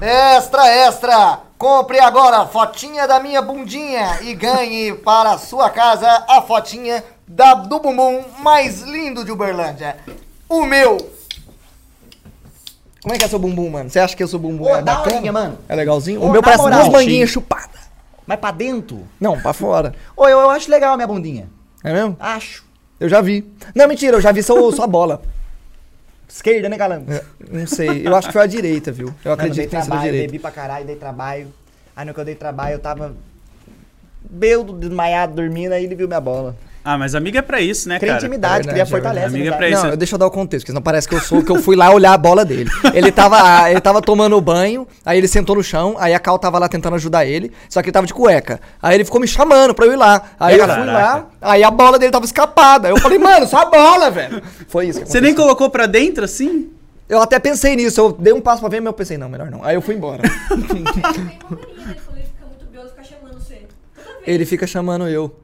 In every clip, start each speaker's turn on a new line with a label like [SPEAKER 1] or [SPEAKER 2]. [SPEAKER 1] Extra, extra! Compre agora a fotinha da minha bundinha e ganhe para a sua casa a fotinha da, do bumbum mais lindo de Uberlândia. O meu! Como é que é seu bumbum, mano? Você acha que eu sou bumbum?
[SPEAKER 2] Ô,
[SPEAKER 1] é
[SPEAKER 2] da
[SPEAKER 1] bacana?
[SPEAKER 2] horinha, mano.
[SPEAKER 1] É legalzinho?
[SPEAKER 2] Ô,
[SPEAKER 1] o meu
[SPEAKER 2] na
[SPEAKER 1] parece
[SPEAKER 2] moral,
[SPEAKER 1] duas manguinhas
[SPEAKER 2] sim.
[SPEAKER 1] chupadas.
[SPEAKER 2] Mas pra dentro?
[SPEAKER 1] Não, pra fora.
[SPEAKER 2] Ô, eu, eu acho legal a minha bundinha.
[SPEAKER 1] É mesmo?
[SPEAKER 2] Acho.
[SPEAKER 1] Eu já vi. Não, mentira, eu já vi só, só a bola.
[SPEAKER 2] Esquerda, né, galera?
[SPEAKER 1] É, Não sei. Eu acho que foi a direita, viu? Eu
[SPEAKER 2] Mano, dei
[SPEAKER 1] acredito que tenha sido a
[SPEAKER 2] trabalho,
[SPEAKER 1] direita.
[SPEAKER 2] bebi pra caralho, dei trabalho. Aí no que eu dei trabalho, eu tava. Beudo, desmaiado, dormindo, aí ele viu minha bola.
[SPEAKER 3] Ah, mas amiga é pra isso, né,
[SPEAKER 2] Cria
[SPEAKER 3] cara?
[SPEAKER 2] intimidade,
[SPEAKER 1] é
[SPEAKER 2] cria
[SPEAKER 1] verdade, é
[SPEAKER 2] fortaleza.
[SPEAKER 3] verdade. Amiga
[SPEAKER 2] amizade.
[SPEAKER 3] pra isso.
[SPEAKER 1] Não, deixa eu dar o contexto, porque senão parece que eu sou, que eu fui lá olhar a bola dele. Ele tava, ele tava tomando banho, aí ele sentou no chão, aí a Cal tava lá tentando ajudar ele, só que ele tava de cueca. Aí ele ficou me chamando pra eu ir lá. Aí eu fui lá,
[SPEAKER 3] Caraca.
[SPEAKER 1] aí a bola dele tava escapada. Aí eu falei, mano, só a bola, velho. Foi isso que
[SPEAKER 3] Você
[SPEAKER 1] aconteceu.
[SPEAKER 3] nem colocou pra dentro assim?
[SPEAKER 1] Eu até pensei nisso, eu dei um passo pra ver, mas eu pensei, não, melhor não. Aí eu fui embora.
[SPEAKER 4] Tem uma mania dele quando ele fica muito bêbado, fica chamando você. Toda vez.
[SPEAKER 1] ele fica chamando eu.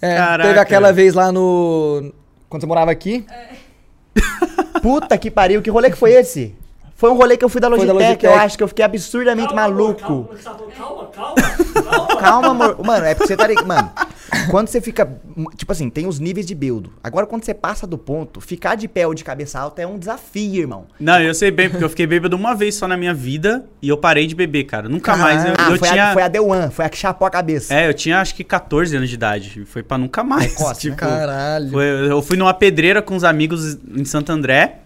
[SPEAKER 1] É,
[SPEAKER 3] Caraca.
[SPEAKER 1] teve aquela vez lá no. Quando você morava aqui,
[SPEAKER 2] Puta que pariu, que rolê que foi esse? Foi um rolê que eu fui da
[SPEAKER 1] Foi da
[SPEAKER 2] Logitech, eu
[SPEAKER 1] Logitech.
[SPEAKER 2] acho que eu fiquei absurdamente maluco.
[SPEAKER 5] Calma, calma, calma.
[SPEAKER 2] Calma, amor. Mano, é porque você tá ali. Mano, quando você fica. Tipo assim, tem os níveis de build. Agora, quando você passa do ponto, ficar de pé ou de cabeça alta é um desafio, irmão.
[SPEAKER 3] Não, eu sei bem, porque eu fiquei bêbado uma vez só na minha vida e eu parei de beber, cara. Nunca mais. Eu,
[SPEAKER 2] Ah,
[SPEAKER 3] eu
[SPEAKER 2] foi,
[SPEAKER 3] tinha.
[SPEAKER 2] a, foi a The One, foi a que chapou a cabeça.
[SPEAKER 3] É, eu tinha acho que 14 anos de idade. Foi pra nunca mais.
[SPEAKER 2] Precoce, né?
[SPEAKER 3] tipo,
[SPEAKER 1] Caralho.
[SPEAKER 3] foi- eu fui numa pedreira com os amigos em Santo André.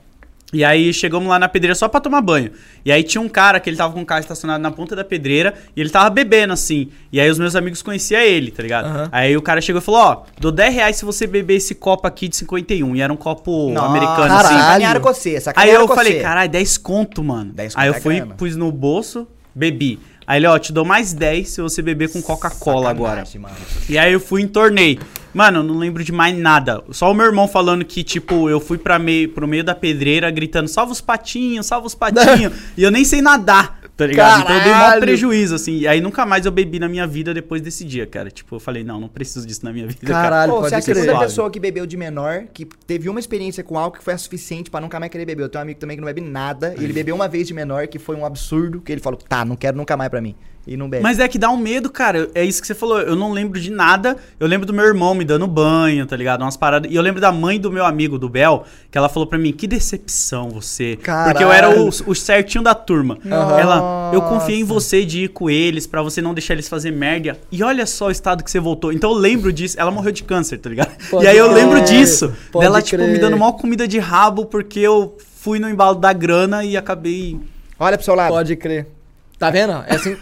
[SPEAKER 3] E aí chegamos lá na pedreira só pra tomar banho. E aí tinha um cara que ele tava com o carro estacionado na ponta da pedreira e ele tava bebendo assim. E aí os meus amigos conheciam ele, tá ligado?
[SPEAKER 1] Aham.
[SPEAKER 3] Aí o cara chegou e falou: Ó, dou 10 reais se você beber esse copo aqui de 51. E era um copo americano assim.
[SPEAKER 1] caralho.
[SPEAKER 2] Sacanearam com você,
[SPEAKER 3] Aí
[SPEAKER 2] sacanearam
[SPEAKER 3] eu
[SPEAKER 2] com
[SPEAKER 3] falei,
[SPEAKER 2] você.
[SPEAKER 3] caralho, 10 conto, mano.
[SPEAKER 2] 10
[SPEAKER 3] Aí eu
[SPEAKER 2] conto é
[SPEAKER 3] fui,
[SPEAKER 2] grana.
[SPEAKER 3] pus no bolso, bebi. Aí ele, ó, te dou mais 10 se você beber com Coca-Cola agora.
[SPEAKER 2] Sacanagem, mano.
[SPEAKER 3] E aí eu fui e entornei. Mano, eu não lembro de mais nada. Só o meu irmão falando que, tipo, eu fui pra meio, pro meio da pedreira gritando, salva os patinhos, salva os patinhos. e eu nem sei nadar, tá ligado? Então eu dei um maior
[SPEAKER 1] Caralho.
[SPEAKER 3] prejuízo, assim. E aí nunca mais eu bebi na minha vida depois desse dia, cara. Tipo, eu falei, não, não preciso disso na minha vida, cara.
[SPEAKER 1] Caralho,
[SPEAKER 2] Pô,
[SPEAKER 1] pode
[SPEAKER 2] você é a
[SPEAKER 1] crer.
[SPEAKER 2] segunda
[SPEAKER 3] Suave.
[SPEAKER 2] pessoa que bebeu de menor, que teve uma experiência com álcool que foi a suficiente pra nunca mais querer beber. Eu tenho um amigo também que não bebe nada. e Ele bebeu uma vez de menor, que foi um absurdo, que ele falou, tá, não quero nunca mais pra mim. E não bebe.
[SPEAKER 3] Mas é que dá um medo, cara. É isso que você falou. Eu não lembro de nada. Eu lembro do meu irmão me dando banho, tá ligado? Umas paradas. E eu lembro da mãe do meu amigo, do Bel, que ela falou pra mim: que decepção você. Porque eu era o, o certinho da turma. Ela, eu confiei em você de ir com eles, pra você não deixar eles fazer merda. E olha só o estado que você voltou. Então eu lembro disso. Ela morreu de câncer, tá ligado?
[SPEAKER 1] Pode
[SPEAKER 3] e aí eu
[SPEAKER 1] crer,
[SPEAKER 3] lembro disso.
[SPEAKER 1] pode
[SPEAKER 3] Dela, tipo, me
[SPEAKER 1] crer.
[SPEAKER 3] dando mal comida de rabo, porque eu fui no embalo da grana e acabei.
[SPEAKER 2] Olha pro seu lado.
[SPEAKER 1] Pode crer. Tá vendo? É assim.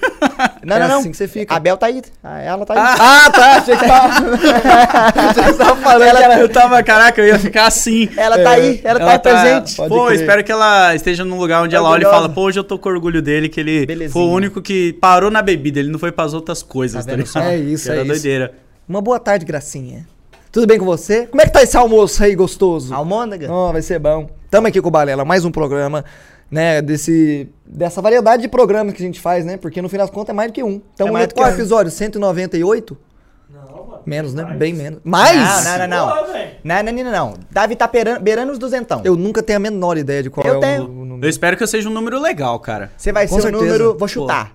[SPEAKER 2] Não,
[SPEAKER 1] é
[SPEAKER 2] não, não.
[SPEAKER 1] assim que você fica.
[SPEAKER 2] A Bel tá aí. Ah, Ela tá aí.
[SPEAKER 1] Ah, tá. Achei que tava. achei que você tava falando. que era-
[SPEAKER 3] Eu tava, caraca, eu ia ficar assim.
[SPEAKER 2] Ela tá
[SPEAKER 1] É,
[SPEAKER 2] aí. Ela tá aí presente.
[SPEAKER 1] Pode
[SPEAKER 3] Pô,
[SPEAKER 1] crer.
[SPEAKER 3] espero que ela esteja num lugar onde ela olha e
[SPEAKER 2] Orgulhosa.
[SPEAKER 3] fala, pô, hoje eu tô com orgulho dele, que ele
[SPEAKER 2] Belezinha.
[SPEAKER 3] foi o único que parou na bebida, ele não foi pras outras coisas,
[SPEAKER 2] Tá
[SPEAKER 3] tá
[SPEAKER 2] vendo
[SPEAKER 3] ligado?
[SPEAKER 1] só? É isso,
[SPEAKER 3] Que era
[SPEAKER 1] é isso.
[SPEAKER 3] doideira.
[SPEAKER 1] Uma boa tarde, gracinha. Tudo bem com você? Como é que tá esse almoço aí gostoso?
[SPEAKER 2] Almôndega.
[SPEAKER 1] Ó, vai ser bom. Tamo aqui com o Balela, mais um programa, né, desse dessa variedade de programas que a gente faz, né? Porque no final das contas é mais do que um. Tamo
[SPEAKER 2] É mais
[SPEAKER 1] no
[SPEAKER 2] do que
[SPEAKER 1] qual
[SPEAKER 2] um.
[SPEAKER 1] episódio? 198?
[SPEAKER 5] Não, mano.
[SPEAKER 1] Menos, né? Bem menos. Mais?
[SPEAKER 2] Não, não, não, não.
[SPEAKER 5] Porra, velho.
[SPEAKER 2] Não, não, não, não, não. Davi tá perando, beirando os duzentão.
[SPEAKER 1] Eu nunca tenho a menor ideia de qual
[SPEAKER 2] Eu
[SPEAKER 1] é o-
[SPEAKER 2] tenho.
[SPEAKER 1] o
[SPEAKER 3] Eu
[SPEAKER 1] número.
[SPEAKER 3] espero que eu seja um número legal, cara.
[SPEAKER 2] Você vai
[SPEAKER 1] Com
[SPEAKER 2] ser o
[SPEAKER 1] certeza.
[SPEAKER 2] número... Vou chutar.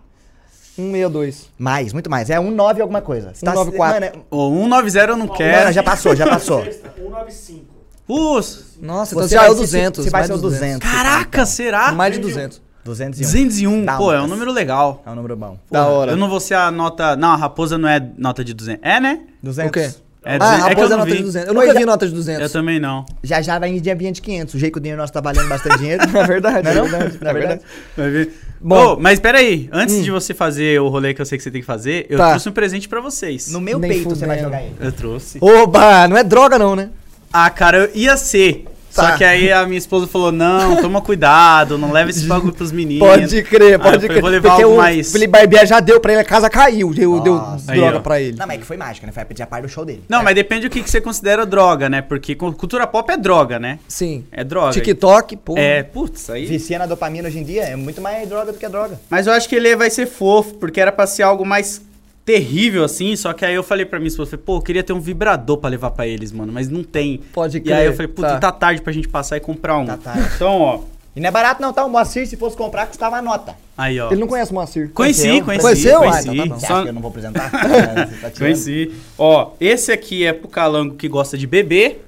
[SPEAKER 1] 162.
[SPEAKER 2] Mais, muito mais. É um 9 alguma coisa. Você
[SPEAKER 1] 194.
[SPEAKER 2] Mano, é-
[SPEAKER 3] Ô, 190 eu não
[SPEAKER 2] Não,
[SPEAKER 1] É.
[SPEAKER 3] quero.
[SPEAKER 2] não, já passou, já passou.
[SPEAKER 5] Sexta, 195.
[SPEAKER 3] Putz,
[SPEAKER 1] Nossa, então
[SPEAKER 2] Você
[SPEAKER 1] você já é
[SPEAKER 2] vai
[SPEAKER 1] o
[SPEAKER 2] ser-
[SPEAKER 1] 200.
[SPEAKER 2] você vai
[SPEAKER 1] mais
[SPEAKER 2] ser o 200.
[SPEAKER 3] caraca, será?
[SPEAKER 1] Mais de 200.
[SPEAKER 2] 201.
[SPEAKER 3] 201,
[SPEAKER 2] Dá
[SPEAKER 3] pô, é um
[SPEAKER 2] umas.
[SPEAKER 3] número legal.
[SPEAKER 2] É um número bom.
[SPEAKER 1] Da hora.
[SPEAKER 3] Eu não vou ser a nota... Não, a raposa não é nota de 200. É, né?
[SPEAKER 2] 200.
[SPEAKER 1] O quê?
[SPEAKER 3] É,
[SPEAKER 1] ah,
[SPEAKER 3] 200.
[SPEAKER 1] raposa
[SPEAKER 3] é que eu
[SPEAKER 1] é
[SPEAKER 3] não
[SPEAKER 1] nota
[SPEAKER 3] vi.
[SPEAKER 1] de 200. Eu nunca vi nota de 200.
[SPEAKER 3] Eu também não.
[SPEAKER 2] Já já vai em dia vinha de 500. O jeito que o dinheiro nosso tá valendo bastante dinheiro.
[SPEAKER 1] É verdade,
[SPEAKER 2] Não é
[SPEAKER 1] é
[SPEAKER 2] não?
[SPEAKER 1] verdade.
[SPEAKER 2] Não é verdade?
[SPEAKER 3] Vai ver.
[SPEAKER 1] Bom. Hum.
[SPEAKER 3] Ô, mas peraí, antes de você fazer o rolê que eu sei que você tem que fazer, eu
[SPEAKER 1] Tá.
[SPEAKER 3] trouxe um presente pra vocês.
[SPEAKER 2] No meu
[SPEAKER 1] Nem
[SPEAKER 2] peito você vai
[SPEAKER 1] fudendo.
[SPEAKER 2] jogar ele.
[SPEAKER 3] Eu trouxe.
[SPEAKER 1] Oba, não é droga não, né?
[SPEAKER 3] Ah, cara, eu ia ser.
[SPEAKER 1] Tá.
[SPEAKER 3] Só que aí a minha esposa falou: não, toma cuidado, não leva esse bagulho pros meninos.
[SPEAKER 1] Pode crer,
[SPEAKER 3] Aí eu
[SPEAKER 1] pode
[SPEAKER 3] falei,
[SPEAKER 1] crer.
[SPEAKER 3] Ah, Vou levar
[SPEAKER 1] Porque
[SPEAKER 3] algo
[SPEAKER 1] o
[SPEAKER 3] mais.
[SPEAKER 1] Felipe Barbier já deu pra ele, a casa caiu, deu, deu
[SPEAKER 2] Nossa.
[SPEAKER 3] Aí,
[SPEAKER 1] droga
[SPEAKER 3] ó.
[SPEAKER 1] pra ele.
[SPEAKER 2] Não, mas é que foi mágica, né? Foi a pedir a par do show dele.
[SPEAKER 3] Não, mas depende do que, que você considera droga, né? Porque cu- cultura pop é droga, né?
[SPEAKER 1] Sim.
[SPEAKER 3] É droga.
[SPEAKER 1] TikTok, pô.
[SPEAKER 3] É, putz, aí.
[SPEAKER 2] Vicia na dopamina hoje em dia é muito mais droga do que droga.
[SPEAKER 3] Mas eu acho que ele vai ser fofo, porque era pra ser algo mais terrível, assim. Só que aí eu falei pra minha esposa: falei, pô, eu queria ter um vibrador pra levar pra eles, mano, mas não tem.
[SPEAKER 1] Pode
[SPEAKER 3] E aí
[SPEAKER 1] crer,
[SPEAKER 3] eu falei: puta,
[SPEAKER 1] tá.
[SPEAKER 3] tá. tarde pra gente passar e comprar um.
[SPEAKER 2] Tá tarde.
[SPEAKER 3] Então, ó.
[SPEAKER 2] E não é barato não, tá? O Moacir, se fosse comprar, custava a nota.
[SPEAKER 3] Aí, ó.
[SPEAKER 1] Ele não conhece o Moacir.
[SPEAKER 3] Conheci, conheci.
[SPEAKER 1] Conheceu? Ah,
[SPEAKER 3] Conheci.
[SPEAKER 1] então tá bom.
[SPEAKER 2] Você
[SPEAKER 3] Só-
[SPEAKER 2] acha que eu não vou apresentar? Você tá tirando?
[SPEAKER 3] Conheci. Ó, esse aqui é pro calango que gosta de beber.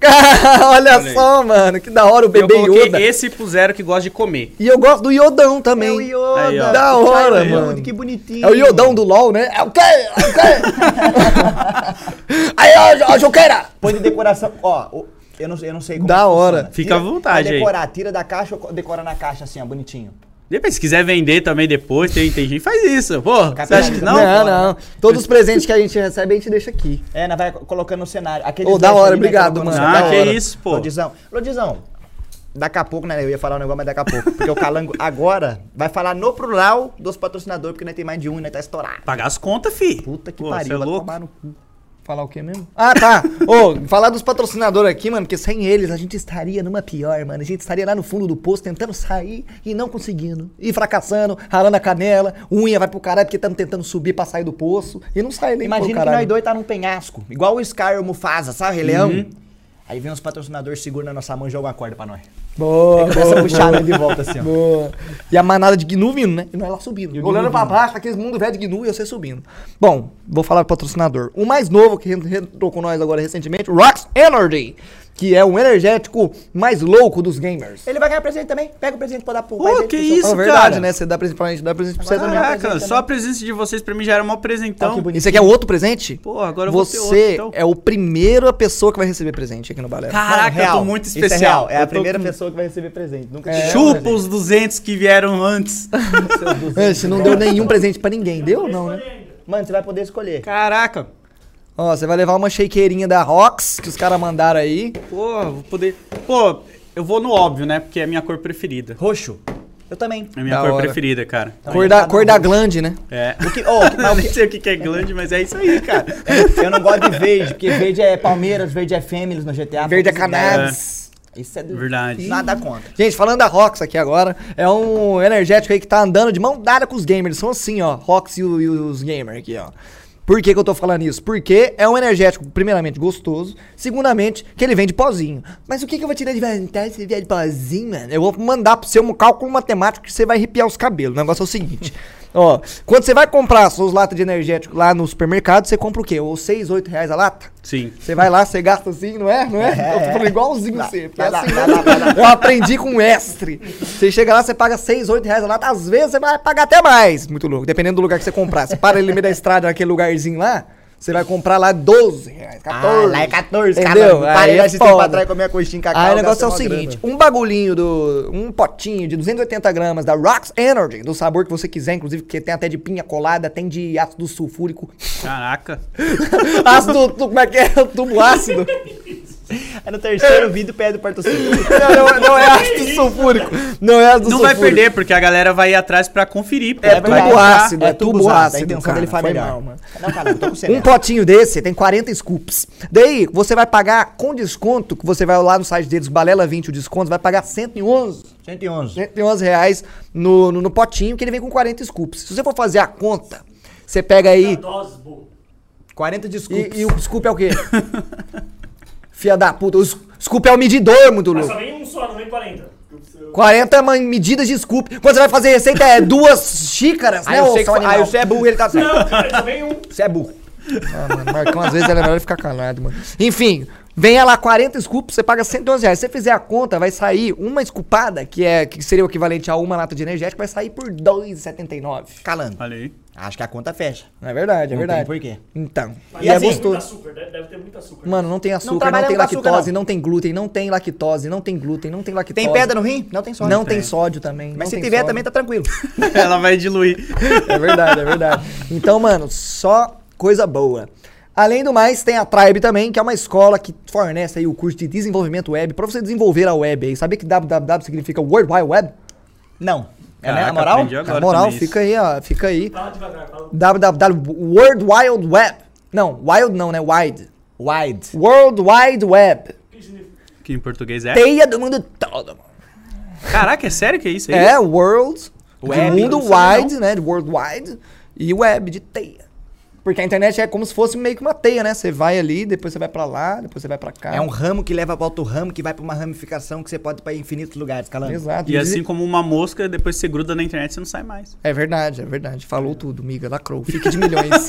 [SPEAKER 1] Olha,
[SPEAKER 3] aí.
[SPEAKER 1] só, mano. Que da hora o bebê
[SPEAKER 3] eu coloquei
[SPEAKER 1] Yoda.
[SPEAKER 3] esse pro zero que gosta de comer.
[SPEAKER 1] E eu gosto do Iodão
[SPEAKER 2] É
[SPEAKER 1] também.
[SPEAKER 2] o Yoda.
[SPEAKER 3] Aí, ó.
[SPEAKER 1] Da hora,
[SPEAKER 2] Ai, meu,
[SPEAKER 1] mano.
[SPEAKER 2] Que bonitinho.
[SPEAKER 1] É o Iodão do LOL, né? É o quê? É o quê? Aí, ó, ó, Junqueira!
[SPEAKER 2] Põe de decoração. Ó, o- eu não, eu não sei como.
[SPEAKER 1] Da
[SPEAKER 2] funciona.
[SPEAKER 1] hora.
[SPEAKER 3] Fica à vontade
[SPEAKER 2] pra
[SPEAKER 3] aí.
[SPEAKER 2] decorar, Tira da caixa ou co- decora na caixa assim, ó, bonitinho.
[SPEAKER 3] Depois, se quiser vender também depois, tem, tem gente que faz isso. Pô, você acha que não?
[SPEAKER 1] Não, não. Todos os presentes que a gente recebe, a gente deixa aqui.
[SPEAKER 2] É, nós vai co- colocando no cenário. Aquele
[SPEAKER 1] Ô, da
[SPEAKER 2] Lodge
[SPEAKER 1] hora,
[SPEAKER 2] ali, né,
[SPEAKER 1] obrigado,
[SPEAKER 2] colocou no
[SPEAKER 1] mano.
[SPEAKER 2] cenário.
[SPEAKER 1] Da
[SPEAKER 3] Ah, que
[SPEAKER 1] hora.
[SPEAKER 3] isso, pô.
[SPEAKER 2] Lodizão. Lodizão. Daqui a pouco, né? Eu ia falar um negócio, mas daqui a pouco. Porque o Calango agora vai falar no plural dos patrocinadores, porque nós tem mais de um e nós tá estourado.
[SPEAKER 3] Pagar as contas, fi.
[SPEAKER 2] Puta que
[SPEAKER 3] Pô,
[SPEAKER 2] pariu,
[SPEAKER 3] cê é
[SPEAKER 2] vai
[SPEAKER 3] louco.
[SPEAKER 2] tomar no cu.
[SPEAKER 1] Falar o quê mesmo? Ah, tá. Ô, falar dos patrocinadores aqui, mano, porque sem eles a gente estaria numa pior, mano. A gente estaria lá no fundo do poço tentando sair e não conseguindo. E fracassando, ralando a canela, unha vai pro caralho porque estamos tentando subir pra sair do poço. E não sai nem pro
[SPEAKER 2] Imagina que
[SPEAKER 1] caralho.
[SPEAKER 2] nós dois tá num penhasco, igual o Scar e o Mufasa, sabe, Rei Leão?
[SPEAKER 3] Uhum.
[SPEAKER 2] Aí vem uns patrocinadores, segura na nossa mão e joga uma corda pra nós.
[SPEAKER 1] Boa,
[SPEAKER 2] Começa a
[SPEAKER 1] boa,
[SPEAKER 2] puxar
[SPEAKER 1] boa.
[SPEAKER 2] ele de volta assim, ó.
[SPEAKER 1] Boa. E a manada de Gnu vindo, né? E nós lá subindo. olhando pra baixo, aqueles mundo velho de Gnu e você subindo. Bom, vou falar do patrocinador. O mais novo que en- entrou com nós agora recentemente, o Rox Energy, que é o energético mais louco dos gamers.
[SPEAKER 2] Ele vai ganhar presente também. Pega o presente pra dar pro
[SPEAKER 3] Pô,
[SPEAKER 2] pai dele.
[SPEAKER 3] que
[SPEAKER 2] pro
[SPEAKER 3] isso,
[SPEAKER 1] é
[SPEAKER 3] cara.
[SPEAKER 1] verdade, né? Você dá presente pra gente, dá presente pra você também.
[SPEAKER 3] Caraca,
[SPEAKER 2] apresenta,
[SPEAKER 3] só
[SPEAKER 2] né?
[SPEAKER 3] é a presença de vocês pra mim já era maior presentão.
[SPEAKER 2] que bonito.
[SPEAKER 1] Isso aqui é outro presente?
[SPEAKER 3] Pô, agora eu vou ter
[SPEAKER 1] você
[SPEAKER 3] outro, então.
[SPEAKER 1] é o primeira pessoa que vai receber presente aqui no Balé.
[SPEAKER 2] Mano,
[SPEAKER 3] Caraca, eu
[SPEAKER 2] real,
[SPEAKER 3] tô muito
[SPEAKER 2] isso
[SPEAKER 3] especial.
[SPEAKER 2] É, real, é
[SPEAKER 3] Eu
[SPEAKER 2] a
[SPEAKER 3] tô
[SPEAKER 2] primeira
[SPEAKER 3] com-
[SPEAKER 2] pessoa que vai receber presente. Nunca
[SPEAKER 1] É,
[SPEAKER 3] Chupa os 200 que vieram antes.
[SPEAKER 1] Você É, não deu nenhum presente pra ninguém, deu ou não, né?
[SPEAKER 2] Mano, você vai poder escolher.
[SPEAKER 3] Caraca.
[SPEAKER 1] Ó, você vai levar uma shakeirinha da Rox, que os caras mandaram aí.
[SPEAKER 3] Pô, vou poder... Pô, eu vou no óbvio, né? Porque é a minha cor preferida.
[SPEAKER 2] Roxo. Eu também.
[SPEAKER 3] É a minha
[SPEAKER 1] Da
[SPEAKER 3] cor
[SPEAKER 1] hora. Tá
[SPEAKER 3] preferida, cara.
[SPEAKER 1] Cor da, cor da glande, né?
[SPEAKER 3] É.
[SPEAKER 2] O que, oh,
[SPEAKER 3] Não, nem sei o que que é glande, mas é isso aí, cara.
[SPEAKER 2] eu não gosto de verde, porque verde é Palmeiras, verde é Fêmeas no GTA.
[SPEAKER 1] Verde é
[SPEAKER 2] poucas ideias.
[SPEAKER 1] cannabis.
[SPEAKER 2] Isso é do...
[SPEAKER 3] Verdade.
[SPEAKER 2] Nada contra.
[SPEAKER 1] Gente, falando da Rox aqui agora, é um energético aí que tá andando de mão dada com os gamers. São assim, ó, Rox e, o- e os gamers aqui, ó. Por que, que eu tô falando isso? Porque é um energético, primeiramente, gostoso. Segundamente, que ele vende pozinho. Mas o que, que eu vou tirar de vantagem se vier de pozinho, mano? Eu vou mandar pro seu um cálculo matemático que você vai arrepiar os cabelos. O negócio é o seguinte. ó, quando você vai comprar suas latas de energético lá no supermercado, você compra o quê? Ou 6, 8 reais a lata?
[SPEAKER 3] Sim.
[SPEAKER 1] Você vai lá, você gasta assim, não é? Não é? eu tô falando igualzinho você. porque é
[SPEAKER 2] vai lá,
[SPEAKER 1] assim
[SPEAKER 2] vai
[SPEAKER 1] mesmo.
[SPEAKER 2] lá, vai lá.
[SPEAKER 1] Eu aprendi com o Estre. Você chega lá, você paga 6, 8 reais a lata. Às vezes você vai pagar até mais. Muito louco. Dependendo do lugar que você comprar. Você para ali no meio da estrada, naquele lugarzinho lá, você vai comprar lá 12 reais, 14.
[SPEAKER 2] Ah, lá é 14,
[SPEAKER 1] Entendeu?
[SPEAKER 2] cara. Parei
[SPEAKER 1] Aí
[SPEAKER 2] de
[SPEAKER 1] é
[SPEAKER 2] assistir pra
[SPEAKER 1] foda.
[SPEAKER 2] trás e comer a coxinha em cacau.
[SPEAKER 1] Aí o
[SPEAKER 2] gasta
[SPEAKER 1] negócio é o
[SPEAKER 2] mó
[SPEAKER 1] seguinte:
[SPEAKER 2] grana.
[SPEAKER 1] um bagulhinho do. um potinho de 280 gramas da Rocks Energy, do sabor que você quiser, inclusive, porque tem até de pinha colada, tem de ácido sulfúrico.
[SPEAKER 3] Caraca.
[SPEAKER 1] ácido. tu- como é que é? Tubo ácido.
[SPEAKER 2] Aí É no terceiro vídeo pede o patrocínio.
[SPEAKER 1] Não, não, não é ácido sulfúrico. Não é ácido
[SPEAKER 3] Não
[SPEAKER 1] sulfúrico.
[SPEAKER 3] vai perder, porque a galera vai ir atrás pra conferir.
[SPEAKER 1] É
[SPEAKER 3] pra-
[SPEAKER 1] tubo
[SPEAKER 3] pra-
[SPEAKER 1] ácido, é tubo
[SPEAKER 2] usado,
[SPEAKER 1] ácido.
[SPEAKER 2] A intenção
[SPEAKER 1] cara,
[SPEAKER 2] dele fala
[SPEAKER 1] foi
[SPEAKER 2] melhor.
[SPEAKER 1] mal, mano.
[SPEAKER 2] Não, cara, eu tô com você.
[SPEAKER 1] Um potinho desse tem 40 scoops. Daí, você vai pagar com desconto, que você vai lá no site deles, Balela 20, o desconto, vai pagar 111,
[SPEAKER 2] 111.
[SPEAKER 1] 111 reais no, no, no potinho, que ele vem com 40 scoops. Se você for fazer a conta, você pega aí...
[SPEAKER 5] Dosbo.
[SPEAKER 2] 40 desculpas.
[SPEAKER 1] E, e o scoop é o quê? Fia da puta, o sc- scoop é o medidor, muito
[SPEAKER 5] Mas
[SPEAKER 1] louco.
[SPEAKER 5] só vem um só, não vem 40. Eu-
[SPEAKER 1] 40 man- medidas de scoop. Quando você vai fazer receita, é duas xícaras, né, ô seu animal?
[SPEAKER 2] é burro, ele tá certo.
[SPEAKER 5] Não, cara, só vem um.
[SPEAKER 2] Você é burro.
[SPEAKER 1] Ah, mano, Marcão, às vezes era melhor ele ficar calado, mano. Enfim, venha lá 40 scoops, você paga 112 reais. Se você fizer a conta, vai sair uma escupada, que é que seria o equivalente a uma lata de energético, vai sair por 2,79.
[SPEAKER 2] Calando.
[SPEAKER 3] Olha aí.
[SPEAKER 2] Acho que a conta fecha.
[SPEAKER 1] Não é verdade, é
[SPEAKER 2] Não
[SPEAKER 1] verdade.
[SPEAKER 2] tem por quê. assim,
[SPEAKER 1] Então,
[SPEAKER 5] Mas
[SPEAKER 1] e é
[SPEAKER 5] deve ter muito
[SPEAKER 1] gostoso.
[SPEAKER 5] açúcar, Deve deve ter muito açúcar.
[SPEAKER 1] Mano, não tem açúcar, não,
[SPEAKER 2] trabalha
[SPEAKER 1] tem
[SPEAKER 2] com açúcar,
[SPEAKER 1] lactose, não. tem glúten, não tem lactose, não tem glúten, não tem lactose.
[SPEAKER 2] Tem pedra no rim? Não tem sódio.
[SPEAKER 1] Tá Não tem sódio também.
[SPEAKER 2] Mas
[SPEAKER 1] não
[SPEAKER 2] se
[SPEAKER 1] tem
[SPEAKER 2] tiver
[SPEAKER 1] sódio.
[SPEAKER 2] também tá tranquilo.
[SPEAKER 3] Ela vai diluir.
[SPEAKER 1] É verdade, é verdade. Então, mano, só coisa boa. Além do mais, tem a Tribe também, que é uma escola que fornece aí o curso de desenvolvimento web pra você desenvolver a web aí. Sabia que www significa World Wide Web?
[SPEAKER 2] Não. É né?
[SPEAKER 3] Caraca,
[SPEAKER 2] a moral?
[SPEAKER 3] aprendi agora.
[SPEAKER 1] Na moral,
[SPEAKER 3] também isso.
[SPEAKER 1] fica aí, ó, fica aí.
[SPEAKER 5] Fala devagar, fala. um
[SPEAKER 1] www World Wide Web. Não, wild não, né? Wide.
[SPEAKER 2] Wide.
[SPEAKER 1] World Wide Web.
[SPEAKER 5] O que significa?
[SPEAKER 3] Que em português é.
[SPEAKER 1] Teia do mundo todo, mano.
[SPEAKER 3] Caraca, é sério que é isso aí?
[SPEAKER 1] É, World,
[SPEAKER 2] Web,
[SPEAKER 1] de mundo
[SPEAKER 2] não sabia
[SPEAKER 1] wide, né? De World Wide. E Web, de teia. Porque a internet é como se fosse meio que uma teia, né? Você vai ali, depois você vai pra lá, depois você vai pra cá.
[SPEAKER 2] É um ramo que leva pra outro ramo, que vai pra uma ramificação que você pode ir pra infinitos lugares, calando.
[SPEAKER 1] Exato.
[SPEAKER 3] E
[SPEAKER 1] Diz-
[SPEAKER 3] assim como uma mosca, depois você gruda na internet e você não sai mais.
[SPEAKER 1] É verdade, é verdade. Falou tudo, miga, lacrou. Fique de milhões.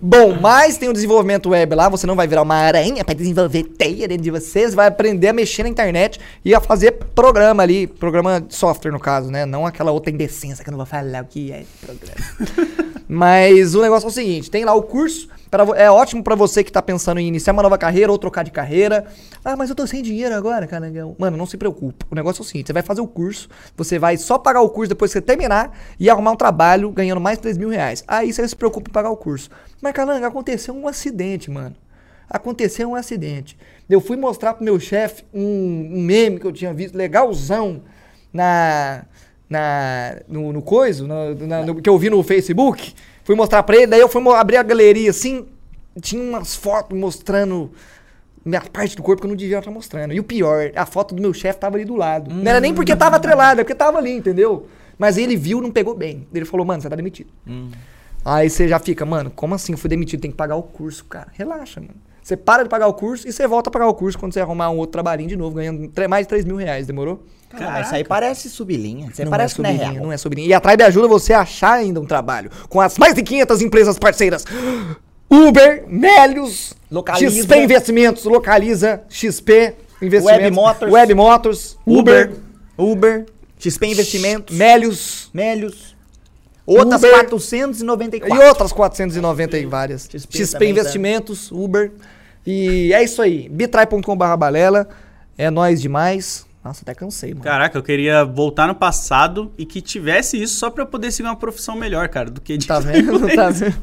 [SPEAKER 1] Bom, mas tem o desenvolvimento web lá, você não vai virar uma aranha pra desenvolver teia dentro de você, você vai aprender a mexer na internet e a fazer programa ali, programa de software no caso, né? Não aquela outra indecência que eu não vou falar o que é programa. Mas o negócio é o seguinte, tem lá o curso, pra vo- é ótimo pra você que tá pensando em iniciar uma nova carreira ou trocar de carreira. Ah, mas eu tô sem dinheiro agora, carangão. Mano, não se preocupe. O negócio é o seguinte, você vai fazer o curso, você vai só pagar o curso depois que você terminar e arrumar um trabalho ganhando mais 3 mil reais. Aí você se preocupa em pagar o curso. Mas, caranga, aconteceu um acidente, mano. Aconteceu um acidente. Eu fui mostrar pro meu chefe um, um meme que eu tinha visto, legalzão, na, na no, no coiso, na- na- no- que eu vi no Facebook. Fui mostrar pra ele, daí eu fui mo- abrir a galeria assim, tinha umas fotos mostrando minha parte do corpo que eu não devia estar mostrando. E o pior, a foto do meu chefe tava ali do lado. Não era nem porque tava atrelada, é porque tava ali, entendeu? Mas ele viu, não pegou bem. Ele falou, mano, você tá demitido. Aí você já fica, mano, como assim? Eu fui demitido, tem que pagar o curso, cara. Relaxa, mano. Você para de pagar o curso e você volta a pagar o curso quando você arrumar um outro trabalhinho de novo, ganhando tre- mais de 3 mil reais, demorou?
[SPEAKER 2] Caralho, isso aí parece sublinha. Isso aí
[SPEAKER 1] Não
[SPEAKER 2] parece
[SPEAKER 1] é
[SPEAKER 2] que não é
[SPEAKER 1] sobrinho,
[SPEAKER 2] real.
[SPEAKER 1] não é sobrinho. E a Tribe ajuda você a achar ainda um trabalho com as mais de 500 empresas parceiras. Uber, Melios,
[SPEAKER 2] Localiza.
[SPEAKER 1] XP Investimentos, Localiza, XP Investimentos,
[SPEAKER 2] Web Motors.
[SPEAKER 1] Web Motors, Uber,
[SPEAKER 2] Uber, XP Investimentos,
[SPEAKER 1] Melios
[SPEAKER 2] Melios, outras
[SPEAKER 1] Uber.
[SPEAKER 2] 494.
[SPEAKER 1] e outras 490 e várias.
[SPEAKER 2] XP
[SPEAKER 1] XP,
[SPEAKER 2] também
[SPEAKER 3] né?
[SPEAKER 2] tá.
[SPEAKER 1] Investimentos, Uber. E é isso aí. bitrai.com.br balela. É nóis demais. Nossa, até cansei, mano.
[SPEAKER 3] Caraca, eu queria voltar no passado e que tivesse isso só pra eu poder seguir uma profissão melhor, cara, do que de.
[SPEAKER 1] Tá vendo? Tá vendo?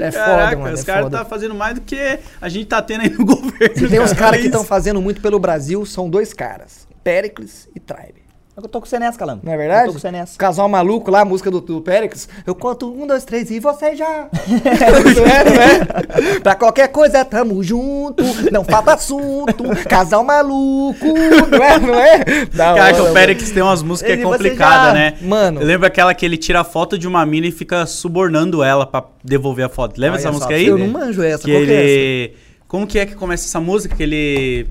[SPEAKER 1] É foda,
[SPEAKER 3] Caraca,
[SPEAKER 1] mano.
[SPEAKER 3] os
[SPEAKER 1] é
[SPEAKER 3] caras
[SPEAKER 1] foda.
[SPEAKER 3] tá fazendo mais do que a gente tá tendo aí no governo. É
[SPEAKER 1] E tem uns caras que
[SPEAKER 3] Isso.
[SPEAKER 1] estão fazendo muito pelo Brasil, são dois caras. Péricles e Tribe.
[SPEAKER 2] Eu tô com você nessa, Calando.
[SPEAKER 1] Não é verdade?
[SPEAKER 2] Eu tô com você nessa.
[SPEAKER 1] Casal maluco lá, a música do, do Péricles. Eu conto um, dois, três e você já. é, né? Pra qualquer coisa tamo junto, não falta assunto. Casal maluco, não é? Não é? Da
[SPEAKER 3] Caraca,
[SPEAKER 1] hora,
[SPEAKER 3] o Pericles tem umas músicas
[SPEAKER 2] Ele,
[SPEAKER 3] que é
[SPEAKER 2] você
[SPEAKER 3] complicada,
[SPEAKER 2] já-
[SPEAKER 3] né?
[SPEAKER 1] Mano.
[SPEAKER 3] Lembra aquela que ele tira a foto de uma mina e fica subornando ela pra devolver a foto? Lembra
[SPEAKER 2] Olha
[SPEAKER 3] essa
[SPEAKER 2] só,
[SPEAKER 3] música
[SPEAKER 2] pra
[SPEAKER 3] aí?
[SPEAKER 1] Eu não manjo essa,
[SPEAKER 3] Que
[SPEAKER 1] qual que é essa?
[SPEAKER 3] ele... Como que é que começa essa música? Que ele...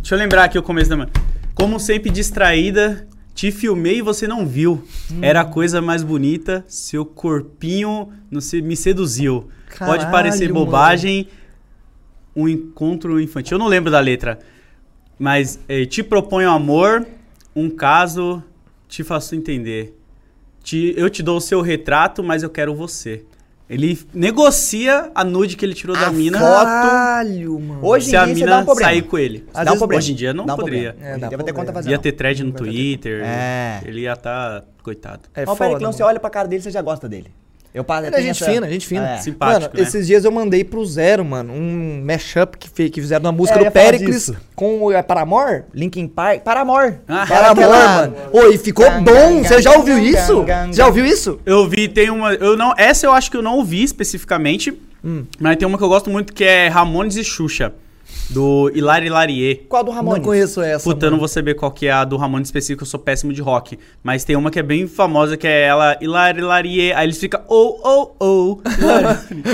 [SPEAKER 3] Deixa eu lembrar aqui o começo da... man- Como sempre distraída, te filmei e você não viu.
[SPEAKER 1] Hum.
[SPEAKER 3] Era a coisa mais bonita, seu corpinho não se... me seduziu. Pode
[SPEAKER 1] Caralho,
[SPEAKER 3] parecer
[SPEAKER 1] mano.
[SPEAKER 3] bobagem, um encontro infantil. Eu não lembro da letra. Mas eh, te proponho amor, um caso, te faço entender. Te- eu te dou o seu retrato, mas eu quero você. Ele negocia a nude que ele tirou da mina
[SPEAKER 1] Caralho, mano.
[SPEAKER 2] Hoje
[SPEAKER 3] se
[SPEAKER 2] em
[SPEAKER 3] a
[SPEAKER 2] dia você dá um
[SPEAKER 3] mina
[SPEAKER 2] problema.
[SPEAKER 3] sair com ele.
[SPEAKER 2] Às vezes-
[SPEAKER 3] Hoje em dia não
[SPEAKER 2] dá um
[SPEAKER 3] poderia.
[SPEAKER 2] problema.
[SPEAKER 1] É,
[SPEAKER 2] Hoje em
[SPEAKER 1] dá
[SPEAKER 2] dia vai ter
[SPEAKER 1] problema.
[SPEAKER 2] conta vazada.
[SPEAKER 3] Ia ter thread no Twitter.
[SPEAKER 2] É.
[SPEAKER 3] Ele ia estar. coitado.
[SPEAKER 1] É
[SPEAKER 2] Mas o Periclão, você olha pra cara dele, você já gosta dele. Eu passo.
[SPEAKER 1] Ele é gente fina, gente fina.
[SPEAKER 2] É.
[SPEAKER 3] Simpático,
[SPEAKER 1] mano,
[SPEAKER 3] né?
[SPEAKER 1] esses dias eu mandei pro Zero, mano, um mashup que, fe- que fizeram na música
[SPEAKER 2] É, eu ia
[SPEAKER 1] do
[SPEAKER 2] falar
[SPEAKER 1] Pericles
[SPEAKER 2] disso.
[SPEAKER 1] com o é, Paramore.
[SPEAKER 2] Linkin Park, Paramor.
[SPEAKER 3] Ah,
[SPEAKER 1] Para amor, mano. Ô, e ficou
[SPEAKER 2] Gang,
[SPEAKER 1] bom.
[SPEAKER 2] gang,
[SPEAKER 1] Você já
[SPEAKER 2] gang,
[SPEAKER 1] ouviu
[SPEAKER 2] gang,
[SPEAKER 1] isso?
[SPEAKER 2] gang, gang.
[SPEAKER 1] Já ouviu isso?
[SPEAKER 3] Eu vi, tem uma. Eu não, essa eu acho que eu não ouvi especificamente.
[SPEAKER 2] Hum.
[SPEAKER 3] Mas tem uma que eu gosto muito que é Ramones e Xuxa. Do Hilari Larier.
[SPEAKER 2] Qual do Ramones?
[SPEAKER 1] Não conheço essa.
[SPEAKER 3] Puta, eu não vou saber qual que é a do Ramon específico, eu sou péssimo de rock. Mas tem uma que é bem famosa, que é ela, Hilari Larie. Aí eles ficam, oh, oh, oh.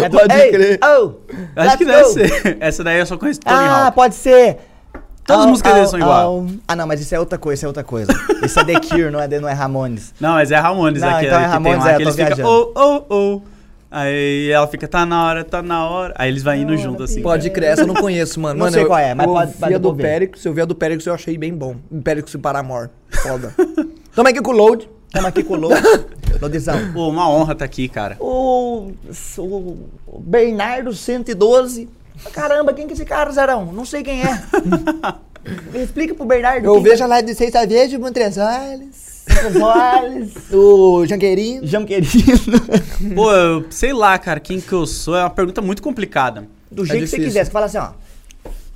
[SPEAKER 2] É do...
[SPEAKER 1] Pode
[SPEAKER 2] Ei,
[SPEAKER 1] crer.
[SPEAKER 2] Oh,
[SPEAKER 3] Acho que
[SPEAKER 2] let's
[SPEAKER 3] deve
[SPEAKER 2] go.
[SPEAKER 3] ser. Essa daí eu só conheço Tony
[SPEAKER 2] Ah,
[SPEAKER 3] Hawk.
[SPEAKER 2] pode ser.
[SPEAKER 3] Todas as
[SPEAKER 2] Au,
[SPEAKER 3] músicas deles
[SPEAKER 2] au,
[SPEAKER 3] são iguais.
[SPEAKER 2] au. Ah, não, mas isso é outra coisa, isso é outra coisa. Isso é The Cure, não é, não é Ramones.
[SPEAKER 3] Não, mas é Ramones
[SPEAKER 2] Não,
[SPEAKER 3] aqui,
[SPEAKER 2] então é
[SPEAKER 3] que
[SPEAKER 2] Ramones,
[SPEAKER 3] tem lá,
[SPEAKER 2] é, eu
[SPEAKER 3] que
[SPEAKER 2] tô
[SPEAKER 3] eles ficam,
[SPEAKER 2] viajando.
[SPEAKER 3] oh, oh, oh. Aí ela fica, tá na hora, tá na hora. Aí eles vão indo junto, assim.
[SPEAKER 1] Pode crer, essa eu não conheço, mano.
[SPEAKER 2] Não
[SPEAKER 1] Mano,
[SPEAKER 2] sei
[SPEAKER 1] eu-
[SPEAKER 2] qual é, mas
[SPEAKER 1] eu
[SPEAKER 2] pode-
[SPEAKER 1] vi
[SPEAKER 2] pode
[SPEAKER 1] a do
[SPEAKER 2] devolver.
[SPEAKER 1] Pericles, eu vi a do Pericles eu achei bem bom. Pericles e Paramore. Foda. Tamo aqui com o Load.
[SPEAKER 2] Tamo aqui com o Lou. Lodzão.
[SPEAKER 3] Pô, uma honra tá aqui, cara.
[SPEAKER 2] O, o Bernardo 112. Caramba, quem que é esse cara, Zerão? Não sei quem é. Me Explica pro Bernardo.
[SPEAKER 1] Eu
[SPEAKER 2] quem
[SPEAKER 1] vejo a live de seis, eu vejo o Montresales,
[SPEAKER 2] que é o Soares,
[SPEAKER 1] o Jangueirinho.
[SPEAKER 2] Jam querido.
[SPEAKER 3] Pô, eu, sei lá, cara, quem que eu sou? É uma pergunta muito complicada.
[SPEAKER 2] Do jeito que você
[SPEAKER 1] difícil.
[SPEAKER 2] quiser. Você fala assim, ó.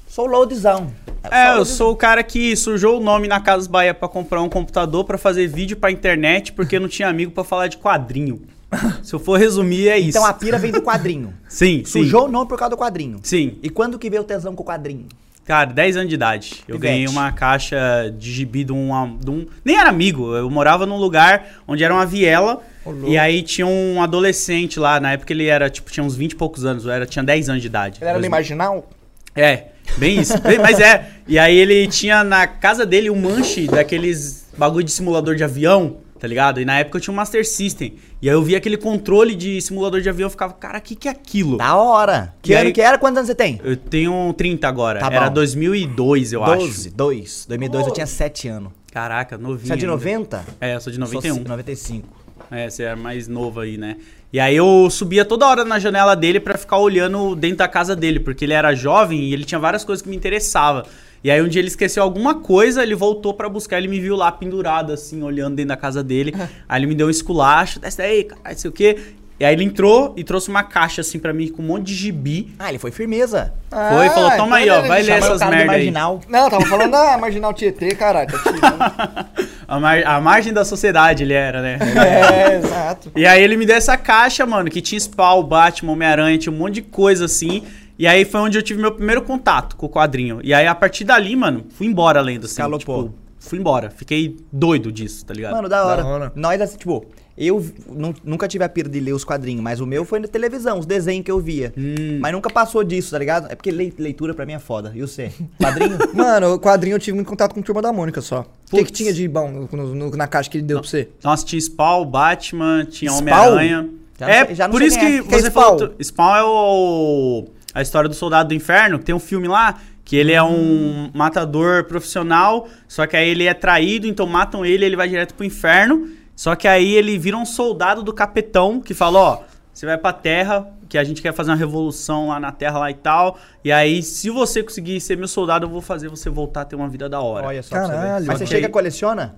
[SPEAKER 2] Sou loadzão.
[SPEAKER 3] É, eu sou o cara que sujou o nome na Casas Bahia pra comprar um computador pra fazer vídeo pra internet porque não tinha amigo pra falar de quadrinho. Se eu for resumir, é isso.
[SPEAKER 2] Então a pira vem do quadrinho.
[SPEAKER 3] Sim, sim.
[SPEAKER 2] Sujou o nome por causa do quadrinho.
[SPEAKER 3] Sim.
[SPEAKER 2] E quando que veio o tesão com o quadrinho?
[SPEAKER 3] Cara, 10 anos de idade. Eu
[SPEAKER 2] Pivete.
[SPEAKER 3] ganhei uma caixa de gibi de um, de um. Nem era amigo, eu morava num lugar onde era uma viela.
[SPEAKER 1] Ô, louco.
[SPEAKER 3] E aí tinha um adolescente lá, na época ele era, tipo, tinha uns 20 e poucos anos, eu era, tinha 10 anos de idade.
[SPEAKER 1] Ele era no
[SPEAKER 3] Dois-
[SPEAKER 1] marginal?
[SPEAKER 3] É, bem isso. Bem- mas é. E aí ele tinha na casa dele um manche daqueles bagulho de simulador de avião, tá ligado? E na época eu tinha um Master System. E aí eu via aquele controle de simulador de avião, eu ficava, cara, o que, que é aquilo?
[SPEAKER 1] Tá.
[SPEAKER 2] Da hora. Que
[SPEAKER 3] E
[SPEAKER 2] ano
[SPEAKER 3] aí-
[SPEAKER 2] que era? Quantos anos você tem?
[SPEAKER 3] Eu tenho 30 agora.
[SPEAKER 2] Tá
[SPEAKER 3] Era
[SPEAKER 2] bom.
[SPEAKER 3] 2002, eu acho.
[SPEAKER 2] 12, 2. 2002 eu
[SPEAKER 5] Oh.
[SPEAKER 2] tinha 7 anos.
[SPEAKER 3] Caraca, novinho.
[SPEAKER 2] Você é de
[SPEAKER 3] ainda.
[SPEAKER 2] 90?
[SPEAKER 3] É, eu sou de
[SPEAKER 2] Sou
[SPEAKER 3] 91.
[SPEAKER 2] c- 95.
[SPEAKER 3] É, você era mais novo aí, né? E aí eu subia toda hora na janela dele pra ficar olhando dentro da casa dele, porque ele era jovem e ele tinha várias coisas que me interessavam. E aí um dia ele esqueceu alguma coisa, ele voltou pra buscar, ele me viu lá pendurado, assim, olhando dentro da casa dele. aí ele me deu um esculacho, desce daí, cara, não sei o quê. E aí ele entrou e trouxe uma caixa, assim, pra mim, com um monte de gibi.
[SPEAKER 2] Ah, ele foi firmeza.
[SPEAKER 3] Foi, falou,
[SPEAKER 2] Ah,
[SPEAKER 3] toma aí, ó, vai ler
[SPEAKER 2] Chamaram então
[SPEAKER 3] essas
[SPEAKER 2] o cara de
[SPEAKER 3] merda aí.
[SPEAKER 2] marginal.
[SPEAKER 1] Não, tava falando da marginal Tietê, caralho. Tá tirando.
[SPEAKER 3] A, mar- a margem da sociedade ele era, né?
[SPEAKER 1] é, exato.
[SPEAKER 3] E aí ele me deu essa caixa, mano, que tinha Spawn, Batman, Homem-Aranha, tinha um monte de coisa assim. E aí foi onde eu tive meu primeiro contato com o quadrinho. E aí a partir dali, mano, fui embora lendo, assim.
[SPEAKER 2] Calou, pô.
[SPEAKER 3] tipo, fui embora. Fiquei doido disso, tá ligado?
[SPEAKER 2] Mano, da hora.
[SPEAKER 1] Da hora.
[SPEAKER 2] Nós, assim, tipo, eu vi- nu- nunca tive a pira de ler os quadrinhos, mas o meu foi na televisão, os desenhos que eu via.
[SPEAKER 3] Hum.
[SPEAKER 2] Mas nunca passou disso, tá ligado? É porque lei- leitura pra mim é foda. E você? Quadrinho?
[SPEAKER 1] Mano, o quadrinho eu tive muito contato com Turma da Mônica só. O que, que
[SPEAKER 3] Putz.
[SPEAKER 1] tinha de bom no- no- na caixa que ele deu pra você?
[SPEAKER 3] Nossa, tinha Spawn, Batman, tinha
[SPEAKER 1] Spawn?
[SPEAKER 3] Homem-Aranha.
[SPEAKER 2] Já não
[SPEAKER 3] É,
[SPEAKER 2] sei- já não
[SPEAKER 3] por
[SPEAKER 2] sei
[SPEAKER 3] isso
[SPEAKER 2] quem
[SPEAKER 3] que
[SPEAKER 2] é.
[SPEAKER 1] Quem é
[SPEAKER 3] você
[SPEAKER 1] Spawn?
[SPEAKER 3] falou. tu- Spawn é o. A história do Soldado do Inferno, que tem um filme lá, que ele é
[SPEAKER 2] Hum.
[SPEAKER 3] um matador profissional, só que aí ele é traído, então matam ele, ele vai direto pro inferno. Só que aí ele vira um soldado do capetão que fala, ó, você vai pra terra, que a gente quer fazer uma revolução lá na terra lá e tal. E aí, se você conseguir ser meu soldado, eu vou fazer você voltar a ter uma vida da hora.
[SPEAKER 2] Olha só pra você ver.
[SPEAKER 1] Caralho.
[SPEAKER 2] Mas você
[SPEAKER 3] Ok.
[SPEAKER 2] chega e coleciona?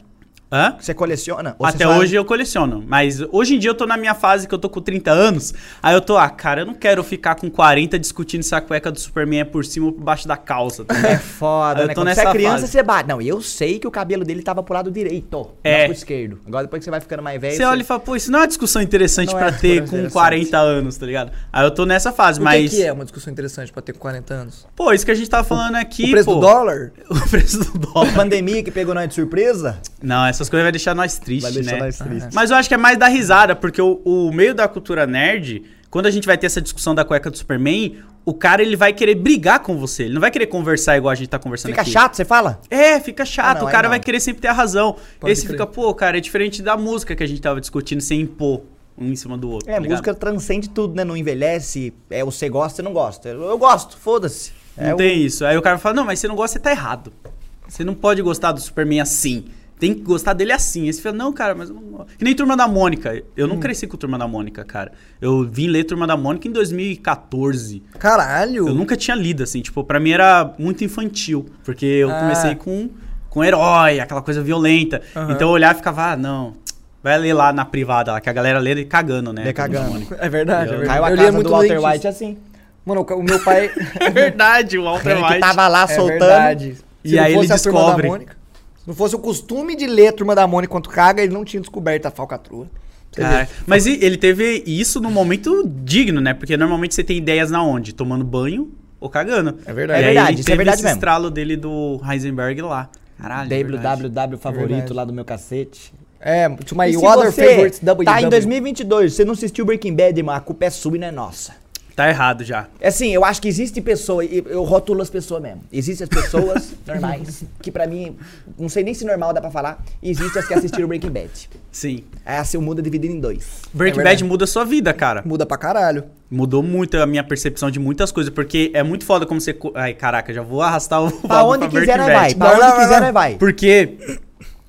[SPEAKER 3] Hã?
[SPEAKER 2] Você coleciona? Ou você
[SPEAKER 3] Até
[SPEAKER 2] só-
[SPEAKER 3] hoje eu coleciono, mas hoje em dia eu tô na minha fase que eu tô com 30 anos, aí eu tô, ah, cara, eu não quero ficar com 40 discutindo se a cueca do Superman é por cima ou por baixo da calça. tá ligado?
[SPEAKER 2] É foda,
[SPEAKER 3] Eu
[SPEAKER 2] né?
[SPEAKER 3] tô
[SPEAKER 2] Quando você
[SPEAKER 3] nessa
[SPEAKER 2] é criança,
[SPEAKER 3] fase.
[SPEAKER 2] você bate. Não, eu sei que o cabelo dele tava pro lado direito, não
[SPEAKER 3] É.
[SPEAKER 2] pro esquerdo. Agora, depois que você vai ficando mais velho...
[SPEAKER 3] Você olha e fala, pô, isso não é uma discussão interessante
[SPEAKER 2] Não
[SPEAKER 3] pra
[SPEAKER 2] é
[SPEAKER 3] ter com
[SPEAKER 2] interessante.
[SPEAKER 3] 40 anos, tá ligado? Aí eu tô nessa fase,
[SPEAKER 1] O
[SPEAKER 3] mas.
[SPEAKER 1] que, que é uma discussão interessante pra ter com 40 anos?
[SPEAKER 3] Pô, isso que a gente tava falando aqui.
[SPEAKER 1] o preço
[SPEAKER 3] pô,
[SPEAKER 1] do dólar?
[SPEAKER 3] O preço do dólar.
[SPEAKER 2] Pandemia que pegou nós de surpresa,
[SPEAKER 3] Não, essas coisas vai deixar nós
[SPEAKER 2] vai
[SPEAKER 3] tristes,
[SPEAKER 2] deixar
[SPEAKER 3] né?
[SPEAKER 2] nós tristes.
[SPEAKER 3] Mas eu acho que é mais da risada, porque o, o meio da cultura nerd, quando a gente vai ter essa discussão da cueca do Superman, o cara ele vai querer brigar com você. Ele não vai querer conversar igual a gente tá conversando
[SPEAKER 2] Fica
[SPEAKER 3] aqui.
[SPEAKER 2] chato, você fala?
[SPEAKER 3] É, fica chato.
[SPEAKER 2] Ah, não,
[SPEAKER 3] o
[SPEAKER 2] aí
[SPEAKER 3] cara
[SPEAKER 2] não.
[SPEAKER 3] vai querer sempre ter a razão.
[SPEAKER 1] Pode
[SPEAKER 3] Esse
[SPEAKER 1] crer.
[SPEAKER 3] fica, pô, cara, é diferente da música que a gente tava discutindo sem impor um em cima do outro.
[SPEAKER 2] É,
[SPEAKER 3] tá ligado?
[SPEAKER 2] música transcende tudo, né? Não envelhece. É, você gosta, você não gosta. Eu, eu gosto, foda-se.
[SPEAKER 3] Não
[SPEAKER 2] É, o-
[SPEAKER 3] tem isso. Aí o cara fala: não, mas você não gosta, você tá errado. Você não pode gostar do Superman assim. Tem que gostar dele assim. Aí você fala, não, cara, mas eu não gosto. Que nem Turma da Mônica. Eu
[SPEAKER 2] Hum.
[SPEAKER 3] não cresci com Turma da Mônica, cara. Eu vim ler Turma da Mônica em 2014.
[SPEAKER 1] Caralho!
[SPEAKER 2] Hum.
[SPEAKER 3] Eu nunca tinha lido, assim. Tipo, pra mim era muito infantil. Porque eu
[SPEAKER 1] Ah.
[SPEAKER 3] comecei com, com herói, aquela coisa violenta.
[SPEAKER 1] Aham.
[SPEAKER 3] Então eu olhava e ficava, ah, não. Vai ler lá na privada, lá, que a galera lê cagando, né?
[SPEAKER 2] Lê
[SPEAKER 3] Turma da
[SPEAKER 2] cagando.
[SPEAKER 3] Mônica.
[SPEAKER 1] É verdade, é
[SPEAKER 3] Eu-
[SPEAKER 1] verdade.
[SPEAKER 2] Caiu a
[SPEAKER 1] lia
[SPEAKER 2] casa do Walter
[SPEAKER 1] antes.
[SPEAKER 2] White assim.
[SPEAKER 1] Mano, o meu pai.
[SPEAKER 3] É verdade, o Walter
[SPEAKER 2] Ele que
[SPEAKER 3] White.
[SPEAKER 2] tava lá
[SPEAKER 1] É
[SPEAKER 2] soltando.
[SPEAKER 1] verdade.
[SPEAKER 3] E aí
[SPEAKER 1] a
[SPEAKER 3] ele
[SPEAKER 1] Turma da
[SPEAKER 3] descobre.
[SPEAKER 1] Mônica- se não fosse o costume de ler a Turma da Mônica enquanto caga, ele não tinha descoberto a falcatrua. Você vê.
[SPEAKER 2] Então,
[SPEAKER 3] Cara, mas e- ele teve isso num momento digno, né? Porque normalmente você tem ideias na onde? Tomando banho ou cagando.
[SPEAKER 1] É verdade.
[SPEAKER 3] E
[SPEAKER 2] É
[SPEAKER 3] aí
[SPEAKER 2] verdade,
[SPEAKER 3] ele
[SPEAKER 2] isso é
[SPEAKER 3] teve
[SPEAKER 2] verdade
[SPEAKER 3] esse
[SPEAKER 2] mesmo.
[SPEAKER 3] estralo dele do Heisenberg lá. Caralho. é verdade.
[SPEAKER 2] WWW favorito
[SPEAKER 1] Verdade.
[SPEAKER 2] lá do meu cacete.
[SPEAKER 1] É, to my
[SPEAKER 2] e se
[SPEAKER 1] other
[SPEAKER 2] você
[SPEAKER 1] favorites WW.
[SPEAKER 2] tá em 2022, você não assistiu Breaking Bad, mano, a culpa é sua e não é nossa.
[SPEAKER 3] Tá errado já.
[SPEAKER 2] É Assim, eu acho que existe pessoa, e eu rotulo as pessoas mesmo. Existem as pessoas normais, que pra mim, não sei nem se normal dá pra falar, e existem as que assistiram Breaking Bad.
[SPEAKER 3] Sim.
[SPEAKER 2] É assim, o mundo é dividido em dois.
[SPEAKER 3] Breaking
[SPEAKER 1] É verdade.
[SPEAKER 3] Bad muda a sua vida, cara.
[SPEAKER 1] Muda pra caralho.
[SPEAKER 3] Mudou muito a minha percepção de muitas coisas, porque é muito foda como você. co- Ai, caraca, já vou arrastar o.
[SPEAKER 2] Pra onde quiser, nós vai. Pra
[SPEAKER 1] Não,
[SPEAKER 2] onde
[SPEAKER 1] não, não,
[SPEAKER 2] quiser,
[SPEAKER 1] não.
[SPEAKER 2] nós vai.
[SPEAKER 3] Porque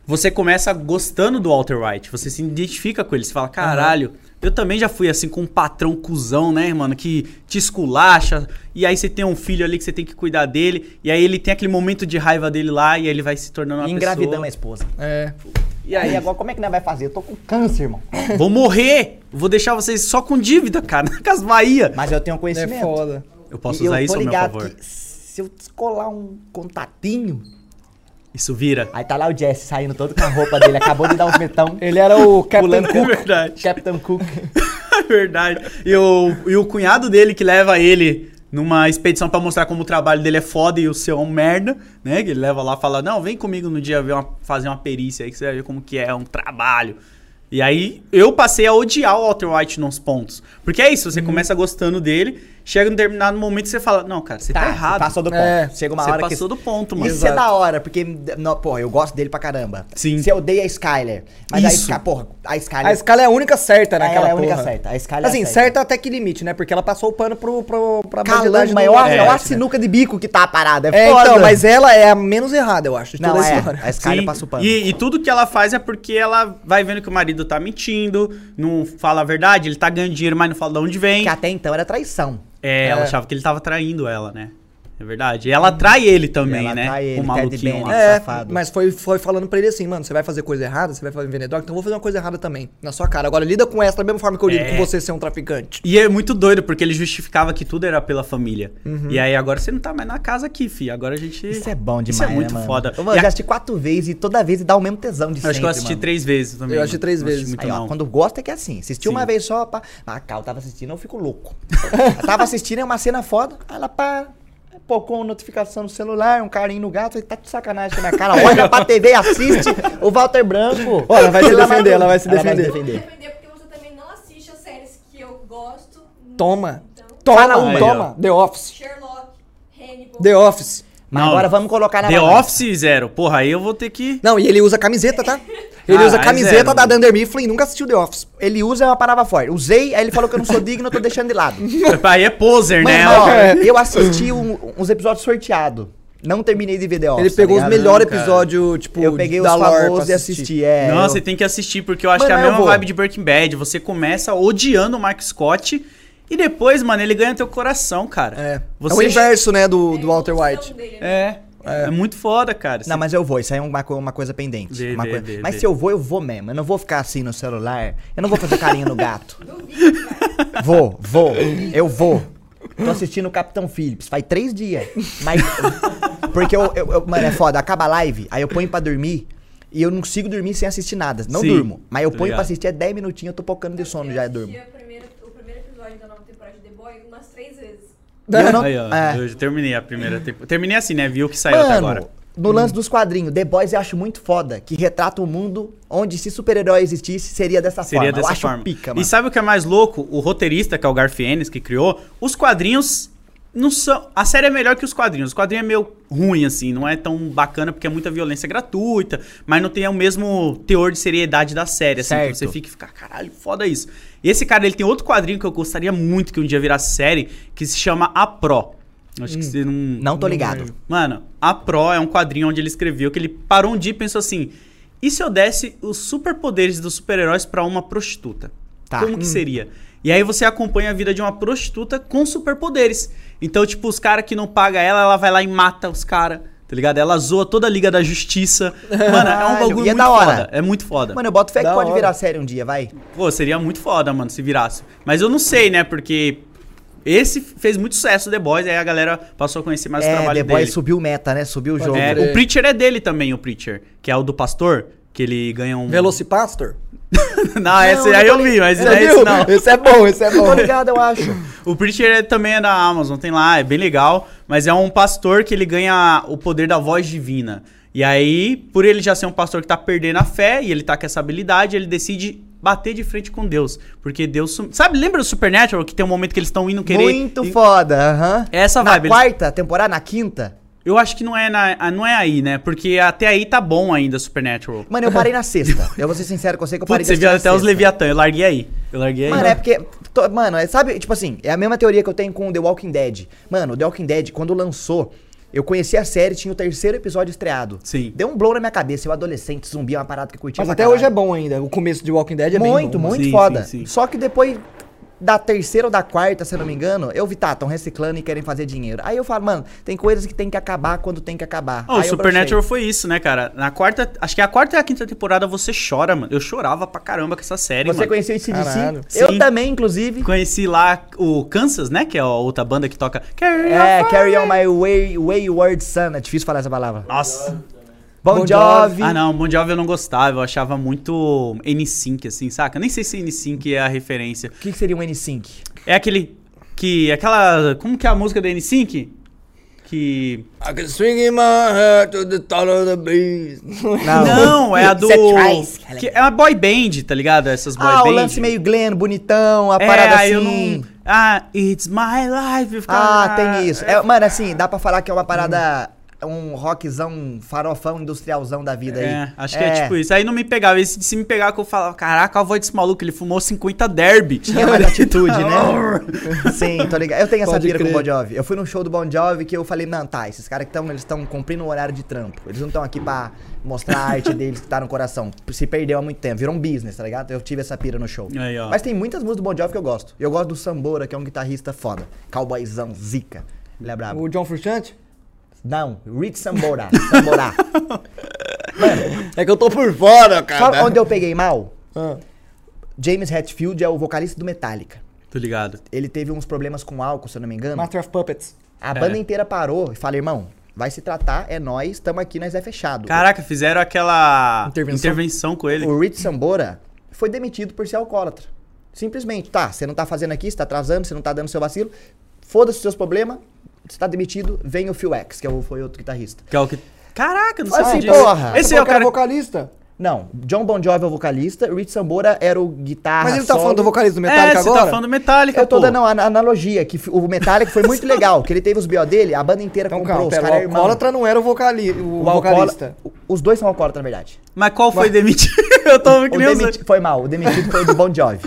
[SPEAKER 3] você começa gostando do Walter White, você se identifica com ele, você fala, caralho, eu também já fui assim com um patrão cuzão, né, mano, que te esculacha, e aí você tem um filho ali que você tem que cuidar dele, e aí ele tem aquele momento de raiva dele lá, e aí ele vai se tornando uma
[SPEAKER 2] E engravidando a
[SPEAKER 3] pessoa.
[SPEAKER 2] esposa.
[SPEAKER 1] É.
[SPEAKER 2] E aí, agora como é que nós vai fazer? Eu tô com câncer, irmão.
[SPEAKER 3] Vou morrer! Vou deixar vocês só com dívida, cara, na Casa Bahia.
[SPEAKER 2] Mas eu tenho
[SPEAKER 1] É
[SPEAKER 2] conhecimento.
[SPEAKER 1] foda.
[SPEAKER 3] Eu posso
[SPEAKER 2] E
[SPEAKER 3] usar
[SPEAKER 2] eu
[SPEAKER 3] isso
[SPEAKER 2] tô
[SPEAKER 3] a meu
[SPEAKER 2] ligado
[SPEAKER 3] favor.
[SPEAKER 2] que se eu descolar um contatinho,
[SPEAKER 3] Isso vira.
[SPEAKER 2] aí tá lá o Jesse saindo todo com a roupa dele, acabou de dar um metão,
[SPEAKER 1] Ele era o Captain
[SPEAKER 2] Pulando.
[SPEAKER 1] Cook.
[SPEAKER 3] É verdade.
[SPEAKER 2] Captain Cook.
[SPEAKER 3] É verdade. E o, e o cunhado dele que leva ele numa expedição pra mostrar como o trabalho dele é foda e o seu é um merda, né? Que ele leva lá e fala: Não, vem comigo no dia ver uma- fazer uma perícia aí que você vai ver como que é um trabalho. E aí eu passei a odiar o Walter White nos pontos. Porque é
[SPEAKER 2] Uhum.
[SPEAKER 3] isso, você começa gostando dele, chega num determinado momento e você fala, não, cara, você tá, errado.
[SPEAKER 2] Passou do ponto.
[SPEAKER 1] É.
[SPEAKER 2] Chega uma
[SPEAKER 3] você
[SPEAKER 2] hora
[SPEAKER 3] passou
[SPEAKER 2] que...
[SPEAKER 3] do ponto, mano.
[SPEAKER 2] Isso é da hora, porque, não, porra, eu gosto dele pra caramba.
[SPEAKER 3] Sim.
[SPEAKER 2] Você odeia a Skyler. Mas
[SPEAKER 3] Isso.
[SPEAKER 2] a Skyler, porra, a Skyler...
[SPEAKER 1] A escala é a única certa naquela
[SPEAKER 2] ela é a
[SPEAKER 1] porra.
[SPEAKER 2] única certa, a escala é a
[SPEAKER 1] assim,
[SPEAKER 2] certa.
[SPEAKER 1] certa até que limite, né? Porque ela passou o pano pro, pro, pra bandidagem
[SPEAKER 2] Calando,
[SPEAKER 1] do
[SPEAKER 2] mas é uma-
[SPEAKER 1] Walter
[SPEAKER 2] é uma
[SPEAKER 1] White, né?
[SPEAKER 2] sinuca de bico que tá a parada, é,
[SPEAKER 1] É,
[SPEAKER 2] foda.
[SPEAKER 1] então, mas ela é a menos errada, eu acho, de
[SPEAKER 2] Não,
[SPEAKER 1] toda a
[SPEAKER 2] é,
[SPEAKER 1] história.
[SPEAKER 2] a Skyler
[SPEAKER 3] Sim,
[SPEAKER 2] passa o pano.
[SPEAKER 3] E, e tudo que ela faz é porque ela vai vendo que o marido tá mentindo, não fala a verdade, ele tá ganhando dinheiro, mas não fala de onde vem.
[SPEAKER 2] Que até então era traição.
[SPEAKER 3] É, ela achava que ele tava traindo ela, né? É verdade. E ela trai ele também,
[SPEAKER 2] Ela
[SPEAKER 3] né?
[SPEAKER 2] trai ele,
[SPEAKER 3] o
[SPEAKER 2] Ted Bennett.
[SPEAKER 3] maluquinho lá.
[SPEAKER 1] É,
[SPEAKER 2] safado.
[SPEAKER 1] mas foi, foi falando pra ele assim, mano, você vai fazer coisa errada, você vai fazer vender droga, então eu vou fazer uma coisa errada também, na sua cara. Agora lida com essa da mesma forma que eu lido
[SPEAKER 3] É.
[SPEAKER 1] com você ser um traficante.
[SPEAKER 3] E é muito doido, porque ele justificava que tudo era pela família. E aí agora você não tá mais na casa aqui, fi. Agora a gente.
[SPEAKER 2] Uhum. Isso é bom demais,
[SPEAKER 3] Isso é muito
[SPEAKER 2] né, mano?
[SPEAKER 3] foda.
[SPEAKER 2] Eu, mano,
[SPEAKER 3] E
[SPEAKER 2] já
[SPEAKER 3] a-
[SPEAKER 2] assisti quatro vezes e toda vez dá o mesmo tesão de
[SPEAKER 3] eu acho que eu assisti
[SPEAKER 2] sempre, mano.
[SPEAKER 3] três vezes também.
[SPEAKER 1] Eu assisti
[SPEAKER 3] mano.
[SPEAKER 1] três
[SPEAKER 3] Não assisti
[SPEAKER 1] vezes.
[SPEAKER 3] Muito
[SPEAKER 2] Aí, ó,
[SPEAKER 3] não.
[SPEAKER 2] quando gosta é que é assim. Assistiu
[SPEAKER 3] Sim.
[SPEAKER 2] uma vez só, pá. Mas a Cal tava assistindo, eu fico louco. eu tava assistindo, é uma cena foda. Aí ela pá. Pocou uma notificação no celular, um carinho no gato, ele tá de sacanagem com a minha cara. Olha pra TV, assiste o Walter Branco.
[SPEAKER 1] Ó, ela vai se
[SPEAKER 2] Pelo
[SPEAKER 1] defender,
[SPEAKER 2] amor de
[SPEAKER 1] ela
[SPEAKER 2] Deus.
[SPEAKER 1] vai se
[SPEAKER 2] Ela vai se
[SPEAKER 1] defender.
[SPEAKER 4] Eu vou
[SPEAKER 2] defender.
[SPEAKER 4] defender porque você também não assiste as séries que eu gosto.
[SPEAKER 1] Toma.
[SPEAKER 4] Então,
[SPEAKER 1] Toma,
[SPEAKER 2] Fala um. uma.
[SPEAKER 1] toma. The Office.
[SPEAKER 4] Sherlock, Hannibal.
[SPEAKER 1] The Office.
[SPEAKER 2] Mas
[SPEAKER 3] Não.
[SPEAKER 2] agora vamos colocar na
[SPEAKER 3] The
[SPEAKER 2] balança.
[SPEAKER 3] Office zero. Porra, aí eu vou ter que.
[SPEAKER 1] Não, e ele usa camiseta, tá? Ele
[SPEAKER 3] Caralho,
[SPEAKER 1] usa camiseta
[SPEAKER 3] zero,
[SPEAKER 1] da
[SPEAKER 3] mano.
[SPEAKER 1] Dunder Mifflin e nunca assistiu The Office.
[SPEAKER 2] Ele usa uma palavra forte. Usei, aí ele falou que eu não sou digno, eu tô deixando de lado.
[SPEAKER 3] aí é poser, né?
[SPEAKER 2] Mano, ó,
[SPEAKER 1] É.
[SPEAKER 2] eu assisti um- uns episódios sorteados. Não terminei de ver The Office.
[SPEAKER 1] ele pegou
[SPEAKER 2] tá
[SPEAKER 1] os
[SPEAKER 2] ligado?
[SPEAKER 1] melhores
[SPEAKER 3] cara.
[SPEAKER 1] episódios, tipo,
[SPEAKER 2] Eu peguei os
[SPEAKER 1] da lore pra
[SPEAKER 2] famosos e
[SPEAKER 1] assistir.
[SPEAKER 2] assisti. É,
[SPEAKER 3] Nossa, você
[SPEAKER 2] eu...
[SPEAKER 3] tem que assistir, porque eu acho
[SPEAKER 2] Mano,
[SPEAKER 3] que é a
[SPEAKER 2] mas eu
[SPEAKER 3] mesma
[SPEAKER 2] vou.
[SPEAKER 3] vibe de Breaking Bad. Você começa odiando o Mark Scott e depois, mano, ele ganha teu coração, cara.
[SPEAKER 1] É.
[SPEAKER 3] Você...
[SPEAKER 1] É o inverso, né, do,
[SPEAKER 4] É
[SPEAKER 1] do
[SPEAKER 4] a
[SPEAKER 1] Walter
[SPEAKER 4] evolução
[SPEAKER 1] White.
[SPEAKER 4] dele, né?
[SPEAKER 3] É. É muito foda, cara.
[SPEAKER 2] Não, mas eu vou. Isso aí é uma, co- uma coisa pendente.
[SPEAKER 3] Vê,
[SPEAKER 2] uma
[SPEAKER 3] vê,
[SPEAKER 2] coisa-
[SPEAKER 3] vê,
[SPEAKER 2] mas
[SPEAKER 3] vê.
[SPEAKER 2] se eu vou, eu vou mesmo. Eu não vou ficar assim no celular. Eu não vou fazer carinho no gato.
[SPEAKER 4] Duvido, cara.
[SPEAKER 2] Vou, vou. Eu vou. Tô assistindo o Capitão Phillips. Faz três dias. Mas. Porque eu, eu- eu- Mano, é foda. Acaba a live, aí eu ponho pra dormir. E eu não consigo dormir sem assistir nada. Não
[SPEAKER 3] Sim,
[SPEAKER 2] durmo. Mas eu
[SPEAKER 3] tô
[SPEAKER 2] ponho
[SPEAKER 3] ligado.
[SPEAKER 2] pra assistir é 10 minutinhos, eu tô pocando de sono
[SPEAKER 1] é
[SPEAKER 2] já e durmo.
[SPEAKER 4] Eu assisti a primeira- o primeiro episódio da nova temporada de The Boys umas três vezes.
[SPEAKER 2] E eu não-
[SPEAKER 3] Aí, ó,
[SPEAKER 2] é.
[SPEAKER 3] eu já terminei a primeira temporada. Terminei assim, né? Viu o que saiu até agora.
[SPEAKER 2] Mano, no lance dos quadrinhos, The Boys eu acho muito foda, que retrata um mundo onde se super-herói existisse, seria dessa
[SPEAKER 3] Seria
[SPEAKER 2] forma. eu
[SPEAKER 3] dessa
[SPEAKER 2] acho
[SPEAKER 3] forma.
[SPEAKER 2] pica, mano.
[SPEAKER 3] e sabe o que é mais louco? O roteirista, que é o Garfienes, que criou, os quadrinhos não são. A série é melhor que os quadrinhos. O quadrinho é meio ruim, assim, não é tão bacana porque é muita violência gratuita, mas não tem o mesmo teor de seriedade da série, assim. Então
[SPEAKER 2] Certo.
[SPEAKER 3] você fica e fica, caralho, foda isso. Esse cara, ele tem outro quadrinho que eu gostaria muito que um dia virasse série, que se chama A Pro. Acho que você não.
[SPEAKER 2] Hum.
[SPEAKER 3] é
[SPEAKER 2] Não tô ligado.
[SPEAKER 3] Mano, a Pro é um quadrinho onde ele escreveu que ele parou um dia e pensou assim: e se eu desse os superpoderes dos super-heróis pra uma prostituta?
[SPEAKER 2] Tá.
[SPEAKER 3] Como que seria? E aí você acompanha a vida de uma prostituta com superpoderes. Então, tipo, os caras que não pagam ela, ela vai lá e mata os caras. Tá ligado? Ela zoa toda a Liga da Justiça. Mano, é um
[SPEAKER 2] Caralho,
[SPEAKER 3] bagulho
[SPEAKER 2] e é
[SPEAKER 3] muito
[SPEAKER 2] da hora.
[SPEAKER 3] foda. É muito foda.
[SPEAKER 2] Mano, eu boto fé que
[SPEAKER 1] Da
[SPEAKER 2] pode
[SPEAKER 1] hora.
[SPEAKER 2] virar série um dia, vai.
[SPEAKER 3] Pô, seria muito foda, mano, se virasse. Mas eu não sei, né? Porque esse fez muito sucesso, The Boys. Aí a galera passou a conhecer mais o
[SPEAKER 2] é,
[SPEAKER 3] trabalho
[SPEAKER 2] The
[SPEAKER 3] dele.
[SPEAKER 2] Boys subiu meta, né? Subiu o jogo.
[SPEAKER 3] É,
[SPEAKER 1] crer.
[SPEAKER 3] o Preacher é dele também, o Preacher, que é o do pastor, que ele ganha um.
[SPEAKER 1] Velocipastor?
[SPEAKER 3] não, esse aí eu vi, mas não é esse não.
[SPEAKER 1] Esse é bom, esse é bom.
[SPEAKER 2] Tô ligado, eu acho.
[SPEAKER 3] O Preacher é- também é da Amazon, tem lá, é bem legal, mas é um pastor que ele ganha o poder da voz divina. E aí, por ele já ser um pastor que tá perdendo a fé e ele tá com essa habilidade, ele decide bater de frente com Deus, porque Deus, sum- sabe, lembra do Supernatural que tem um momento que eles estão indo querer
[SPEAKER 2] Muito foda, aham.
[SPEAKER 3] É Essa
[SPEAKER 2] Na
[SPEAKER 3] vibe, eles-
[SPEAKER 2] quarta temporada, na quinta...
[SPEAKER 3] Eu acho que não é na- ah, não é aí, né? Porque até aí tá bom ainda Supernatural.
[SPEAKER 2] Mano, eu parei na sexta. Eu vou ser sincero com você que eu parei
[SPEAKER 3] Putz, você
[SPEAKER 2] de
[SPEAKER 3] viu
[SPEAKER 2] assistir
[SPEAKER 3] até
[SPEAKER 2] na
[SPEAKER 3] os
[SPEAKER 2] sexta.
[SPEAKER 3] Leviatã, eu larguei aí. Eu larguei aí.
[SPEAKER 2] Mano, é porque. tô- mano, é- sabe, tipo assim, é a mesma teoria que eu tenho com The Walking Dead. Mano, The Walking Dead, quando lançou, eu conheci a série, tinha o terceiro episódio estreado.
[SPEAKER 3] Sim.
[SPEAKER 2] Deu um blow na minha cabeça, eu adolescente, zumbi, é uma parada que eu curtia.
[SPEAKER 1] Mas
[SPEAKER 2] pra
[SPEAKER 1] até
[SPEAKER 2] caralho.
[SPEAKER 1] hoje é bom ainda. O começo de Walking Dead é bem
[SPEAKER 2] Muito,
[SPEAKER 1] bom.
[SPEAKER 2] muito
[SPEAKER 3] Sim,
[SPEAKER 2] foda.
[SPEAKER 3] sim, sim.
[SPEAKER 2] Só que depois da terceira ou da quarta, se eu não me engano, eu vi, tá, tão reciclando e querem fazer dinheiro. Aí eu falo, mano, tem coisas que tem que acabar quando tem que acabar.
[SPEAKER 3] Oh, o
[SPEAKER 2] Aí eu
[SPEAKER 3] Supernatural
[SPEAKER 2] brochei.
[SPEAKER 3] foi isso, né, cara? Na quarta, acho que é a quarta e a quinta temporada você chora, mano. Eu chorava pra caramba com essa série,
[SPEAKER 2] Você
[SPEAKER 3] mano.
[SPEAKER 2] conheceu esse
[SPEAKER 1] Caralho.
[SPEAKER 2] DC? Eu
[SPEAKER 3] Sim.
[SPEAKER 2] também, inclusive.
[SPEAKER 3] Conheci lá o Kansas, né? Que é a outra banda que toca. Carry
[SPEAKER 2] É,
[SPEAKER 3] on.
[SPEAKER 2] Carry On My Way, Wayward Son. É difícil falar essa palavra.
[SPEAKER 3] Nossa.
[SPEAKER 2] Bon
[SPEAKER 1] Bon
[SPEAKER 2] Jovi.
[SPEAKER 3] Ah, não, Bon Jovi eu não gostava, eu achava muito N-Sync, assim, saca? Nem sei se N-Sync é a referência.
[SPEAKER 2] O que, que seria um N-Sync?
[SPEAKER 3] É aquele que... aquela... Como que é a música da N-Sync? que.
[SPEAKER 1] I can swing in my head to the top of the beat.
[SPEAKER 2] Não.
[SPEAKER 3] Não, é a do.
[SPEAKER 2] Você traz, cara.
[SPEAKER 3] que é uma boy band, tá ligado? Essas boy
[SPEAKER 2] Ah,
[SPEAKER 3] band.
[SPEAKER 2] o lance meio Glenn, bonitão, a
[SPEAKER 3] é,
[SPEAKER 2] parada assim.
[SPEAKER 3] aí eu não. Ah, it's my life. eu ficava-
[SPEAKER 2] Ah, tem isso. É, mano, assim, dá pra falar que é uma parada. é Um rockzão, farofão, industrialzão da vida aí.
[SPEAKER 3] Hum. É, acho que é. tipo isso. Aí não me pegava. E se, se me pegar, que eu falava, caraca, a voz desse maluco, ele fumou 50 derby. Tá
[SPEAKER 2] Tinha mais atitude, né? Sim, tô ligado. Eu tenho essa
[SPEAKER 1] Pode
[SPEAKER 2] pira com o
[SPEAKER 1] crer.
[SPEAKER 2] Bon Jovi. Eu fui num show do Bon Jovi que eu falei, não, tá, esses caras que estão, eles estão cumprindo o horário de trampo. Eles não estão aqui pra mostrar a arte deles que tá no coração. Se perdeu há muito tempo, virou um business, tá ligado? Eu tive essa pira no show.
[SPEAKER 3] Aí, ó.
[SPEAKER 2] Mas tem muitas músicas do Bon Jovi que eu gosto. Eu gosto do Sambora, que é um guitarrista foda. Cowboyzão, zica. Ele é brabo.
[SPEAKER 1] O John Frusciante?
[SPEAKER 2] Não, Rich Sambora. Sambora.
[SPEAKER 1] É que eu tô por fora, cara.
[SPEAKER 2] Sabe onde eu peguei mal?
[SPEAKER 1] Ah.
[SPEAKER 2] James Hetfield é o vocalista do Metallica.
[SPEAKER 3] Tô ligado.
[SPEAKER 2] Ele teve uns problemas com álcool, se eu não me engano.
[SPEAKER 1] Master of Puppets.
[SPEAKER 2] A banda inteira parou e fala, irmão, vai se tratar, é nós, estamos aqui, nós é fechado.
[SPEAKER 3] Caraca, fizeram aquela intervenção,
[SPEAKER 1] Intervenção?
[SPEAKER 3] com ele.
[SPEAKER 2] O Rich Sambora foi demitido por ser alcoólatra. Simplesmente, tá, você não tá fazendo aqui, você tá atrasando, você não tá dando seu vacilo, foda-se os seus problemas, você tá demitido, vem o Phil X, que é o- foi outro guitarrista.
[SPEAKER 3] Que é o que. Caraca, não sei
[SPEAKER 2] Mas
[SPEAKER 3] se
[SPEAKER 2] assim,
[SPEAKER 3] disso.
[SPEAKER 2] porra,
[SPEAKER 3] Esse é o cara.
[SPEAKER 1] vocalista.
[SPEAKER 2] Não, John Bon Jovi é o vocalista, Rich Sambora era o guitarra
[SPEAKER 1] Mas ele tá
[SPEAKER 2] solo.
[SPEAKER 1] falando do vocalista do
[SPEAKER 3] É,
[SPEAKER 1] Metallica
[SPEAKER 3] você
[SPEAKER 1] agora?
[SPEAKER 3] tá falando do Metallica,
[SPEAKER 2] Eu tô
[SPEAKER 3] pô.
[SPEAKER 2] dando uma ana- analogia, que f- o Metallica foi muito legal, que ele teve os B.O. dele, a banda inteira
[SPEAKER 1] Então,
[SPEAKER 2] comprou,
[SPEAKER 1] calma,
[SPEAKER 2] os
[SPEAKER 1] pera,
[SPEAKER 2] caras é
[SPEAKER 1] o
[SPEAKER 2] irmão.
[SPEAKER 1] alcoólatra não era o, vocali o,
[SPEAKER 2] O
[SPEAKER 1] vocalista.
[SPEAKER 2] alcoólatra- Os dois são alcoólatra, na verdade.
[SPEAKER 3] Mas qual foi demitido? eu tô
[SPEAKER 2] O
[SPEAKER 3] que nem os
[SPEAKER 2] demiti- foi mal, o demitido foi o do Bon Jovi.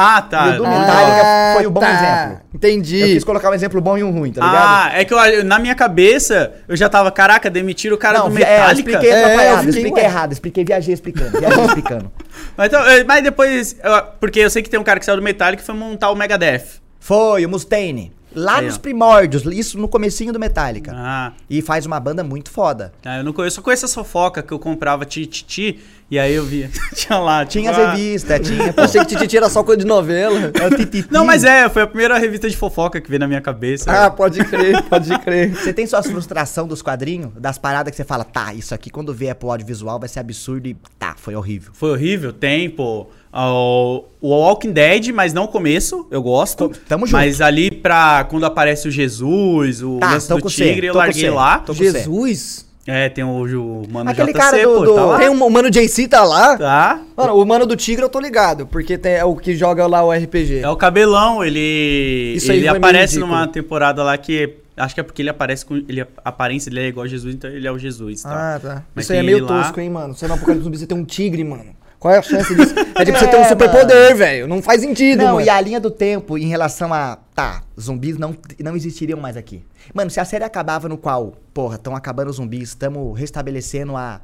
[SPEAKER 3] Ah, tá.
[SPEAKER 2] E o do
[SPEAKER 3] Ah,
[SPEAKER 2] Metallica foi o bom exemplo. Eu
[SPEAKER 1] tá. Entendi.
[SPEAKER 2] quis colocar um exemplo bom e um ruim, tá ligado?
[SPEAKER 3] Ah, é que eu, na minha cabeça, eu já tava, caraca, demitiram o cara do
[SPEAKER 2] vi- é, eu
[SPEAKER 3] Metallica.
[SPEAKER 2] expliquei
[SPEAKER 1] É,
[SPEAKER 2] atrapalhado,
[SPEAKER 1] eu
[SPEAKER 2] eu
[SPEAKER 1] fiquei,
[SPEAKER 2] expliquei
[SPEAKER 1] ué.
[SPEAKER 2] errado, expliquei, viajei explicando, viajei explicando.
[SPEAKER 3] Mas, então, é, mas depois, eu- porque eu sei que tem um cara que saiu do Metallica e foi montar o Megadeth.
[SPEAKER 2] Foi, o Mustaine. Lá
[SPEAKER 3] Aí,
[SPEAKER 2] nos
[SPEAKER 3] ó.
[SPEAKER 2] primórdios, isso no comecinho do Metallica.
[SPEAKER 3] Ah,
[SPEAKER 2] E faz uma banda muito foda.
[SPEAKER 3] ah, eu não conheço, eu só conheço a fofoca que eu comprava Tititi e aí eu via, tinha lá. tipo,
[SPEAKER 2] Tinha as
[SPEAKER 3] ah,
[SPEAKER 2] revistas, tinha... pô.
[SPEAKER 1] Eu achei que Tititi era só coisa de novela.
[SPEAKER 2] É o Tititi.
[SPEAKER 3] Não, mas é, foi a primeira revista de fofoca que veio na minha cabeça.
[SPEAKER 1] ah, pode crer, pode crer.
[SPEAKER 2] Você tem suas frustração dos quadrinhos, das paradas que você fala, tá, isso aqui quando vier pro audiovisual vai ser absurdo e tá, foi horrível.
[SPEAKER 3] Foi horrível, tem, pô. Ah, O o Walking Dead, mas não o começo, eu gosto.
[SPEAKER 2] Tamo junto.
[SPEAKER 3] Mas ali pra quando aparece o Jesus, o
[SPEAKER 2] Tá,
[SPEAKER 3] lance
[SPEAKER 2] tô
[SPEAKER 3] do
[SPEAKER 2] com cê,
[SPEAKER 3] tigre, eu
[SPEAKER 2] tô com
[SPEAKER 3] larguei
[SPEAKER 2] cê.
[SPEAKER 3] lá.
[SPEAKER 2] Tô com cê.
[SPEAKER 1] Jesus.
[SPEAKER 3] É, tem o, o Mano
[SPEAKER 2] Aquele
[SPEAKER 3] JC,
[SPEAKER 2] cara do-
[SPEAKER 3] pô, tá
[SPEAKER 2] do-
[SPEAKER 3] lá.
[SPEAKER 1] Tem um, o Mano JC tá lá.
[SPEAKER 3] Tá.
[SPEAKER 1] Mano, o Mano do Tigre eu tô ligado, porque tem, é o que joga lá o RPG.
[SPEAKER 3] É o cabelão, ele
[SPEAKER 1] Isso aí
[SPEAKER 3] ele
[SPEAKER 1] foi meio
[SPEAKER 3] aparece
[SPEAKER 1] ridículo.
[SPEAKER 3] numa temporada lá que acho que é porque ele aparece com ele a aparência dele é igual a Jesus, então ele é o Jesus, tá?
[SPEAKER 2] Ah,
[SPEAKER 1] tá.
[SPEAKER 3] Mas
[SPEAKER 1] Isso aí é
[SPEAKER 3] tem ele
[SPEAKER 1] meio
[SPEAKER 3] lá.
[SPEAKER 1] tosco, hein, mano. Você no Apocalipse Zumbi, você tem um tigre, mano. Qual é a chance disso? É tipo você
[SPEAKER 2] É,
[SPEAKER 1] ter um
[SPEAKER 2] mano.
[SPEAKER 1] superpoder, velho. Não faz sentido,
[SPEAKER 2] Não,
[SPEAKER 1] mano.
[SPEAKER 2] e a linha do tempo em relação a, tá, zumbis não, não existiriam mais aqui. Mano, se a série acabava no qual, porra, estão acabando os zumbis, estamos restabelecendo a,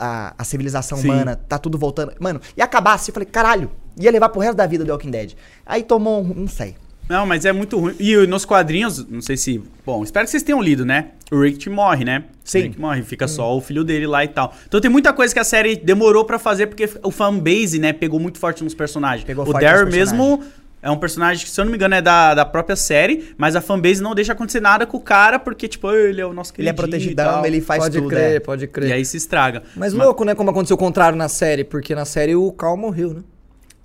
[SPEAKER 2] a, a civilização
[SPEAKER 3] Sim.
[SPEAKER 2] humana, tá tudo voltando. Mano, e acabasse, eu falei, caralho, ia levar pro resto da vida do Walking Dead. Aí tomou um, não sei.
[SPEAKER 3] Não, mas é muito ruim. E nos quadrinhos, não sei se. Bom, espero que vocês tenham lido, né? O Rick morre, né?
[SPEAKER 2] Sim.
[SPEAKER 3] O Rick morre, fica só o filho dele lá e tal. Então tem muita coisa que a série demorou pra fazer, porque o fanbase, né, pegou muito forte nos personagens.
[SPEAKER 2] Pegou
[SPEAKER 3] o
[SPEAKER 2] forte nos
[SPEAKER 3] Daryl
[SPEAKER 2] personagens.
[SPEAKER 3] mesmo é um personagem que, se eu não me engano, é da, da própria série, mas a fanbase não deixa acontecer nada com o cara, porque, tipo, ele é o nosso
[SPEAKER 2] Ele é
[SPEAKER 3] queridinho e
[SPEAKER 2] protegidão,
[SPEAKER 3] tal.
[SPEAKER 2] ele faz
[SPEAKER 1] pode
[SPEAKER 2] tudo.
[SPEAKER 1] crer,
[SPEAKER 2] é.
[SPEAKER 1] pode
[SPEAKER 3] E
[SPEAKER 1] crer.
[SPEAKER 3] aí se estraga.
[SPEAKER 1] Mas louco, né? Como aconteceu o contrário na série, porque na série o Cal morreu, né?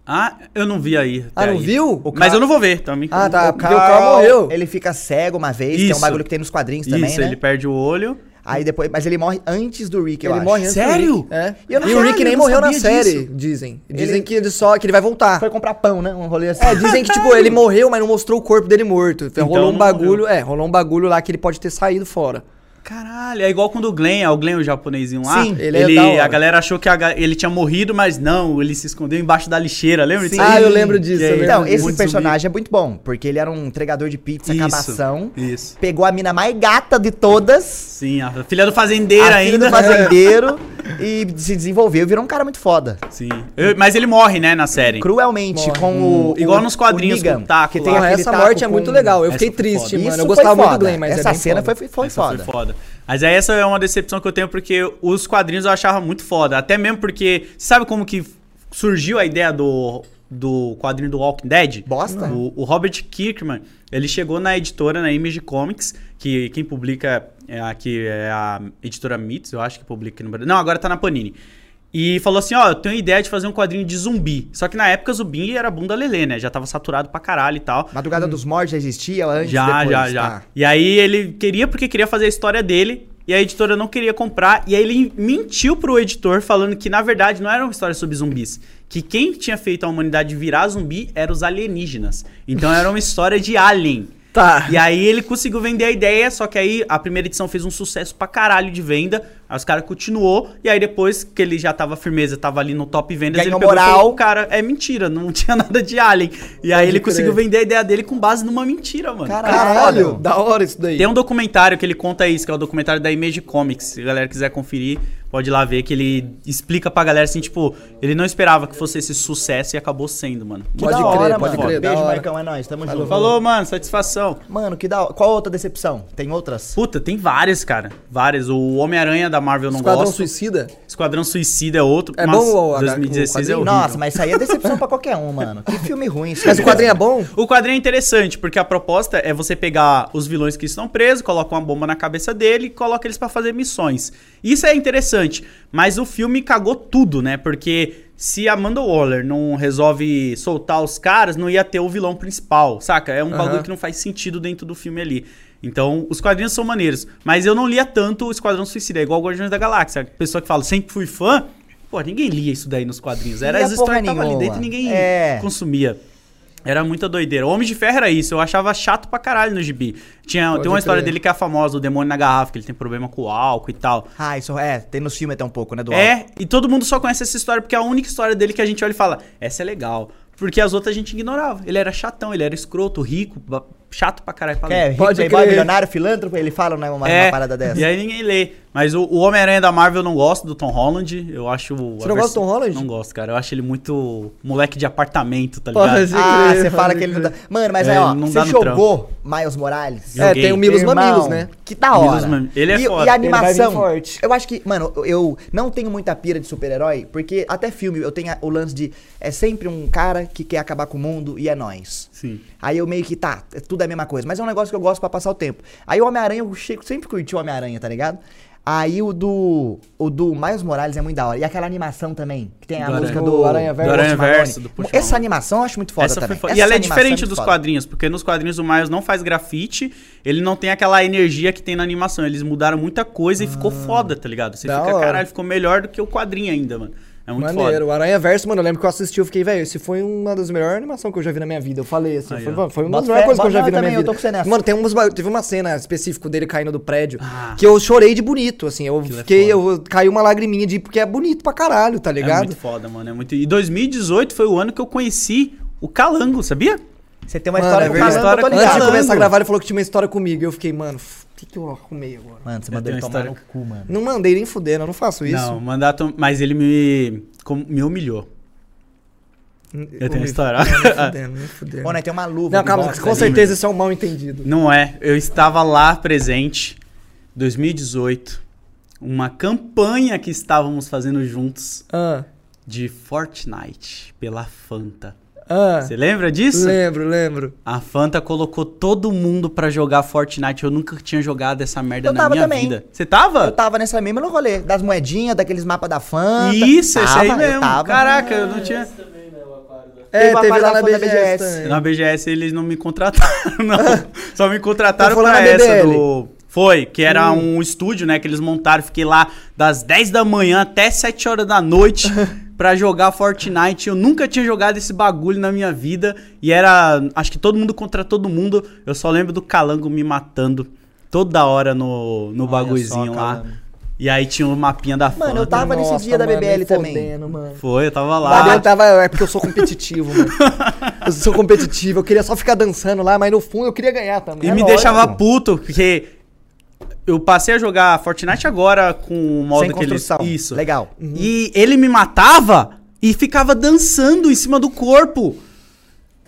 [SPEAKER 3] Ah, eu não vi aí.
[SPEAKER 1] Ah,
[SPEAKER 3] até
[SPEAKER 1] não
[SPEAKER 3] aí.
[SPEAKER 1] viu?
[SPEAKER 3] O Mas eu não vou ver também.
[SPEAKER 1] Ah, tá.
[SPEAKER 2] O
[SPEAKER 1] porque o
[SPEAKER 2] Carl,
[SPEAKER 1] Carl morreu.
[SPEAKER 2] Ele fica cego uma vez, que é
[SPEAKER 3] Isso.
[SPEAKER 2] um bagulho que tem nos quadrinhos
[SPEAKER 3] Isso,
[SPEAKER 2] também, né?
[SPEAKER 3] ele perde o olho.
[SPEAKER 2] Aí depois, mas ele morre antes do Rick, eu
[SPEAKER 1] Ele
[SPEAKER 2] acho.
[SPEAKER 1] morre antes do
[SPEAKER 3] Sério?
[SPEAKER 1] Rick. É.
[SPEAKER 2] E eu não-
[SPEAKER 1] E o Rick
[SPEAKER 2] Caralho,
[SPEAKER 1] nem
[SPEAKER 2] eu não
[SPEAKER 1] morreu na
[SPEAKER 2] sabia
[SPEAKER 1] série,
[SPEAKER 2] disso.
[SPEAKER 1] dizem. Dizem
[SPEAKER 2] Ele-
[SPEAKER 1] que ele só que ele vai voltar.
[SPEAKER 2] Foi comprar pão, né? Um rolê assim.
[SPEAKER 1] É, dizem que, tipo, ele morreu, mas não mostrou o corpo dele morto. Então, rolou um
[SPEAKER 3] não
[SPEAKER 1] bagulho, é, rolou um bagulho lá que ele pode ter saído fora.
[SPEAKER 3] Caralho, é igual quando o Glenn, ó, o Glenn, o japonesinho lá.
[SPEAKER 1] Sim,
[SPEAKER 3] ele,
[SPEAKER 1] ele é da hora.
[SPEAKER 3] A galera achou que a ga- ele tinha morrido, mas não, ele se escondeu embaixo da lixeira, lembra disso?
[SPEAKER 1] Ah,
[SPEAKER 3] aí?
[SPEAKER 1] eu lembro disso,
[SPEAKER 3] Que
[SPEAKER 1] eu
[SPEAKER 3] aí,
[SPEAKER 1] lembro
[SPEAKER 2] Então,
[SPEAKER 1] disso.
[SPEAKER 2] esse
[SPEAKER 3] muito
[SPEAKER 2] personagem é muito bom, porque ele era um entregador de pizza,
[SPEAKER 3] zumbi.
[SPEAKER 2] cabação.
[SPEAKER 3] Isso.
[SPEAKER 2] Pegou a mina mais gata de todas.
[SPEAKER 3] Sim, a filha do fazendeiro
[SPEAKER 2] a filha
[SPEAKER 3] ainda.
[SPEAKER 2] do fazendeiro. e se desenvolveu, virou um cara muito foda.
[SPEAKER 3] Sim. Eu- mas ele morre, né, na série.
[SPEAKER 2] Cruelmente,
[SPEAKER 1] Morre.
[SPEAKER 2] com o.
[SPEAKER 3] Hum, Igual
[SPEAKER 2] o-
[SPEAKER 3] nos quadrinhos,
[SPEAKER 2] o Negan,
[SPEAKER 3] com o taco
[SPEAKER 2] que
[SPEAKER 3] lá.
[SPEAKER 2] tem
[SPEAKER 1] Porra,
[SPEAKER 2] aquele
[SPEAKER 1] essa
[SPEAKER 2] taco
[SPEAKER 1] morte é
[SPEAKER 2] com-
[SPEAKER 1] muito legal. Eu
[SPEAKER 3] Essa
[SPEAKER 1] fiquei
[SPEAKER 3] foi
[SPEAKER 1] triste,
[SPEAKER 3] foda.
[SPEAKER 2] Isso
[SPEAKER 1] mano. Eu gostava
[SPEAKER 2] foi
[SPEAKER 1] muito do
[SPEAKER 2] foda.
[SPEAKER 1] Glenn, mas
[SPEAKER 2] Essa
[SPEAKER 1] é bem
[SPEAKER 2] cena
[SPEAKER 1] foda.
[SPEAKER 2] foi, foi
[SPEAKER 3] Essa
[SPEAKER 2] foda.
[SPEAKER 3] Foi foda. Mas aí essa é uma decepção que eu tenho, porque os quadrinhos eu achava muito foda. Até mesmo porque. Sabe como que surgiu a ideia do, do quadrinho do Walking Dead?
[SPEAKER 2] Bosta.
[SPEAKER 3] O, o Robert Kirkman, ele chegou na editora, na Image Comics, que quem publica é a, que é a editora Mitz, eu acho que publica aqui no Brasil. Não, agora tá na Panini. E falou assim, ó, eu tenho ideia de fazer um quadrinho de zumbi. Só que na época zumbi era bunda lelê, né? Já tava saturado pra caralho e tal.
[SPEAKER 2] Madrugada dos Mortos já existia ela antes
[SPEAKER 3] Hum. já,
[SPEAKER 2] depois,
[SPEAKER 3] já, já.
[SPEAKER 2] tá.
[SPEAKER 3] E aí ele queria porque queria fazer a história dele. E a editora não queria comprar. E aí ele mentiu pro editor falando que, na verdade, não era uma história sobre zumbis. Que quem tinha feito a humanidade virar zumbi eram os alienígenas. Então era uma história de alien.
[SPEAKER 1] Tá.
[SPEAKER 3] E aí ele conseguiu vender a ideia, só que aí a primeira edição fez um sucesso pra caralho de venda. Aí os caras continuou, e aí depois que ele já tava firmeza, tava ali no top vendas,
[SPEAKER 2] Ganhou
[SPEAKER 3] ele pegou e falou,
[SPEAKER 2] moral.
[SPEAKER 3] cara, é mentira, não tinha nada de alien. E aí ele
[SPEAKER 1] crer.
[SPEAKER 3] conseguiu vender a ideia dele com base numa mentira, mano.
[SPEAKER 1] Caralho, da hora isso daí.
[SPEAKER 3] Tem um documentário que ele conta isso, que é o documentário da Image Comics. Se a galera quiser conferir, pode ir lá ver, que ele explica pra galera assim, tipo, ele não esperava que fosse esse sucesso e acabou sendo, mano.
[SPEAKER 2] Que
[SPEAKER 1] Pode
[SPEAKER 2] da
[SPEAKER 1] crer,
[SPEAKER 2] hora,
[SPEAKER 1] pode
[SPEAKER 2] mano.
[SPEAKER 1] crer, da
[SPEAKER 2] Beijo,
[SPEAKER 1] hora.
[SPEAKER 2] Marcão, é nóis, tamo junto.
[SPEAKER 3] Falou, mano, satisfação.
[SPEAKER 2] Mano, que da hora. Qual outra decepção? Tem outras?
[SPEAKER 3] Puta, tem várias, cara. Várias. O Homem-Aranha da Marvel eu não
[SPEAKER 1] Esquadrão
[SPEAKER 3] gosto.
[SPEAKER 1] Suicida?
[SPEAKER 3] Esquadrão Suicida é outro.
[SPEAKER 1] É
[SPEAKER 3] mas
[SPEAKER 1] bom o- o
[SPEAKER 3] 2016 é
[SPEAKER 1] quadrinho?
[SPEAKER 3] horrível.
[SPEAKER 2] Nossa, mas isso aí é decepção pra qualquer um, mano. Que filme ruim isso
[SPEAKER 1] Mas
[SPEAKER 2] aí,
[SPEAKER 1] o quadrinho é
[SPEAKER 2] cara.
[SPEAKER 1] bom?
[SPEAKER 3] O quadrinho é interessante, porque a proposta é você pegar os vilões que estão presos, coloca uma bomba na cabeça dele e coloca eles pra fazer missões. Isso é interessante, mas o filme cagou tudo, né? Porque se Amanda Waller não resolve soltar os caras, não ia ter o vilão principal, saca? É um bagulho que não faz sentido dentro do filme ali. Então, os quadrinhos são maneiros. Mas eu não lia tanto o Esquadrão Suicida, é igual o Guardiões da Galáxia. A pessoa que fala, sempre fui fã. Pô, ninguém lia isso daí nos quadrinhos. Era
[SPEAKER 2] Lia
[SPEAKER 3] as histórias que
[SPEAKER 2] porra
[SPEAKER 3] estavam ali dentro e
[SPEAKER 2] nenhuma.
[SPEAKER 3] ninguém
[SPEAKER 2] É.
[SPEAKER 3] consumia. Era muita doideira. O Homem de Ferro era isso, eu achava chato pra caralho no gibi. Tinha, tem uma
[SPEAKER 1] crer.
[SPEAKER 3] história dele que é famosa, o demônio na garrafa, que ele tem problema com o álcool e tal.
[SPEAKER 2] Ah, isso é. Tem nos filmes até um pouco, né? Do álcool.
[SPEAKER 3] É, e todo mundo só conhece essa história porque é a única história dele que a gente olha e fala, essa é legal. Porque as outras a gente ignorava. Ele era chatão, ele era escroto, rico, ba- chato pra caralho.
[SPEAKER 2] É,
[SPEAKER 3] pra ler. É,
[SPEAKER 2] rico,
[SPEAKER 1] Pode
[SPEAKER 2] playboy,
[SPEAKER 1] crer.
[SPEAKER 2] milionário, filântropo, ele fala né, uma, uma parada dessa.
[SPEAKER 3] E aí ninguém lê. Mas o, o Homem-Aranha da Marvel eu não gosto do Tom Holland. Eu acho. Você
[SPEAKER 1] não gosta do Tom Holland?
[SPEAKER 3] Não gosto, cara. Eu acho ele muito moleque de apartamento, tá
[SPEAKER 1] Pode
[SPEAKER 3] ligado?
[SPEAKER 1] ser.
[SPEAKER 2] Ah,
[SPEAKER 1] crer,
[SPEAKER 2] você fala
[SPEAKER 1] pode
[SPEAKER 2] que ele não
[SPEAKER 1] crer.
[SPEAKER 2] dá. Mano, mas
[SPEAKER 3] É,
[SPEAKER 2] aí, ó,
[SPEAKER 3] não
[SPEAKER 2] você
[SPEAKER 3] dá no
[SPEAKER 2] jogou Miles Morales.
[SPEAKER 1] É, tem o Milos
[SPEAKER 2] Irmão,
[SPEAKER 1] Mamilos, né?
[SPEAKER 2] Que da hora.
[SPEAKER 3] Milos Mam- ele é
[SPEAKER 2] e,
[SPEAKER 3] foda.
[SPEAKER 2] E a
[SPEAKER 1] Ele vai vir
[SPEAKER 2] animação.
[SPEAKER 1] forte.
[SPEAKER 2] Eu acho que, mano, eu- eu não tenho muita pira de super-herói, porque até filme eu tenho a- o lance de. É sempre um cara que quer acabar com o mundo e é nós.
[SPEAKER 3] Sim.
[SPEAKER 2] Aí eu meio que tá, é tudo a mesma coisa. Mas é um negócio que eu gosto pra passar o tempo. Aí o Homem-Aranha, eu che- sempre curti o Homem-Aranha, tá ligado? Aí o do. O do Miles Morales é muito da hora. E aquela animação também, que tem a
[SPEAKER 3] Do
[SPEAKER 2] música
[SPEAKER 1] Aranha- do
[SPEAKER 2] do.
[SPEAKER 1] Aranha Verso.
[SPEAKER 2] Post
[SPEAKER 3] Do Aranha
[SPEAKER 2] Malone.
[SPEAKER 3] Verso, do Post
[SPEAKER 2] Essa
[SPEAKER 3] Malone.
[SPEAKER 2] animação eu acho muito foda
[SPEAKER 3] Essa foi
[SPEAKER 2] também.
[SPEAKER 3] foda. E ela é
[SPEAKER 2] animação
[SPEAKER 3] diferente
[SPEAKER 2] muito
[SPEAKER 3] dos
[SPEAKER 2] foda.
[SPEAKER 3] quadrinhos, porque nos quadrinhos o Miles não faz grafite, ele não tem aquela energia que tem na animação. Eles mudaram muita coisa e ficou foda, tá ligado? Você
[SPEAKER 1] Da
[SPEAKER 3] fica,
[SPEAKER 1] hora.
[SPEAKER 3] caralho, ficou melhor do que o quadrinho ainda, mano. É muito
[SPEAKER 1] Maneiro,
[SPEAKER 3] foda.
[SPEAKER 1] o Aranha Verso, mano, eu lembro que eu assisti, eu fiquei, velho, esse foi uma das melhores animações que eu já vi na minha vida. Eu falei assim,
[SPEAKER 3] Aí,
[SPEAKER 1] foi,
[SPEAKER 3] ó.
[SPEAKER 1] mano, foi uma das
[SPEAKER 2] Bota
[SPEAKER 1] melhores
[SPEAKER 2] fé,
[SPEAKER 1] coisas que eu já
[SPEAKER 2] bota-
[SPEAKER 1] vi na
[SPEAKER 2] eu
[SPEAKER 1] minha
[SPEAKER 2] também, eu tô
[SPEAKER 1] vida.
[SPEAKER 2] com você nessa.
[SPEAKER 1] Mano, tem umas, ba- teve uma cena específica dele caindo do prédio
[SPEAKER 3] Ah.
[SPEAKER 1] que eu chorei de bonito, assim. Eu
[SPEAKER 3] é
[SPEAKER 1] fiquei, eu caí uma lagriminha de porque é bonito pra caralho, tá
[SPEAKER 3] É
[SPEAKER 1] ligado?
[SPEAKER 3] muito foda, mano. É muito... E 2018 foi o ano que eu conheci o Calango, sabia?
[SPEAKER 2] Você tem uma
[SPEAKER 1] Mano,
[SPEAKER 2] história
[SPEAKER 1] é
[SPEAKER 2] com
[SPEAKER 1] verdade.
[SPEAKER 2] Calango, eu tô
[SPEAKER 1] Antes de
[SPEAKER 2] ligado.
[SPEAKER 1] começar a gravar, ele falou que tinha uma história comigo. E eu fiquei, mano, f- o que, que eu arrumei agora?
[SPEAKER 2] Mano, você
[SPEAKER 3] Eu
[SPEAKER 2] mandou
[SPEAKER 3] tenho
[SPEAKER 2] ele
[SPEAKER 3] uma
[SPEAKER 2] tomar no
[SPEAKER 3] história-
[SPEAKER 2] cu, mano.
[SPEAKER 1] Não mandei nem fudendo, eu não faço isso.
[SPEAKER 3] Não, mandato. Mas ele me. com- me humilhou. Eu tenho
[SPEAKER 1] me-
[SPEAKER 3] história.
[SPEAKER 1] Hum, Não, Nem fudendo, nem fudendo.
[SPEAKER 2] Ô, né, tem uma luva.
[SPEAKER 1] Não,
[SPEAKER 2] de
[SPEAKER 1] calma,
[SPEAKER 2] bosta né?
[SPEAKER 1] com
[SPEAKER 2] ali.
[SPEAKER 1] certeza isso é um mal entendido.
[SPEAKER 3] Não é. Eu estava lá presente, 2018, uma campanha que estávamos fazendo juntos
[SPEAKER 1] Ah,
[SPEAKER 3] de Fortnite pela Fanta.
[SPEAKER 2] É.
[SPEAKER 1] ah,
[SPEAKER 3] Você lembra disso?
[SPEAKER 1] lembro, lembro.
[SPEAKER 3] A Fanta colocou todo mundo pra jogar Fortnite. Eu nunca tinha jogado essa merda
[SPEAKER 2] Eu
[SPEAKER 3] na
[SPEAKER 2] tava
[SPEAKER 3] minha
[SPEAKER 2] também.
[SPEAKER 3] vida. Você tava?
[SPEAKER 2] Eu tava nessa mesma no rolê, das moedinhas, daqueles mapas da Fanta.
[SPEAKER 3] Isso, esse aí
[SPEAKER 2] Tava,
[SPEAKER 3] mesmo.
[SPEAKER 2] Eu tava.
[SPEAKER 3] Caraca, eu não tinha.
[SPEAKER 5] também, né, o aquário da...
[SPEAKER 1] É,
[SPEAKER 2] Teve uma
[SPEAKER 1] teve
[SPEAKER 2] parada
[SPEAKER 1] lá na
[SPEAKER 2] fora da
[SPEAKER 1] BGS.
[SPEAKER 2] BGS.
[SPEAKER 1] também.
[SPEAKER 3] É. Na BGS eles não me contrataram, não. Só me contrataram
[SPEAKER 1] Então foi lá
[SPEAKER 3] pra
[SPEAKER 1] na
[SPEAKER 3] essa
[SPEAKER 1] BBL.
[SPEAKER 3] do. Foi, que era um estúdio, né, que eles montaram. Fiquei lá das 10 da manhã até 7 horas da noite pra jogar Fortnite. Eu nunca tinha jogado esse bagulho na minha vida. E era. Acho que todo mundo contra todo mundo. Eu só lembro do Calango me matando toda hora no, no
[SPEAKER 2] Olha
[SPEAKER 3] bagulhozinho
[SPEAKER 2] só,
[SPEAKER 3] lá.
[SPEAKER 2] Calango.
[SPEAKER 3] E aí tinha o mapinha da
[SPEAKER 2] Mano, eu
[SPEAKER 3] Fanta.
[SPEAKER 2] tava nesse
[SPEAKER 1] Nossa,
[SPEAKER 2] dia da
[SPEAKER 1] mano,
[SPEAKER 2] BBL
[SPEAKER 1] nem
[SPEAKER 2] também.
[SPEAKER 1] fodendo, mano.
[SPEAKER 3] Foi, eu tava lá.
[SPEAKER 1] Mas eu tava, é porque eu sou competitivo, mano. Eu sou competitivo, eu queria só ficar dançando lá, mas no fundo eu queria ganhar também.
[SPEAKER 3] E
[SPEAKER 1] É
[SPEAKER 3] me
[SPEAKER 1] lógico.
[SPEAKER 3] deixava puto, porque eu passei a jogar Fortnite agora com o modo
[SPEAKER 2] Sem
[SPEAKER 3] que eles...
[SPEAKER 2] construção.
[SPEAKER 3] Isso. Uhum.
[SPEAKER 2] Legal. Uhum.
[SPEAKER 3] E ele me matava e ficava dançando em cima do corpo.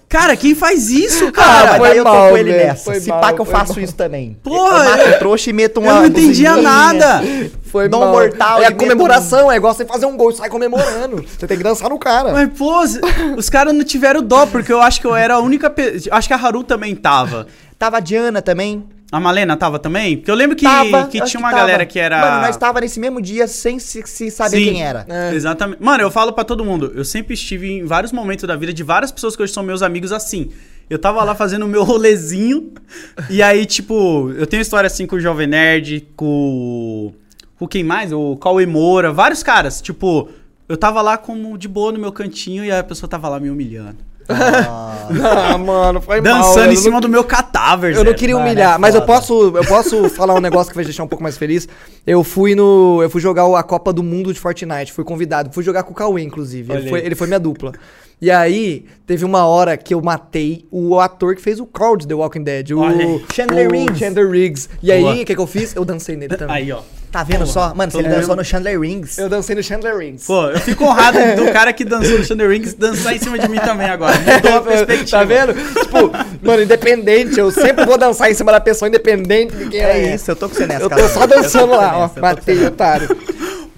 [SPEAKER 3] Cara, quem faz isso,
[SPEAKER 2] Cara,
[SPEAKER 3] cara?
[SPEAKER 1] É, foi
[SPEAKER 2] daí eu tô
[SPEAKER 1] mal,
[SPEAKER 2] com ele
[SPEAKER 1] velho,
[SPEAKER 2] nessa.
[SPEAKER 1] foi
[SPEAKER 2] Se
[SPEAKER 1] mal,
[SPEAKER 2] pá que eu
[SPEAKER 1] foi
[SPEAKER 2] faço
[SPEAKER 1] mal.
[SPEAKER 2] isso também.
[SPEAKER 3] Porra,
[SPEAKER 2] eu mato o trouxa e meto um uma.
[SPEAKER 3] eu não entendia
[SPEAKER 2] cozinha.
[SPEAKER 3] nada.
[SPEAKER 1] Foi
[SPEAKER 2] Não
[SPEAKER 1] mal.
[SPEAKER 2] mortal,
[SPEAKER 1] É
[SPEAKER 2] ele
[SPEAKER 1] a comemoração, é igual você fazer um gol e sai comemorando. você tem que dançar no cara.
[SPEAKER 3] Mas, pô, os- os caras não tiveram dó, porque eu acho que eu era a única... Pe... Acho que a Haru também tava.
[SPEAKER 2] Tava a Diana também.
[SPEAKER 3] A Malena tava também? Porque eu lembro que,
[SPEAKER 2] Tava,
[SPEAKER 3] que
[SPEAKER 2] acho
[SPEAKER 3] tinha uma
[SPEAKER 2] tava.
[SPEAKER 3] galera que era.
[SPEAKER 2] Mano, nós tava nesse mesmo dia sem se, se saber
[SPEAKER 3] Sim,
[SPEAKER 2] quem era.
[SPEAKER 1] É.
[SPEAKER 3] Exatamente. Mano, eu falo pra todo mundo, eu sempre estive em vários momentos da vida de várias pessoas que hoje são meus amigos assim. Eu tava lá fazendo o meu rolezinho, e aí, tipo, eu tenho história assim com o Jovem Nerd, com. Com quem mais? O Cauê Moura, vários caras. Tipo, eu tava lá como de boa no meu cantinho e a pessoa tava lá me humilhando.
[SPEAKER 1] Ah, mano, foi
[SPEAKER 3] dançando
[SPEAKER 1] eu
[SPEAKER 3] em
[SPEAKER 1] não-
[SPEAKER 3] cima do meu cadáver,
[SPEAKER 1] Eu não
[SPEAKER 3] Zé.
[SPEAKER 1] queria
[SPEAKER 2] Mano, é
[SPEAKER 1] humilhar, mas eu
[SPEAKER 2] foda.
[SPEAKER 1] posso, eu posso falar um negócio que vai deixar um pouco mais feliz. Eu fui no, eu fui jogar a Copa do Mundo de Fortnite, fui convidado, fui jogar com o Cauê inclusive.
[SPEAKER 3] Olha
[SPEAKER 1] Ele foi,
[SPEAKER 3] aí.
[SPEAKER 1] ele foi minha dupla. E aí, teve uma hora que eu matei o ator que fez o Carl de The Walking Dead, o
[SPEAKER 3] Olha aí.
[SPEAKER 2] Chandler
[SPEAKER 1] o
[SPEAKER 2] Riggs.
[SPEAKER 1] Chandler Riggs. E aí,
[SPEAKER 3] Boa.
[SPEAKER 1] o que que eu fiz? Eu dancei nele também.
[SPEAKER 3] Aí, ó.
[SPEAKER 2] Tá vendo só? Mano, se ele
[SPEAKER 3] Todo
[SPEAKER 2] dançou
[SPEAKER 3] mundo.
[SPEAKER 2] no Chandler Rings.
[SPEAKER 1] Eu dancei no Chandler Riggs.
[SPEAKER 3] Pô, eu fico honrado do cara que dançou no Thunder Rings dançar em cima de mim também agora. Mudou a perspectiva.
[SPEAKER 1] Tá vendo? Tipo, mano, independente, eu sempre vou dançar em cima da pessoa, independente de quem ela
[SPEAKER 2] É isso, eu tô com você nessa,
[SPEAKER 1] Eu tô
[SPEAKER 2] cara.
[SPEAKER 1] só dançando
[SPEAKER 2] Eu tô com
[SPEAKER 1] lá,
[SPEAKER 2] você
[SPEAKER 1] ó.
[SPEAKER 2] nessa, eu tô com você
[SPEAKER 1] Matei,
[SPEAKER 2] nessa.
[SPEAKER 1] otário.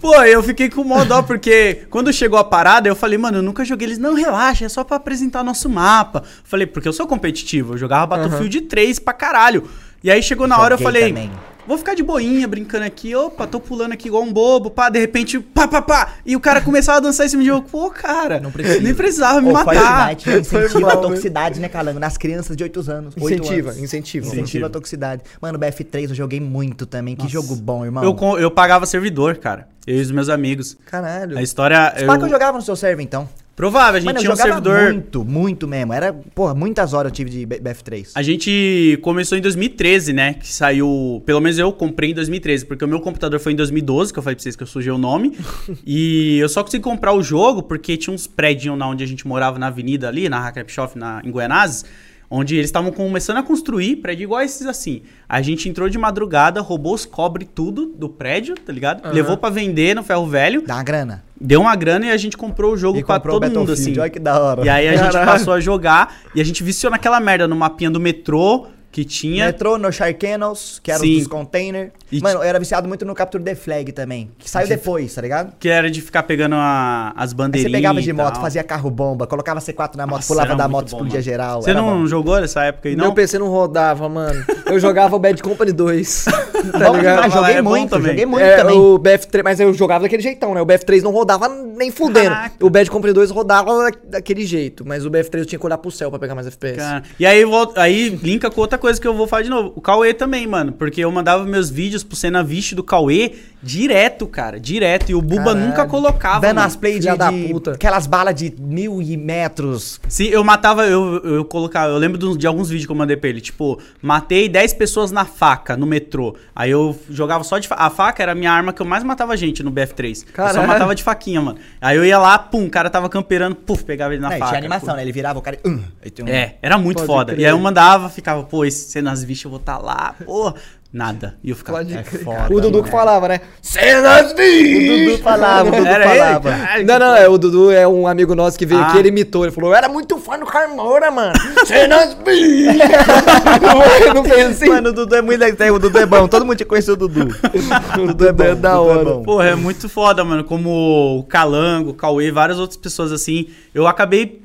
[SPEAKER 3] Pô, eu fiquei com mó dó, porque quando chegou a parada, eu falei, mano, eu nunca joguei. Eles, não, relaxa, é só pra apresentar nosso mapa. Falei, porque eu sou competitivo, eu jogava Battlefield 3 pra caralho. E aí chegou na hora, eu
[SPEAKER 2] Joguei
[SPEAKER 3] falei,
[SPEAKER 2] também.
[SPEAKER 3] vou ficar de boinha brincando aqui, opa, tô pulando aqui igual um bobo, pá, de repente, pá, pá, pá. E o cara começava a dançar em cima de mim, eu, pô, cara,
[SPEAKER 2] Não precisa.
[SPEAKER 3] nem precisava me
[SPEAKER 2] Ô,
[SPEAKER 3] matar.
[SPEAKER 2] Fortnite incentiva a toxicidade, né, Calango? Nas crianças de 8 anos. oito
[SPEAKER 1] Incentiva,
[SPEAKER 2] anos.
[SPEAKER 1] incentiva.
[SPEAKER 2] Incentiva a toxicidade. Mano, BF3 eu joguei muito também. Que jogo bom, irmão.
[SPEAKER 3] Eu, co- eu pagava servidor, cara, eu e os meus amigos.
[SPEAKER 2] Caralho.
[SPEAKER 3] A história.
[SPEAKER 2] Esse eu... que eu
[SPEAKER 3] eu-
[SPEAKER 2] jogava no seu server, então.
[SPEAKER 3] Provável, a gente
[SPEAKER 2] Mano, eu
[SPEAKER 3] tinha um
[SPEAKER 2] jogava
[SPEAKER 3] servidor.
[SPEAKER 2] muito, muito mesmo. Era, porra, muitas horas eu tive de B- BF3.
[SPEAKER 3] A gente começou em 2013, né? Que saiu. Pelo menos eu comprei em 2013, porque o meu computador foi em 2012, que eu falei pra vocês que eu sujei o nome. e eu só consegui comprar o jogo porque tinha uns prédios na onde a gente morava na avenida ali, na Hackrepshoff, na em Guianazes. Onde eles estavam começando a construir prédio igual esses assim. A gente entrou de madrugada, roubou os cobre tudo do prédio, tá ligado? Levou pra vender no ferro velho,
[SPEAKER 2] Dá uma grana.
[SPEAKER 3] deu uma grana e a gente comprou o jogo pra todo mundo, assim.
[SPEAKER 2] Olha que da hora.
[SPEAKER 3] E aí a gente
[SPEAKER 2] Caralho.
[SPEAKER 3] passou a jogar e a gente viciou naquela merda no mapinha do metrô que tinha.
[SPEAKER 2] Metrô no Shark Kennels, que era
[SPEAKER 3] Sim.
[SPEAKER 2] um dos container.
[SPEAKER 3] E
[SPEAKER 2] Mano, eu era viciado muito no Capture the Flag também. Que saiu depois, tá ligado?
[SPEAKER 3] Que era de ficar pegando a- as
[SPEAKER 2] Aí
[SPEAKER 3] bandeirinhas.
[SPEAKER 2] você pegava de
[SPEAKER 3] e
[SPEAKER 2] moto,
[SPEAKER 3] tal.
[SPEAKER 2] fazia carro bomba, colocava C4 na moto,
[SPEAKER 3] Nossa,
[SPEAKER 2] pulava
[SPEAKER 3] era
[SPEAKER 2] da
[SPEAKER 3] muito
[SPEAKER 2] moto,
[SPEAKER 3] bom,
[SPEAKER 2] explodia
[SPEAKER 3] mano.
[SPEAKER 2] geral.
[SPEAKER 3] Você
[SPEAKER 2] era
[SPEAKER 3] não
[SPEAKER 2] bom.
[SPEAKER 3] jogou nessa época aí, não?
[SPEAKER 1] Meu PC não rodava, mano. Eu jogava o Bad Company 2. Tá
[SPEAKER 2] Bom
[SPEAKER 1] ligado?
[SPEAKER 2] demais, joguei
[SPEAKER 3] É bom
[SPEAKER 2] muito,
[SPEAKER 3] também.
[SPEAKER 2] joguei muito
[SPEAKER 1] É,
[SPEAKER 2] também.
[SPEAKER 1] o BF3, mas eu jogava daquele jeitão, né? O BF3 não rodava nem fudendo.
[SPEAKER 3] Caraca.
[SPEAKER 1] O Bad Company 2 rodava da- daquele jeito, mas o BF3 eu tinha que olhar pro céu pra pegar mais FPS.
[SPEAKER 3] Cara, E aí, volta, aí linka com outra coisa que eu vou falar de novo. O Cauê também, mano. Porque eu mandava meus vídeos pro Cena Vixe do Cauê direto, cara. Direto. E o Buba
[SPEAKER 2] Caralho.
[SPEAKER 3] nunca colocava.
[SPEAKER 2] Dando
[SPEAKER 3] mano.
[SPEAKER 2] as play de,
[SPEAKER 1] Filha da
[SPEAKER 2] de-
[SPEAKER 1] puta.
[SPEAKER 2] aquelas balas de mil e metros.
[SPEAKER 3] Sim, eu matava, eu, eu colocava, eu lembro de, uns- de alguns vídeos que eu mandei pra ele, tipo, matei 10 pessoas na faca, no metrô. Aí eu jogava só de fa A faca era a minha arma que eu mais matava gente no BF3. Eu só
[SPEAKER 1] Caralho.
[SPEAKER 3] matava de faquinha, mano. Aí eu ia lá, pum, o cara tava camperando, puf, pegava ele na
[SPEAKER 2] Não, e
[SPEAKER 3] faca.
[SPEAKER 2] tinha animação, né? Ele virava o cara e... "Hum", aí tem um-
[SPEAKER 3] É, era muito
[SPEAKER 1] Pode
[SPEAKER 3] foda.
[SPEAKER 1] crer.
[SPEAKER 3] E aí eu mandava, ficava, pô, esse cenas bichas eu vou tá lá, pô, nada. E eu ficava.
[SPEAKER 1] Pode
[SPEAKER 3] é,
[SPEAKER 1] crer.
[SPEAKER 2] foda,
[SPEAKER 1] o Dudu que
[SPEAKER 2] mano.
[SPEAKER 1] falava, né? Cenas
[SPEAKER 2] O
[SPEAKER 1] de...
[SPEAKER 2] Dudu falava, o Dudu
[SPEAKER 3] Era ele,
[SPEAKER 2] falava.
[SPEAKER 3] cara.
[SPEAKER 1] Não, não, é, o Dudu é um amigo nosso que veio
[SPEAKER 3] Ah.
[SPEAKER 1] aqui, ele imitou, ele falou, eu era muito fã do Carmora, mano. Cenas de... não, não fez assim?
[SPEAKER 2] Mano, o Dudu é muito legal. O Dudu é bom. Todo mundo tinha conhecido o Dudu. o Dudu é bom.
[SPEAKER 1] é da
[SPEAKER 2] o Dudu
[SPEAKER 1] hora.
[SPEAKER 2] bom.
[SPEAKER 3] Porra, é muito foda, mano. Como o Calango, o Cauê, várias outras pessoas assim. Eu acabei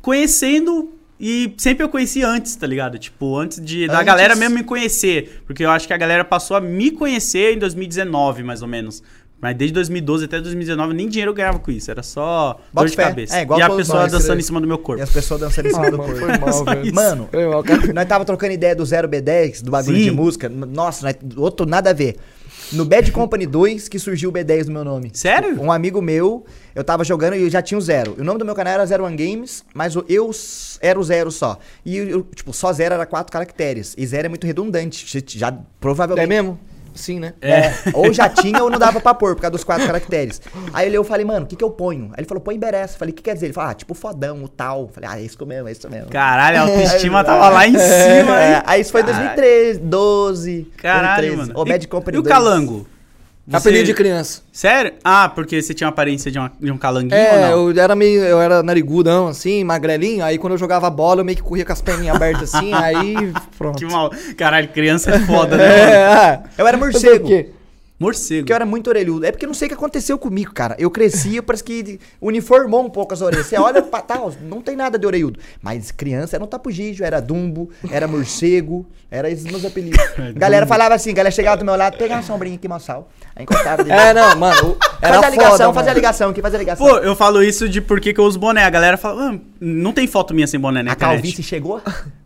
[SPEAKER 3] conhecendo e sempre eu conheci antes, tá ligado? Tipo, antes de da
[SPEAKER 2] Antes.
[SPEAKER 3] galera mesmo me conhecer. Porque eu acho que a galera passou a me conhecer em 2019, mais ou menos. Mas desde 2012 até 2019, nem dinheiro eu ganhava com isso. Era só dor
[SPEAKER 2] Bota
[SPEAKER 3] de
[SPEAKER 2] fé.
[SPEAKER 3] cabeça.
[SPEAKER 2] É, igual
[SPEAKER 3] e a
[SPEAKER 2] todos
[SPEAKER 3] pessoa
[SPEAKER 2] nós,
[SPEAKER 3] dançando
[SPEAKER 2] três.
[SPEAKER 3] em cima do meu
[SPEAKER 2] E
[SPEAKER 3] corpo.
[SPEAKER 2] as pessoas dançando em cima é do corpo.
[SPEAKER 1] Ah, foi mal, velho.
[SPEAKER 2] Mano,
[SPEAKER 1] Foi mal, cara.
[SPEAKER 2] nós tava trocando ideia do Zero B10, do bagulho
[SPEAKER 3] Sim.
[SPEAKER 2] de música. N- Nossa, nós- outro nada a ver. No Bad Company 2 que surgiu o B10 no meu nome.
[SPEAKER 3] Sério?
[SPEAKER 2] Um amigo meu, eu tava jogando e eu já tinha o zero. O nome do meu canal era Zero One Games, mas o- eu s- era o zero só. E, eu- tipo, só zero era quatro caracteres. E zero é muito redundante. Você Já, provavelmente...
[SPEAKER 1] É mesmo? Sim, né?
[SPEAKER 2] É. Ou já tinha ou não dava pra pôr, por causa dos quatro caracteres. Aí eu olhei, eu falei, mano, o que que eu ponho? Aí ele falou, põe Beressa. Eu Falei, o que quer dizer? Ele falou, ah, tipo fodão, o tal. Eu Falei, ah, é isso mesmo, é isso mesmo.
[SPEAKER 3] Caralho, a autoestima tava lá em cima,
[SPEAKER 2] É,
[SPEAKER 3] hein?
[SPEAKER 2] aí isso foi em
[SPEAKER 3] Caralho.
[SPEAKER 2] 2013, 12,
[SPEAKER 3] Caralho,
[SPEAKER 2] 2013.
[SPEAKER 3] mano.
[SPEAKER 2] O
[SPEAKER 3] E-
[SPEAKER 2] Bad Company
[SPEAKER 3] E o
[SPEAKER 2] 2.
[SPEAKER 3] Calango?
[SPEAKER 1] Apelido
[SPEAKER 3] Você-
[SPEAKER 1] de criança.
[SPEAKER 3] Sério? Ah, porque você tinha uma aparência de, uma- de um calanguinho ou
[SPEAKER 1] É,
[SPEAKER 3] não?
[SPEAKER 1] eu era meio. Eu era narigudão, assim, magrelinho. Aí quando eu jogava bola, eu meio que corria com as perninhas abertas assim, aí pronto.
[SPEAKER 3] Que mal. Caralho, criança é foda, né? mano?
[SPEAKER 1] É, ah,
[SPEAKER 2] Eu era
[SPEAKER 1] fazer o
[SPEAKER 2] morcego.
[SPEAKER 1] quê?
[SPEAKER 3] Morcego.
[SPEAKER 2] Porque eu era muito orelhudo. É porque eu não sei o que aconteceu comigo, cara. Eu cresci, parece que uniformou um pouco as orelhas. Você olha pra tal, não tem nada de orelhudo. Mas criança era um tapugígio, era dumbo, era morcego, era esses meus apelidos. galera falava assim, galera chegava do meu lado, pegava uma sombrinha aqui, moçal. Aí encostava dele.
[SPEAKER 1] É, não, mano. o- Era
[SPEAKER 2] faz a ligação,
[SPEAKER 1] foda,
[SPEAKER 2] faz
[SPEAKER 1] mano.
[SPEAKER 2] a ligação aqui, faz a ligação.
[SPEAKER 3] Pô, eu falo isso de por que que eu uso boné. A galera fala, "Ah, não tem foto minha sem boné na
[SPEAKER 2] a
[SPEAKER 3] internet.
[SPEAKER 2] calvície chegou?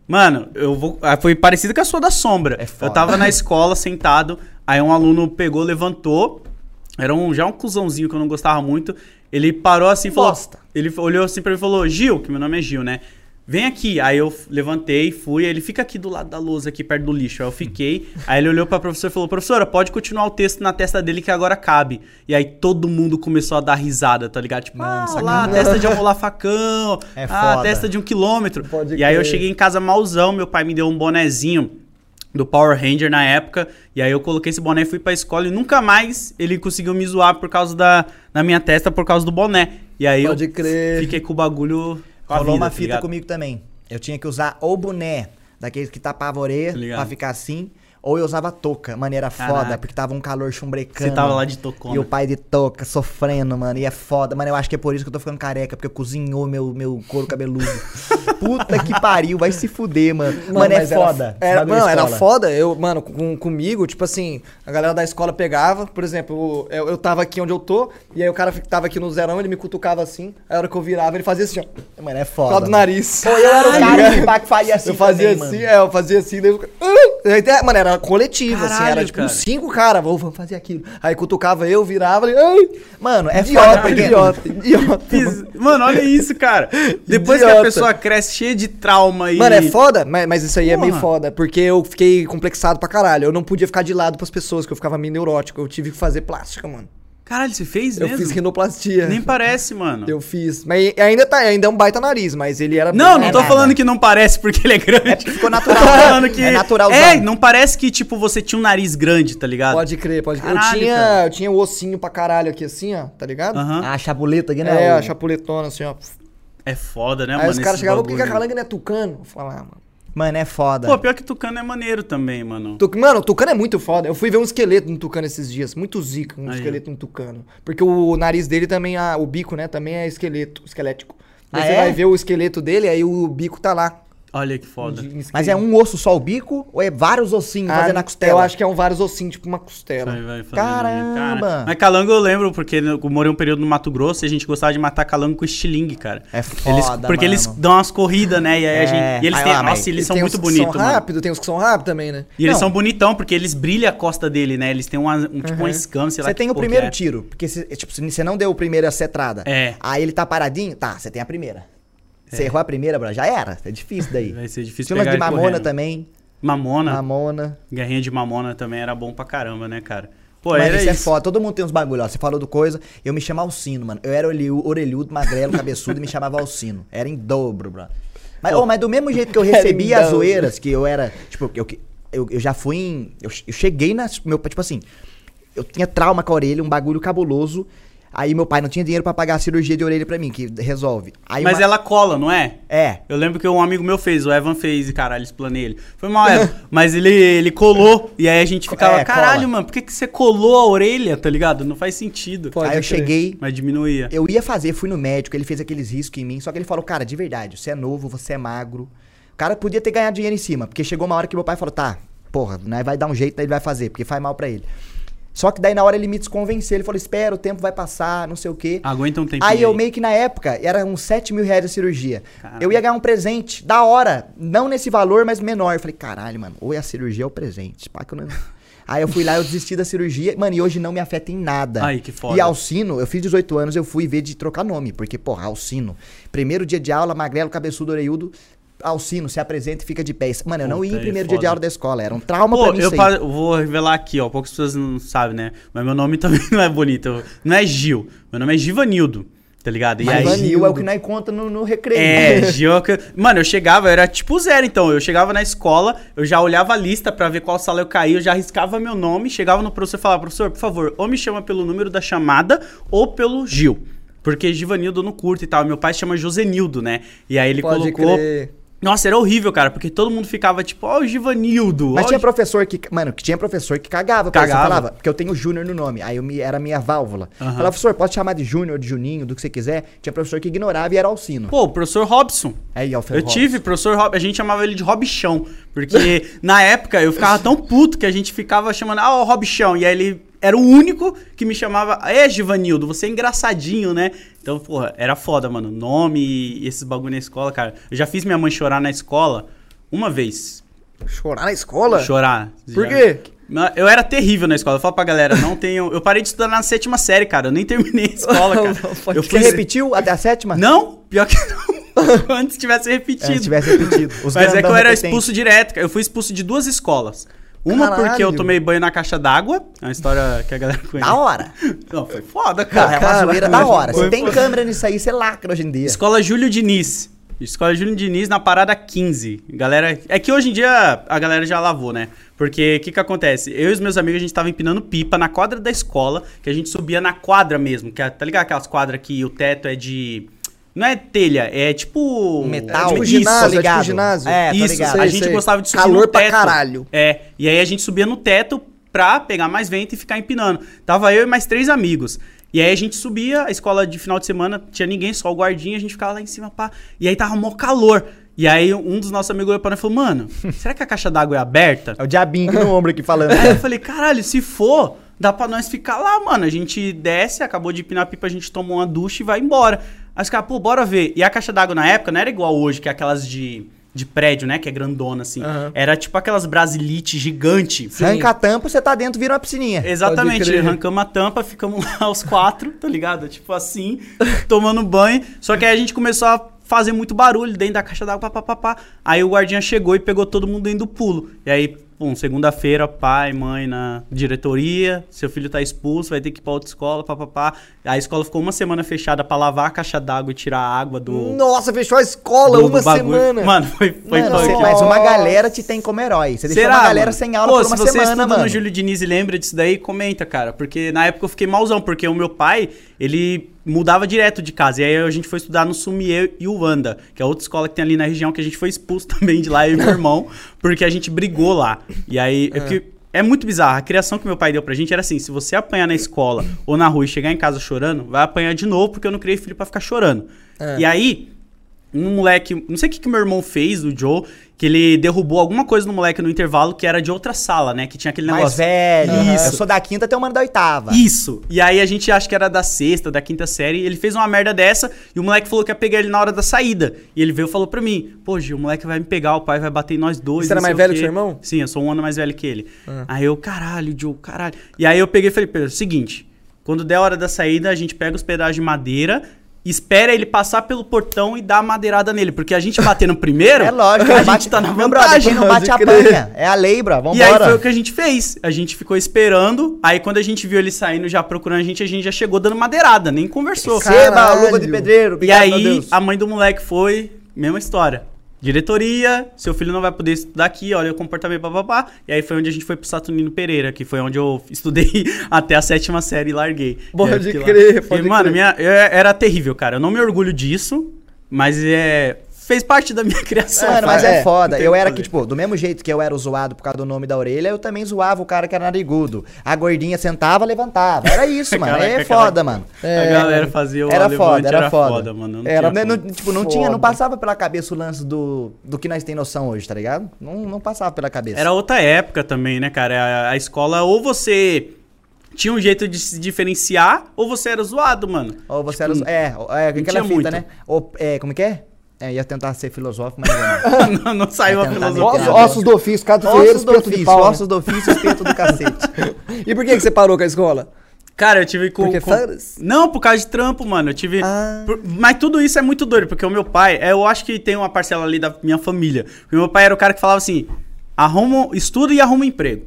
[SPEAKER 3] Mano, eu vou. ah, Foi parecido com a sua da sombra.
[SPEAKER 2] É foda.
[SPEAKER 3] Eu tava na escola sentado, aí um aluno pegou, levantou. Era um, já um cuzãozinho que eu não gostava muito. Ele parou assim e falou.
[SPEAKER 2] Bosta.
[SPEAKER 3] Ele olhou assim pra mim e falou: Gil, que meu nome é Gil, né? Vem aqui. Aí eu f- levantei, fui. aí Ele fica aqui do lado da lousa, aqui perto do lixo. Aí eu fiquei. aí ele olhou pra professora e falou: Professora, pode continuar o texto na testa dele que agora cabe. E aí todo mundo começou a dar risada, tá ligado? Tipo, ah, lá, a testa de amolar facão.
[SPEAKER 2] É
[SPEAKER 3] ah, a
[SPEAKER 2] foda.
[SPEAKER 3] testa de um quilômetro.
[SPEAKER 2] Pode
[SPEAKER 3] e aí eu
[SPEAKER 2] crer.
[SPEAKER 3] cheguei em casa malzão, meu pai me deu um bonezinho do Power Ranger na época, e aí eu coloquei esse boné, fui pra escola e nunca mais ele conseguiu me zoar por causa da na minha testa por causa do boné. E aí
[SPEAKER 1] Pode
[SPEAKER 3] eu
[SPEAKER 1] crer.
[SPEAKER 3] fiquei com o bagulho com a
[SPEAKER 2] Rolou
[SPEAKER 3] vida,
[SPEAKER 2] uma
[SPEAKER 3] tá
[SPEAKER 2] fita
[SPEAKER 3] ligado?
[SPEAKER 2] comigo também. Eu tinha que usar ou boné, daqueles que tapava a orelha
[SPEAKER 3] Tá ligado.
[SPEAKER 2] pra ficar assim, ou eu usava touca, maneira
[SPEAKER 3] Caraca.
[SPEAKER 2] foda, porque tava um calor chumbrecando.
[SPEAKER 3] Você tava lá de tocona.
[SPEAKER 2] E o pai de touca sofrendo, mano, e é foda. Mano, eu acho que é por isso que eu tô ficando careca, porque cozinhou meu, meu couro cabeludo. Puta que pariu, vai se fuder, mano. Mano, é
[SPEAKER 1] mas
[SPEAKER 2] foda.
[SPEAKER 1] Era, era,
[SPEAKER 2] Bagulho
[SPEAKER 1] mano, era
[SPEAKER 2] escola.
[SPEAKER 1] foda. Eu, mano, com, comigo, tipo assim, a galera da escola pegava, por exemplo, eu, eu tava aqui onde eu tô, e aí o cara que tava aqui no zerão, ele me cutucava assim, a hora que eu virava, ele fazia assim, ó, por
[SPEAKER 2] Mano, é
[SPEAKER 1] causa
[SPEAKER 2] foda.
[SPEAKER 1] do nariz.
[SPEAKER 2] Pô, eu era o cara
[SPEAKER 1] Caralho.
[SPEAKER 2] que bac- fazia assim
[SPEAKER 1] eu fazia
[SPEAKER 2] também,
[SPEAKER 1] assim,
[SPEAKER 2] mano.
[SPEAKER 1] é, eu fazia assim, daí eu... Ah! Aí, é, Mano, era coletivo, assim,
[SPEAKER 3] Caralho,
[SPEAKER 1] era tipo
[SPEAKER 3] cara.
[SPEAKER 1] uns cinco caras, vamos vamos fazer aquilo. Aí cutucava eu, virava, ele, ai,
[SPEAKER 2] Mano, é foda,
[SPEAKER 1] idiota, idiota,
[SPEAKER 2] porque...
[SPEAKER 1] idiota.
[SPEAKER 3] Fiz- Mano, olha isso, cara. Depois que a
[SPEAKER 1] Idiota.
[SPEAKER 3] pessoa cresce cheia de trauma e
[SPEAKER 1] Mano, é foda, mas, mas isso aí é meio
[SPEAKER 3] Porra.
[SPEAKER 1] foda, porque eu fiquei complexado pra caralho. Eu não podia ficar de lado pras pessoas, que eu ficava meio neurótico. Eu tive que fazer plástica, mano.
[SPEAKER 3] Caralho, você fez
[SPEAKER 1] Eu
[SPEAKER 3] mesmo?
[SPEAKER 1] fiz rinoplastia.
[SPEAKER 3] Nem parece, mano.
[SPEAKER 1] Eu fiz. Mas ainda, tá, ainda é um baita nariz, mas ele era.
[SPEAKER 3] Não,
[SPEAKER 1] bem-
[SPEAKER 3] não tô
[SPEAKER 2] É nada.
[SPEAKER 3] falando que não parece porque ele é grande.
[SPEAKER 2] É porque ficou
[SPEAKER 3] Tô
[SPEAKER 2] natural. né?
[SPEAKER 3] falando que
[SPEAKER 2] É natural.
[SPEAKER 3] É, não parece que tipo você tinha um nariz grande, tá ligado?
[SPEAKER 1] Pode crer, pode crer.
[SPEAKER 3] Caralho,
[SPEAKER 1] eu tinha
[SPEAKER 3] cara.
[SPEAKER 1] eu tinha o ossinho pra caralho aqui, assim, ó, tá ligado?
[SPEAKER 3] Aham.
[SPEAKER 2] A chapuleta aqui, né?
[SPEAKER 1] É,
[SPEAKER 2] o-
[SPEAKER 1] a chapuletona, assim, ó.
[SPEAKER 3] É foda, né,
[SPEAKER 1] Aí
[SPEAKER 3] mano?
[SPEAKER 1] os caras
[SPEAKER 3] esses
[SPEAKER 1] chegavam, por que que a
[SPEAKER 3] bagulho.
[SPEAKER 1] calanga não é tucano? Eu falava, ah, mano.
[SPEAKER 2] Mano, é foda.
[SPEAKER 3] Pô, pior que Tucano é maneiro também, mano.
[SPEAKER 1] Tu- Mano, tucano é muito foda. Eu fui ver um esqueleto no tucano esses dias. Muito zica um
[SPEAKER 3] Aí, ó.
[SPEAKER 1] esqueleto no tucano. Porque o nariz dele também, ah, o bico, né, também é esqueleto, esquelético. Aí
[SPEAKER 2] Ah,
[SPEAKER 1] você
[SPEAKER 2] é?
[SPEAKER 1] vai ver o esqueleto dele, aí o bico tá lá.
[SPEAKER 3] Olha que foda.
[SPEAKER 2] Mas é um osso só o bico ou é vários ossinhos fazendo a costela?
[SPEAKER 1] Ah, Eu acho que é um vários ossinhos, tipo uma costela.
[SPEAKER 3] Vai, vai fazendo
[SPEAKER 2] Caramba!
[SPEAKER 3] aí, cara. Mas calango eu lembro, porque eu morei um período no Mato Grosso e a gente gostava de matar calango com estilingue, cara.
[SPEAKER 2] É foda,
[SPEAKER 3] Eles, porque eles
[SPEAKER 2] mano.
[SPEAKER 3] dão umas corridas, né? E aí a
[SPEAKER 2] É.
[SPEAKER 3] gente. E eles
[SPEAKER 2] Aí
[SPEAKER 3] têm.
[SPEAKER 2] lá,
[SPEAKER 3] nossa,
[SPEAKER 2] véi.
[SPEAKER 3] eles
[SPEAKER 1] E
[SPEAKER 3] são
[SPEAKER 1] tem
[SPEAKER 3] muito
[SPEAKER 1] uns que
[SPEAKER 3] bonitos,
[SPEAKER 1] são
[SPEAKER 3] mano.
[SPEAKER 1] um rápido, tem uns que são rápido também, né?
[SPEAKER 3] E eles
[SPEAKER 2] Não.
[SPEAKER 3] são bonitão, porque eles brilham a costa dele, né? Eles têm uma, um, tipo uma escama, sei lá.
[SPEAKER 2] Você
[SPEAKER 3] que
[SPEAKER 2] tem o
[SPEAKER 3] porra que
[SPEAKER 2] primeiro
[SPEAKER 3] é.
[SPEAKER 2] tiro, porque se- é, tipo, se você não deu o primeiro a cetrada.
[SPEAKER 3] É.
[SPEAKER 2] Aí ele tá paradinho, tá, você tem a primeira. Você errou a primeira, bro, já era. É difícil daí.
[SPEAKER 3] Vai ser
[SPEAKER 2] Tinha
[SPEAKER 3] difícil
[SPEAKER 2] umas de
[SPEAKER 3] pegar ele
[SPEAKER 2] mamona
[SPEAKER 3] correndo. Ah.
[SPEAKER 2] também.
[SPEAKER 3] Mamona.
[SPEAKER 2] Mamona.
[SPEAKER 3] Guerrinha de mamona também era bom pra caramba, né, cara? Pô,
[SPEAKER 2] Mas
[SPEAKER 3] era
[SPEAKER 2] isso,
[SPEAKER 3] isso.
[SPEAKER 2] é foda, todo mundo tem uns bagulho, ó. Você falou do coisa, eu me chamava Alcino, mano. Eu era olhiu- orelhudo, magrelo, cabeçudo e me chamava Alcino. Era em dobro, bro. Mas, ô, mas do mesmo jeito que eu
[SPEAKER 1] Era em
[SPEAKER 2] recebia as
[SPEAKER 1] dobro.
[SPEAKER 2] zoeiras, que eu era. Tipo, eu, que- eu, eu já fui em. Eu, che- eu cheguei na. Meu, pai, tipo assim, eu tinha trauma com a orelha, um bagulho cabuloso. Aí meu pai não tinha dinheiro pra pagar a cirurgia de orelha pra mim, que resolve. Aí
[SPEAKER 3] Mas
[SPEAKER 2] uma-
[SPEAKER 3] ela cola, não é?
[SPEAKER 2] É.
[SPEAKER 3] Eu lembro que um amigo meu fez, o Evan fez, e caralho, explanei ele. foi mal, Evan. Mas ele, ele colou, e aí a gente ficava,
[SPEAKER 2] É, cola.
[SPEAKER 3] caralho, mano, por que, que você colou a orelha, tá ligado? Não faz sentido.
[SPEAKER 1] Pode
[SPEAKER 2] aí eu
[SPEAKER 1] crer.
[SPEAKER 2] cheguei.
[SPEAKER 3] Mas diminuía.
[SPEAKER 2] Eu ia fazer, fui no médico, ele fez aqueles riscos em mim, só que ele falou, cara, de verdade, você é novo, você é magro. O cara podia ter ganhado dinheiro em cima, porque chegou uma hora que meu pai falou, tá, porra, né, vai dar um jeito, né, ele vai fazer, porque faz mal pra ele. Só que daí na hora ele me desconvenceu, ele falou, espera, o tempo vai passar, não sei o quê.
[SPEAKER 3] Aguenta um tempinho.
[SPEAKER 2] Aí eu meio que na época, era uns 7 mil reais a cirurgia.
[SPEAKER 3] Caralho.
[SPEAKER 2] Eu ia ganhar um presente, da hora. Não nesse valor, mas menor. Eu falei, caralho, mano, ou é a cirurgia ou o presente. Pá, que eu não... Aí eu fui lá, eu desisti da cirurgia. Mano, e hoje não me afeta em nada.
[SPEAKER 3] Ai, que foda.
[SPEAKER 2] E Alcino, eu fiz 18 anos, eu fui ver de trocar nome. Porque, porra, Alcino. Primeiro dia de aula, magrelo, cabeçudo, orelhudo. Alcino, se apresenta e fica de pé. Mano, eu não
[SPEAKER 3] Puta,
[SPEAKER 2] ia em
[SPEAKER 3] aí é
[SPEAKER 2] primeiro
[SPEAKER 3] foda.
[SPEAKER 2] dia de aula da escola. Era um trauma
[SPEAKER 3] Pô,
[SPEAKER 2] pra mim
[SPEAKER 3] eu
[SPEAKER 2] isso aí.
[SPEAKER 3] pa- eu vou revelar aqui, ó. Poucas pessoas não sabem, né? Mas meu nome também não é bonito. eu- Não é Gil. Meu nome é Givanildo, tá ligado? E
[SPEAKER 2] Mas
[SPEAKER 3] aí,
[SPEAKER 2] Vanil é o que nós conta no, no recreio.
[SPEAKER 3] É, Gioca. Mano, eu chegava, eu era tipo zero, então. Eu chegava na escola, eu já olhava a lista pra ver qual sala eu caía, eu já arriscava meu nome, chegava no professor e falava, professor, por favor, ou me chama pelo número da chamada ou pelo Gil. Porque Givanildo eu não curto e tal. Meu pai chama Josenildo, né? E aí ele
[SPEAKER 1] Pode
[SPEAKER 3] colocou.
[SPEAKER 1] crer.
[SPEAKER 3] Nossa, era horrível, cara, porque todo mundo ficava tipo, ó, o Givanildo.
[SPEAKER 2] Mas
[SPEAKER 3] ó,
[SPEAKER 2] tinha
[SPEAKER 3] o
[SPEAKER 2] professor que, mano, que tinha professor que cagava, pra isso,
[SPEAKER 3] Cagava.
[SPEAKER 2] falava, porque eu tenho Júnior no nome. Aí eu me, era a minha válvula. Falava, professor, pode chamar de Júnior, de Juninho, do que você quiser. Tinha professor que ignorava e era Alcino.
[SPEAKER 3] Pô, o professor Robson.
[SPEAKER 2] Aí, Alfredo
[SPEAKER 3] Eu tive professor Rob, a gente chamava ele de Robichão, porque na época eu ficava tão puto que a gente ficava chamando, ah, o Robichão, e aí ele era o único que me chamava, é, Givanildo, você é engraçadinho, né? Então, porra, era foda, mano, nome e esses bagulho na escola, cara. Eu já fiz minha mãe chorar na escola uma vez.
[SPEAKER 1] Chorar na escola?
[SPEAKER 3] Chorar.
[SPEAKER 1] Por
[SPEAKER 3] Já-
[SPEAKER 1] quê?
[SPEAKER 3] Mas Eu era terrível na escola, eu falo pra galera, não tenho... Eu parei de estudar na sétima série, cara, eu nem terminei a escola, cara.
[SPEAKER 1] Pode
[SPEAKER 3] eu
[SPEAKER 2] Você
[SPEAKER 3] fui...
[SPEAKER 2] repetiu até a sétima?
[SPEAKER 3] Não, pior que não. Antes tivesse repetido.
[SPEAKER 2] É, tivesse repetido. Os
[SPEAKER 3] Mas é que
[SPEAKER 2] grandão
[SPEAKER 3] eu era
[SPEAKER 2] repetentes.
[SPEAKER 3] expulso direto. cara. Eu fui expulso de duas escolas. Uma
[SPEAKER 1] Caralho.
[SPEAKER 3] porque eu tomei banho na caixa d'água. É uma história que a galera conhece.
[SPEAKER 2] Da hora.
[SPEAKER 3] Não, foi foda,
[SPEAKER 2] Cara, é
[SPEAKER 3] cara.
[SPEAKER 2] uma zoeira da hora.
[SPEAKER 3] Foi
[SPEAKER 2] Se tem
[SPEAKER 3] foda.
[SPEAKER 2] câmera nisso aí, você lacra hoje em dia.
[SPEAKER 3] Escola Júlio Diniz. Escola Júlio Diniz na parada 15. Galera, é que hoje em dia a galera já lavou, né? Porque o que que acontece? Eu e os meus amigos a gente tava empinando pipa na quadra da escola, que a gente subia na quadra mesmo, que é- tá ligado aquelas quadras que o teto é de não é telha, é tipo
[SPEAKER 2] Metal.
[SPEAKER 1] Tipo
[SPEAKER 2] Isso,
[SPEAKER 1] ginásio,
[SPEAKER 2] tá
[SPEAKER 1] é tipo
[SPEAKER 2] ligado.
[SPEAKER 1] ginásio.
[SPEAKER 2] É, tá
[SPEAKER 3] Isso,
[SPEAKER 2] ligado.
[SPEAKER 3] a
[SPEAKER 1] Sei,
[SPEAKER 3] gente
[SPEAKER 1] sei.
[SPEAKER 3] gostava de subir
[SPEAKER 1] Calor
[SPEAKER 3] no
[SPEAKER 1] pra
[SPEAKER 3] teto.
[SPEAKER 1] caralho.
[SPEAKER 3] É, e aí a gente subia no teto pra pegar mais vento e ficar empinando. Tava eu e mais três amigos. E aí a gente subia, a escola de final de semana tinha ninguém, só o guardinha, a gente ficava lá em cima, pá. E aí tava mó calor. E aí um dos nossos amigos olhou pra nós e falou, mano, será que a caixa d'água é aberta?
[SPEAKER 2] É o diabinho no ombro aqui falando.
[SPEAKER 3] Aí eu falei, caralho, se for, dá pra nós ficar lá, mano. A gente desce, acabou de empinar a pipa, a gente toma uma ducha e vai embora. Aí os caras, pô, bora ver. E a caixa d'água na época não era igual hoje, que é aquelas de, de prédio, né? Que é grandona, assim. Era tipo aquelas brasilite gigante.
[SPEAKER 2] Você Arranca a tampa, você tá dentro, vira uma
[SPEAKER 3] É.
[SPEAKER 2] piscininha.
[SPEAKER 1] Pode
[SPEAKER 3] Exatamente,
[SPEAKER 1] crer.
[SPEAKER 3] arrancamos a tampa, ficamos lá os quatro, tá ligado? Tipo assim, tomando banho. Só que aí a gente começou a fazer muito barulho dentro da caixa d'água, pá, pá, pá, pá. Aí o guardinha chegou e pegou todo mundo dentro do pulo. E aí, pum, segunda-feira, pai, mãe na diretoria, seu filho tá expulso, vai ter que ir pra outra escola, pá, pá, pá. A escola ficou uma semana fechada pra lavar a caixa d'água e tirar a água do...
[SPEAKER 1] Nossa, fechou a escola
[SPEAKER 3] do- do
[SPEAKER 1] uma
[SPEAKER 3] bagulho.
[SPEAKER 1] semana.
[SPEAKER 3] Mano, foi, foi
[SPEAKER 2] Mano,
[SPEAKER 3] punk.
[SPEAKER 2] você- mas uma galera te tem como herói. Você deixou uma galera
[SPEAKER 3] mano?
[SPEAKER 2] sem aula
[SPEAKER 3] Pô,
[SPEAKER 2] por uma
[SPEAKER 3] se você
[SPEAKER 2] semana,
[SPEAKER 3] estuda
[SPEAKER 2] mano.
[SPEAKER 3] no Júlio Diniz e lembra disso daí, comenta, cara. Porque na época eu fiquei malzão, porque o meu pai, ele mudava direto de casa. E aí a gente foi estudar no Sumier e Uanda, que é outra escola que tem ali na região, que a gente foi expulso também de lá, eu e meu irmão, porque a gente brigou lá. E aí... É. porque é muito bizarro. A criação que meu pai deu pra gente era assim: se você apanhar na escola ou na rua e chegar em casa chorando, vai apanhar de novo, porque eu não criei filho pra ficar chorando. E aí, um moleque, não sei o que, que meu irmão fez, o Joe, que ele derrubou alguma coisa no moleque no intervalo que era de outra sala, né? Que tinha aquele
[SPEAKER 2] Mais
[SPEAKER 3] negócio.
[SPEAKER 2] velho.
[SPEAKER 1] né?
[SPEAKER 3] Isso.
[SPEAKER 2] Eu sou da quinta até o mano da oitava.
[SPEAKER 3] Isso. E aí a gente acha que era da sexta, da quinta série. Ele fez uma merda dessa e o moleque falou que ia pegar ele na hora da saída. E ele veio e falou pra mim: Pô, Gil, o moleque vai me pegar, o pai vai bater em nós dois.
[SPEAKER 1] Você era
[SPEAKER 3] não sei
[SPEAKER 1] mais
[SPEAKER 3] o
[SPEAKER 1] velho que
[SPEAKER 3] quê."
[SPEAKER 1] seu irmão? Ah.
[SPEAKER 3] Sim, eu sou um ano mais velho que ele. Aí eu, caralho, Joe, caralho. E aí eu peguei e falei: Pedro, é seguinte, quando der a hora da saída, a gente pega os pedaços de madeira. Espera ele passar pelo portão e dá a madeirada nele. Porque a gente bater no primeiro.
[SPEAKER 2] É lógico,
[SPEAKER 3] a
[SPEAKER 2] bate-
[SPEAKER 3] gente tá na
[SPEAKER 2] Meu brother,
[SPEAKER 3] vantagem.
[SPEAKER 2] quem não bate
[SPEAKER 1] Pode
[SPEAKER 2] apanha. É a lei, bro.
[SPEAKER 3] E aí foi o
[SPEAKER 2] Vambora.
[SPEAKER 3] que a gente fez. A gente ficou esperando. Aí quando a gente viu ele saindo já procurando a gente, a gente já chegou dando madeirada, nem conversou.
[SPEAKER 2] Seba,
[SPEAKER 1] Caralho.
[SPEAKER 2] luva é de pedreiro.
[SPEAKER 3] E
[SPEAKER 2] obrigado, meu
[SPEAKER 3] aí
[SPEAKER 2] Deus.
[SPEAKER 3] a mãe do moleque foi, mesma história. Diretoria, seu filho não vai poder estudar aqui, olha o comportamento, papapá. E aí foi onde a gente foi pro Saturnino Pereira, que foi onde eu estudei até a sétima série e larguei.
[SPEAKER 1] Pode
[SPEAKER 3] E aí eu fiquei
[SPEAKER 1] crer,
[SPEAKER 3] Porque,
[SPEAKER 1] pode
[SPEAKER 3] Mano,
[SPEAKER 1] crer.
[SPEAKER 3] minha, eu- era terrível, cara. Eu não me orgulho disso, mas é, fez parte da minha criação.
[SPEAKER 2] Mano, mas
[SPEAKER 3] cara.
[SPEAKER 2] é, foda.
[SPEAKER 3] Não tem
[SPEAKER 2] Eu
[SPEAKER 3] o que
[SPEAKER 2] era
[SPEAKER 3] fazer.
[SPEAKER 2] é foda, mano.
[SPEAKER 3] Caraca, caraca. a galera fazia o
[SPEAKER 2] Era
[SPEAKER 3] levante,
[SPEAKER 2] foda, era foda.
[SPEAKER 3] mano.
[SPEAKER 2] Era,
[SPEAKER 3] tinha
[SPEAKER 2] né,
[SPEAKER 3] como.
[SPEAKER 2] não, tipo, não tinha, não
[SPEAKER 1] Foda.
[SPEAKER 2] passava pela cabeça o lance do, do que nós tem noção hoje, tá ligado? Não, não passava pela cabeça.
[SPEAKER 3] Era outra época também, né, cara? A, a escola, ou você tinha um jeito de se diferenciar, ou você era zoado, mano.
[SPEAKER 2] Ou você era. É, ou- é
[SPEAKER 3] Tipo, tinha
[SPEAKER 2] aquela fita,
[SPEAKER 3] muito.
[SPEAKER 2] né? Ou, é, como que é? É, ia tentar ser filosófico, mas não. é, não.
[SPEAKER 3] não, não saiu a
[SPEAKER 2] Vai tentar né?
[SPEAKER 3] filosofia.
[SPEAKER 1] Ossos,
[SPEAKER 2] Obrigado.
[SPEAKER 1] ossos do ofício, caduqueiro,
[SPEAKER 2] Ossos do
[SPEAKER 1] espeto de
[SPEAKER 2] ofício,
[SPEAKER 1] pau. né?
[SPEAKER 2] ossos do ofício, espeto do cacete.
[SPEAKER 1] E por que, que você parou com a escola?
[SPEAKER 3] Cara, eu tive com,
[SPEAKER 1] Porque
[SPEAKER 3] com...
[SPEAKER 1] fãs?
[SPEAKER 3] Não, por causa de trampo, mano. Eu tive. por- Mas tudo isso é muito doido, porque o meu pai, é, eu acho que tem uma parcela ali da minha família. Porque meu pai era o cara que falava assim: arruma, um, estuda e arruma emprego.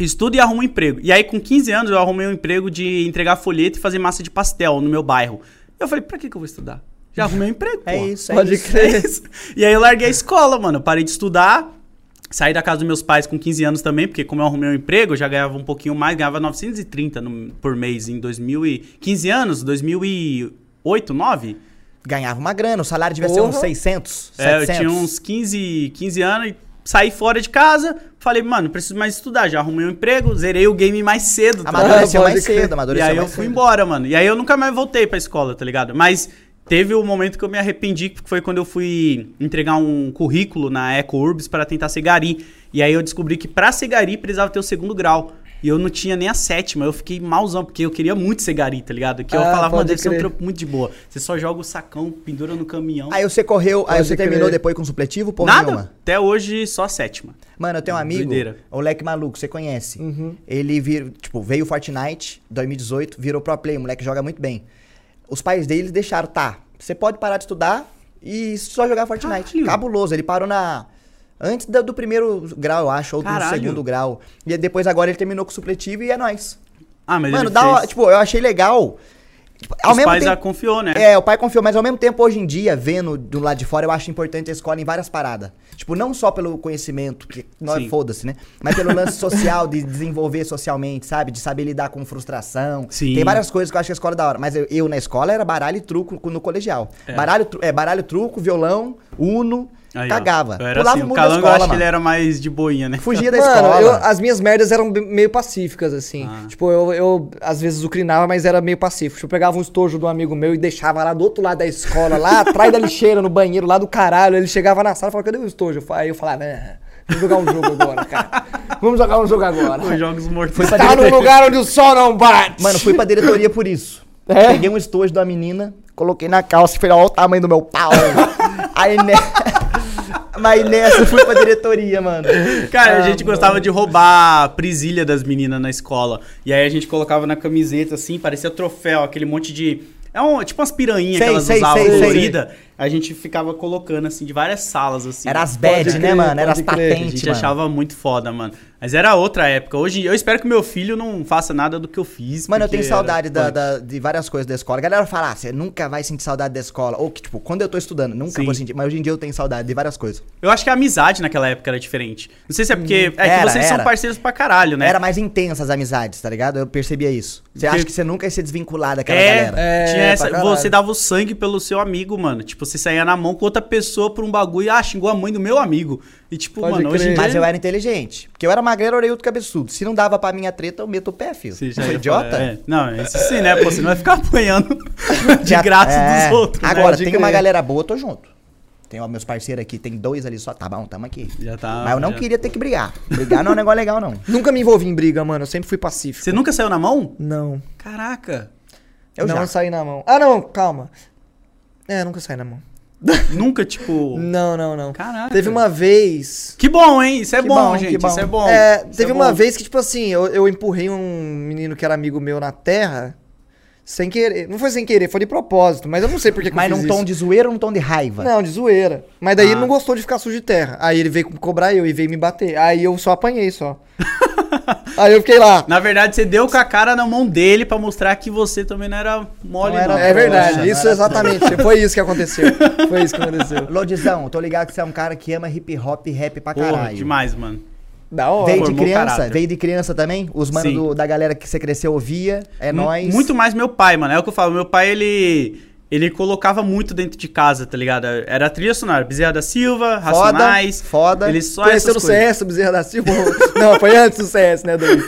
[SPEAKER 3] Estuda e arruma um emprego. E aí, com 15 anos, eu arrumei um emprego de entregar folheto e fazer massa de pastel no meu bairro. Eu falei, pra que, que eu vou estudar? Já arrumei um emprego,
[SPEAKER 2] É
[SPEAKER 3] pô.
[SPEAKER 2] isso, é
[SPEAKER 1] Pode
[SPEAKER 2] isso.
[SPEAKER 1] crer.
[SPEAKER 3] É isso. E aí eu larguei a escola, mano. Eu Parei de estudar. Saí da casa dos meus pais com 15 anos também, porque como eu arrumei um emprego, eu já ganhava um pouquinho mais, ganhava 930 no- por mês em 2015 anos, 2008, 9?
[SPEAKER 2] ganhava uma grana, o salário devia ser uns
[SPEAKER 1] Porra.
[SPEAKER 2] 600,
[SPEAKER 3] É,
[SPEAKER 2] 700.
[SPEAKER 3] eu tinha uns 15, 15 anos e saí fora de casa. Falei, mano, preciso mais estudar. Já arrumei um emprego, zerei o game mais cedo. tá ligado?
[SPEAKER 2] Amadureceu
[SPEAKER 1] Ah,
[SPEAKER 2] mais
[SPEAKER 1] pode crer.
[SPEAKER 2] cedo,
[SPEAKER 3] E
[SPEAKER 2] amadureceu
[SPEAKER 3] aí eu
[SPEAKER 2] mais
[SPEAKER 3] fui
[SPEAKER 2] cedo.
[SPEAKER 3] embora, mano. E aí eu nunca mais voltei pra escola, tá ligado? Mas teve um momento que eu me arrependi, que foi quando eu fui entregar um currículo na Eco Urbs pra tentar ser gari. E aí eu descobri que pra ser gari precisava ter o segundo grau. E eu não tinha nem a sétima, eu fiquei malzão, porque eu queria muito ser gari, tá ligado? Que eu
[SPEAKER 1] Ah,
[SPEAKER 3] falava, mano,
[SPEAKER 1] pode
[SPEAKER 3] deve ser um
[SPEAKER 1] crer.
[SPEAKER 3] trampo muito de boa. Você só joga o sacão, pendura no caminhão.
[SPEAKER 2] Aí você correu, aí
[SPEAKER 1] Pode
[SPEAKER 2] você
[SPEAKER 1] crer.
[SPEAKER 2] terminou depois com supletivo, porra
[SPEAKER 3] Nada.
[SPEAKER 2] nenhuma?
[SPEAKER 3] Até hoje, só a sétima.
[SPEAKER 2] Mano, eu tenho um amigo,
[SPEAKER 3] Doideira.
[SPEAKER 2] o Leque Maluco, você conhece.
[SPEAKER 1] Uhum.
[SPEAKER 2] Ele vir, tipo, veio Fortnite 2018, virou pro play, o moleque joga muito bem. Os pais dele deixaram, tá, você pode parar de estudar e só jogar Fortnite.
[SPEAKER 3] Caralho.
[SPEAKER 2] Cabuloso, ele parou na antes da- do, primeiro grau, eu acho, ou
[SPEAKER 3] Caralho.
[SPEAKER 2] do segundo grau. E depois agora ele terminou com o supletivo e é nóis.
[SPEAKER 3] Ah, mas
[SPEAKER 2] Mano,
[SPEAKER 3] ele
[SPEAKER 2] dá,
[SPEAKER 3] fez.
[SPEAKER 2] uma- tipo, eu achei legal. Tipo, ao
[SPEAKER 3] Os
[SPEAKER 2] mesmo
[SPEAKER 3] pais
[SPEAKER 2] tempo,
[SPEAKER 3] já confiou, né?
[SPEAKER 2] é, o pai confiou, mas ao mesmo tempo, hoje em dia, vendo do lado de fora, eu acho importante a escola em várias paradas. Tipo, não só pelo conhecimento, que não é
[SPEAKER 3] Sim.
[SPEAKER 2] foda-se, né? Mas pelo lance social, de desenvolver socialmente, sabe? De saber lidar com frustração.
[SPEAKER 3] Sim.
[SPEAKER 2] Tem várias coisas que eu acho que a escola é da hora. Mas eu, eu, na escola era baralho e truco no colegial. Baralho, tru- é, baralho, truco, violão, uno,
[SPEAKER 3] Aí, ó.
[SPEAKER 2] cagava.
[SPEAKER 3] Eu era assim,
[SPEAKER 2] o
[SPEAKER 3] o
[SPEAKER 2] muro
[SPEAKER 3] Calango eu acho que
[SPEAKER 2] mano.
[SPEAKER 3] ele era mais de boinha, né?
[SPEAKER 2] Fugia da
[SPEAKER 1] Mano,
[SPEAKER 2] escola.
[SPEAKER 1] eu- as minhas merdas eram be- meio pacíficas, assim.
[SPEAKER 3] Ah.
[SPEAKER 1] Tipo, eu, eu às vezes ucrinava, mas era meio pacífico. Tipo, eu pegava um estojo de um amigo meu e deixava lá do outro lado da escola, lá atrás da lixeira, no banheiro, lá do caralho. Ele chegava na sala e falava, cadê o estojo? Eu fa- Aí eu falava, né, vamos jogar um jogo agora, cara. Vamos jogar um jogo
[SPEAKER 3] Os
[SPEAKER 1] agora.
[SPEAKER 3] jogos mortos.
[SPEAKER 1] Tá num lugar onde o sol não bate.
[SPEAKER 2] Mano, fui pra diretoria por isso.
[SPEAKER 1] É?
[SPEAKER 2] Peguei um estojo da menina, coloquei na calça e falei, olha o tamanho do meu pau. Aí nessa... Mas nessa fui pra diretoria, mano.
[SPEAKER 3] Cara, a
[SPEAKER 2] Ah,
[SPEAKER 3] gente gostava de roubar a prisilha das meninas na escola. E aí a gente colocava na camiseta, assim, parecia troféu, aquele monte de. É um, tipo umas piranhas
[SPEAKER 2] Sei,
[SPEAKER 3] que elas
[SPEAKER 2] sei,
[SPEAKER 3] usavam
[SPEAKER 2] sei, sei.
[SPEAKER 3] colorida. A gente ficava colocando, assim, de várias salas, assim.
[SPEAKER 2] Era as
[SPEAKER 1] Pode
[SPEAKER 2] bad, né,
[SPEAKER 1] crer,
[SPEAKER 2] mano? Era as
[SPEAKER 1] pode crer.
[SPEAKER 3] A
[SPEAKER 2] patentes,
[SPEAKER 3] gente
[SPEAKER 2] mano.
[SPEAKER 3] achava muito foda, mano. Mas era outra época. Hoje, eu espero que meu filho não faça nada do que eu fiz.
[SPEAKER 2] Mano, eu
[SPEAKER 3] porque
[SPEAKER 2] tenho saudade
[SPEAKER 3] era
[SPEAKER 2] da-
[SPEAKER 3] punk.
[SPEAKER 2] da- de várias coisas da escola. A galera fala, ah, você nunca vai sentir saudade da escola. Ou que, tipo, quando eu tô estudando, nunca
[SPEAKER 3] Sim.
[SPEAKER 2] vou sentir. Mas hoje em dia eu tenho saudade de várias coisas.
[SPEAKER 3] Eu acho que a amizade naquela época era diferente. Não sei se é porque. É
[SPEAKER 2] Era,
[SPEAKER 3] que vocês
[SPEAKER 2] era.
[SPEAKER 3] são parceiros pra caralho, né?
[SPEAKER 2] Era mais intensas as amizades, tá ligado? Eu percebia isso. Você
[SPEAKER 3] Que-
[SPEAKER 2] acha que você nunca ia ser desvinculado daquela
[SPEAKER 3] É,
[SPEAKER 2] galera.
[SPEAKER 1] É,
[SPEAKER 3] tinha
[SPEAKER 1] pra
[SPEAKER 3] essa.
[SPEAKER 1] caralho.
[SPEAKER 3] Você dava o sangue pelo seu amigo, mano. Tipo, você saía na mão com outra pessoa por um bagulho. Ah, xingou a mãe do meu amigo. E tipo,
[SPEAKER 1] Pode
[SPEAKER 3] mano, hoje em
[SPEAKER 1] crer.
[SPEAKER 3] dia...
[SPEAKER 2] Mas eu era inteligente. Porque eu era magrelo, orelhudo, cabeçudo. Se não dava pra minha treta, eu meto o pé, filho.
[SPEAKER 3] Você
[SPEAKER 2] Você
[SPEAKER 3] já
[SPEAKER 2] sou
[SPEAKER 3] ia
[SPEAKER 2] idiota?
[SPEAKER 3] falar, é. Não, isso sim, né? Pô, você não vai ficar apanhando de
[SPEAKER 2] Já-
[SPEAKER 3] graça
[SPEAKER 2] é.
[SPEAKER 3] dos outros, né?
[SPEAKER 2] Agora,
[SPEAKER 3] Pode
[SPEAKER 2] tem uma
[SPEAKER 3] crer.
[SPEAKER 2] galera boa, eu tô junto. Tem ó, meus parceiros aqui, tem dois ali só. Tá bom, tamo aqui.
[SPEAKER 3] Já tá,
[SPEAKER 2] Mas eu não
[SPEAKER 3] já.
[SPEAKER 2] queria ter que brigar. Brigar não é um negócio legal, não.
[SPEAKER 1] Nunca me envolvi em briga, mano. Eu sempre fui pacífico.
[SPEAKER 3] Você nunca saiu na mão?
[SPEAKER 1] Não.
[SPEAKER 3] Caraca.
[SPEAKER 2] Eu
[SPEAKER 1] não
[SPEAKER 2] já.
[SPEAKER 1] saí na mão. Ah, não, calma. É, nunca saí na mão.
[SPEAKER 3] Nunca, tipo...
[SPEAKER 1] Não, não, não.
[SPEAKER 3] Caraca.
[SPEAKER 1] Teve uma vez.
[SPEAKER 3] Que bom, hein? Isso é
[SPEAKER 2] Que
[SPEAKER 3] bom,
[SPEAKER 2] bom, que
[SPEAKER 3] gente.
[SPEAKER 2] bom.
[SPEAKER 3] Isso é bom.
[SPEAKER 1] É,
[SPEAKER 3] Isso
[SPEAKER 1] teve
[SPEAKER 3] é
[SPEAKER 1] uma
[SPEAKER 3] bom.
[SPEAKER 1] vez que, tipo assim, eu, eu empurrei um menino que era amigo meu na terra, sem querer. Não foi sem querer, foi de propósito, mas eu não sei por que que
[SPEAKER 2] Mas
[SPEAKER 1] eu fiz
[SPEAKER 2] num tom
[SPEAKER 1] isso.
[SPEAKER 2] de zoeira ou num tom de raiva?
[SPEAKER 1] Não, de zoeira. Mas daí
[SPEAKER 3] Ah.
[SPEAKER 1] ele não gostou de ficar sujo de terra. Aí ele veio cobrar eu e veio me bater. Aí eu só apanhei só. Aí eu fiquei lá.
[SPEAKER 3] Na verdade, você deu com a cara na mão dele pra mostrar que você também não era mole,
[SPEAKER 2] Não era
[SPEAKER 3] não.
[SPEAKER 1] É verdade,
[SPEAKER 2] Nossa,
[SPEAKER 1] isso
[SPEAKER 2] cara.
[SPEAKER 1] exatamente. Foi isso que aconteceu. Foi isso que aconteceu.
[SPEAKER 2] Lodizão, tô ligado que você é um cara que ama hip hop e rap pra
[SPEAKER 3] Porra,
[SPEAKER 2] caralho.
[SPEAKER 3] demais, mano.
[SPEAKER 1] Da hora.
[SPEAKER 2] Veio de
[SPEAKER 3] Formou
[SPEAKER 2] criança?
[SPEAKER 3] caráter.
[SPEAKER 2] Veio de criança também? Os manos
[SPEAKER 3] Sim.
[SPEAKER 2] do- da galera que você cresceu ouvia? É
[SPEAKER 3] Mu-
[SPEAKER 2] nóis.
[SPEAKER 3] Muito mais meu pai, mano. É o que eu falo. Meu pai, ele. Ele colocava muito dentro de casa, tá ligado? Era trilha sonora, Bezerra da Silva,
[SPEAKER 2] Foda,
[SPEAKER 3] Racionais.
[SPEAKER 2] foda.
[SPEAKER 3] Ele só
[SPEAKER 1] Conheceu
[SPEAKER 3] essas
[SPEAKER 1] no
[SPEAKER 3] coisas.
[SPEAKER 1] CS, o Bezerra da Silva. Não, foi antes do CS, né, Douglas?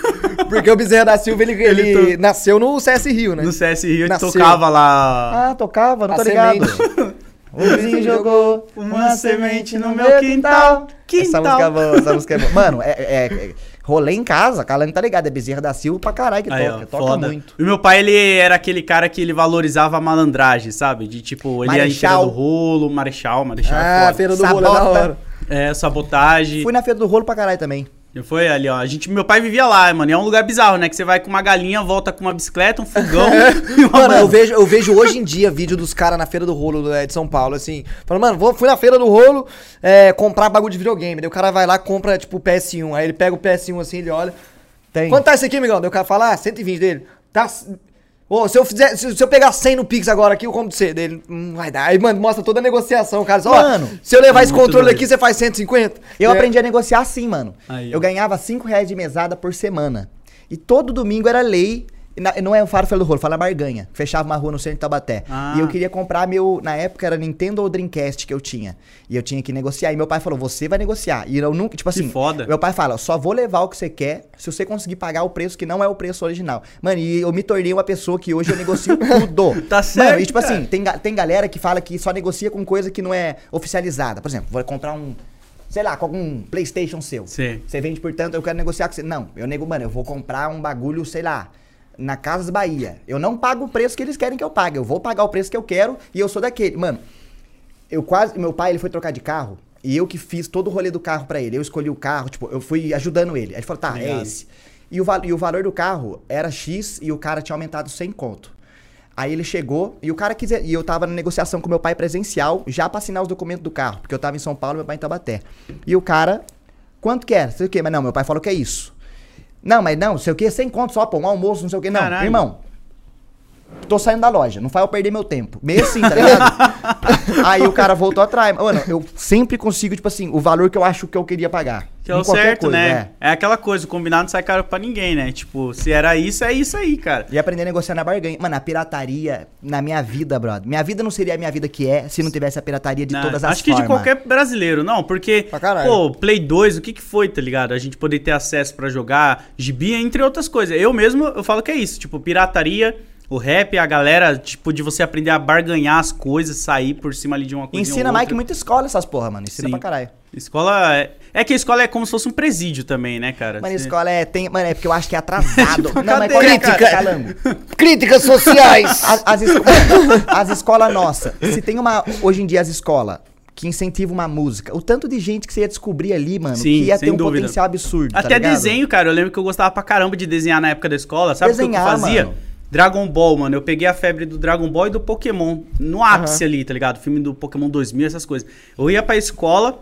[SPEAKER 1] Porque o Bezerra da Silva, ele, ele,
[SPEAKER 3] Ele tá-
[SPEAKER 1] nasceu no CS Rio, né?
[SPEAKER 3] No CS Rio, ele
[SPEAKER 1] Nasceu.
[SPEAKER 3] tocava lá.
[SPEAKER 2] Ah, tocava, não
[SPEAKER 1] A
[SPEAKER 2] tô ligado.
[SPEAKER 1] semente.
[SPEAKER 2] O vizinho jogou
[SPEAKER 3] uma semente no meu quintal.
[SPEAKER 2] Essa
[SPEAKER 3] Quintal.
[SPEAKER 2] música é boa, essa música é boa. Mano, é, é- é- rolê em casa, Calango tá ligado, é Bezerra da Silva pra caralho que
[SPEAKER 3] Aí,
[SPEAKER 2] toca,
[SPEAKER 3] ó,
[SPEAKER 2] toca
[SPEAKER 3] foda.
[SPEAKER 2] muito.
[SPEAKER 3] E meu pai, ele era aquele cara que ele valorizava a malandragem, sabe? De tipo, ele ia em Feira
[SPEAKER 2] Marechal.
[SPEAKER 3] do Rolo, Marechal, Marechal. é
[SPEAKER 1] Ah,
[SPEAKER 3] foda.
[SPEAKER 1] Feira do Rolê é da
[SPEAKER 2] Sabota.
[SPEAKER 1] hora.
[SPEAKER 3] É, sabotagem.
[SPEAKER 2] Fui na Feira do Rolo pra caralho também.
[SPEAKER 3] Foi ali, ó. A gente, meu pai vivia lá, mano. E é um lugar bizarro, né? Que você vai com uma galinha, volta com uma bicicleta, um fogão e uma
[SPEAKER 1] Mano, eu vejo, eu vejo hoje em dia vídeo dos caras na Feira do Rolo é, de São Paulo, assim. Falando, mano, vou, fui na Feira do Rolo é, comprar bagulho de videogame. Daí o cara vai lá, compra, tipo, o PS1. Aí ele pega o PS1 assim, ele olha.
[SPEAKER 2] Tem.
[SPEAKER 1] Quanto tá esse aqui, amigão? Daí o cara fala, ah, 120 dele. Tá. c- Ô, se eu fizer. Se, se eu pegar 100 no Pix agora aqui, eu compro de você. Dele, hum, vai dar. Aí, mano, mostra toda a negociação, o cara. Só,
[SPEAKER 2] Mano,
[SPEAKER 1] mano, se eu levar
[SPEAKER 3] é
[SPEAKER 1] esse
[SPEAKER 3] muito
[SPEAKER 1] controle
[SPEAKER 3] doido.
[SPEAKER 1] aqui, você faz 150.
[SPEAKER 2] Eu
[SPEAKER 1] É.
[SPEAKER 2] aprendi a negociar assim, mano.
[SPEAKER 3] Aí, ó.
[SPEAKER 2] eu ganhava 5 reais de mesada por semana. E todo domingo era lei E na- não é o Faro Fernando Rolo, fala Barganha. Fechava uma rua no centro de Taubaté.
[SPEAKER 3] Ah.
[SPEAKER 2] E eu queria comprar meu. Na época era Nintendo ou Dreamcast que eu tinha. E eu tinha que negociar. E meu pai falou: você vai negociar. E eu nunca, tipo
[SPEAKER 3] Que
[SPEAKER 2] assim.
[SPEAKER 3] foda.
[SPEAKER 2] Meu pai fala: só vou levar o que você quer se você conseguir pagar o preço que não é o preço original. Mano, e eu me tornei uma pessoa que hoje eu negocio tudo.
[SPEAKER 3] Tá certo,
[SPEAKER 2] Mano, e tipo
[SPEAKER 3] cara.
[SPEAKER 2] assim, tem, ga- tem galera que fala que só negocia com coisa que não é oficializada. Por exemplo, vou comprar um. Sei lá, com algum PlayStation seu.
[SPEAKER 3] Sim.
[SPEAKER 2] Você vende, portanto, eu quero negociar com você. Não, eu nego, mano, eu vou comprar um bagulho, sei lá, na Casas Bahia. Eu não pago o preço que eles querem que eu pague. Eu vou pagar o preço que eu quero e eu sou daquele. Mano, eu quase. Meu pai, ele foi trocar de carro e eu que fiz todo o rolê do carro pra ele. Eu escolhi o carro, tipo, eu fui ajudando ele. Aí ele falou, tá, é
[SPEAKER 3] Obrigado.
[SPEAKER 2] esse. E o, val- e o valor do carro era X e o cara tinha aumentado 100 conto. Aí ele chegou e o cara quiser. E eu tava na negociação com meu pai presencial, já pra assinar os documentos do carro, porque eu tava em São Paulo, meu pai em Tabaté. E o cara, quanto que é? Sei o quê, mas não, meu pai falou que é isso. Não, mas não, sei o quê, sem conto só, pô, um almoço, não sei o quê. Não,
[SPEAKER 3] Caralho.
[SPEAKER 2] irmão, tô saindo da loja, não faz eu perder meu tempo. Meio assim, tá ligado? Aí o cara voltou atrás. Mano, eu sempre consigo, tipo assim, o valor que eu acho que eu queria pagar.
[SPEAKER 3] Que é o
[SPEAKER 2] Em qualquer
[SPEAKER 3] certo,
[SPEAKER 2] coisa, é.
[SPEAKER 3] né? É. aquela coisa, o combinado não sai caro pra ninguém, né? Tipo, se era isso, é isso aí, cara.
[SPEAKER 2] E aprender a negociar na barganha. Mano, a pirataria na minha vida, brother. Minha vida não seria a minha vida que é se não tivesse a pirataria de
[SPEAKER 3] Não,
[SPEAKER 2] todas as
[SPEAKER 3] acho que de
[SPEAKER 2] formas.
[SPEAKER 3] qualquer brasileiro, não, porque,
[SPEAKER 2] Pra caralho.
[SPEAKER 3] pô, Play 2, o que que foi, tá ligado? A gente poder ter acesso pra jogar, gibi, entre outras coisas. Eu mesmo, eu falo que é isso, tipo, pirataria, o rap, a galera, tipo, de você aprender a barganhar as coisas, sair por cima ali de uma coisa
[SPEAKER 2] Ensina mais que muita escola essas porra, mano. Ensina
[SPEAKER 3] Sim.
[SPEAKER 2] pra caralho.
[SPEAKER 3] Escola, é... é que a escola é como se fosse um presídio também, né, cara?
[SPEAKER 2] Mano,
[SPEAKER 3] Você-
[SPEAKER 2] escola é. Tem, mano, é porque eu acho que é atrasado. não, mas qual
[SPEAKER 3] cadeia,
[SPEAKER 2] é, cara?
[SPEAKER 1] cara.
[SPEAKER 2] Calango.
[SPEAKER 1] Críticas sociais!
[SPEAKER 2] As, as, esco- as escolas nossas. Se tem uma. Hoje em dia, as escolas que incentivam uma música, o tanto de gente que você ia descobrir ali, mano,
[SPEAKER 3] Sim,
[SPEAKER 2] que ia
[SPEAKER 3] sem
[SPEAKER 2] ter um
[SPEAKER 3] dúvida.
[SPEAKER 2] potencial absurdo. tá
[SPEAKER 3] Até
[SPEAKER 2] ligado?
[SPEAKER 3] desenho, cara. Eu lembro que eu gostava pra caramba de desenhar na época da escola. Sabe o que eu
[SPEAKER 2] Desenhar,
[SPEAKER 3] fazia?
[SPEAKER 2] mano.
[SPEAKER 3] Dragon Ball, mano. Eu peguei a febre do Dragon Ball e do Pokémon. No ápice ali, tá ligado? Filme do Pokémon 2000, essas coisas. Eu ia pra escola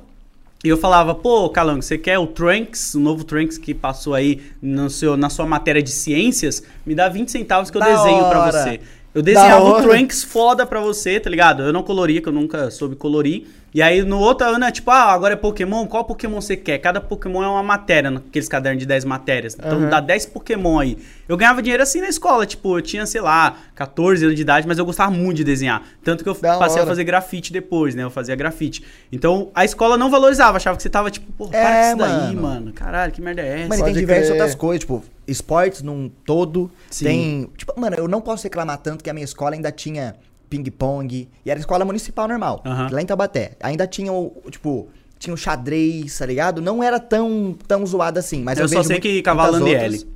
[SPEAKER 3] e eu falava, pô, Calango, você quer o Trunks, o novo Trunks que passou aí no seu, na sua matéria de ciências? Me dá 20 centavos que eu
[SPEAKER 2] Da
[SPEAKER 3] desenho pra
[SPEAKER 2] hora.
[SPEAKER 3] você. Eu desenhava o
[SPEAKER 1] hora.
[SPEAKER 3] Trunks foda pra você, tá ligado? Eu não coloria, que eu nunca soube colorir. E aí no outro ano é tipo, ah, agora é Pokémon, qual Pokémon você quer? Cada Pokémon é uma matéria, naqueles cadernos de 10 matérias. Então dá 10 Pokémon aí. Eu ganhava dinheiro assim na escola, tipo, eu tinha, sei lá, 14 anos de idade, mas eu gostava muito de desenhar. Tanto que eu
[SPEAKER 1] Da
[SPEAKER 3] passei a
[SPEAKER 1] hora.
[SPEAKER 3] fazer grafite depois, né? Eu fazia grafite. Então a escola não valorizava, achava que você tava tipo, pô, para
[SPEAKER 2] É,
[SPEAKER 3] com isso daí,
[SPEAKER 2] mano. então,
[SPEAKER 3] mano. Caralho, que merda é essa?
[SPEAKER 2] Mano, e tem
[SPEAKER 1] Pode
[SPEAKER 2] diversas
[SPEAKER 1] crer.
[SPEAKER 2] outras coisas, tipo, esportes num todo.
[SPEAKER 3] Sim.
[SPEAKER 2] Tem. Tipo, mano, eu não posso reclamar tanto que a minha escola ainda tinha ping-pong. E era escola municipal normal,
[SPEAKER 3] Aham.
[SPEAKER 2] lá em Taubaté. Ainda tinha o, o, tipo. Tinha o xadrez, tá ligado? Não era tão, tão zoado assim, mas eu,
[SPEAKER 3] Eu só
[SPEAKER 2] vejo
[SPEAKER 3] sei
[SPEAKER 2] muito-
[SPEAKER 3] que
[SPEAKER 2] muitas
[SPEAKER 3] Cavalandielli.
[SPEAKER 2] outras.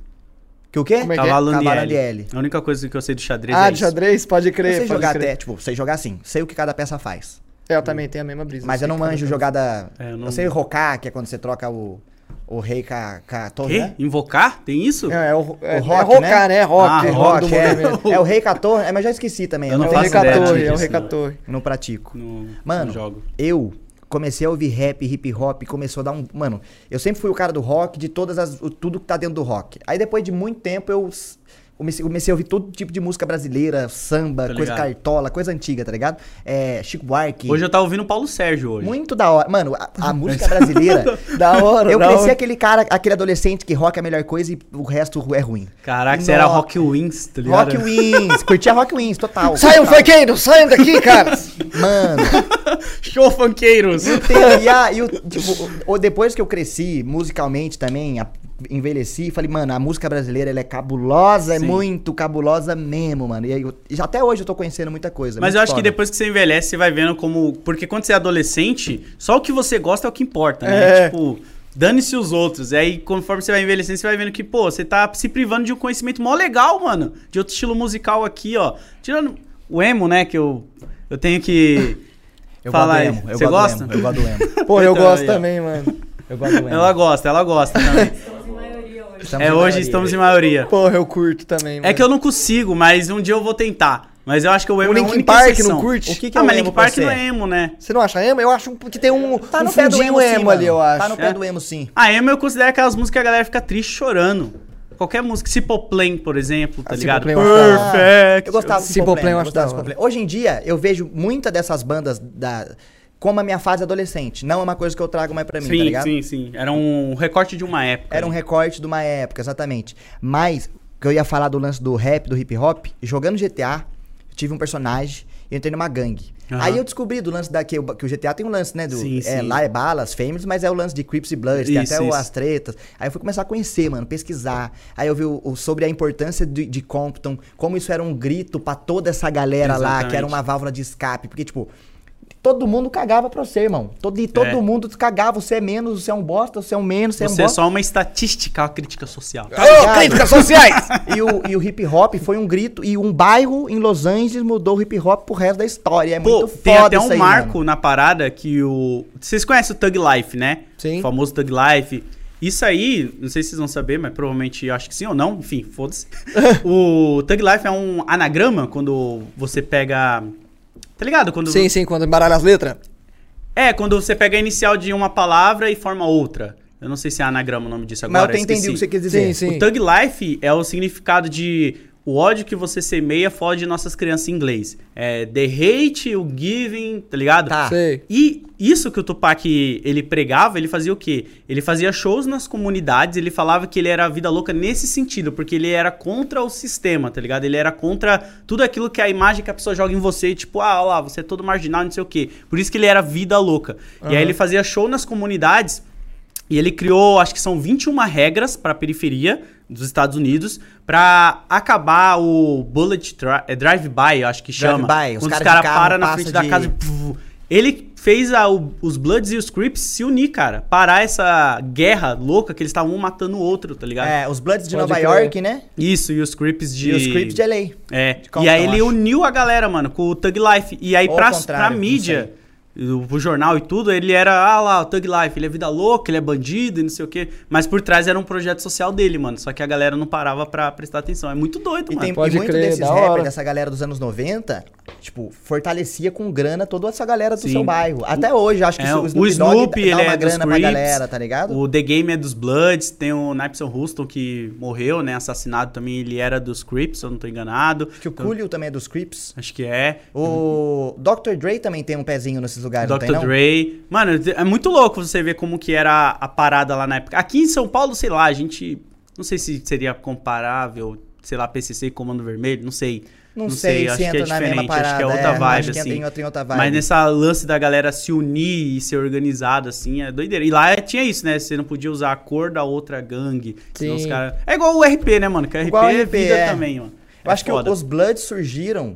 [SPEAKER 2] Que o quê?
[SPEAKER 1] Como é que é?
[SPEAKER 3] Cavalo
[SPEAKER 2] Cavalo
[SPEAKER 3] Andielli.
[SPEAKER 2] Andielli.
[SPEAKER 3] A única coisa que eu sei do xadrez
[SPEAKER 1] ah,
[SPEAKER 3] é
[SPEAKER 1] de
[SPEAKER 3] isso.
[SPEAKER 1] xadrez? Pode
[SPEAKER 2] Eu
[SPEAKER 1] crer,
[SPEAKER 2] sei
[SPEAKER 1] pode
[SPEAKER 2] jogar
[SPEAKER 1] crer.
[SPEAKER 2] até, tipo, sei jogar assim. Sei o que cada peça faz.
[SPEAKER 1] É, eu também tenho a mesma brisa.
[SPEAKER 2] Mas eu não
[SPEAKER 1] sei, tá cara.
[SPEAKER 2] manjo jogada.
[SPEAKER 3] É, eu
[SPEAKER 2] eu,
[SPEAKER 3] não-
[SPEAKER 2] sei rocar, que é quando você troca o, o rei com a, com a torre.
[SPEAKER 3] Quê?
[SPEAKER 2] né?
[SPEAKER 3] Invocar? Tem isso?
[SPEAKER 1] É, é o, é,
[SPEAKER 2] O
[SPEAKER 1] é
[SPEAKER 2] rock,
[SPEAKER 1] rocar,
[SPEAKER 2] né?
[SPEAKER 1] né? Rock,
[SPEAKER 3] Ah,
[SPEAKER 1] é
[SPEAKER 3] rock,
[SPEAKER 1] rock, do mundo
[SPEAKER 2] é,
[SPEAKER 1] vermelho.
[SPEAKER 2] é o rei com a torre, é, mas eu já esqueci também.
[SPEAKER 3] Eu
[SPEAKER 2] eu
[SPEAKER 3] não
[SPEAKER 1] É
[SPEAKER 2] não
[SPEAKER 1] o
[SPEAKER 3] faço ideia
[SPEAKER 1] recator, é o
[SPEAKER 3] disso,
[SPEAKER 1] recator.
[SPEAKER 2] Não pratico.
[SPEAKER 3] No, no
[SPEAKER 2] Mano,
[SPEAKER 3] jogo.
[SPEAKER 2] eu comecei a ouvir rap, hip hop, começou a dar um. Mano, eu sempre fui o cara do rock, de todas as. o- tudo que tá dentro do rock. Aí depois de muito tempo eu s- comecei, comecei a ouvir todo tipo de música brasileira, samba,
[SPEAKER 3] Tá
[SPEAKER 2] coisa
[SPEAKER 3] ligado.
[SPEAKER 2] cartola, coisa antiga, tá ligado? É, Chico Buarque.
[SPEAKER 3] Hoje eu tava ouvindo o Paulo Sérgio hoje.
[SPEAKER 2] Muito da hora. Mano, a, a música brasileira.
[SPEAKER 1] Da hora,
[SPEAKER 2] Eu
[SPEAKER 1] da
[SPEAKER 2] cresci
[SPEAKER 1] hora.
[SPEAKER 2] aquele cara, aquele adolescente que rock é a melhor coisa e o resto é ruim.
[SPEAKER 3] Caraca, você era
[SPEAKER 2] Nossa.
[SPEAKER 3] Rock Wins, tá ligado?
[SPEAKER 2] Rock Wins, curtia Rock Wins, total.
[SPEAKER 1] Saiam, funkeiro, saiam daqui, cara!
[SPEAKER 2] Mano,
[SPEAKER 3] Show funkeiros!
[SPEAKER 2] tem- e, a, e o, tipo, o- depois que eu cresci musicalmente também, a- envelheci, falei, mano, a música brasileira ela é cabulosa, é
[SPEAKER 3] Sim.
[SPEAKER 2] muito cabulosa mesmo, mano. E aí eu- e até hoje eu tô conhecendo muita coisa.
[SPEAKER 3] Mas
[SPEAKER 2] é muito
[SPEAKER 3] eu acho que
[SPEAKER 2] foda.
[SPEAKER 3] depois que você envelhece, você vai vendo como... Porque quando você é adolescente, só o que você gosta é o que importa, né?
[SPEAKER 1] É.
[SPEAKER 3] Tipo, dane-se os outros. E aí, conforme você vai envelhecendo, você vai vendo que, pô, você tá se privando de um conhecimento mó legal, mano. De outro estilo musical aqui, ó. Tirando o emo, né, que eu, eu tenho que...
[SPEAKER 2] Eu gosto
[SPEAKER 3] falar
[SPEAKER 2] do
[SPEAKER 3] aí.
[SPEAKER 2] emo, eu
[SPEAKER 3] Você
[SPEAKER 2] gosto do emo,
[SPEAKER 3] gosta?
[SPEAKER 2] Eu gosto do emo.
[SPEAKER 1] Pô, eu
[SPEAKER 3] Então,
[SPEAKER 1] gosto
[SPEAKER 3] aí, ó.
[SPEAKER 1] também, mano.
[SPEAKER 2] Eu gosto do emo.
[SPEAKER 3] Ela gosta, ela gosta também.
[SPEAKER 4] Estamos em maioria hoje.
[SPEAKER 2] Estamos
[SPEAKER 3] é,
[SPEAKER 2] em
[SPEAKER 3] hoje
[SPEAKER 2] maioria.
[SPEAKER 3] estamos em maioria.
[SPEAKER 1] Porra, eu curto também, mano.
[SPEAKER 3] É que eu não consigo, mas um dia eu vou tentar. Mas eu acho que o emo é a
[SPEAKER 1] Linkin
[SPEAKER 3] única
[SPEAKER 1] Park
[SPEAKER 3] exceção.
[SPEAKER 1] não curte?
[SPEAKER 3] O que que
[SPEAKER 2] Ah,
[SPEAKER 3] é o
[SPEAKER 2] mas
[SPEAKER 3] emo
[SPEAKER 2] Linkin
[SPEAKER 3] pra
[SPEAKER 2] Park
[SPEAKER 3] você?
[SPEAKER 2] não
[SPEAKER 3] é
[SPEAKER 2] é
[SPEAKER 3] emo, né?
[SPEAKER 1] Você não acha emo? Eu acho um- que tem um,
[SPEAKER 2] Tá
[SPEAKER 1] um
[SPEAKER 2] no pé do emo,
[SPEAKER 1] fundinho
[SPEAKER 2] sim,
[SPEAKER 1] emo ali,
[SPEAKER 2] mano.
[SPEAKER 1] eu acho.
[SPEAKER 2] Tá no pé
[SPEAKER 3] É.
[SPEAKER 2] do emo, sim.
[SPEAKER 3] A emo eu considero aquelas músicas que a galera fica triste chorando. Qualquer música, Cipoplane, por exemplo,
[SPEAKER 1] Ah,
[SPEAKER 3] tá ligado?
[SPEAKER 1] Simple Plan eu acho da hora.
[SPEAKER 3] Perfect.
[SPEAKER 2] Eu gostava
[SPEAKER 1] Se
[SPEAKER 2] Simple
[SPEAKER 1] for Plan, eu
[SPEAKER 2] eu
[SPEAKER 1] acho
[SPEAKER 2] gostava
[SPEAKER 1] da
[SPEAKER 2] de Simple
[SPEAKER 1] hora.
[SPEAKER 2] Plan. Hoje em dia, eu vejo muita dessas bandas da... Como a minha fase adolescente. Não é uma coisa que eu trago mais pra mim, tá
[SPEAKER 3] Sim,
[SPEAKER 2] ligado?
[SPEAKER 3] sim, sim. Era um recorte de uma época.
[SPEAKER 2] Era um recorte de uma época, exatamente. Mas que eu ia falar do lance do rap, do hip hop, jogando GTA, eu tive um personagem e eu entrei numa gangue.
[SPEAKER 3] Aham.
[SPEAKER 2] Aí eu descobri do lance da, que, o, que o GTA tem um lance, né? Do,
[SPEAKER 3] Sim,
[SPEAKER 2] é,
[SPEAKER 3] sim.
[SPEAKER 2] Lá é balas, famous, mas é o lance de Crips e Bloods, tem
[SPEAKER 3] Isso,
[SPEAKER 2] até o-
[SPEAKER 3] isso.
[SPEAKER 2] as tretas. Aí eu fui começar a conhecer, mano, pesquisar. Aí eu vi o, o- sobre a importância de, de Compton, como isso era um grito pra toda essa galera lá, que era
[SPEAKER 3] Exatamente.
[SPEAKER 2] uma válvula de escape. Porque, tipo, todo mundo cagava pra você, irmão. Todo, e todo
[SPEAKER 3] É.
[SPEAKER 2] mundo cagava, você é menos, você é um bosta, você é um menos, você,
[SPEAKER 3] Você
[SPEAKER 2] é um
[SPEAKER 3] é
[SPEAKER 2] bosta.
[SPEAKER 3] só uma estatística, uma crítica social.
[SPEAKER 1] Ô,
[SPEAKER 2] ligado?
[SPEAKER 1] críticas sociais!
[SPEAKER 2] E o, e o hip hop foi um grito, e um bairro em Los Angeles mudou o hip hop pro resto da história. É
[SPEAKER 3] Pô,
[SPEAKER 2] muito foda
[SPEAKER 3] tem até um
[SPEAKER 2] isso aí,
[SPEAKER 3] marco
[SPEAKER 2] mano.
[SPEAKER 3] na parada que o. Vocês conhecem o Thug Life, né?
[SPEAKER 1] Sim.
[SPEAKER 3] O famoso Thug Life. Isso aí, não sei se vocês vão saber, mas provavelmente acho que sim ou não. Enfim, foda-se. o Thug Life é um anagrama quando você pega. Tá ligado? Quando
[SPEAKER 1] sim, sim, quando embaralha as letras.
[SPEAKER 3] É, quando você pega a inicial de uma palavra e forma outra. Eu não sei se é anagrama o nome disso agora.
[SPEAKER 2] Mas eu tenho entendido
[SPEAKER 3] esqueci.
[SPEAKER 2] o que você quis dizer.
[SPEAKER 1] Sim, sim.
[SPEAKER 3] O Thug Life é o significado de o ódio que você semeia foge de nossas crianças em inglês. É the hate, o giving, tá ligado?
[SPEAKER 2] Tá.
[SPEAKER 1] Sei.
[SPEAKER 3] E isso que o Tupac ele pregava, ele fazia o quê? Ele fazia shows nas comunidades, ele falava que ele era a vida louca nesse sentido, porque ele era contra o sistema, tá ligado? Ele era contra tudo aquilo que a imagem que a pessoa joga em você, tipo, ah, olha lá, você é todo marginal, não sei o quê. Por isso que ele era vida louca. E aí ele fazia show nas comunidades e ele criou, acho que são 21 regras para a periferia dos Estados Unidos para acabar o bullet dri- é drive-by, eu acho que chama.
[SPEAKER 2] Drive-by, os
[SPEAKER 3] quando
[SPEAKER 2] caras
[SPEAKER 3] os
[SPEAKER 2] de
[SPEAKER 3] caras
[SPEAKER 2] carro
[SPEAKER 3] param na
[SPEAKER 2] passa
[SPEAKER 3] frente da
[SPEAKER 2] de-
[SPEAKER 3] casa e Puf. Ele fez a- o- os Bloods e os Crips se unir, cara. Parar essa guerra louca que eles estavam um matando o outro, tá ligado?
[SPEAKER 2] É, os Bloods de
[SPEAKER 1] Pode
[SPEAKER 2] Nova
[SPEAKER 1] crer.
[SPEAKER 2] York, né?
[SPEAKER 3] Isso, e os Crips de.
[SPEAKER 2] E os Crips de LA.
[SPEAKER 3] É. e
[SPEAKER 2] Compton,
[SPEAKER 3] aí ele
[SPEAKER 2] acho.
[SPEAKER 3] uniu a galera, mano, com o Thug Life. E aí
[SPEAKER 2] Ou
[SPEAKER 3] pra,
[SPEAKER 2] ao contrário,
[SPEAKER 3] pra
[SPEAKER 2] não
[SPEAKER 3] mídia, o, pro jornal e tudo, ele era, ah lá, o Thug Life, ele é vida louca, ele é bandido e não sei o quê. Mas por trás era um projeto social dele, mano. Só que a galera não parava pra prestar atenção. É muito doido,
[SPEAKER 2] E
[SPEAKER 3] mano.
[SPEAKER 2] tem
[SPEAKER 1] Pode
[SPEAKER 2] e muito
[SPEAKER 1] crer,
[SPEAKER 2] desses
[SPEAKER 1] da hora.
[SPEAKER 2] rappers, dessa galera dos anos 90, tipo, fortalecia com grana toda essa galera do
[SPEAKER 3] Sim.
[SPEAKER 2] seu bairro. Até hoje, acho que
[SPEAKER 3] É,
[SPEAKER 2] isso-
[SPEAKER 3] o
[SPEAKER 2] Tipo, Dogg
[SPEAKER 3] Snoop,
[SPEAKER 2] dá
[SPEAKER 3] ele
[SPEAKER 2] uma
[SPEAKER 3] é dos
[SPEAKER 2] grana pra
[SPEAKER 3] Crips,
[SPEAKER 2] galera, tá ligado?
[SPEAKER 3] O The Game é dos Bloods, tem o Nipson Houston que morreu, né? Assassinado também, ele era dos Crips, se eu não tô enganado. Então,
[SPEAKER 2] Que o
[SPEAKER 3] Uhum.
[SPEAKER 2] Coolio também é dos Crips.
[SPEAKER 3] Acho que é.
[SPEAKER 2] O Dr. Dre também tem um pezinho nesses lugares, não tem
[SPEAKER 3] Dr.
[SPEAKER 2] não?
[SPEAKER 3] Dre. Mano, é muito louco você ver como que era a parada lá na época. Aqui em São Paulo, sei lá, a gente. Não sei se seria comparável, sei lá, PCC e Comando Vermelho, não sei.
[SPEAKER 2] Não, sei, se entra na mesma parada.
[SPEAKER 3] acho que é outra
[SPEAKER 2] não,
[SPEAKER 3] vibe,
[SPEAKER 2] acho que
[SPEAKER 3] assim.
[SPEAKER 2] entra em outra, em outra tá vibe.
[SPEAKER 3] Mas nessa lance da galera se unir e ser organizada, assim, é doideira. E lá tinha isso, né? Você não podia usar a cor da outra gangue. senão
[SPEAKER 1] Sim.
[SPEAKER 3] os cara... É igual o RP, né, mano? Que o RP,
[SPEAKER 2] Igual
[SPEAKER 3] é
[SPEAKER 2] RP,
[SPEAKER 3] vida
[SPEAKER 2] é.
[SPEAKER 3] também, mano.
[SPEAKER 2] Eu
[SPEAKER 3] É
[SPEAKER 2] acho que
[SPEAKER 3] foda.
[SPEAKER 2] os Bloods surgiram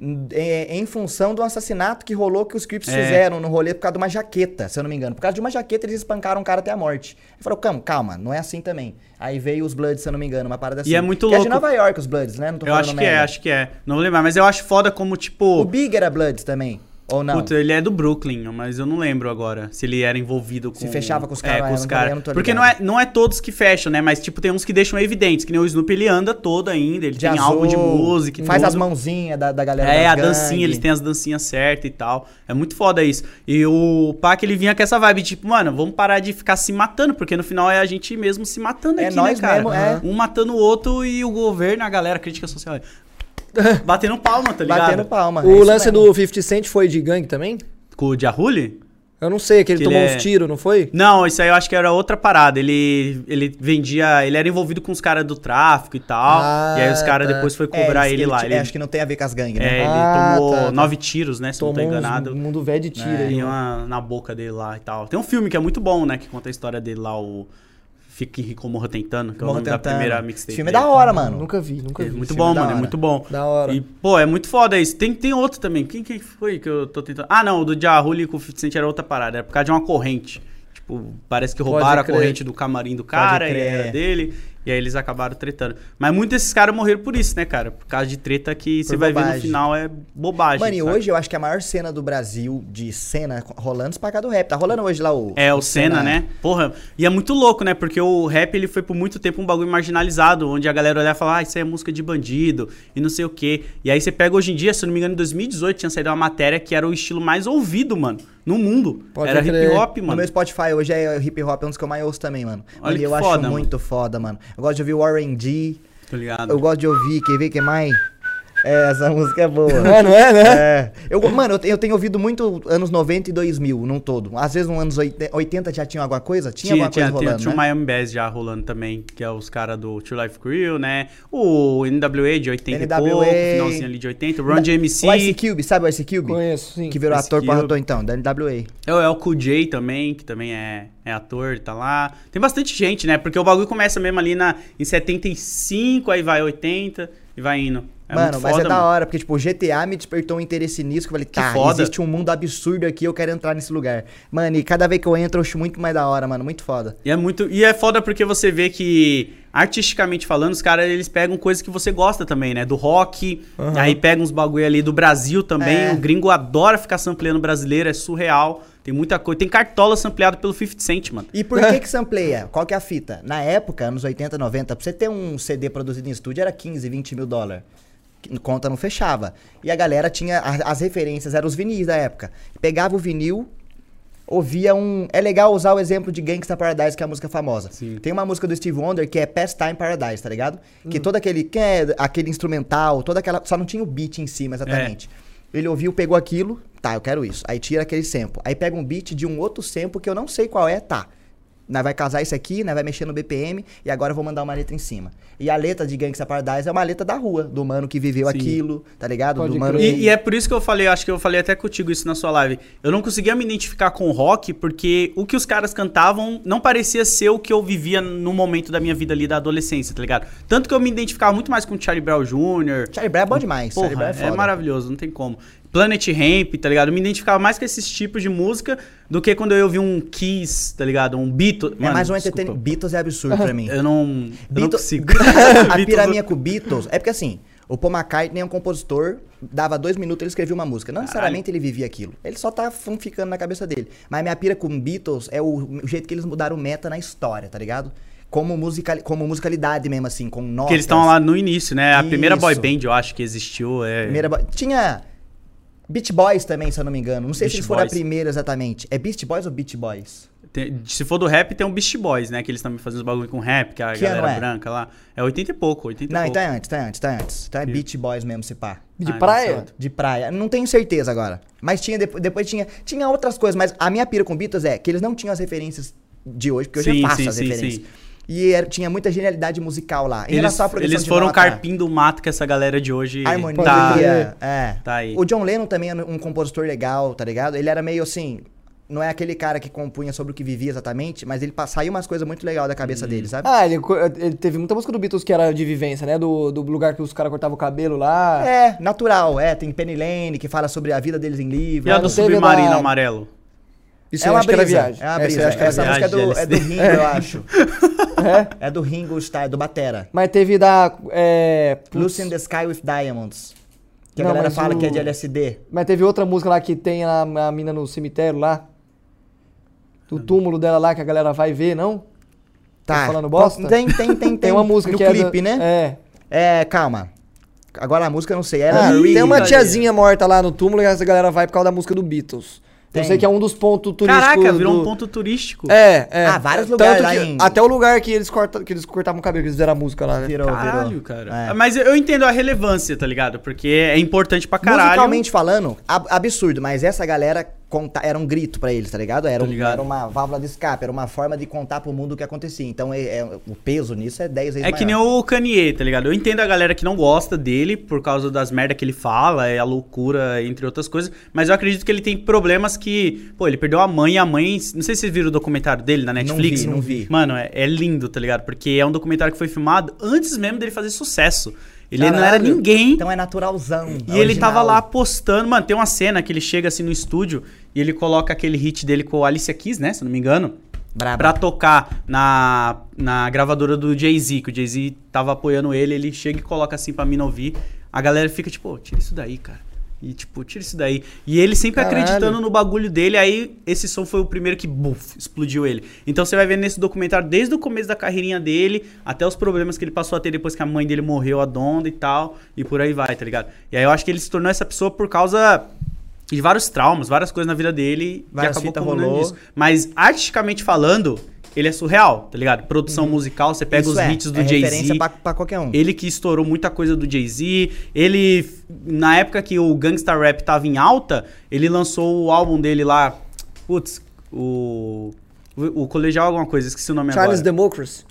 [SPEAKER 2] hum, é, em função do assassinato que rolou que os Crips
[SPEAKER 3] É.
[SPEAKER 2] fizeram no rolê por causa de uma jaqueta, se eu não me engano. Por causa de uma jaqueta, eles espancaram um cara até a morte. Ele falou, calma, calma, não é assim também. Aí veio os Bloods, se eu não me engano, uma parada assim.
[SPEAKER 3] é muito
[SPEAKER 2] que É de
[SPEAKER 3] louco.
[SPEAKER 2] Nova York os Bloods, né? Não tô
[SPEAKER 3] Eu acho que é, acho que é. Não vou lembrar, mas eu acho foda como, tipo...
[SPEAKER 2] O Big era Bloods também, ou não?
[SPEAKER 3] Puta, ele é do Brooklyn, mas eu não lembro agora se ele era envolvido com...
[SPEAKER 2] Se fechava com os
[SPEAKER 3] É,
[SPEAKER 2] caras,
[SPEAKER 3] com
[SPEAKER 2] eu
[SPEAKER 3] os
[SPEAKER 2] não-
[SPEAKER 3] caras.
[SPEAKER 2] eu não tô
[SPEAKER 3] Porque não é,
[SPEAKER 2] ligado.
[SPEAKER 3] não é todos que fecham, né? Mas, tipo, tem uns que deixam evidentes, que nem o Snoop, ele anda todo ainda, ele
[SPEAKER 2] De
[SPEAKER 3] tem
[SPEAKER 2] azul,
[SPEAKER 3] álbum de música e
[SPEAKER 2] Faz
[SPEAKER 3] tudo.
[SPEAKER 2] as mãozinhas da, da galera
[SPEAKER 3] É,
[SPEAKER 2] das
[SPEAKER 3] a dancinha,
[SPEAKER 2] gangue.
[SPEAKER 3] eles têm as dancinhas certas e tal. É muito foda isso. E o Pac, ele vinha com essa vibe, tipo, mano, vamos parar de ficar se matando, porque no final é a gente mesmo se matando
[SPEAKER 2] É
[SPEAKER 3] aqui,
[SPEAKER 2] nós
[SPEAKER 3] né, cara?
[SPEAKER 2] mesmo, é.
[SPEAKER 3] Um matando o outro e o governo, a galera, a crítica social. Batendo palma, tá ligado?
[SPEAKER 2] Batendo palma. é
[SPEAKER 1] o
[SPEAKER 2] isso
[SPEAKER 1] lance
[SPEAKER 2] mesmo.
[SPEAKER 1] do 50 Cent foi de gangue também?
[SPEAKER 3] Com o Jahuli?
[SPEAKER 1] Eu não sei, que ele
[SPEAKER 3] Que
[SPEAKER 1] tomou
[SPEAKER 3] ele é-
[SPEAKER 1] uns tiros, não foi?
[SPEAKER 3] Não, isso aí eu acho que era outra parada. Ele, ele vendia. Ele era envolvido com os caras do tráfico e tal.
[SPEAKER 1] Ah,
[SPEAKER 3] e aí os caras
[SPEAKER 1] tá.
[SPEAKER 3] depois foi cobrar
[SPEAKER 2] É,
[SPEAKER 3] ele, lá.
[SPEAKER 2] ti-
[SPEAKER 3] Ele,
[SPEAKER 2] é, acho que não tem a ver com as gangues,
[SPEAKER 3] é,
[SPEAKER 2] né?
[SPEAKER 3] ele
[SPEAKER 1] Ah,
[SPEAKER 3] tomou
[SPEAKER 1] tá, tá.
[SPEAKER 3] nove tiros, né? Se
[SPEAKER 1] tomou
[SPEAKER 3] não tô
[SPEAKER 1] uns
[SPEAKER 3] enganado. É,
[SPEAKER 1] mundo velho de tiro
[SPEAKER 2] É,
[SPEAKER 3] Tem
[SPEAKER 1] aí. mano.
[SPEAKER 3] uma na boca dele lá e tal. Tem um filme que é muito bom, né? Que conta a história dele lá, o Fique Rico Morra Tentando, que é o
[SPEAKER 2] Morro
[SPEAKER 3] nome da
[SPEAKER 2] Tentando.
[SPEAKER 3] primeira mixtape.
[SPEAKER 2] Filme é
[SPEAKER 3] dele.
[SPEAKER 2] da hora, mano.
[SPEAKER 1] Nunca vi, nunca
[SPEAKER 3] É
[SPEAKER 1] vi.
[SPEAKER 3] muito
[SPEAKER 2] filme
[SPEAKER 3] bom,
[SPEAKER 2] da
[SPEAKER 3] mano. É
[SPEAKER 2] hora.
[SPEAKER 3] muito bom.
[SPEAKER 1] Da hora.
[SPEAKER 3] E, pô, é muito foda isso. Tem, tem outro também. Quem que foi que eu tô tentando. Ah, não, o do Jahuli com o 50 Cent era outra parada. Era por causa de uma corrente. Tipo, parece que
[SPEAKER 1] Pode
[SPEAKER 3] roubaram a
[SPEAKER 1] crer.
[SPEAKER 3] corrente do camarim do cara e
[SPEAKER 2] crer.
[SPEAKER 3] era dele. E aí eles acabaram tretando. Mas muitos desses caras morreram por isso, né, cara? Por causa de treta que você vai ver no
[SPEAKER 2] bobagem.
[SPEAKER 3] final é bobagem.
[SPEAKER 2] Mano, e
[SPEAKER 3] saca?
[SPEAKER 2] hoje eu acho que a maior cena do Brasil de cena rolando espacado do rap. Tá rolando hoje lá o.
[SPEAKER 3] É, o Senna, né? Porra, e é muito louco, né? Porque o rap, ele foi por muito tempo um bagulho marginalizado, onde a galera olhava e falava, ah, isso aí é música de bandido, e não sei o quê. E aí você pega hoje em dia, se eu não me engano, em 2018 tinha saído uma matéria que era o estilo mais ouvido, mano, no mundo.
[SPEAKER 1] Pode
[SPEAKER 3] era
[SPEAKER 1] crer.
[SPEAKER 3] hip hop,
[SPEAKER 2] No
[SPEAKER 3] mano.
[SPEAKER 2] meu Spotify hoje é hip hop, é um dos que eu mais ouço também, mano.
[SPEAKER 3] Olha
[SPEAKER 2] Mano,
[SPEAKER 3] que
[SPEAKER 2] eu
[SPEAKER 3] foda,
[SPEAKER 2] acho
[SPEAKER 3] mano.
[SPEAKER 2] muito foda, mano. Eu gosto de ouvir o RD.
[SPEAKER 3] Tá ligado?
[SPEAKER 2] Eu gosto de ouvir, quer ver que mais? É, essa música é boa.
[SPEAKER 1] É, não é, né?
[SPEAKER 2] É. Eu, mano, eu, te- eu tenho ouvido muito anos 90 e 2000, num todo. Às vezes, nos anos 80, 80 já tinha alguma coisa? Tinha,
[SPEAKER 3] Tinha,
[SPEAKER 2] alguma
[SPEAKER 3] tinha,
[SPEAKER 2] coisa
[SPEAKER 3] tinha,
[SPEAKER 2] rolando,
[SPEAKER 3] tinha o
[SPEAKER 2] né?
[SPEAKER 3] Miami Bass já rolando também, que é os caras do Two Life Crew, né? O NWA de 80 e
[SPEAKER 2] NWA.
[SPEAKER 3] pouco, finalzinho ali de 80. O Run
[SPEAKER 2] O Ice
[SPEAKER 3] JMC.
[SPEAKER 2] Cube, sabe o Ice Cube?
[SPEAKER 1] Conheço, sim.
[SPEAKER 2] Que virou
[SPEAKER 3] Ice
[SPEAKER 2] ator
[SPEAKER 3] Cube.
[SPEAKER 2] porra do então, da NWA.
[SPEAKER 3] É o El Cool J também, que também é, é ator, tá lá. Tem bastante gente, né? Porque o bagulho começa mesmo ali na, em 75, aí vai 80 e vai indo. É
[SPEAKER 2] mano,
[SPEAKER 3] muito
[SPEAKER 2] mas
[SPEAKER 3] foda,
[SPEAKER 2] é da
[SPEAKER 3] mano.
[SPEAKER 2] hora, porque, tipo, o GTA me despertou um interesse nisso, que eu falei, tá,
[SPEAKER 3] foda.
[SPEAKER 2] existe um mundo absurdo aqui, eu quero entrar nesse lugar. Mano, e cada vez que eu entro, eu acho muito mais da hora, mano, muito foda.
[SPEAKER 3] E é muito. E é foda porque você vê que, artisticamente falando, os caras eles pegam coisas que você gosta também, né? Do rock, aí pegam uns bagulho ali do Brasil também.
[SPEAKER 2] É.
[SPEAKER 3] O gringo adora ficar sampleando brasileiro, é surreal. Tem muita coisa. Tem cartola sampleado pelo 50 Cent, mano.
[SPEAKER 2] E por que que sampleia? Qual que é a fita? Na época, anos 80, 90, pra você ter um CD produzido em estúdio era 15, 20 mil dólares. Que Conta não fechava. E a galera tinha. a- As referências eram os vinis da época. Pegava o vinil, ouvia um. É legal usar o exemplo de Gangsta Paradise, que é a música famosa. Tem uma música do Steve Wonder que é Pastime Paradise, tá ligado?
[SPEAKER 3] Hum.
[SPEAKER 2] Que todo aquele. Que é aquele instrumental, toda aquela. Só não tinha o beat em cima, exatamente.
[SPEAKER 3] É.
[SPEAKER 2] Ele ouviu, pegou aquilo, tá, eu quero isso. Aí tira aquele sample. Aí pega um beat de um outro sample que eu não sei qual é, tá. Nós vai casar isso aqui, nós vai mexer no BPM e agora eu vou mandar uma letra em cima. E a letra de Gangsta Paradise é uma letra da rua, do mano que viveu
[SPEAKER 3] Sim.
[SPEAKER 2] aquilo, tá ligado?
[SPEAKER 1] Pode
[SPEAKER 2] do mano
[SPEAKER 1] crer.
[SPEAKER 2] que-
[SPEAKER 3] E, e é por isso que eu falei, acho que eu falei até contigo isso na sua live. Eu não conseguia me identificar com o rock porque o que os caras cantavam não parecia ser o que eu vivia no momento da minha vida ali da adolescência, tá ligado? Tanto que eu me identificava muito mais com o Charlie Brown Jr.
[SPEAKER 2] Charlie Brown é bom demais. Charlie
[SPEAKER 3] Porra,
[SPEAKER 2] Brown
[SPEAKER 3] é,
[SPEAKER 2] foda.
[SPEAKER 3] maravilhoso, não tem como. Planet Ramp, tá ligado? Eu me identificava mais com esses tipos de música do que quando eu ouvi um Kiss, tá ligado? Um Beatles.
[SPEAKER 2] É
[SPEAKER 3] Mano,
[SPEAKER 2] mais um
[SPEAKER 3] desculpa.
[SPEAKER 2] entretenimento. Beatles é absurdo pra mim.
[SPEAKER 3] Eu não, eu não
[SPEAKER 2] Beatles-
[SPEAKER 3] consigo.
[SPEAKER 2] a
[SPEAKER 3] Beatles-
[SPEAKER 2] piraminha com Beatles é porque assim, o Paul McCartney é um compositor, dava dois minutos ele escrevia uma música. Não necessariamente ele vivia aquilo. Ele só tá fun- ficando na cabeça dele. Mas minha pira com Beatles é o, o jeito que eles mudaram o meta na história, tá ligado? Como, musical, como musicalidade mesmo, assim, com notas.
[SPEAKER 3] Porque eles estão lá no início, né? A primeira boy
[SPEAKER 2] Isso.
[SPEAKER 3] band, eu acho, que existiu. É...
[SPEAKER 2] Primeira bo- Tinha Beach Boys também, se eu não me engano. Não sei se
[SPEAKER 3] Beach
[SPEAKER 2] eles foram
[SPEAKER 3] Boys.
[SPEAKER 2] a primeira exatamente. É Beach Boys ou Beach Boys?
[SPEAKER 3] Tem- se for do rap, tem um Beast Boys, né? Que eles também fazendo os bagulho com rap, que a
[SPEAKER 2] Que
[SPEAKER 3] galera
[SPEAKER 2] ano é?
[SPEAKER 3] branca lá. É 80 e pouco, 80 e
[SPEAKER 2] Não,
[SPEAKER 3] pouco.
[SPEAKER 2] então é antes, então é antes, então é antes. Então é Beach Boys mesmo, se pá.
[SPEAKER 1] De
[SPEAKER 3] Ah,
[SPEAKER 1] praia?
[SPEAKER 3] engraçado.
[SPEAKER 2] De praia. Não tenho certeza agora. Mas tinha depois, depois tinha, tinha outras coisas, mas a minha pira com Beatles é que eles não tinham as referências de hoje, porque hoje
[SPEAKER 3] Sim,
[SPEAKER 2] eu faço
[SPEAKER 3] sim,
[SPEAKER 2] as
[SPEAKER 3] sim,
[SPEAKER 2] referências.
[SPEAKER 3] sim.
[SPEAKER 2] E era- tinha muita genialidade musical lá. Em
[SPEAKER 3] Eles,
[SPEAKER 2] relação à produção
[SPEAKER 3] eles
[SPEAKER 2] de
[SPEAKER 3] foram
[SPEAKER 2] nota,
[SPEAKER 3] carpim do mato que essa galera de hoje
[SPEAKER 2] Harmonia.
[SPEAKER 3] tá.
[SPEAKER 2] É.
[SPEAKER 3] Tá aí.
[SPEAKER 2] O John Lennon também era um compositor legal, tá ligado? Ele era meio assim. Não é aquele cara que compunha sobre o que vivia exatamente, mas ele pa- saiu umas coisas muito legais da
[SPEAKER 3] Hum.
[SPEAKER 2] cabeça dele, sabe?
[SPEAKER 1] Ah, ele, co- ele teve muita música do Beatles que era de vivência, né? Do, do lugar que os caras cortavam o cabelo lá.
[SPEAKER 2] É, natural, é. Tem Penny Lane, que fala sobre a vida deles em livro.
[SPEAKER 3] E a
[SPEAKER 2] É
[SPEAKER 3] do
[SPEAKER 1] teve
[SPEAKER 3] submarino
[SPEAKER 1] da-
[SPEAKER 3] amarelo.
[SPEAKER 1] Isso eu acho que era viagem.
[SPEAKER 2] É uma
[SPEAKER 1] Essa eu
[SPEAKER 2] brisa.
[SPEAKER 1] acho que era
[SPEAKER 2] Essa
[SPEAKER 1] viagem.
[SPEAKER 2] música é do, é do
[SPEAKER 3] LSD.
[SPEAKER 2] Ringo, eu acho.
[SPEAKER 1] É?
[SPEAKER 2] É do Ringo Starr, do Batera.
[SPEAKER 1] Mas teve da. É,
[SPEAKER 2] Lucy in the Sky with Diamonds. Que a
[SPEAKER 1] Não,
[SPEAKER 2] galera
[SPEAKER 1] mas
[SPEAKER 2] fala
[SPEAKER 1] o-
[SPEAKER 2] que é de LSD.
[SPEAKER 1] Mas teve outra música lá que tem a, a mina no cemitério lá. Do túmulo dela lá que a galera vai ver, não? Tô falando bosta?
[SPEAKER 2] Tem, tem, tem, Tá tem.
[SPEAKER 1] Tá. Tem uma música
[SPEAKER 2] no
[SPEAKER 1] que é.
[SPEAKER 2] clipe,
[SPEAKER 1] da-
[SPEAKER 2] né?
[SPEAKER 1] É.
[SPEAKER 2] É. calma. Agora a música eu não sei. É Era
[SPEAKER 1] Ah, tem uma
[SPEAKER 3] Rita.
[SPEAKER 1] tiazinha morta lá no túmulo e essa galera vai por causa da música do Beatles.
[SPEAKER 2] Tem.
[SPEAKER 1] Eu sei que é um dos pontos turísticos.
[SPEAKER 3] Caraca, virou
[SPEAKER 1] do...
[SPEAKER 3] um ponto turístico.
[SPEAKER 1] É, é.
[SPEAKER 2] Ah, vários lugares lá
[SPEAKER 1] que-
[SPEAKER 2] em-
[SPEAKER 1] Até o lugar que eles, corta, que eles cortavam o cabelo, que eles fizeram a música lá, né?
[SPEAKER 2] Virou,
[SPEAKER 3] Caralho,
[SPEAKER 2] virou.
[SPEAKER 3] cara.
[SPEAKER 2] É.
[SPEAKER 3] Mas eu entendo a relevância, tá ligado? Porque é importante pra caralho.
[SPEAKER 2] Musicalmente falando, ab- absurdo, mas essa galera conta, era um grito pra eles, tá ligado? Era,
[SPEAKER 3] Tô
[SPEAKER 2] um-
[SPEAKER 3] ligado.
[SPEAKER 2] era uma válvula de escape, era uma forma de contar pro mundo o que acontecia. Então é- é- o peso nisso é 10 vezes
[SPEAKER 3] É que nem
[SPEAKER 2] maior.
[SPEAKER 3] o Kanye, tá ligado? Eu entendo a galera que não gosta dele por causa das merda que ele fala, é a loucura, entre outras coisas, mas eu acredito que ele tem problemas que, pô, ele perdeu a mãe, a mãe, não sei se vocês viram o documentário dele na Netflix.
[SPEAKER 2] vi, não vi.
[SPEAKER 3] Mano, é, é lindo, tá ligado? Porque é um documentário que foi filmado antes mesmo dele fazer sucesso. Ele não era
[SPEAKER 2] Caralho.
[SPEAKER 3] ninguém.
[SPEAKER 2] Então é naturalzão. é
[SPEAKER 3] E ele
[SPEAKER 2] original.
[SPEAKER 3] tava lá postando, mano, tem uma cena que ele chega assim no estúdio e ele coloca aquele hit dele com a Alicia Keys, né, se eu não me engano,
[SPEAKER 2] Brabo.
[SPEAKER 3] pra tocar na, na gravadora do Jay-Z, que o Jay-Z tava apoiando ele, ele chega e coloca assim pra mim não ouvir. A galera fica tipo, "Ô, tira isso daí, cara. E tipo, tira isso daí. E ele sempre
[SPEAKER 1] Caralho.
[SPEAKER 3] acreditando no bagulho dele, aí esse som foi o primeiro que buf, explodiu ele. Então você vai ver nesse documentário desde o começo da carreirinha dele, até os problemas que ele passou a ter depois que a mãe dele morreu, a Donda e tal, e por aí vai, tá ligado? E aí eu acho que ele se tornou essa pessoa por causa de vários traumas, várias coisas na vida dele,
[SPEAKER 2] Várias
[SPEAKER 3] que acabou
[SPEAKER 2] fitas
[SPEAKER 3] culminando
[SPEAKER 2] rolou.
[SPEAKER 3] nisso. Mas artisticamente falando, ele é surreal, tá ligado? Produção musical, você pega
[SPEAKER 2] Uhum. Isso
[SPEAKER 3] os
[SPEAKER 2] é,
[SPEAKER 3] hits do
[SPEAKER 2] é
[SPEAKER 3] Jay-Z.
[SPEAKER 2] referência pra, pra qualquer um.
[SPEAKER 3] Ele que estourou muita coisa do Jay-Z. Ele, na época que o Gangsta Rap tava em alta, ele lançou o álbum dele lá. Putz, o. O, o Colegial alguma coisa, esqueci o nome
[SPEAKER 1] Charles
[SPEAKER 3] agora.
[SPEAKER 1] Democracy.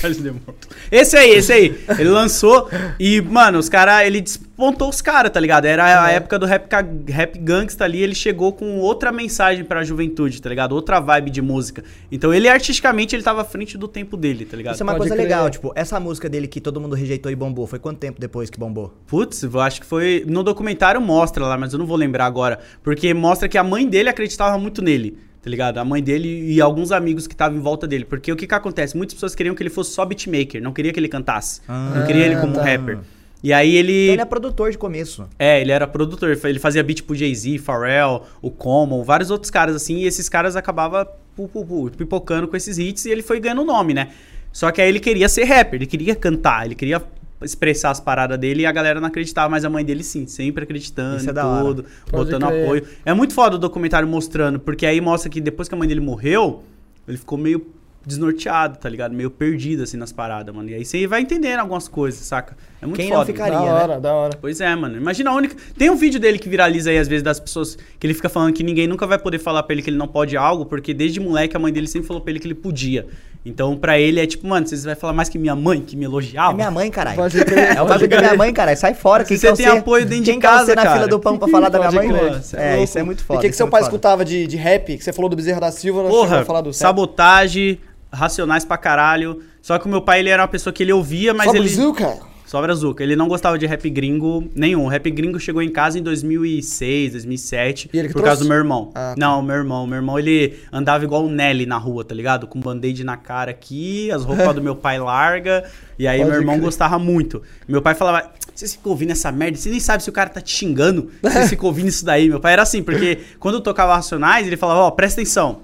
[SPEAKER 3] Charles Demore. Esse aí, esse aí. Ele lançou e, mano, os caras, ele despontou os caras, tá ligado?
[SPEAKER 2] Uhum.
[SPEAKER 3] Era a época do rap, ca- rap gangsta ali, ele chegou com outra mensagem pra juventude, tá ligado? Outra vibe de música. Então ele, artisticamente, ele tava à frente do tempo dele, tá ligado?
[SPEAKER 2] Isso é uma
[SPEAKER 1] Pode
[SPEAKER 2] coisa
[SPEAKER 1] crer.
[SPEAKER 2] legal, tipo, essa música dele que todo mundo rejeitou e bombou, foi quanto tempo depois que bombou?
[SPEAKER 3] Putz, eu acho que foi. No documentário mostra lá, mas eu não vou lembrar agora. Porque mostra que a mãe dele acreditava muito nele, tá ligado? A mãe dele e alguns amigos que estavam em volta dele. Porque o que que acontece? Muitas pessoas queriam que ele fosse só beatmaker, não queria que ele cantasse. não queria ele como rapper. E aí ele.
[SPEAKER 2] Ah. Então ele é produtor de começo.
[SPEAKER 3] É, ele era produtor, ele fa- ele fazia beat pro Jay-Z, Pharrell, o Common, vários outros caras assim, e esses caras acabava pu- pu- pu- pipocando com esses hits e ele foi ganhando nome, né? Só que aí ele queria ser rapper, ele queria cantar, ele queria expressar as paradas dele e a galera não acreditava, mas a mãe dele sim, sempre acreditando
[SPEAKER 2] Isso é
[SPEAKER 3] em
[SPEAKER 2] da hora.
[SPEAKER 3] tudo, botando
[SPEAKER 1] crer.
[SPEAKER 3] apoio. É muito foda o documentário mostrando, porque aí mostra que depois que a mãe dele morreu, ele ficou meio desnorteado, tá ligado? Meio perdido assim nas paradas, mano. E aí você vai entendendo algumas coisas, saca? É muito
[SPEAKER 2] Quem
[SPEAKER 3] foda.
[SPEAKER 2] não ficaria,
[SPEAKER 1] da
[SPEAKER 2] né?
[SPEAKER 1] hora, da hora.
[SPEAKER 3] Pois é, mano. Imagina a única. Tem um vídeo dele que viraliza aí, às vezes, das pessoas que ele fica falando que ninguém nunca vai poder falar pra ele que ele não pode algo, porque desde moleque a mãe dele sempre falou pra ele que ele podia. Então, pra ele é tipo, mano, vocês vai falar mais que minha mãe, que me elogiava.
[SPEAKER 2] É minha mãe, caralho.
[SPEAKER 1] Pode crer,
[SPEAKER 2] É o bagulho da minha mãe, caralho. Sai fora.
[SPEAKER 3] Se
[SPEAKER 2] Quem
[SPEAKER 3] você
[SPEAKER 2] quer
[SPEAKER 3] tem
[SPEAKER 2] ser-
[SPEAKER 3] apoio dentro de
[SPEAKER 2] quem quer
[SPEAKER 3] casa,
[SPEAKER 2] ser na
[SPEAKER 3] cara?
[SPEAKER 2] fila do pão pra falar da minha
[SPEAKER 3] Pode
[SPEAKER 2] mãe,
[SPEAKER 3] crer,
[SPEAKER 2] velho?
[SPEAKER 3] você é
[SPEAKER 2] É,
[SPEAKER 3] louco.
[SPEAKER 2] isso é muito
[SPEAKER 1] E o
[SPEAKER 2] foda.
[SPEAKER 1] que, que
[SPEAKER 2] isso é
[SPEAKER 1] seu
[SPEAKER 2] muito
[SPEAKER 1] pai
[SPEAKER 2] foda.
[SPEAKER 1] escutava de, de rap? Que você falou do Bezerra da Silva, nós
[SPEAKER 3] Porra,
[SPEAKER 1] chegamos a falar do certo.
[SPEAKER 3] sabotagem, racionais pra caralho. Só que o meu pai, ele era uma pessoa que ele ouvia, mas
[SPEAKER 1] Só
[SPEAKER 3] ele.
[SPEAKER 1] Brazuca?
[SPEAKER 3] Só Brazuca. Ele não gostava de rap gringo nenhum. O rap gringo chegou em casa em 2006, 2007,
[SPEAKER 1] E ele que
[SPEAKER 3] por
[SPEAKER 1] trouxe?
[SPEAKER 3] causa do meu irmão.
[SPEAKER 1] Ah, tá.
[SPEAKER 3] Não, meu irmão. Meu irmão, ele andava igual o Nelly na rua, tá ligado? Com band-aid na cara aqui, as roupas do meu pai larga. E aí
[SPEAKER 1] Pode
[SPEAKER 3] meu irmão
[SPEAKER 1] crer.
[SPEAKER 3] gostava muito. Meu pai falava, vocês ficam ouvindo essa merda? Você nem sabe se o cara tá te xingando. Vocês ficam ouvindo isso daí. Meu pai era assim, porque quando eu tocava Racionais, ele falava, ó, presta atenção.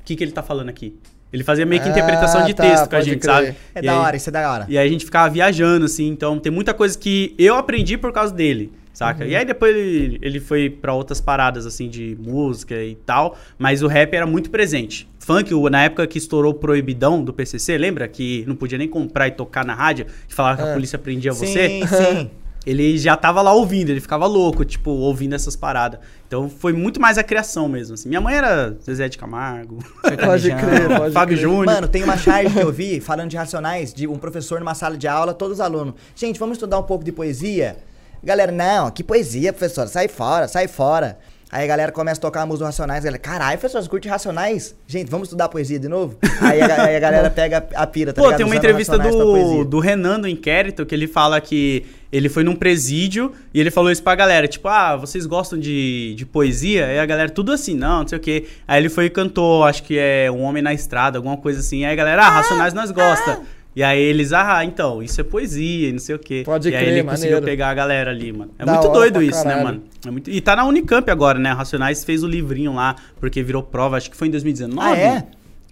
[SPEAKER 3] O que que ele tá falando aqui? Ele fazia meio que
[SPEAKER 1] Ah,
[SPEAKER 3] interpretação de
[SPEAKER 1] tá,
[SPEAKER 3] texto com a
[SPEAKER 1] pode
[SPEAKER 3] gente,
[SPEAKER 1] crer.
[SPEAKER 3] sabe?
[SPEAKER 2] É
[SPEAKER 3] E
[SPEAKER 2] da
[SPEAKER 3] aí-
[SPEAKER 2] hora, isso é da hora.
[SPEAKER 3] e aí a gente ficava viajando, assim. Então tem muita coisa que eu aprendi por causa dele, saca?
[SPEAKER 1] Uhum.
[SPEAKER 3] E aí depois ele, ele foi pra outras paradas, assim, de música e tal. Mas o rap era muito presente. Funk, o- na época que estourou o Proibidão do PCC, lembra? Que não podia nem comprar e tocar na rádio, que falava
[SPEAKER 1] Ah.
[SPEAKER 3] que a polícia prendia você.
[SPEAKER 2] Sim, sim.
[SPEAKER 3] Ele já tava lá ouvindo, ele ficava louco, tipo, ouvindo essas paradas. Então foi muito mais a criação mesmo, assim. Minha mãe era Zezé de Camargo,
[SPEAKER 1] Pode crer, pode
[SPEAKER 3] Fábio
[SPEAKER 1] crer.
[SPEAKER 3] Júnior.
[SPEAKER 2] Mano, tem uma charge que eu vi falando de racionais, de um professor numa sala de aula, todos os alunos. Gente, vamos estudar um pouco de poesia? Galera, não, que poesia, professor, sai fora, sai fora. Aí a galera começa a tocar a música do Racionais, a galera, caralho, professor, você curte Racionais? Gente, vamos estudar poesia de novo? Aí a, aí a galera pega a pira, tá
[SPEAKER 3] Pô,
[SPEAKER 2] ligado?
[SPEAKER 3] tem uma
[SPEAKER 2] Usando
[SPEAKER 3] entrevista
[SPEAKER 2] Racionais
[SPEAKER 1] tá
[SPEAKER 2] pra
[SPEAKER 3] do,
[SPEAKER 2] poesia.
[SPEAKER 3] do Renan do Inquérito que ele fala que ele foi num presídio e ele falou isso pra galera, tipo, ah, vocês gostam de, de poesia? E a galera, tudo assim, não, não sei o quê. Aí ele foi e cantou, acho que é Um Homem na Estrada, alguma coisa assim. Aí a galera, ah, Racionais nós gosta. E aí eles, ah, então, isso é poesia, e não sei o quê.
[SPEAKER 1] Pode
[SPEAKER 3] e aí
[SPEAKER 1] crer,
[SPEAKER 3] ele conseguiu
[SPEAKER 1] maneiro.
[SPEAKER 3] pegar a galera ali, mano. É
[SPEAKER 1] Da
[SPEAKER 3] muito
[SPEAKER 1] hora
[SPEAKER 3] doido
[SPEAKER 1] pra
[SPEAKER 3] isso, né,
[SPEAKER 1] caralho.
[SPEAKER 3] mano? É muito... E tá na Unicamp agora, né? Racionais fez o livrinho lá, porque virou prova, acho que foi em 2019.
[SPEAKER 2] Ah, é? Da hora,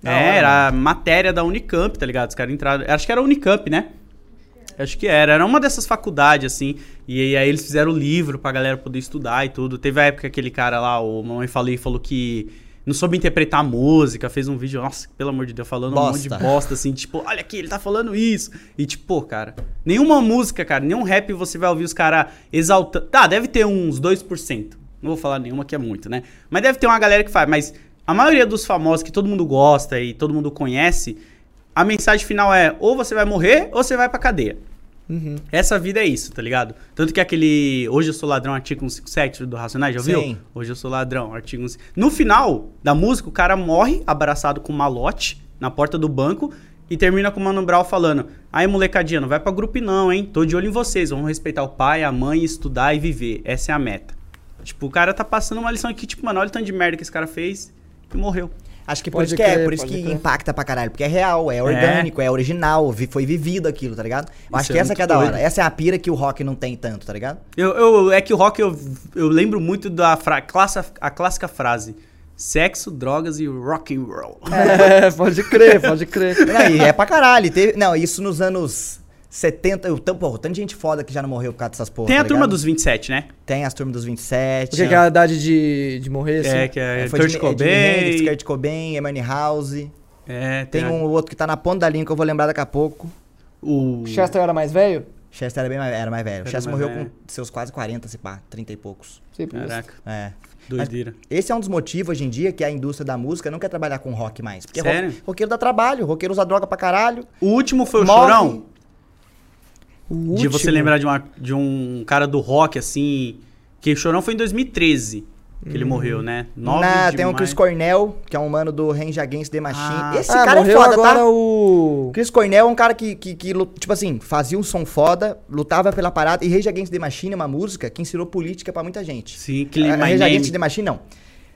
[SPEAKER 2] né?
[SPEAKER 3] É, era a matéria da Unicamp, tá ligado? Os caras entraram. Acho que era a Unicamp, né? Acho que era. Era uma dessas faculdades, assim. E aí eles fizeram o livro pra galera poder estudar e tudo. Teve a época que aquele cara lá, o Mamãe Falei, falou que não soube interpretar música, fez um vídeo, nossa, pelo amor de Deus, falando um monte de
[SPEAKER 2] Bosta.
[SPEAKER 3] bosta, assim, tipo, olha aqui, ele tá falando isso. E tipo, pô, cara, nenhuma música, cara, nenhum rap você vai ouvir os caras exaltando. Tá, deve ter uns 2%. Não vou falar nenhuma que é muito, né? Mas deve ter uma galera que faz. Mas a maioria dos famosos que todo mundo gosta e todo mundo conhece, a mensagem final é: ou você vai morrer ou você vai pra cadeia.
[SPEAKER 1] Uhum.
[SPEAKER 3] Essa vida é isso, tá ligado? Tanto que aquele Hoje eu sou ladrão, artigo 157 do Racionais, já viu?
[SPEAKER 2] Sim.
[SPEAKER 3] Hoje eu sou ladrão, artigo 157. No final da música, o cara morre abraçado com um malote na porta do banco e termina com o Mano Brown falando: Aí, molecadinha, não vai pra grupo não, hein? Tô de olho em vocês, vamos respeitar o pai, a mãe, estudar e viver. Essa é a meta. Tipo, o cara tá passando uma lição aqui, tipo, mano, olha o tanto de merda que esse cara fez e morreu.
[SPEAKER 2] Acho que por
[SPEAKER 1] Pode
[SPEAKER 2] isso que é,
[SPEAKER 1] crer,
[SPEAKER 2] por isso
[SPEAKER 1] pode
[SPEAKER 2] que
[SPEAKER 1] crer.
[SPEAKER 2] impacta pra caralho, porque é real, é orgânico, é, original, vi- foi vivido aquilo, tá ligado? Eu acho
[SPEAKER 3] é
[SPEAKER 2] que essa
[SPEAKER 3] muito
[SPEAKER 2] que é da hora.
[SPEAKER 3] doido.
[SPEAKER 2] Essa é a pira que o rock não tem tanto, tá ligado?
[SPEAKER 3] Eu, eu- é que o rock eu, eu lembro muito da fra- classa- a clássica frase: sexo, drogas e rock and roll.
[SPEAKER 1] É, pode crer, pode crer.
[SPEAKER 2] Não, e é pra caralho. Teve, não, isso nos anos 70. Eu, tão, porra, tanta gente foda que já não morreu por causa dessas porra.
[SPEAKER 3] Tem a
[SPEAKER 2] tá
[SPEAKER 3] turma
[SPEAKER 2] ligado?
[SPEAKER 3] dos 27, né?
[SPEAKER 2] Tem as turmas dos 27.
[SPEAKER 1] Porque que é a idade de, de morrer, assim?
[SPEAKER 3] É, que é,
[SPEAKER 2] foi
[SPEAKER 3] Kurt
[SPEAKER 2] Jimi- Jimi
[SPEAKER 3] Cobain.
[SPEAKER 2] Hendrix, Kurt Cobain, Emernie House.
[SPEAKER 3] É,
[SPEAKER 2] Tem
[SPEAKER 3] a-
[SPEAKER 2] um outro que tá na ponta da linha que eu vou lembrar daqui a pouco.
[SPEAKER 3] O...
[SPEAKER 1] O Chester era mais velho?
[SPEAKER 2] Chester era bem mais, era mais velho.
[SPEAKER 3] Era
[SPEAKER 2] Chester
[SPEAKER 3] mais
[SPEAKER 2] morreu
[SPEAKER 3] velho.
[SPEAKER 2] com seus quase 40, se pá, 30 e poucos.
[SPEAKER 1] Sei por isso.
[SPEAKER 3] Caraca,
[SPEAKER 2] É.
[SPEAKER 3] doideira.
[SPEAKER 2] Esse é um dos motivos hoje em dia que a indústria da música não quer trabalhar com rock mais. Porque ro-
[SPEAKER 3] Sério?
[SPEAKER 2] roqueiro dá trabalho, roqueiro usa droga pra caralho.
[SPEAKER 3] O último foi o
[SPEAKER 2] morre.
[SPEAKER 3] Chorão?
[SPEAKER 2] O
[SPEAKER 3] De
[SPEAKER 2] último-
[SPEAKER 3] você lembrar de, uma- de um cara do rock, assim... Que o Chorão foi em 2013 que ele morreu, né? Nove
[SPEAKER 2] Na,
[SPEAKER 3] de
[SPEAKER 2] Hum. tem o
[SPEAKER 3] maio.
[SPEAKER 2] Chris Cornell, que é um mano do Range Against the Machine.
[SPEAKER 3] Ah.
[SPEAKER 2] Esse
[SPEAKER 1] ah,
[SPEAKER 2] cara é
[SPEAKER 1] morreu
[SPEAKER 2] foda,
[SPEAKER 1] agora
[SPEAKER 2] tá?
[SPEAKER 1] o...
[SPEAKER 2] O Chris Cornell é um cara que, que, que lu- tipo assim, fazia um som foda, lutava pela parada. E Rage Against the Machine é uma música que ensinou política pra muita gente.
[SPEAKER 3] Sim,
[SPEAKER 2] A-
[SPEAKER 3] Clean
[SPEAKER 2] a
[SPEAKER 3] My
[SPEAKER 2] Rage
[SPEAKER 3] Name.
[SPEAKER 2] Against the Machine, não.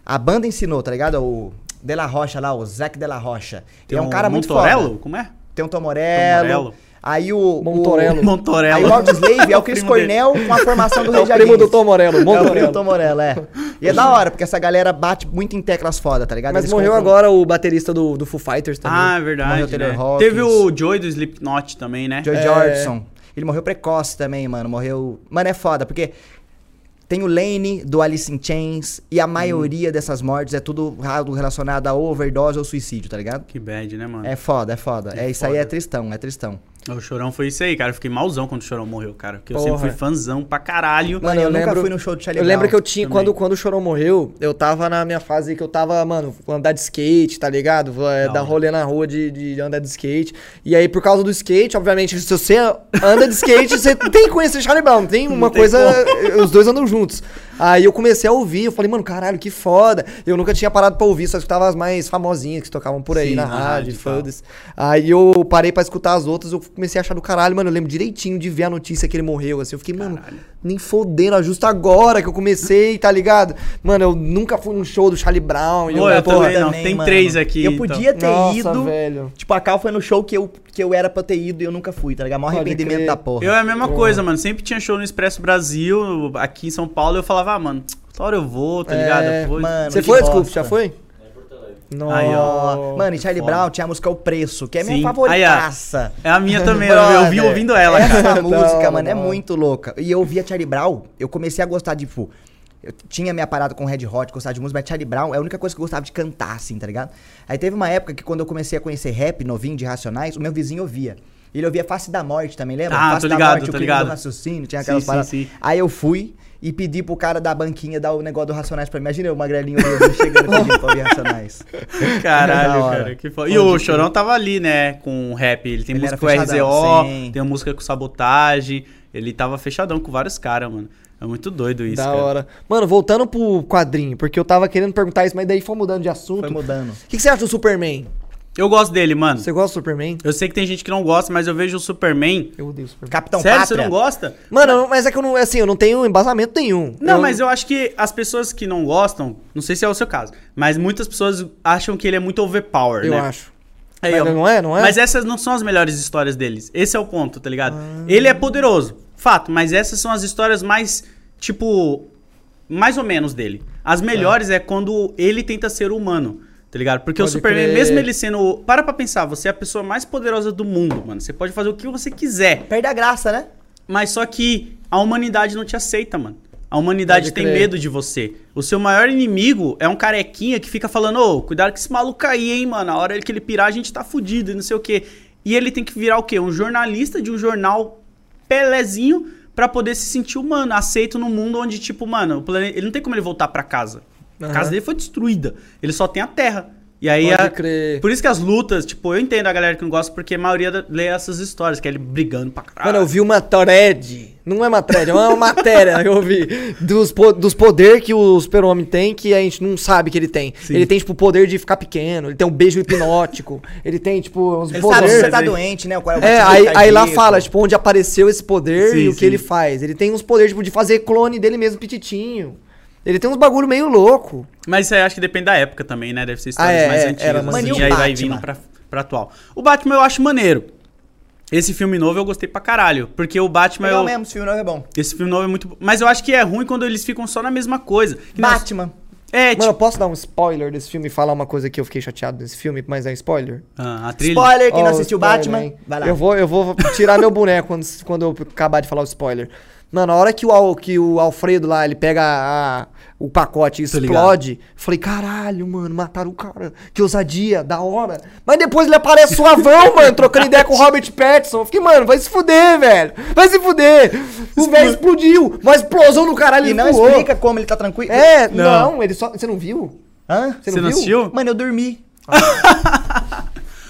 [SPEAKER 2] A banda ensinou, tá ligado? O De La Rocha lá, o Zac De La Rocha.
[SPEAKER 3] Tem
[SPEAKER 2] é um cara muito
[SPEAKER 3] Montorello?
[SPEAKER 2] foda.
[SPEAKER 3] Como é?
[SPEAKER 2] Tem o Tom Morello.
[SPEAKER 3] Morello.
[SPEAKER 2] Aí o...
[SPEAKER 1] Montorello.
[SPEAKER 2] o- Aí o
[SPEAKER 3] Montorello.
[SPEAKER 2] Audioslave é o Chris
[SPEAKER 3] primo dele.
[SPEAKER 2] Cornell com a formação do
[SPEAKER 1] É o
[SPEAKER 2] Rage
[SPEAKER 1] primo do
[SPEAKER 2] Against.
[SPEAKER 1] Tom Morello,
[SPEAKER 2] É o primo do
[SPEAKER 1] Montorello.
[SPEAKER 2] Tom Morello, é. E é da hora, porque essa galera bate muito em teclas foda, tá ligado?
[SPEAKER 1] Mas
[SPEAKER 2] Eles
[SPEAKER 1] morreu
[SPEAKER 2] compram-
[SPEAKER 1] agora o baterista do, do Foo Fighters
[SPEAKER 2] Tá
[SPEAKER 1] também.
[SPEAKER 3] Ah, é verdade.
[SPEAKER 2] Morreu Taylor
[SPEAKER 3] né?
[SPEAKER 2] Hawkins.
[SPEAKER 3] Teve o Joey do Slipknot também, né?
[SPEAKER 2] Joy
[SPEAKER 1] É.
[SPEAKER 2] Jordison. Ele morreu precoce também, mano. Morreu. Mano, é foda, porque tem o Lane do Alice in Chains e a maioria dessas mortes é tudo ra- relacionado a overdose ou suicídio, tá ligado?
[SPEAKER 3] Que bad, né, mano?
[SPEAKER 2] É foda, é foda. É, isso aí
[SPEAKER 3] foda.
[SPEAKER 2] é tristão, é tristão.
[SPEAKER 3] O Chorão foi isso aí, cara. Eu fiquei malzão quando o Chorão morreu, cara. Porque eu sempre
[SPEAKER 1] Porra.
[SPEAKER 3] fui fãzão pra caralho.
[SPEAKER 2] Mano,
[SPEAKER 1] eu
[SPEAKER 2] eu, nunca
[SPEAKER 1] lembro-
[SPEAKER 2] fui no show do Charlie
[SPEAKER 1] Eu lembro que eu
[SPEAKER 2] Brown.
[SPEAKER 1] tinha,
[SPEAKER 3] também.
[SPEAKER 1] quando, quando o Chorão morreu, eu tava na minha fase que eu tava, mano, andar de skate, tá ligado? É,
[SPEAKER 3] Da
[SPEAKER 1] dar
[SPEAKER 3] hora.
[SPEAKER 1] rolê na rua de, de andar de skate. E aí, por causa do skate, obviamente, se você anda de skate, você tem que conhecer Charlie Brown, tem uma
[SPEAKER 3] tem
[SPEAKER 1] coisa. eh, Os dois andam juntos. Aí eu comecei a ouvir, eu falei, mano, caralho, que foda. Eu nunca tinha parado pra ouvir, só escutava as mais famosinhas que tocavam por aí
[SPEAKER 3] Sim,
[SPEAKER 1] na
[SPEAKER 3] na rádio
[SPEAKER 1] rádio,
[SPEAKER 3] e tal.
[SPEAKER 1] foda-se. Aí eu parei pra escutar as outras, eu comecei a achar do caralho, mano. Eu lembro direitinho de ver a notícia que ele morreu, assim. Eu fiquei, mano, nem fodendo, ó, justo agora que eu comecei, tá ligado? Mano, eu nunca fui num show do Charlie Brown. e
[SPEAKER 3] Pô, eu também não.
[SPEAKER 2] Também,
[SPEAKER 3] Tem
[SPEAKER 2] mano.
[SPEAKER 3] três aqui.
[SPEAKER 2] Eu
[SPEAKER 3] então.
[SPEAKER 2] podia ter
[SPEAKER 1] Nossa,
[SPEAKER 2] ido.
[SPEAKER 1] velho.
[SPEAKER 2] Tipo, a Cal foi no show que eu, que eu era pra ter ido e eu nunca fui, tá ligado? Maior
[SPEAKER 1] Pode
[SPEAKER 2] arrependimento
[SPEAKER 1] crer.
[SPEAKER 2] da porra.
[SPEAKER 3] Eu é a mesma coisa, mano. Sempre tinha show no Expresso Brasil, aqui em São Paulo. Eu falava, ah, mano, toda hora eu vou, tá ligado? Eu vou.
[SPEAKER 2] É, mano.
[SPEAKER 1] Você
[SPEAKER 2] que
[SPEAKER 1] foi,
[SPEAKER 2] bosta. né?
[SPEAKER 1] desculpa, já foi? Não.
[SPEAKER 3] Aí,
[SPEAKER 2] Ó, mano, e Charlie
[SPEAKER 3] foda.
[SPEAKER 2] Brown tinha a música O Preço, que é minha
[SPEAKER 3] Sim.
[SPEAKER 2] favoritaça.
[SPEAKER 3] É a minha também, eu, eu vi
[SPEAKER 2] Brother,
[SPEAKER 3] ouvindo ela, cara.
[SPEAKER 2] Essa música,
[SPEAKER 1] Não,
[SPEAKER 2] mano, é
[SPEAKER 1] não.
[SPEAKER 2] muito louca. E eu ouvia Charlie Brown, eu comecei a gostar de, tipo, eu tinha minha parada com Red Hot, gostava de música, mas Charlie Brown é a única coisa que eu gostava de cantar, assim, tá ligado? Aí teve uma época que quando eu comecei a conhecer rap novinho de Racionais, o meu vizinho ouvia. Ele ouvia Face da Morte também, lembra?
[SPEAKER 3] Ah,
[SPEAKER 2] Face
[SPEAKER 3] tô
[SPEAKER 2] da
[SPEAKER 3] ligado,
[SPEAKER 2] Morte,
[SPEAKER 3] tô
[SPEAKER 2] o crime
[SPEAKER 3] ligado.
[SPEAKER 2] do raciocínio, tinha aquelas
[SPEAKER 3] Sim, sim,
[SPEAKER 2] paradas.
[SPEAKER 3] sim.
[SPEAKER 2] Aí eu fui e pedi pro cara da banquinha dar o negócio do Racionais pra mim. Imagina o magrelinho meu chegando pedindo pra ouvir Racionais. Da
[SPEAKER 3] Caralho,
[SPEAKER 2] hora. um
[SPEAKER 3] cara, que foda. E o Chorão tava ali, né, com o rap. Ele tem
[SPEAKER 2] Ele
[SPEAKER 3] música
[SPEAKER 2] era
[SPEAKER 3] com o
[SPEAKER 2] fechadão,
[SPEAKER 3] RZO,
[SPEAKER 2] sim.
[SPEAKER 3] tem uma música com Sabotagem. Ele tava fechadão com vários caras, mano. É muito doido isso,
[SPEAKER 1] Da
[SPEAKER 3] cara.
[SPEAKER 1] hora. Mano, voltando pro quadrinho, porque eu tava querendo perguntar isso, mas daí foi mudando de assunto.
[SPEAKER 2] Foi mudando.
[SPEAKER 1] O que, que você acha do Superman?
[SPEAKER 3] Eu gosto dele, mano.
[SPEAKER 1] Você gosta do Superman?
[SPEAKER 3] Eu sei que tem gente que não gosta, mas eu vejo o Superman...
[SPEAKER 1] Eu odeio o Superman.
[SPEAKER 2] Capitão
[SPEAKER 3] Sério,
[SPEAKER 2] Pátria.
[SPEAKER 3] você não gosta?
[SPEAKER 1] Mano, mas é que eu não, assim, eu não tenho embasamento nenhum.
[SPEAKER 3] Não, mas é eu acho que as pessoas que não gostam, não sei se é o seu caso, mas muitas pessoas acham que ele é muito overpower,
[SPEAKER 1] Eu
[SPEAKER 3] né?
[SPEAKER 1] acho.
[SPEAKER 3] Aí,
[SPEAKER 1] Mas
[SPEAKER 3] ó,
[SPEAKER 1] não é, não é?
[SPEAKER 3] Mas essas não são as melhores histórias deles. Esse é o ponto, tá ligado?
[SPEAKER 1] Ah.
[SPEAKER 3] Ele é poderoso, fato, mas essas são as histórias mais, tipo, mais ou menos dele. As melhores é, quando ele tenta ser humano. Tá ligado? Porque
[SPEAKER 1] Tá. Pode
[SPEAKER 3] o Superman,
[SPEAKER 1] crer.
[SPEAKER 3] mesmo ele sendo. Para pra pensar, você é a pessoa mais poderosa do mundo, mano. Você pode fazer o que você quiser.
[SPEAKER 2] Perde a graça, né?
[SPEAKER 3] Mas só que a humanidade não te aceita, mano. A humanidade
[SPEAKER 1] Pode
[SPEAKER 3] tem
[SPEAKER 1] crer.
[SPEAKER 3] medo de você. O seu maior inimigo é um carequinha que fica falando, ô, cuidado com esse maluco aí, hein, mano. A hora que ele pirar, a gente tá fudido e não sei o quê. E ele tem que virar o quê? Um jornalista de um jornal pelezinho pra poder se sentir humano, aceito no mundo onde, tipo, mano, o plane- ele não tem como ele voltar pra casa. A
[SPEAKER 1] Aham.
[SPEAKER 3] casa dele foi destruída. Ele só tem a terra. E aí
[SPEAKER 1] Pode
[SPEAKER 3] a-
[SPEAKER 1] crer.
[SPEAKER 3] Por isso que as lutas, tipo, eu entendo a galera que não gosta, porque a maioria da- lê essas histórias, que é ele brigando pra caralho.
[SPEAKER 1] Mano, eu vi uma thread. Não é uma thread, é uma matéria que eu vi. Dos, po dos poder que o super-homem tem que a gente não sabe que ele tem.
[SPEAKER 3] Sim.
[SPEAKER 1] Ele tem, tipo, o poder de ficar pequeno. Ele tem um beijo hipnótico. ele tem, tipo, uns
[SPEAKER 2] Ele sabe se você
[SPEAKER 1] poderes.
[SPEAKER 2] tá
[SPEAKER 3] né?
[SPEAKER 2] doente, né? O cara
[SPEAKER 1] É, aí, aí lá fala,
[SPEAKER 2] tipo,
[SPEAKER 1] tipo, onde apareceu esse poder
[SPEAKER 3] Sim,
[SPEAKER 1] e o que
[SPEAKER 3] sim.
[SPEAKER 1] ele faz. Ele tem uns poderes, tipo, de fazer clone dele mesmo, pititinho. Ele tem uns bagulho meio louco.
[SPEAKER 3] Mas isso aí acho que depende da época também, né? Deve ser histórias
[SPEAKER 1] Ah, é,
[SPEAKER 3] mais
[SPEAKER 1] é,
[SPEAKER 3] antigas.
[SPEAKER 1] era
[SPEAKER 3] assim,
[SPEAKER 1] mais
[SPEAKER 3] e
[SPEAKER 2] antigo.
[SPEAKER 3] aí vai
[SPEAKER 2] Batman.
[SPEAKER 3] vindo pra, pra atual. O Batman eu acho maneiro. Esse filme novo eu gostei pra caralho. Porque o Batman.
[SPEAKER 2] Legal
[SPEAKER 3] eu-
[SPEAKER 2] mesmo, esse filme novo é bom.
[SPEAKER 3] Esse filme novo é muito. Mas eu acho que é ruim quando eles ficam só na mesma coisa. Que nós-
[SPEAKER 2] Batman.
[SPEAKER 3] É,
[SPEAKER 1] Mano, eu
[SPEAKER 3] tipo.
[SPEAKER 1] posso dar um spoiler desse filme e falar uma coisa que eu fiquei chateado desse filme, mas é um spoiler?
[SPEAKER 3] Ah, a trilha.
[SPEAKER 2] Spoiler, quem não
[SPEAKER 1] Ó,
[SPEAKER 2] assistiu
[SPEAKER 1] spoiler,
[SPEAKER 2] Batman,
[SPEAKER 1] hein?
[SPEAKER 2] vai lá.
[SPEAKER 1] Eu vou, eu vou tirar meu boneco quando, quando eu acabar de falar o spoiler. Mano, a hora que o, Al- que o Alfredo lá, ele pega a- o pacote e
[SPEAKER 3] Tô
[SPEAKER 1] explode, falei, caralho, mano, mataram o cara. Que ousadia, da hora. Mas depois ele aparece suavão, mano, trocando ideia com o Robert Pattinson. Eu Fiquei, mano, vai se fuder, velho. Vai se fuder. O velho explodiu. Uma explosão no caralho,
[SPEAKER 2] E
[SPEAKER 1] ele
[SPEAKER 2] não
[SPEAKER 1] voou.
[SPEAKER 2] explica como ele tá tranquilo.
[SPEAKER 1] É,
[SPEAKER 3] Não.
[SPEAKER 1] não. ele só... Você não viu?
[SPEAKER 2] Hã?
[SPEAKER 1] Você
[SPEAKER 3] Você não
[SPEAKER 1] não viu?
[SPEAKER 3] assistiu?
[SPEAKER 2] Mano, eu dormi.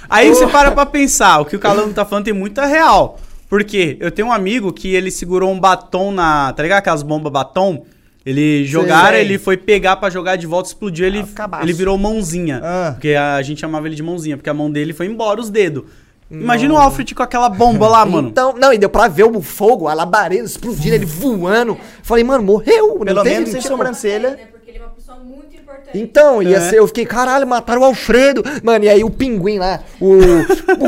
[SPEAKER 3] Aí você para pra pensar, o que o Calano tá falando tem muita real. Porque eu tenho um amigo que ele segurou um batom na. Tá ligado? Aquelas bombas batom? Ele jogaram,
[SPEAKER 1] sei.
[SPEAKER 3] ele foi pegar pra jogar de volta, explodiu, ele,
[SPEAKER 2] cabaço.
[SPEAKER 3] ele virou mãozinha.
[SPEAKER 2] Ah.
[SPEAKER 3] Porque a gente chamava ele de mãozinha, porque a mão dele foi embora os dedos. Imagina o Alfred com aquela bomba lá, mano.
[SPEAKER 1] Então, não, e deu pra ver o fogo, a labareda explodindo, ele voando. Falei, mano, morreu. não
[SPEAKER 2] Pelo
[SPEAKER 1] teve-
[SPEAKER 2] menos sem
[SPEAKER 1] tinha-
[SPEAKER 2] sobrancelha.
[SPEAKER 4] Né? Porque ele é uma pessoa muito importante.
[SPEAKER 1] Então, ia
[SPEAKER 3] É.
[SPEAKER 1] ser, eu fiquei, caralho, mataram o Alfredo. Mano, e aí o pinguim lá, o,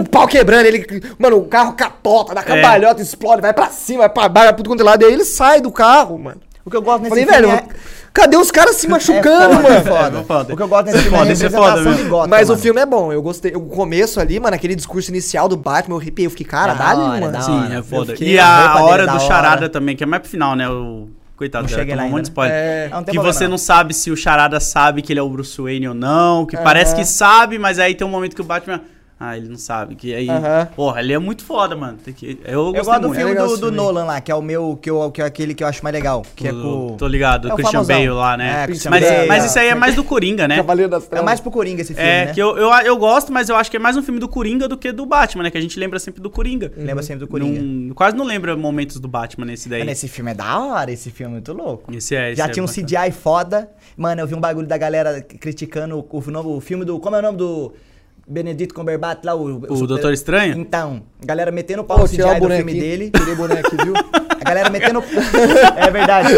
[SPEAKER 1] o pau quebrando, ele. Mano, o carro capota,
[SPEAKER 2] É.
[SPEAKER 1] dá cambalhota, explode, vai pra cima, vai pra baixo, vai pro outro lado. E aí ele sai do carro, mano.
[SPEAKER 2] O que eu gosto nesse
[SPEAKER 1] Falei,
[SPEAKER 2] filme
[SPEAKER 1] velho,
[SPEAKER 2] é-
[SPEAKER 1] cadê os caras se machucando,
[SPEAKER 2] foda,
[SPEAKER 1] mano?
[SPEAKER 2] foda.
[SPEAKER 3] É, foda.
[SPEAKER 2] O que eu gosto nesse
[SPEAKER 3] Isso é
[SPEAKER 2] filme é a
[SPEAKER 3] foda, isso é foda
[SPEAKER 2] representação
[SPEAKER 3] mesmo.
[SPEAKER 2] de Gotham,
[SPEAKER 1] Mas
[SPEAKER 2] mano.
[SPEAKER 1] o filme é bom, eu gostei. O começo ali, mano, aquele discurso inicial do Batman, eu arrepiei, eu fiquei, caralho,
[SPEAKER 2] hora,
[SPEAKER 1] mano.
[SPEAKER 2] da hora.
[SPEAKER 3] Sim, é
[SPEAKER 2] Eu
[SPEAKER 3] foda.
[SPEAKER 2] fiquei
[SPEAKER 3] E
[SPEAKER 2] na roupa
[SPEAKER 3] a
[SPEAKER 2] dele,
[SPEAKER 3] hora
[SPEAKER 2] da
[SPEAKER 3] do
[SPEAKER 2] hora.
[SPEAKER 3] charada também, que é mais pro final, né? O... Coitado,
[SPEAKER 2] Não
[SPEAKER 3] dela,
[SPEAKER 2] cheguei
[SPEAKER 3] tomou
[SPEAKER 2] lá
[SPEAKER 3] um monte
[SPEAKER 2] ainda,
[SPEAKER 3] de spoiler.
[SPEAKER 1] né? É.
[SPEAKER 2] Não, não tem
[SPEAKER 3] que
[SPEAKER 2] problema,
[SPEAKER 3] você
[SPEAKER 2] não.
[SPEAKER 3] não sabe se o charada sabe que ele é o Bruce Wayne ou não, que parece que sabe, mas aí tem um momento que o Batman... Ah, ele não sabe. Que aí...
[SPEAKER 1] Aham.
[SPEAKER 3] Porra, ele é muito foda, mano. Tem que... Eu,
[SPEAKER 2] Eu
[SPEAKER 3] gostei
[SPEAKER 2] gosto do
[SPEAKER 3] muito.
[SPEAKER 2] filme
[SPEAKER 1] legal
[SPEAKER 2] do,
[SPEAKER 1] esse
[SPEAKER 2] do
[SPEAKER 1] filme.
[SPEAKER 2] Nolan lá, que é o meu, que, eu, que é aquele que eu acho mais legal. Que é com.
[SPEAKER 3] Tô ligado,
[SPEAKER 2] É o
[SPEAKER 3] Christian
[SPEAKER 2] famosão.
[SPEAKER 3] Bale lá,
[SPEAKER 2] É,
[SPEAKER 3] né?
[SPEAKER 2] Christian
[SPEAKER 3] mas,
[SPEAKER 2] Bale,
[SPEAKER 3] mas
[SPEAKER 2] ó.
[SPEAKER 3] isso aí é mais do Coringa, né?
[SPEAKER 1] Cavaleiro das
[SPEAKER 2] É
[SPEAKER 1] Trevas.
[SPEAKER 2] mais pro Coringa esse filme,
[SPEAKER 3] É,
[SPEAKER 2] né?
[SPEAKER 3] que eu, eu, eu gosto, mas eu acho que é mais um filme do Coringa do que do Batman, né? Que a gente lembra sempre do Coringa.
[SPEAKER 2] Lembra sempre do Coringa.
[SPEAKER 3] Não- quase não lembra momentos do Batman nesse daí.
[SPEAKER 2] Mano, esse filme é da hora, esse filme é muito louco.
[SPEAKER 3] Esse é, esse
[SPEAKER 2] Já
[SPEAKER 3] é
[SPEAKER 2] tinha um
[SPEAKER 3] bacana.
[SPEAKER 2] CGI foda. Mano, eu vi um bagulho da galera criticando o, o novo o filme do. Como é o nome do. Benedito Cumberbatch lá, o.
[SPEAKER 3] O Doutor Estranho?
[SPEAKER 2] Então, a galera metendo o pau
[SPEAKER 1] Pô,
[SPEAKER 2] no
[SPEAKER 1] tirei o
[SPEAKER 2] CGI do
[SPEAKER 1] boneco
[SPEAKER 2] filme
[SPEAKER 1] aqui,
[SPEAKER 2] dele.
[SPEAKER 1] Tirei o boneco aqui, viu?
[SPEAKER 2] A galera metendo. é verdade.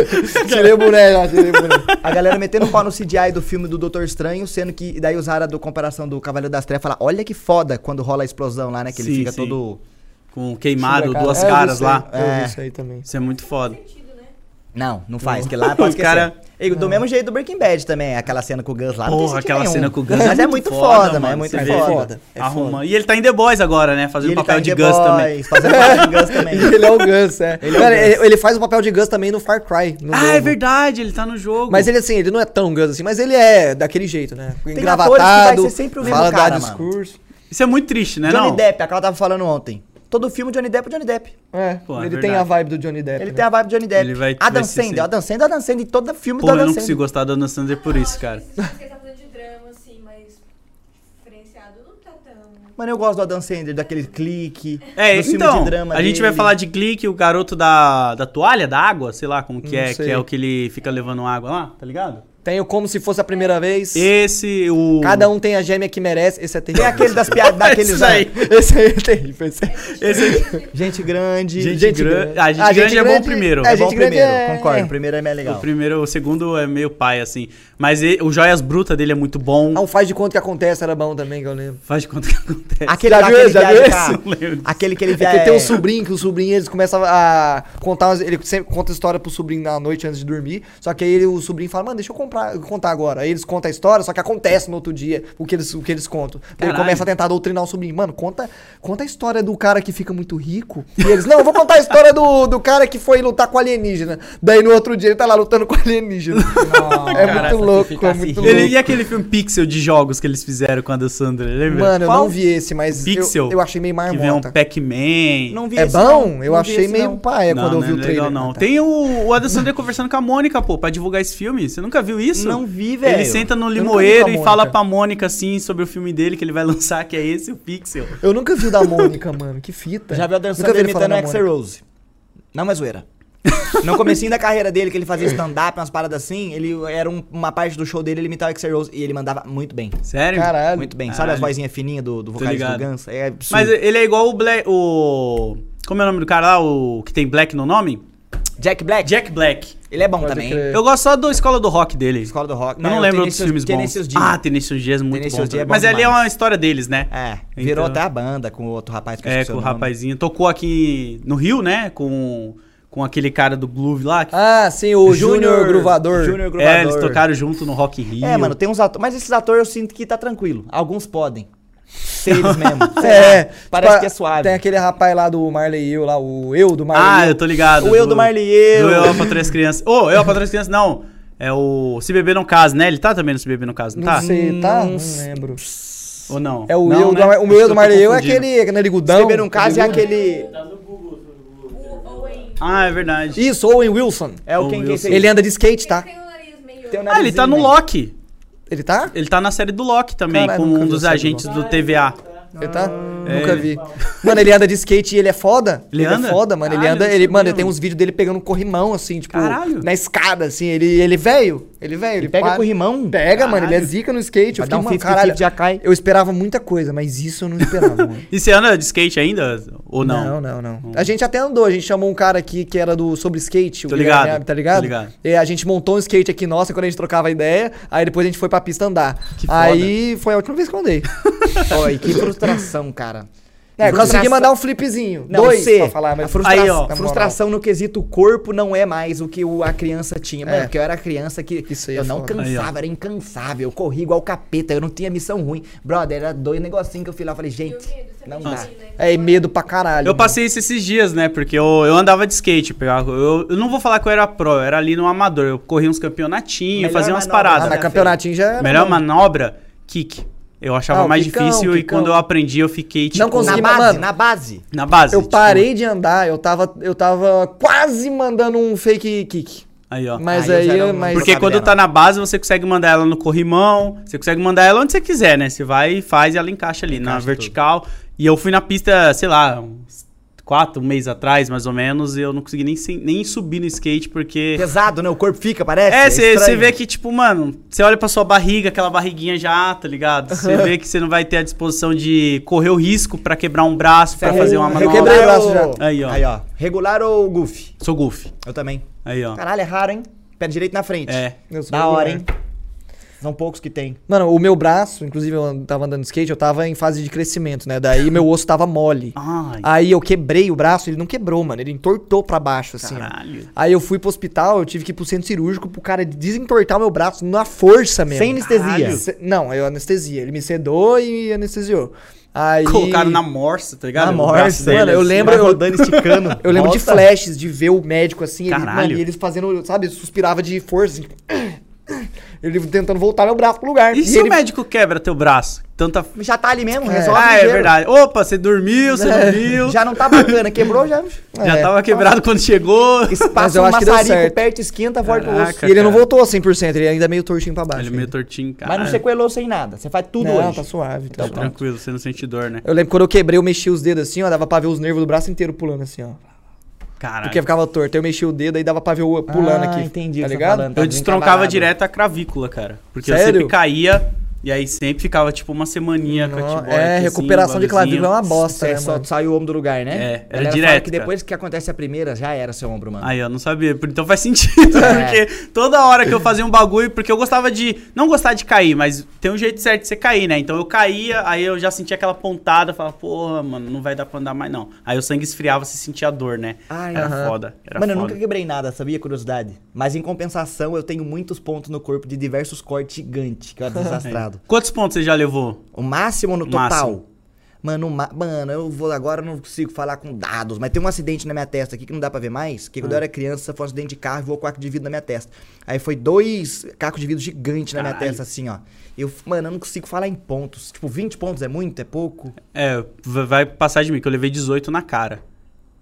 [SPEAKER 1] tirei o boneco, ó, tirei o boneco.
[SPEAKER 2] A galera metendo pau no CGI do filme do Doutor Estranho, sendo que daí usaram a do comparação do Cavaleiro das Trevas e falaram, olha que foda quando rola a explosão lá, né? Que ele
[SPEAKER 3] Sim,
[SPEAKER 2] fica
[SPEAKER 3] sim.
[SPEAKER 2] todo.
[SPEAKER 3] Com queimado,
[SPEAKER 1] Cara,
[SPEAKER 3] duas
[SPEAKER 1] é, eu vi
[SPEAKER 3] caras
[SPEAKER 1] isso
[SPEAKER 3] lá.
[SPEAKER 1] aí, Eu
[SPEAKER 2] É.
[SPEAKER 1] vi isso aí também.
[SPEAKER 3] Isso é muito foda.
[SPEAKER 4] Sentido, né?
[SPEAKER 2] Não, não faz, que lá pode esquecer.
[SPEAKER 3] cara-
[SPEAKER 2] E do mesmo jeito do Breaking Bad também, aquela cena com o Gus lá. não tem
[SPEAKER 3] Porra,
[SPEAKER 2] sentido
[SPEAKER 3] aquela
[SPEAKER 2] nenhum.
[SPEAKER 3] cena com o Gus.
[SPEAKER 2] Mas é muito foda, mano. É muito
[SPEAKER 3] Você vê,
[SPEAKER 2] foda.
[SPEAKER 1] foda. É
[SPEAKER 3] Arruma.
[SPEAKER 1] foda.
[SPEAKER 3] E ele tá em The Boys agora, né?
[SPEAKER 2] E
[SPEAKER 3] Fazendo
[SPEAKER 2] ele
[SPEAKER 3] papel
[SPEAKER 2] tá em
[SPEAKER 3] de
[SPEAKER 2] The
[SPEAKER 3] Gus também.
[SPEAKER 2] Boys, Fazendo papel de Gus também.
[SPEAKER 1] Ele é o Gus, é.
[SPEAKER 2] Ele é o
[SPEAKER 1] Cara,
[SPEAKER 2] Gus.
[SPEAKER 1] ele- ele faz o papel de Gus também no Far Cry. no
[SPEAKER 3] Ah,
[SPEAKER 1] novo.
[SPEAKER 3] é verdade, ele tá no jogo.
[SPEAKER 1] Mas ele, assim, ele não é tão Gus assim, mas ele é daquele jeito, né?
[SPEAKER 2] atores que vai
[SPEAKER 1] Engravatado,
[SPEAKER 2] ser sempre o mesmo
[SPEAKER 1] fala dá
[SPEAKER 2] cara, mano.
[SPEAKER 1] discurso.
[SPEAKER 3] Isso é muito triste, né?
[SPEAKER 2] Johnny
[SPEAKER 3] não?
[SPEAKER 2] Depp, é a cara tava falando ontem. Todo filme Johnny Depp é Johnny Depp.
[SPEAKER 1] É,
[SPEAKER 3] Pô, é
[SPEAKER 1] ele
[SPEAKER 3] verdade.
[SPEAKER 1] tem a vibe do Johnny Depp.
[SPEAKER 2] Ele
[SPEAKER 1] né?
[SPEAKER 2] tem a vibe de Johnny Depp.
[SPEAKER 3] É, Ele vai-
[SPEAKER 2] Adam
[SPEAKER 3] vai ser
[SPEAKER 2] Sandler,
[SPEAKER 3] sempre.
[SPEAKER 2] Adam Sandler, Adam Sandler, em todo filme
[SPEAKER 3] Pô,
[SPEAKER 2] do
[SPEAKER 3] eu
[SPEAKER 2] Adam
[SPEAKER 3] não
[SPEAKER 2] Sandler.
[SPEAKER 3] consigo gostar da Ana Sandler É por
[SPEAKER 4] Não,
[SPEAKER 3] isso,
[SPEAKER 4] Ah, acho
[SPEAKER 3] cara.
[SPEAKER 4] que Esse filme tá falando de drama, assim, mas diferenciado não tá tão.
[SPEAKER 2] Mano, eu gosto do Adam Sandler, daquele clique.
[SPEAKER 3] É,
[SPEAKER 2] dos filmes
[SPEAKER 3] então,
[SPEAKER 2] de drama
[SPEAKER 3] a gente vai
[SPEAKER 2] dele.
[SPEAKER 3] falar de Clique, o garoto da, da toalha, da água, sei lá como que
[SPEAKER 1] Não
[SPEAKER 3] é, que
[SPEAKER 1] sei.
[SPEAKER 3] é o que ele fica levando água lá, tá ligado?
[SPEAKER 1] Tem o como se fosse a primeira vez.
[SPEAKER 3] Esse, o...
[SPEAKER 1] Cada um tem a gêmea que merece. Esse é
[SPEAKER 2] Tem
[SPEAKER 1] terrível.
[SPEAKER 2] aquele das piadas daqueles
[SPEAKER 3] Isso aí.
[SPEAKER 2] aí.
[SPEAKER 1] Esse aí é terrível. Esse aí.
[SPEAKER 3] Esse...
[SPEAKER 2] Gente grande.
[SPEAKER 3] Gente grande. Ah, gente grande é bom primeiro.
[SPEAKER 1] É,
[SPEAKER 2] é
[SPEAKER 1] gente
[SPEAKER 2] bom
[SPEAKER 1] grande
[SPEAKER 2] primeiro,
[SPEAKER 1] é...
[SPEAKER 2] concordo. O primeiro é mais legal.
[SPEAKER 3] O primeiro, o segundo é meio pai, assim. Mas ele- o Joias Bruta dele é muito bom.
[SPEAKER 1] Ah, o faz de conta que acontece era bom também, que eu lembro.
[SPEAKER 3] Faz de conta que acontece.
[SPEAKER 2] Aquele
[SPEAKER 1] Já
[SPEAKER 2] lá
[SPEAKER 1] viu
[SPEAKER 2] que ele
[SPEAKER 1] esse? Já viu
[SPEAKER 2] viaja
[SPEAKER 1] esse?
[SPEAKER 2] com a-
[SPEAKER 3] Não lembro disso.
[SPEAKER 2] Aquele que ele
[SPEAKER 1] É
[SPEAKER 2] viaja.
[SPEAKER 1] que tem um sobrinho, que o sobrinho, eles começam a contar, umas- ele sempre conta história pro sobrinho na noite antes de dormir, só que aí ele- o sobrinho fala, mano, deixa eu comprar- contar agora. Aí eles contam a história, só que acontece no outro dia o que eles, o que eles contam. Daí Ele
[SPEAKER 3] Caralho.
[SPEAKER 1] começa a tentar doutrinar o sobrinho, mano, conta, conta a história do cara que fica muito rico. E eles, não, eu vou contar a história do, do cara que foi lutar com alienígena. Daí no outro dia ele tá lá lutando com alienígena. é
[SPEAKER 2] caraca,
[SPEAKER 1] muito louco,
[SPEAKER 2] fica
[SPEAKER 1] é
[SPEAKER 2] assim.
[SPEAKER 1] muito
[SPEAKER 3] Ele-
[SPEAKER 1] louco.
[SPEAKER 3] e aquele filme Pixel de jogos que eles fizeram com a da Sandra, lembra?
[SPEAKER 1] Mano, eu
[SPEAKER 2] Qual?
[SPEAKER 1] não vi esse, mas eu,
[SPEAKER 3] Pixel.
[SPEAKER 1] eu achei meio
[SPEAKER 3] que vem um
[SPEAKER 1] marmota.
[SPEAKER 3] Pac-Man.
[SPEAKER 2] Não vi
[SPEAKER 1] É
[SPEAKER 2] esse,
[SPEAKER 1] bom?
[SPEAKER 2] não.
[SPEAKER 1] Eu
[SPEAKER 2] Não vi
[SPEAKER 1] achei
[SPEAKER 2] esse,
[SPEAKER 1] meio
[SPEAKER 2] não. é
[SPEAKER 1] paia quando eu vi
[SPEAKER 3] não é
[SPEAKER 1] o trailer.
[SPEAKER 3] Legal, não.
[SPEAKER 1] Ah, tá.
[SPEAKER 3] Tem o, o Adam Sandler conversando com a Mônica, pô, pra divulgar esse filme. Você nunca viu isso?
[SPEAKER 2] Não vi, velho.
[SPEAKER 3] Ele senta no
[SPEAKER 1] nunca vi
[SPEAKER 3] limoeiro
[SPEAKER 1] com a
[SPEAKER 3] e fala
[SPEAKER 1] Mônica.
[SPEAKER 3] pra Mônica, assim, sobre o filme dele que ele vai lançar, que é esse, o Pixel.
[SPEAKER 1] Eu nunca vi o da Mônica, mano. Que fita.
[SPEAKER 2] Já viu o
[SPEAKER 1] É. Nunca
[SPEAKER 2] Dan
[SPEAKER 1] vi
[SPEAKER 2] Sandler
[SPEAKER 1] ele falar
[SPEAKER 2] imitando
[SPEAKER 1] da
[SPEAKER 2] o Axel
[SPEAKER 1] Mônica.
[SPEAKER 2] Rose. Não, mas zoeira. No comecinho da carreira dele, que ele fazia stand-up, umas paradas assim, ele era um- uma parte do show dele, ele imitava o Axel Rose e ele mandava muito bem.
[SPEAKER 3] Sério?
[SPEAKER 1] Caralho.
[SPEAKER 2] Muito bem. Sabe
[SPEAKER 3] Caralho.
[SPEAKER 2] as vozinhas fininhas do, do vocalista
[SPEAKER 3] ligado.
[SPEAKER 2] do Guns? É absurdo.
[SPEAKER 3] Mas ele é igual o Black. O. Como é o nome do cara lá? O que tem Black no nome?
[SPEAKER 2] Jack Black,
[SPEAKER 3] Jack Black.
[SPEAKER 2] ele é bom
[SPEAKER 1] Pode
[SPEAKER 2] também.
[SPEAKER 1] crer.
[SPEAKER 3] Eu gosto só do Escola do Rock dele.
[SPEAKER 2] Escola do Rock.
[SPEAKER 3] Eu não, lembro outros filmes bons.
[SPEAKER 2] Tenacious D.
[SPEAKER 3] Ah, Tenacious D é muito
[SPEAKER 2] Tenacious
[SPEAKER 3] bom.
[SPEAKER 2] D é
[SPEAKER 3] também.
[SPEAKER 2] bom
[SPEAKER 3] Mas ele é
[SPEAKER 2] demais.
[SPEAKER 3] uma história deles, né?
[SPEAKER 2] É, virou
[SPEAKER 3] Então-
[SPEAKER 2] até a banda com o outro rapaz que eu
[SPEAKER 3] É,
[SPEAKER 2] esqueci
[SPEAKER 3] com o
[SPEAKER 2] nome.
[SPEAKER 3] rapazinho. Tocou aqui no Rio, né? Com, com aquele cara do Groove lá. que-
[SPEAKER 1] Ah, sim, o Júnior Gruvador.
[SPEAKER 2] Júnior Gruvador.
[SPEAKER 3] é, eles tocaram junto no Rock in Rio.
[SPEAKER 2] É, mano, tem uns atores. Mas esses atores eu sinto que tá tranquilo. Alguns podem. ser eles mesmo. Sei lá, parece
[SPEAKER 1] tipo,
[SPEAKER 2] que é suave.
[SPEAKER 1] Tem aquele rapaz lá do Marley e eu, lá, o eu do Marley.
[SPEAKER 3] Ah,
[SPEAKER 1] e eu.
[SPEAKER 3] eu tô ligado.
[SPEAKER 2] O eu do Marley e eu.
[SPEAKER 3] Do eu pra três crianças. Ô, eu pra três crianças, não. É o Se Beber Não Case, né? Ele tá também no Se Beber Não Case, não,
[SPEAKER 1] Não
[SPEAKER 3] tá?
[SPEAKER 1] sei, tá? Não
[SPEAKER 2] Não
[SPEAKER 1] lembro.
[SPEAKER 3] Ou não?
[SPEAKER 1] É o
[SPEAKER 3] Não,
[SPEAKER 1] eu
[SPEAKER 3] né?
[SPEAKER 1] do Mar- O meu eu
[SPEAKER 3] Acho que
[SPEAKER 1] do
[SPEAKER 3] eu tô
[SPEAKER 1] Marley e eu é
[SPEAKER 3] confundindo.
[SPEAKER 1] aquele, aquele
[SPEAKER 2] Se
[SPEAKER 1] narigudão.
[SPEAKER 2] beber um caso é aquele.
[SPEAKER 5] Tá no Google. no Google.
[SPEAKER 4] O Owen.
[SPEAKER 3] Ah, é verdade.
[SPEAKER 1] Isso, Owen Wilson.
[SPEAKER 2] É o
[SPEAKER 3] Ou
[SPEAKER 2] quem que é esse
[SPEAKER 3] Wilson.
[SPEAKER 2] aí?
[SPEAKER 1] Ele anda de skate, tá?
[SPEAKER 4] Ele tem o nariz meio...
[SPEAKER 2] Tem o
[SPEAKER 3] Ah, ele tá no
[SPEAKER 2] narizinho,
[SPEAKER 3] Loki.
[SPEAKER 1] Ele tá?
[SPEAKER 3] Ele tá na série do Loki também,
[SPEAKER 1] Caralho,
[SPEAKER 3] como
[SPEAKER 1] nunca
[SPEAKER 3] um
[SPEAKER 1] vi
[SPEAKER 3] dos
[SPEAKER 1] a série do
[SPEAKER 3] agentes do TVA.
[SPEAKER 1] Ele tá?
[SPEAKER 3] É,
[SPEAKER 1] Nunca
[SPEAKER 3] ele-
[SPEAKER 1] vi. Mano, ele anda de skate e ele é foda.
[SPEAKER 3] Ele
[SPEAKER 1] é
[SPEAKER 3] anda?
[SPEAKER 1] foda, mano. Ele
[SPEAKER 3] Caralho,
[SPEAKER 1] anda.
[SPEAKER 3] eu não
[SPEAKER 1] Ele,
[SPEAKER 3] sabia,
[SPEAKER 1] mano, tem
[SPEAKER 3] mano.
[SPEAKER 1] uns vídeos dele pegando um corrimão, assim, tipo,
[SPEAKER 3] Caralho.
[SPEAKER 1] na escada, assim. Ele, ele velho. Ele velho. Ele,
[SPEAKER 2] Ele pega
[SPEAKER 1] para-
[SPEAKER 2] com o rimão.
[SPEAKER 1] Pega, mano. Ele é
[SPEAKER 3] Caralho.
[SPEAKER 1] zica no skate. Eu
[SPEAKER 2] Vai dar
[SPEAKER 1] fiquei,
[SPEAKER 2] um
[SPEAKER 1] mano,
[SPEAKER 2] 50
[SPEAKER 1] caralho.
[SPEAKER 2] já cai.
[SPEAKER 1] Eu esperava muita coisa, mas isso eu não esperava, mano.
[SPEAKER 3] E você anda é de skate ainda? Ou
[SPEAKER 1] Não,
[SPEAKER 3] não?
[SPEAKER 1] não, não. A gente até andou, a gente chamou um cara aqui que era do sobre skate, o
[SPEAKER 3] Tô
[SPEAKER 1] Guilherme
[SPEAKER 3] ligado,
[SPEAKER 1] Abbe, tá ligado?
[SPEAKER 3] tô ligado.
[SPEAKER 1] E a gente montou um skate aqui nossa quando a gente trocava ideia, aí depois a gente foi pra pista andar.
[SPEAKER 3] Que foda.
[SPEAKER 1] aí foi a última vez que eu andei.
[SPEAKER 2] Ó, e que frustração, cara.
[SPEAKER 1] é, eu consegui
[SPEAKER 2] Frustração-
[SPEAKER 1] mandar um flipzinho.
[SPEAKER 2] Não,
[SPEAKER 1] dois
[SPEAKER 2] você,
[SPEAKER 1] pra falar, mas tá
[SPEAKER 2] a frustra-
[SPEAKER 3] Aí, ó,
[SPEAKER 1] na moral.
[SPEAKER 2] frustração tá no quesito corpo não é mais o que o- a criança tinha. Mano,
[SPEAKER 1] É.
[SPEAKER 2] porque eu era criança que
[SPEAKER 1] Isso aí é
[SPEAKER 2] eu não
[SPEAKER 1] foda.
[SPEAKER 2] cansava,
[SPEAKER 3] Aí, ó.
[SPEAKER 2] era incansável. Eu corri igual capeta, eu não tinha missão ruim. Brother, era dois negocinhos que eu fui lá e falei, gente, não dá.
[SPEAKER 4] né?
[SPEAKER 1] É, e medo pra caralho.
[SPEAKER 3] Eu
[SPEAKER 1] mano.
[SPEAKER 3] passei isso esses dias, né? Porque eu, eu andava de skate. pegava- Eu, eu não vou falar que eu era pro, eu era ali no amador. Eu corria uns campeonatinhos,
[SPEAKER 2] Melhor
[SPEAKER 3] fazia umas
[SPEAKER 2] manobra,
[SPEAKER 1] Ah,
[SPEAKER 3] paradas.
[SPEAKER 1] mas
[SPEAKER 2] né,
[SPEAKER 1] campeonatinho já era.
[SPEAKER 3] Melhor
[SPEAKER 1] bom.
[SPEAKER 3] manobra, kick. Eu achava
[SPEAKER 1] Ah, o
[SPEAKER 3] mais
[SPEAKER 1] quicão,
[SPEAKER 3] difícil e
[SPEAKER 1] quicão.
[SPEAKER 3] quando eu aprendi eu fiquei tipo
[SPEAKER 1] Não
[SPEAKER 2] Na
[SPEAKER 1] consegui,
[SPEAKER 2] base,
[SPEAKER 1] mano.
[SPEAKER 2] na base.
[SPEAKER 3] na base.
[SPEAKER 1] Eu
[SPEAKER 3] tipo,
[SPEAKER 1] parei de andar, eu tava, eu tava quase mandando um fake kick.
[SPEAKER 3] aí, ó.
[SPEAKER 1] Mas
[SPEAKER 2] Aí eu
[SPEAKER 1] aí,
[SPEAKER 2] já não-
[SPEAKER 1] mas
[SPEAKER 3] Porque
[SPEAKER 2] sabe
[SPEAKER 3] quando
[SPEAKER 2] dela.
[SPEAKER 3] tá na base, você consegue mandar ela no corrimão, você consegue mandar ela onde você quiser, né? Você vai e faz e ela encaixa ali na vertical. E eu fui na pista, sei lá, uns quatro meses atrás, mais ou menos, e eu não consegui nem, sem- nem subir no skate porque.
[SPEAKER 2] Pesado, né? O corpo fica, parece.
[SPEAKER 3] É, você
[SPEAKER 2] estranho.
[SPEAKER 3] vê que, tipo, mano, você olha pra sua barriga, aquela barriguinha já, tá ligado? Você vê que você não vai ter a disposição de correr o risco pra quebrar um braço, pra
[SPEAKER 2] Você
[SPEAKER 3] fazer
[SPEAKER 2] é-
[SPEAKER 3] uma
[SPEAKER 1] eu
[SPEAKER 3] manobra.
[SPEAKER 1] quebrei o
[SPEAKER 2] regular
[SPEAKER 1] braço
[SPEAKER 2] ou-
[SPEAKER 3] já. Aí, ó.
[SPEAKER 2] Aí, ó. Regular ou goofy?
[SPEAKER 3] Sou goofy.
[SPEAKER 2] Eu também.
[SPEAKER 3] Aí, ó.
[SPEAKER 2] Caralho, é raro, hein? Pé direito na frente.
[SPEAKER 3] É.
[SPEAKER 1] Eu sou
[SPEAKER 2] Da hora,
[SPEAKER 1] regular.
[SPEAKER 2] hein? São poucos que tem.
[SPEAKER 1] Mano, o meu braço, inclusive eu and- tava andando de skate, eu tava em fase de crescimento, né? Daí meu osso tava mole.
[SPEAKER 3] Ai,
[SPEAKER 1] Aí eu quebrei o braço, ele não quebrou, mano. Ele entortou pra baixo, assim. ó.
[SPEAKER 3] caralho.
[SPEAKER 1] Aí eu fui pro hospital, eu tive que ir pro centro cirúrgico pro cara desentortar o meu braço na força mesmo.
[SPEAKER 2] Sem anestesia.
[SPEAKER 3] Caralho.
[SPEAKER 1] Se- Não, eu anestesia. Ele me sedou e anestesiou. Aí.
[SPEAKER 3] Colocaram na morsa, tá ligado?
[SPEAKER 2] Na
[SPEAKER 3] O
[SPEAKER 2] morsa,
[SPEAKER 3] braço dele,
[SPEAKER 1] mano, eu
[SPEAKER 3] assim.
[SPEAKER 1] lembro-
[SPEAKER 2] Vai rodando, esticando.
[SPEAKER 1] Eu lembro de
[SPEAKER 2] Volta.
[SPEAKER 1] flashes, de ver o médico assim, ele,
[SPEAKER 3] Caralho.
[SPEAKER 1] mano, e eles fazendo, sabe, suspirava de força, assim. Ele tentando voltar meu braço pro lugar.
[SPEAKER 3] E se
[SPEAKER 1] ele-
[SPEAKER 3] o médico quebra teu braço?
[SPEAKER 1] Então
[SPEAKER 3] Tanta.
[SPEAKER 2] Já tá ali mesmo,
[SPEAKER 1] É.
[SPEAKER 2] resolve.
[SPEAKER 3] Ah, é
[SPEAKER 2] ligeiro.
[SPEAKER 3] verdade. Opa, você dormiu, você
[SPEAKER 1] É.
[SPEAKER 3] dormiu. Já,
[SPEAKER 2] Já não tá bacana, quebrou já.
[SPEAKER 1] É.
[SPEAKER 3] tava quebrado quando chegou.
[SPEAKER 1] Mas
[SPEAKER 2] Passa
[SPEAKER 1] eu
[SPEAKER 2] um
[SPEAKER 1] acho que deu
[SPEAKER 2] maçarico,
[SPEAKER 1] certo.
[SPEAKER 2] perto, esquenta, volta pro osso.
[SPEAKER 3] Caraca.
[SPEAKER 1] E ele não
[SPEAKER 3] cara.
[SPEAKER 1] voltou 100%, ele ainda é meio tortinho pra baixo.
[SPEAKER 3] É. Ele é meio tortinho, cara.
[SPEAKER 2] Mas não sequelou sem nada. Você faz tudo
[SPEAKER 1] Não,
[SPEAKER 2] hoje.
[SPEAKER 1] tá suave. Tá suave.
[SPEAKER 3] Tranquilo, você não sente dor, né?
[SPEAKER 1] Eu lembro quando eu quebrei, eu mexi os dedos assim, ó, dava pra ver os nervos do braço inteiro pulando assim, ó.
[SPEAKER 3] Caralho.
[SPEAKER 1] Porque ficava torto. Eu mexi o dedo aí dava pra ver o pulando
[SPEAKER 2] Ah,
[SPEAKER 1] aqui.
[SPEAKER 2] entendi
[SPEAKER 1] tá
[SPEAKER 2] o que você tá
[SPEAKER 1] ligado?
[SPEAKER 2] falando.
[SPEAKER 3] Eu
[SPEAKER 2] Tá
[SPEAKER 3] destroncava
[SPEAKER 2] desencavalado.
[SPEAKER 3] direto a cravícula, cara. Porque eu
[SPEAKER 1] Sério?
[SPEAKER 3] sempre caía e aí sempre ficava tipo uma semaninha com a
[SPEAKER 1] Não,
[SPEAKER 3] tiboia,
[SPEAKER 1] é,
[SPEAKER 3] assim,
[SPEAKER 1] recuperação de
[SPEAKER 3] bagulhozinho.
[SPEAKER 1] clavícula é uma bosta,
[SPEAKER 2] Você
[SPEAKER 1] né,
[SPEAKER 2] só
[SPEAKER 1] mano?
[SPEAKER 2] sai o ombro do lugar, né? A
[SPEAKER 3] É, era
[SPEAKER 2] galera fala
[SPEAKER 3] direto,
[SPEAKER 2] que
[SPEAKER 3] cara.
[SPEAKER 2] depois que acontece a primeira, já era seu ombro, mano.
[SPEAKER 3] Aí eu não sabia, por- então faz sentido,
[SPEAKER 2] É.
[SPEAKER 3] porque toda hora que eu fazia um bagulho, porque eu gostava de, não gostar de cair, mas tem um jeito certo de você cair, né? Então eu caía, aí eu já sentia aquela pontada, falava, porra, mano, não vai dar pra andar mais não. Aí o sangue esfriava, você sentia a dor, né?
[SPEAKER 2] Ai,
[SPEAKER 3] era
[SPEAKER 2] aham.
[SPEAKER 3] foda, era
[SPEAKER 2] Mano, eu
[SPEAKER 3] foda.
[SPEAKER 2] nunca quebrei nada, sabia? Curiosidade. Mas em compensação, eu tenho muitos pontos no corpo de diversos cortes gigantes, que eu era desastrado.
[SPEAKER 3] Quantos pontos você já levou?
[SPEAKER 2] O máximo no total?
[SPEAKER 3] Máximo.
[SPEAKER 2] Mano, o ma- mano, eu vou agora eu não consigo falar com dados, mas tem um acidente na minha testa aqui que não dá pra ver mais, que quando
[SPEAKER 3] Ah.
[SPEAKER 2] eu era criança foi um acidente de carro e voou caco de vidro na minha testa. Aí foi dois cacos de vidro gigantes na minha
[SPEAKER 3] Caralho.
[SPEAKER 2] testa assim, ó. Eu, mano, eu não consigo falar em pontos. Tipo, 20 pontos é muito, é pouco?
[SPEAKER 3] É, v- vai passar de mim, que eu levei 18 na cara.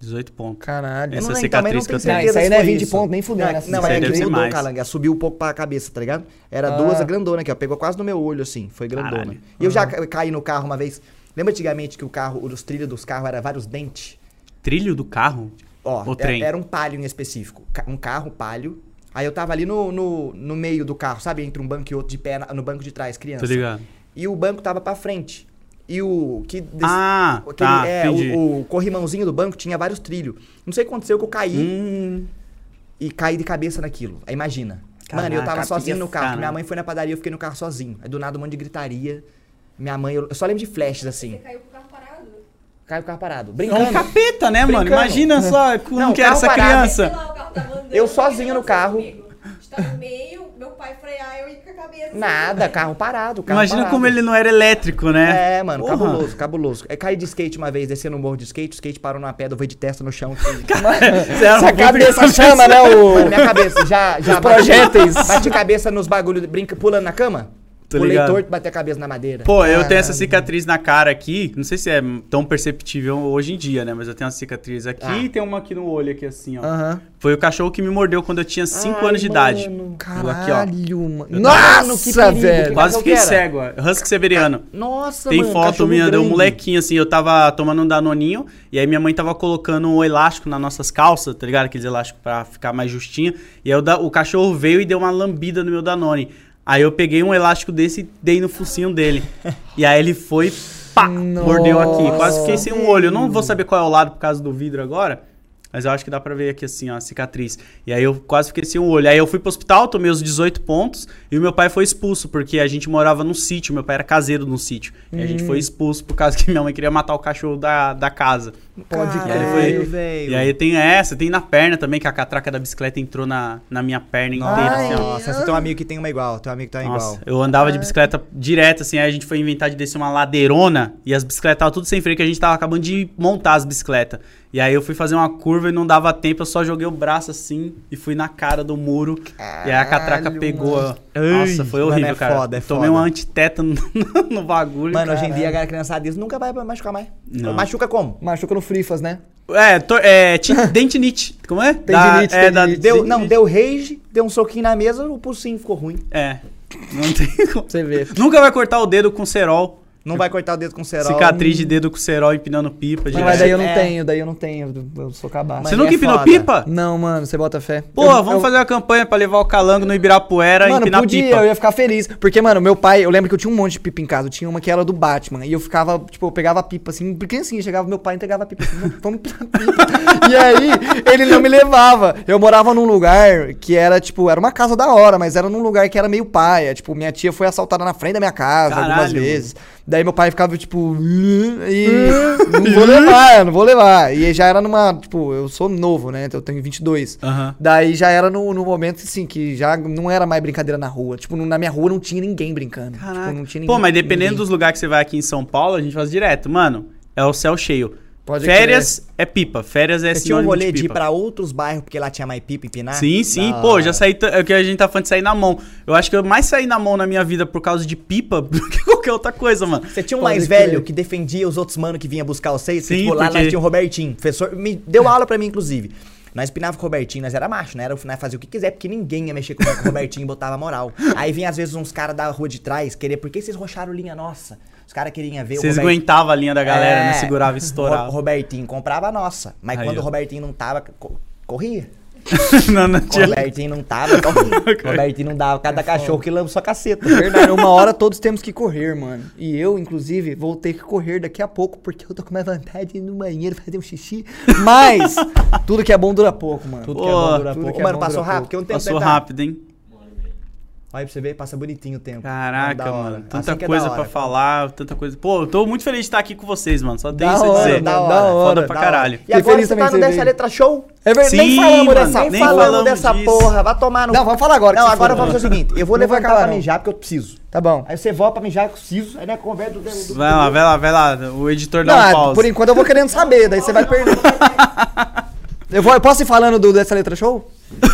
[SPEAKER 3] 18 pontos.
[SPEAKER 1] Caralho.
[SPEAKER 2] eu não,
[SPEAKER 3] Essa
[SPEAKER 2] lembro,
[SPEAKER 3] é cicatriz
[SPEAKER 2] também não
[SPEAKER 3] que eu
[SPEAKER 2] tenho
[SPEAKER 3] tenho.
[SPEAKER 1] Não,
[SPEAKER 2] certeza
[SPEAKER 1] isso aí
[SPEAKER 2] se
[SPEAKER 1] não é
[SPEAKER 2] foi
[SPEAKER 1] 20
[SPEAKER 2] isso.
[SPEAKER 1] ponto, nem fudeu, né?
[SPEAKER 2] Não, não
[SPEAKER 3] Isso aí
[SPEAKER 2] é que
[SPEAKER 3] deve ser
[SPEAKER 2] mudou,
[SPEAKER 3] mais.
[SPEAKER 2] Calanga. Subiu um pouco pra cabeça, tá ligado? Era
[SPEAKER 1] Ah.
[SPEAKER 2] duas grandona aqui, ó. Pegou quase no meu olho, assim. Foi grandona.
[SPEAKER 3] Caralho.
[SPEAKER 2] E eu já ca- caí no carro uma vez. Lembra antigamente que o carro, os trilhos dos carros eram vários dentes?
[SPEAKER 3] Trilho do carro?
[SPEAKER 2] Ó,
[SPEAKER 3] Ou
[SPEAKER 2] é-
[SPEAKER 3] trem?
[SPEAKER 2] Era, um palio em específico. ca- Um carro palio. Aí eu tava ali no, no, no meio do carro, sabe? Entre um banco e outro, de pé na- no banco de trás, criança.
[SPEAKER 3] Tô ligado.
[SPEAKER 2] E o banco tava pra frente. E o que... des-
[SPEAKER 3] Ah,
[SPEAKER 2] aquele-
[SPEAKER 3] tá,
[SPEAKER 2] é,
[SPEAKER 3] entendi.
[SPEAKER 2] o, o corrimãozinho do banco tinha vários trilhos. Não sei o que aconteceu que eu caí
[SPEAKER 3] Hum,
[SPEAKER 2] e caí de cabeça naquilo. Aí imagina. Mano, eu
[SPEAKER 3] Caraca,
[SPEAKER 2] tava sozinho
[SPEAKER 3] que
[SPEAKER 2] no carro.
[SPEAKER 3] caraca.
[SPEAKER 2] Minha mãe foi na padaria, eu fiquei no carro sozinho. Aí do nada um monte de gritaria. Minha mãe, eu eu só lembro de flashes
[SPEAKER 4] Você
[SPEAKER 2] assim.
[SPEAKER 4] caiu com o carro parado.
[SPEAKER 2] Caiu o carro parado.
[SPEAKER 3] é um
[SPEAKER 2] Brincando.
[SPEAKER 3] capeta, né, mano?
[SPEAKER 2] Brincando. É.
[SPEAKER 3] Imagina só como
[SPEAKER 2] Não, um
[SPEAKER 3] que era
[SPEAKER 2] carro
[SPEAKER 3] essa
[SPEAKER 2] parado.
[SPEAKER 3] criança.
[SPEAKER 4] Sei lá, o carro tava andando,
[SPEAKER 2] Eu sozinho no
[SPEAKER 4] aconteceu
[SPEAKER 2] carro.
[SPEAKER 4] comigo. A gente tá no meio, meu pai frear, eu ia com a cabeça.
[SPEAKER 2] Nada, carro parado. Carro
[SPEAKER 3] Imagina
[SPEAKER 2] parado.
[SPEAKER 3] como ele não era elétrico, né?
[SPEAKER 2] um É, mano,
[SPEAKER 3] Porra.
[SPEAKER 2] cabuloso, cabuloso. É, caí de skate uma vez, descendo no morro de skate, o skate parou numa pedra, eu fui de testa no chão. Que...
[SPEAKER 3] Você era um
[SPEAKER 1] Se a
[SPEAKER 3] puta
[SPEAKER 1] cabeça
[SPEAKER 3] cabeça.
[SPEAKER 1] chama, né?
[SPEAKER 2] Foi na
[SPEAKER 1] O...
[SPEAKER 2] minha cabeça, já... já
[SPEAKER 1] Os projéteis.
[SPEAKER 2] Bati, bati cabeça nos bagulhos, brinca, pulando na cama.
[SPEAKER 3] Tô
[SPEAKER 2] Pulei
[SPEAKER 3] ligado.
[SPEAKER 2] torto, bati a cabeça na madeira.
[SPEAKER 3] Pô, é- eu tenho essa cicatriz na cara aqui. Não sei se é tão perceptível hoje em dia, né? Mas eu tenho uma cicatriz aqui
[SPEAKER 2] Ah.
[SPEAKER 3] e tem uma aqui no olho, aqui assim, ó.
[SPEAKER 1] Aham.
[SPEAKER 3] Foi o cachorro que me mordeu quando eu tinha 5
[SPEAKER 2] Ai,
[SPEAKER 3] anos de idade.
[SPEAKER 2] mano.
[SPEAKER 3] Eu aqui, ó.
[SPEAKER 1] Caralho, mano.
[SPEAKER 2] Mano, que
[SPEAKER 1] Nossa,
[SPEAKER 2] perigo,
[SPEAKER 1] velho.
[SPEAKER 2] que
[SPEAKER 3] Quase
[SPEAKER 2] cachorro
[SPEAKER 3] fiquei
[SPEAKER 2] que era?
[SPEAKER 3] cego, ó. Husky Severiano.
[SPEAKER 2] Nossa,
[SPEAKER 3] Tem
[SPEAKER 2] mano,
[SPEAKER 3] foto
[SPEAKER 2] cachorro
[SPEAKER 3] minha de um
[SPEAKER 2] grande.
[SPEAKER 3] molequinho, assim, eu tava tomando um danoninho, e aí minha mãe tava colocando um elástico nas nossas calças, tá ligado? Aqueles elásticos pra ficar mais justinho. E aí o, da- o cachorro veio e deu uma lambida no meu danone. Aí eu peguei um elástico desse e dei no focinho dele. E aí ele foi, pá, mordeu aqui. Quase fiquei sem um olho. Eu não vou saber qual é o lado por causa do vidro agora. Mas eu acho que dá pra ver aqui assim, ó, a cicatriz. E aí eu quase fiquei sem um olho. Aí eu fui pro hospital, tomei os 18 pontos e o meu pai foi expulso, porque a gente morava num sítio, meu pai era caseiro num sítio. E a gente foi expulso por causa que minha mãe queria matar o cachorro da, da casa.
[SPEAKER 1] Pode
[SPEAKER 3] E aí
[SPEAKER 1] crer.
[SPEAKER 3] foi-
[SPEAKER 6] Caralho, velho.
[SPEAKER 3] E aí tem essa, tem na perna também, que a catraca da bicicleta entrou na, na minha perna inteira. assim, ó.
[SPEAKER 6] Nossa, você tem um amigo que tem uma igual, tem um amigo que tem uma
[SPEAKER 3] Nossa,
[SPEAKER 6] igual.
[SPEAKER 3] eu andava de bicicleta direto, assim, aí a gente foi inventar de descer uma ladeirona e as bicicletas estavam tudo sem freio, que a gente tava acabando de montar as bicicletas. E aí eu fui fazer uma curva e não dava tempo, eu só joguei o braço assim e fui na cara do muro. e aí a catraca pegou. ó. Nossa,
[SPEAKER 6] Ai,
[SPEAKER 3] foi
[SPEAKER 6] mano,
[SPEAKER 3] horrível,
[SPEAKER 6] é
[SPEAKER 3] cara.
[SPEAKER 6] foda, é
[SPEAKER 3] Tomei
[SPEAKER 6] foda.
[SPEAKER 3] um antitétano no, no bagulho.
[SPEAKER 6] Mano,
[SPEAKER 2] Hoje em dia, a galera criançada diz, nunca vai machucar mais.
[SPEAKER 3] Não.
[SPEAKER 2] Machuca como?
[SPEAKER 1] Machuca no Frifas, né?
[SPEAKER 3] É, to, é ti- dentinite. Como é?
[SPEAKER 1] Tendinite,
[SPEAKER 3] é,
[SPEAKER 1] tendinite.
[SPEAKER 2] Deu, não, deu rage, deu um soquinho na mesa, o pulsinho ficou ruim.
[SPEAKER 3] É. Não tem como.
[SPEAKER 1] Você vê.
[SPEAKER 3] Nunca vai cortar o dedo com cerol.
[SPEAKER 6] Não vai cortar o dedo com cerol.
[SPEAKER 3] Cicatriz de dedo com cerol empinando pipa.
[SPEAKER 1] Não,
[SPEAKER 3] direto.
[SPEAKER 1] mas daí eu não
[SPEAKER 6] É.
[SPEAKER 1] tenho, daí eu não tenho. Eu sou cabaço.
[SPEAKER 3] Você
[SPEAKER 6] Mano,
[SPEAKER 3] nunca
[SPEAKER 6] é
[SPEAKER 3] empinou
[SPEAKER 6] foda.
[SPEAKER 3] pipa?
[SPEAKER 1] Não, mano, você bota fé.
[SPEAKER 3] Pô,
[SPEAKER 1] Eu-
[SPEAKER 3] vamos
[SPEAKER 1] eu-
[SPEAKER 3] fazer uma campanha pra levar o calango no Ibirapuera e
[SPEAKER 1] Mano,
[SPEAKER 3] empinar
[SPEAKER 1] podia,
[SPEAKER 3] pipa.
[SPEAKER 1] eu ia ficar feliz. Porque, mano, meu pai, eu lembro que eu tinha um monte de pipa em casa. Eu tinha uma que era do Batman. E eu ficava, tipo, eu pegava a pipa assim, porque assim, chegava meu pai e entregava a pipa assim, "Vamos- vamos pirar a pipa. e aí, ele não me levava. Eu morava num lugar que era, tipo, era uma casa da hora, mas era num lugar que era meio paia. Tipo, minha tia foi assaltada na frente da minha casa algumas
[SPEAKER 3] Caralho,
[SPEAKER 1] vezes. Daí meu pai ficava, tipo, "Hum", e não vou levar, não vou levar. E já era numa, tipo, eu sou novo, né? Eu tenho 22.
[SPEAKER 3] Aham.
[SPEAKER 1] Daí já era no, no momento, assim, que já não era mais brincadeira na rua. Tipo, não- na minha rua não tinha ninguém brincando. Tipo, não tinha ninguém.
[SPEAKER 3] Pô, mas dependendo
[SPEAKER 1] ninguém.
[SPEAKER 3] dos lugares que você vai aqui em São Paulo, a gente faz direto. Mano, é o céu cheio.
[SPEAKER 1] Pode
[SPEAKER 3] Férias é pipa. Férias é
[SPEAKER 6] Você tinha um
[SPEAKER 3] sinônimo
[SPEAKER 6] rolê
[SPEAKER 3] de
[SPEAKER 6] de ir
[SPEAKER 3] pipa.
[SPEAKER 6] pra outros bairros porque lá tinha mais pipa empinar?
[SPEAKER 3] Sim, sim.
[SPEAKER 6] Da
[SPEAKER 3] Pô,
[SPEAKER 6] hora.
[SPEAKER 3] já saí... t- É o que a gente tá falando de sair na mão. Eu acho que eu mais saí na mão na minha vida por causa de pipa do que qualquer outra coisa, mano.
[SPEAKER 6] Você tinha um
[SPEAKER 1] Pode
[SPEAKER 6] mais
[SPEAKER 1] crer.
[SPEAKER 6] velho que defendia os outros mano que vinha buscar vocês?
[SPEAKER 3] Sim,
[SPEAKER 6] que, tipo, lá
[SPEAKER 3] porque-
[SPEAKER 6] nós tinha o Robertinho. Professor, me deu aula pra mim, inclusive. Nós pinava com o Robertinho, nós era macho, né? Era o final fazer o que quiser, porque ninguém ia mexer com o Robertinho e botava moral. Aí vinha, às vezes, uns caras da rua de trás querer, por que vocês rocharam linha nossa? Os caras queriam ver
[SPEAKER 3] Vocês
[SPEAKER 6] o Robertinho.
[SPEAKER 3] aguentavam a linha da galera, né?
[SPEAKER 6] É.
[SPEAKER 3] Segurava e
[SPEAKER 6] O
[SPEAKER 3] estourava.
[SPEAKER 6] Robertinho comprava a nossa. Mas
[SPEAKER 3] Aí,
[SPEAKER 6] quando
[SPEAKER 3] ó.
[SPEAKER 6] o Robertinho não tava, co- corria.
[SPEAKER 3] não, não
[SPEAKER 6] Quando o
[SPEAKER 3] tinha... É
[SPEAKER 6] Robertinho não tava, corria. O Robertinho não dava, cada cachorro que lama sua caceta.
[SPEAKER 1] Verdade, uma hora todos temos que correr, mano. E eu, inclusive, vou ter que correr daqui a pouco, porque eu tô com uma vontade de ir no banheiro fazer um xixi. Mas, tudo que é bom dura pouco, mano.
[SPEAKER 6] Tudo
[SPEAKER 3] Pô,
[SPEAKER 6] que é bom dura
[SPEAKER 1] tudo
[SPEAKER 6] pouco.
[SPEAKER 1] que é
[SPEAKER 6] Ô, mano,
[SPEAKER 1] bom
[SPEAKER 6] passou
[SPEAKER 1] dura
[SPEAKER 6] rápido, porque eu não tenho
[SPEAKER 3] Passou
[SPEAKER 6] tempo, tá?
[SPEAKER 3] rápido, hein?
[SPEAKER 6] Olha pra você ver, passa bonitinho o tempo.
[SPEAKER 3] Caraca,
[SPEAKER 6] Da hora.
[SPEAKER 3] mano. Tanta
[SPEAKER 6] Assim que é da
[SPEAKER 3] coisa
[SPEAKER 6] hora.
[SPEAKER 3] pra falar, tanta coisa. Pô, eu tô muito feliz de estar aqui com vocês, mano. Só tem
[SPEAKER 1] Da
[SPEAKER 3] isso a
[SPEAKER 1] hora,
[SPEAKER 3] dizer.
[SPEAKER 1] da hora.
[SPEAKER 3] Foda pra
[SPEAKER 6] da
[SPEAKER 3] caralho.
[SPEAKER 6] hora. E
[SPEAKER 1] Fui
[SPEAKER 6] agora
[SPEAKER 1] feliz
[SPEAKER 6] você
[SPEAKER 1] também
[SPEAKER 6] tá
[SPEAKER 1] que
[SPEAKER 6] no
[SPEAKER 1] você
[SPEAKER 6] Dessa
[SPEAKER 1] veio.
[SPEAKER 6] Letra Show?
[SPEAKER 1] É verdade.
[SPEAKER 3] Sim,
[SPEAKER 6] nem falamos
[SPEAKER 3] mano,
[SPEAKER 6] dessa,
[SPEAKER 3] nem
[SPEAKER 6] nem falamos,
[SPEAKER 3] falamos
[SPEAKER 6] dessa
[SPEAKER 3] disso.
[SPEAKER 6] porra. Vai tomar no.
[SPEAKER 1] Não, vamos falar agora.
[SPEAKER 6] Não,
[SPEAKER 1] que
[SPEAKER 6] agora
[SPEAKER 1] você
[SPEAKER 6] vamos
[SPEAKER 1] falou.
[SPEAKER 6] fazer o seguinte: eu vou
[SPEAKER 1] Não vai
[SPEAKER 6] levantar
[SPEAKER 1] acabar,
[SPEAKER 6] pra
[SPEAKER 1] não.
[SPEAKER 6] mijar porque eu preciso.
[SPEAKER 1] Tá bom.
[SPEAKER 6] Aí você volta pra mijar que eu preciso. Aí né, conversa do. do-
[SPEAKER 3] Vai lá, vai lá, vai lá. O editor dá
[SPEAKER 6] é
[SPEAKER 3] um
[SPEAKER 1] Não, é,
[SPEAKER 3] pause.
[SPEAKER 1] por enquanto eu vou querendo saber, daí você vai perder. Eu, vou, eu posso ir falando do, dessa letra show?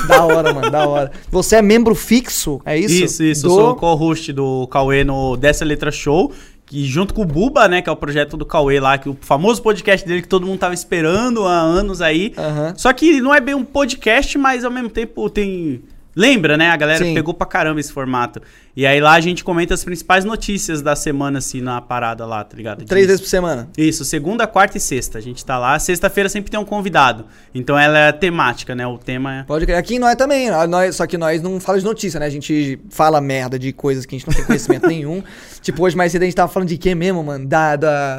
[SPEAKER 1] Da hora, mano, da hora. Você é membro fixo, é isso?
[SPEAKER 3] Isso, isso.
[SPEAKER 1] Do...
[SPEAKER 3] Eu sou um o co-host do Cauê no Dessa Letra Show. E junto com o Buba, né, que é o projeto do Cauê lá, que o famoso podcast dele que todo mundo tava esperando há anos aí.
[SPEAKER 1] Aham.
[SPEAKER 3] Só que não é bem um podcast, mas ao mesmo tempo tem. Lembra, né? A galera
[SPEAKER 1] Sim.
[SPEAKER 3] pegou pra caramba esse formato. E aí lá a gente comenta as principais notícias da semana, assim, na parada lá, tá ligado?
[SPEAKER 1] Três
[SPEAKER 3] Disso.
[SPEAKER 1] vezes por semana.
[SPEAKER 3] Isso, segunda, quarta e sexta. A gente tá lá. Sexta-feira sempre tem um convidado. Então ela é temática, né? O tema é.
[SPEAKER 1] Pode crer. Aqui nós também, ó, nós, só que nós não fala de notícia, né? A gente fala merda de coisas que a gente não tem conhecimento nenhum. Tipo, hoje mais cedo a gente tava falando de quê mesmo, mano? Da. da...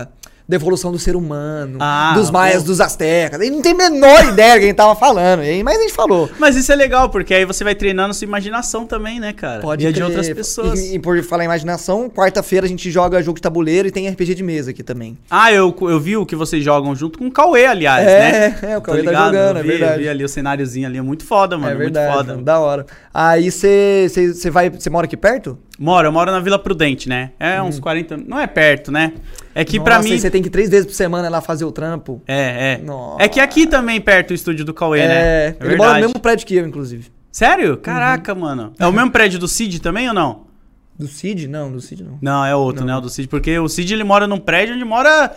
[SPEAKER 1] da evolução do ser humano,
[SPEAKER 3] Ah,
[SPEAKER 1] dos maias,
[SPEAKER 3] o-
[SPEAKER 1] dos astecas. Ele não tem a menor ideia quem tava falando, hein? mas a gente falou.
[SPEAKER 3] Mas isso é legal, porque aí você vai treinando sua imaginação também, né, cara? e a de
[SPEAKER 1] crer.
[SPEAKER 3] outras pessoas.
[SPEAKER 1] E, e por falar em imaginação, quarta-feira a gente joga jogo de tabuleiro e tem RPG de mesa aqui também.
[SPEAKER 3] Ah, eu, eu vi o que vocês jogam junto com o Cauê, aliás,
[SPEAKER 1] É,
[SPEAKER 3] né?
[SPEAKER 1] é, o
[SPEAKER 3] Tô
[SPEAKER 1] Cauê tá
[SPEAKER 3] ligado,
[SPEAKER 1] jogando,
[SPEAKER 3] eu
[SPEAKER 1] é
[SPEAKER 3] vi,
[SPEAKER 1] verdade.
[SPEAKER 3] Eu vi ali o cenáriozinho ali, é muito foda, mano,
[SPEAKER 1] é
[SPEAKER 3] muito
[SPEAKER 1] verdade,
[SPEAKER 3] foda.
[SPEAKER 1] mano, da hora. Aí você vai, você mora aqui perto?
[SPEAKER 3] Moro, eu moro na Vila Prudente, né? É uns 40, não é perto, né? É que pra
[SPEAKER 1] Uhum. Nossa,
[SPEAKER 3] mim
[SPEAKER 1] aí você tem que ir três vezes por semana lá fazer o trampo.
[SPEAKER 3] É, é.
[SPEAKER 1] Nossa.
[SPEAKER 3] É que é aqui também perto o estúdio do Cauê, né?
[SPEAKER 1] É, ele
[SPEAKER 3] verdade.
[SPEAKER 1] mora no mesmo Uhum. prédio que eu, inclusive.
[SPEAKER 3] Sério? Caraca, mano. É o mesmo prédio do Cid também ou não?
[SPEAKER 1] Do Cid? Não, do Cid não.
[SPEAKER 3] Não, é outro, né? O do Cid. Porque o Cid ele mora num prédio onde mora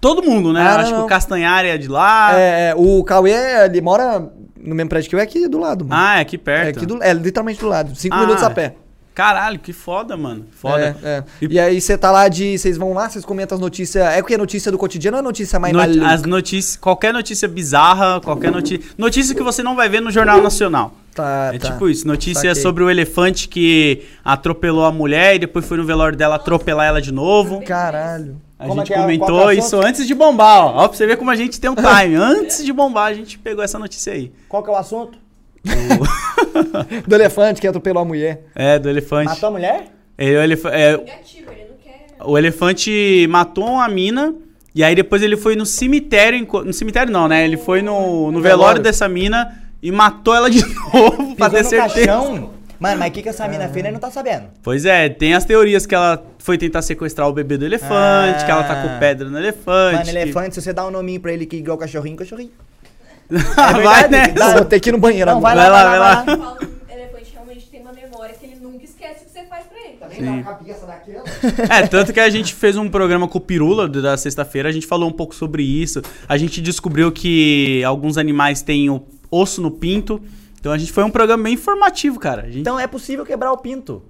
[SPEAKER 3] todo mundo, né?
[SPEAKER 1] Ah, não,
[SPEAKER 3] Acho que
[SPEAKER 1] não.
[SPEAKER 3] o Castanhari é de lá.
[SPEAKER 1] É, é, o Cauê, ele mora no mesmo prédio que eu, é aqui do lado, mano.
[SPEAKER 3] Ah, é aqui
[SPEAKER 1] é,
[SPEAKER 3] perto.
[SPEAKER 1] aqui do, é literalmente do lado. Cinco
[SPEAKER 3] Ah,
[SPEAKER 1] minutos a pé.
[SPEAKER 3] Caralho, que foda, mano. Foda.
[SPEAKER 1] É, é. E... aí você tá lá de. Vocês vão lá, vocês comentam as notícias. É porque é notícia do cotidiano ou é notícia mais
[SPEAKER 3] No-
[SPEAKER 1] maluca?
[SPEAKER 3] as notícias, qualquer notícia bizarra, qualquer notícia, notícia que você não vai ver no jornal nacional.
[SPEAKER 1] Tá,
[SPEAKER 3] é
[SPEAKER 1] tá.
[SPEAKER 3] tipo isso, notícia
[SPEAKER 1] Saquei.
[SPEAKER 3] sobre o elefante que atropelou a mulher e depois foi no velório dela atropelar ela de novo.
[SPEAKER 1] Caralho.
[SPEAKER 3] A
[SPEAKER 2] Como é
[SPEAKER 3] gente
[SPEAKER 2] que é? Qual
[SPEAKER 3] comentou
[SPEAKER 2] que é o
[SPEAKER 3] isso antes de bombar, ó. ó. Pra você ver como a gente tem um time. Antes de bombar, a gente pegou essa notícia aí.
[SPEAKER 2] Qual que é o assunto?
[SPEAKER 1] Do elefante que atropelou a mulher.
[SPEAKER 3] É, do elefante.
[SPEAKER 2] Matou a mulher?
[SPEAKER 3] Ele- o, elef- é,
[SPEAKER 4] Negativo, ele não quer.
[SPEAKER 3] o elefante matou uma mina. E aí depois ele foi no cemitério. enco- No cemitério não, né? Ele foi no, no velório
[SPEAKER 1] velório.
[SPEAKER 3] dessa mina e matou ela de novo pra
[SPEAKER 2] Pisou
[SPEAKER 3] ter
[SPEAKER 2] no
[SPEAKER 3] certeza.
[SPEAKER 2] um
[SPEAKER 3] Ah.
[SPEAKER 2] caixão? Mano, mas o que, que essa mina fez? Ele não tá sabendo.
[SPEAKER 3] Pois é, tem as teorias que ela foi tentar sequestrar o bebê do
[SPEAKER 2] Ah.
[SPEAKER 3] elefante, que ela tacou pedra no elefante.
[SPEAKER 2] Mano,
[SPEAKER 3] que-
[SPEAKER 2] elefante, se você dá um nominho pra ele que igual cachorrinho, cachorrinho.
[SPEAKER 3] Vai,
[SPEAKER 2] é verdade,
[SPEAKER 3] né?
[SPEAKER 2] dá-
[SPEAKER 1] Vou ter que ir no banheiro
[SPEAKER 2] Não,
[SPEAKER 1] agora.
[SPEAKER 2] vai lá,
[SPEAKER 3] Vai lá,
[SPEAKER 2] vai lá, vai
[SPEAKER 3] vai
[SPEAKER 2] lá.
[SPEAKER 3] lá.
[SPEAKER 4] O Paulo, o elefante realmente tem uma memória que ele nunca esquece o que você faz pra ele.
[SPEAKER 3] Sim. É, tanto que a gente fez um programa com o Pirula do- da sexta-feira, a gente falou um pouco sobre isso. A gente descobriu que alguns animais têm o osso no pinto. Então a gente foi um programa bem informativo, cara. A gente-
[SPEAKER 2] Então é possível quebrar o pinto.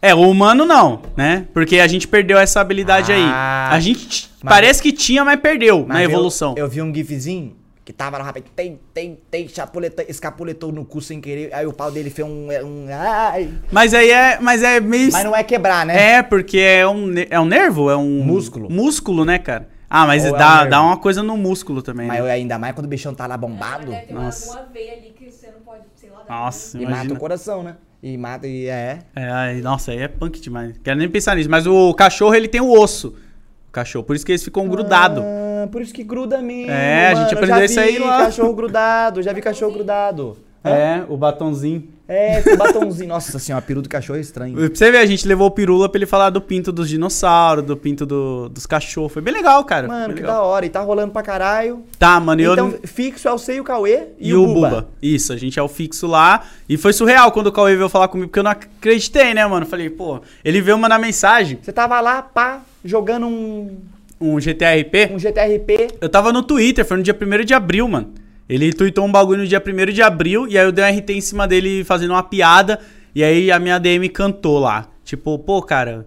[SPEAKER 3] É, o humano não, né? Porque a gente perdeu essa habilidade
[SPEAKER 2] Ah.
[SPEAKER 3] aí. A gente t- parece que tinha, mas perdeu na
[SPEAKER 2] Mas eu-
[SPEAKER 3] evolução.
[SPEAKER 2] Eu, vi um gifzinho que tava lá, rapaz, tem, tem, tem, chapuletou, escapuletou no cu sem querer, aí o pau dele fez um. um ai.
[SPEAKER 3] Mas aí é, mas é meio
[SPEAKER 2] Mas não é quebrar, né?
[SPEAKER 3] É, porque é um, ne- é um nervo, é um...
[SPEAKER 2] Músculo.
[SPEAKER 3] Músculo, né, cara? Ah, mas
[SPEAKER 2] Ou é um
[SPEAKER 3] dá,
[SPEAKER 2] nervo.
[SPEAKER 3] dá uma coisa no músculo também,
[SPEAKER 2] Mas
[SPEAKER 3] né?
[SPEAKER 2] eu- ainda mais quando o bichão tá lá bombado
[SPEAKER 4] Deve ter
[SPEAKER 3] Nossa.
[SPEAKER 4] alguma veia ali que você não pode, sei lá. dar
[SPEAKER 3] Nossa,
[SPEAKER 2] e mata
[SPEAKER 3] imagina.
[SPEAKER 2] o coração, né? E mata e é.
[SPEAKER 3] É, ai, nossa, aí é punk demais. Quero nem pensar nisso. Mas o cachorro, ele tem o osso. O cachorro, por isso que eles ficam grudados.
[SPEAKER 2] Ah, por isso que gruda mesmo.
[SPEAKER 3] É, a gente
[SPEAKER 2] mano. Eu
[SPEAKER 3] aprendeu
[SPEAKER 2] já
[SPEAKER 3] isso aí
[SPEAKER 2] vi
[SPEAKER 3] lá.
[SPEAKER 2] Cachorro grudado, já vi cachorro grudado.
[SPEAKER 3] É, o batonzinho.
[SPEAKER 2] É, esse batonzinho. Nossa senhora, peru do cachorro é estranho.
[SPEAKER 3] Pra você ver, a gente levou o pirula pra ele falar do pinto dos dinossauros, do pinto do- dos cachorros. Foi bem legal, cara.
[SPEAKER 2] Mano,
[SPEAKER 3] Foi
[SPEAKER 2] que
[SPEAKER 3] legal.
[SPEAKER 2] da hora. E tá rolando pra caralho.
[SPEAKER 3] Tá, mano, e
[SPEAKER 2] então,
[SPEAKER 3] eu...
[SPEAKER 2] fixo é o Sei, o Cauê
[SPEAKER 3] E, o Buba. Isso, a gente é o fixo lá. E foi surreal quando o Cauê veio falar comigo, porque eu não acreditei, né, mano? Falei, pô, ele veio mandar mensagem,
[SPEAKER 2] Você tava lá, pá, jogando um,
[SPEAKER 3] um GTRP.
[SPEAKER 2] um GTRP.
[SPEAKER 3] Eu tava no Twitter, foi no dia 1 de abril, mano. Ele tweetou um bagulho no dia 1 de abril e aí eu dei um RT em cima dele fazendo uma piada e aí a minha DM cantou lá. Tipo, pô, cara,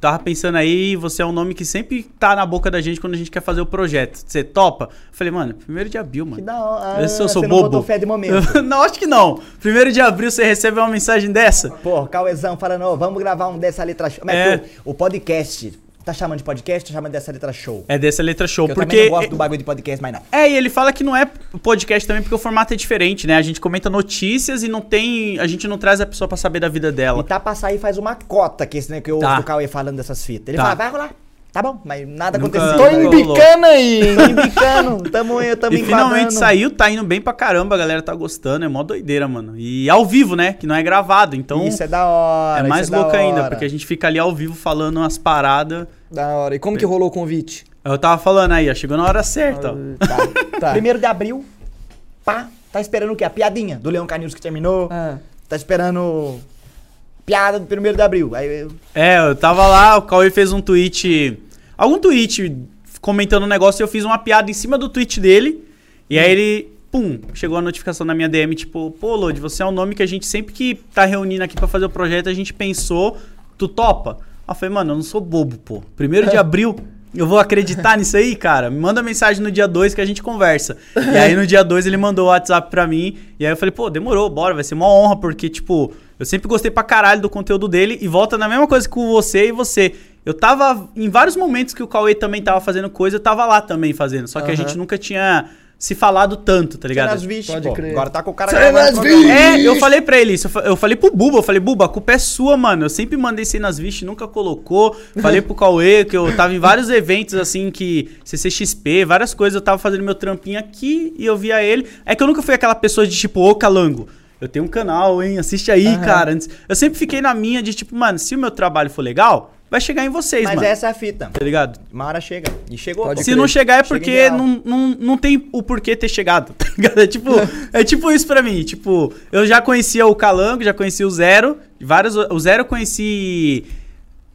[SPEAKER 3] tava pensando aí, você é um nome que sempre tá na boca da gente quando a gente quer fazer o projeto. Você topa? Eu falei, mano, 1 de abril, mano.
[SPEAKER 2] Que da hora. Ah,
[SPEAKER 3] Eu sou- eu sou
[SPEAKER 2] você
[SPEAKER 3] bobo.
[SPEAKER 2] não botou fé de momento.
[SPEAKER 3] não, acho que não. 1 de abril você recebe uma mensagem dessa?
[SPEAKER 2] Pô, Cauezão falando, ô, vamos gravar um dessa letra show. Mas
[SPEAKER 3] É.
[SPEAKER 2] tu, o podcast, tá chamando de podcast, tá chamando dessa letra show.
[SPEAKER 3] É dessa letra show,
[SPEAKER 2] Eu
[SPEAKER 3] porque
[SPEAKER 2] também não gosto do bagulho de podcast, mas não.
[SPEAKER 3] É, e ele fala que não é podcast também porque o formato é diferente, né? A gente comenta notícias e não tem, a gente não traz a pessoa pra saber da vida
[SPEAKER 2] E
[SPEAKER 3] dela.
[SPEAKER 2] tá pra sair faz uma cota que, esse, né, que eu
[SPEAKER 3] Tá.
[SPEAKER 2] ouço o Cauê falando dessas fitas. Ele
[SPEAKER 3] Tá.
[SPEAKER 2] fala, vai rolar. Tá bom, mas nada
[SPEAKER 3] Nunca-
[SPEAKER 2] aconteceu.
[SPEAKER 1] Tô
[SPEAKER 3] Não, não.
[SPEAKER 1] embicando aí, hein?
[SPEAKER 2] Tô embicando, tamo, eu tamo
[SPEAKER 3] E finalmente
[SPEAKER 2] enquadrando.
[SPEAKER 3] saiu, tá indo bem pra caramba, a galera tá gostando, é mó doideira, mano. E ao vivo, né? Que não é gravado, então
[SPEAKER 2] Isso é da hora.
[SPEAKER 3] é
[SPEAKER 2] isso
[SPEAKER 3] mais
[SPEAKER 2] da
[SPEAKER 3] louco ainda,
[SPEAKER 2] hora.
[SPEAKER 3] porque a gente fica ali ao vivo falando umas paradas.
[SPEAKER 1] Da hora. E como que rolou o convite?
[SPEAKER 3] Eu tava falando aí, ó, chegou na hora certa. ó.
[SPEAKER 2] Tá.
[SPEAKER 1] Tá.
[SPEAKER 2] Primeiro de abril, pá, tá esperando o quê? A piadinha do Leão Canils que terminou.
[SPEAKER 1] Ah.
[SPEAKER 2] Tá esperando piada do primeiro de abril. Aí eu-
[SPEAKER 3] É, eu tava lá, o Cauê fez um tweet. Algum tweet comentando um negócio e eu fiz uma piada em cima do tweet dele. E aí ele, pum, chegou a notificação na minha DM, tipo, pô, Lodi, você é um nome que a gente sempre que tá reunindo aqui pra fazer o projeto, a gente pensou, tu topa? Aí eu falei, mano, eu não sou bobo, pô. Primeiro de abril. Eu vou acreditar nisso aí, cara? Me manda mensagem no dia 2 que a gente conversa. E aí no dia 2 ele mandou o WhatsApp pra mim. E aí eu falei, pô, demorou, bora, vai ser uma honra, porque, tipo, eu sempre gostei pra caralho do conteúdo dele. E volta na mesma coisa com você e você. Eu tava em vários momentos que o Cauê também tava fazendo coisa, eu tava lá também fazendo. Só que a gente nunca tinha se falado tanto, tá ligado?
[SPEAKER 2] Nas vixe,
[SPEAKER 1] Pode
[SPEAKER 2] pô.
[SPEAKER 1] crer.
[SPEAKER 2] Agora tá com o cara
[SPEAKER 1] Sai
[SPEAKER 2] gravando
[SPEAKER 1] nas
[SPEAKER 2] com-
[SPEAKER 1] vixe!
[SPEAKER 3] É, eu falei pra ele isso. eu fa- Eu falei pro Buba, eu falei, Buba, a culpa é sua, mano. Eu sempre mandei sem nas vistas, nunca colocou. Falei pro Cauê que eu tava em vários eventos, assim, que CCXP, várias coisas. Eu tava fazendo meu trampinho aqui e eu via ele. É que eu nunca fui aquela pessoa de tipo, ô calango. Eu tenho um canal, hein? Assiste aí, cara. Antes- Eu sempre fiquei na minha de tipo, mano, se o meu trabalho for legal, vai chegar em vocês,
[SPEAKER 2] Mas
[SPEAKER 3] mano.
[SPEAKER 2] essa é a fita.
[SPEAKER 3] Tá ligado?
[SPEAKER 2] Uma hora chega. E chegou.
[SPEAKER 1] Pode
[SPEAKER 2] pô.
[SPEAKER 3] Se não chegar é
[SPEAKER 2] Chega
[SPEAKER 3] porque
[SPEAKER 2] ideal.
[SPEAKER 3] não, não, não tem o porquê ter chegado, tá ligado? É tipo, é tipo isso pra mim. Tipo, eu já conhecia o Calango, já conhecia o Zero. Vários, o Zero eu conheci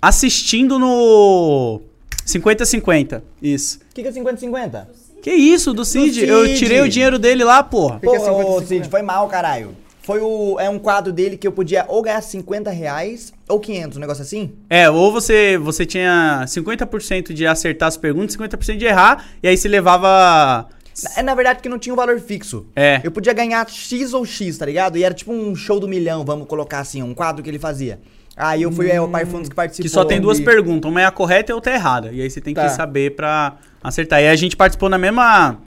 [SPEAKER 3] assistindo no 50-50. Isso.
[SPEAKER 2] O que, que é 50-50?
[SPEAKER 3] Que isso, do Cid? Eu
[SPEAKER 2] Cid.
[SPEAKER 3] tirei o dinheiro dele lá, porra.
[SPEAKER 1] que que é
[SPEAKER 2] Pô, ô,
[SPEAKER 1] 50-50?
[SPEAKER 3] né?
[SPEAKER 2] Cid, foi mal, caralho. Foi o, é um quadro dele que eu podia ou ganhar 50 reais ou 500, um negócio assim.
[SPEAKER 3] É, ou você, você tinha 50% de acertar as perguntas, 50% de errar, e aí você levava.
[SPEAKER 2] Na- É na verdade que não tinha um valor fixo.
[SPEAKER 3] É.
[SPEAKER 2] Eu podia ganhar X ou X, tá ligado? E era tipo um show do milhão, vamos colocar assim, um quadro que ele fazia. Aí eu fui, é o Pai Fundos que participou.
[SPEAKER 3] Que só tem duas
[SPEAKER 2] ali.
[SPEAKER 3] perguntas, uma é a correta e a outra é errada. E aí você tem
[SPEAKER 1] Tá.
[SPEAKER 3] que saber pra acertar. E a gente participou na mesma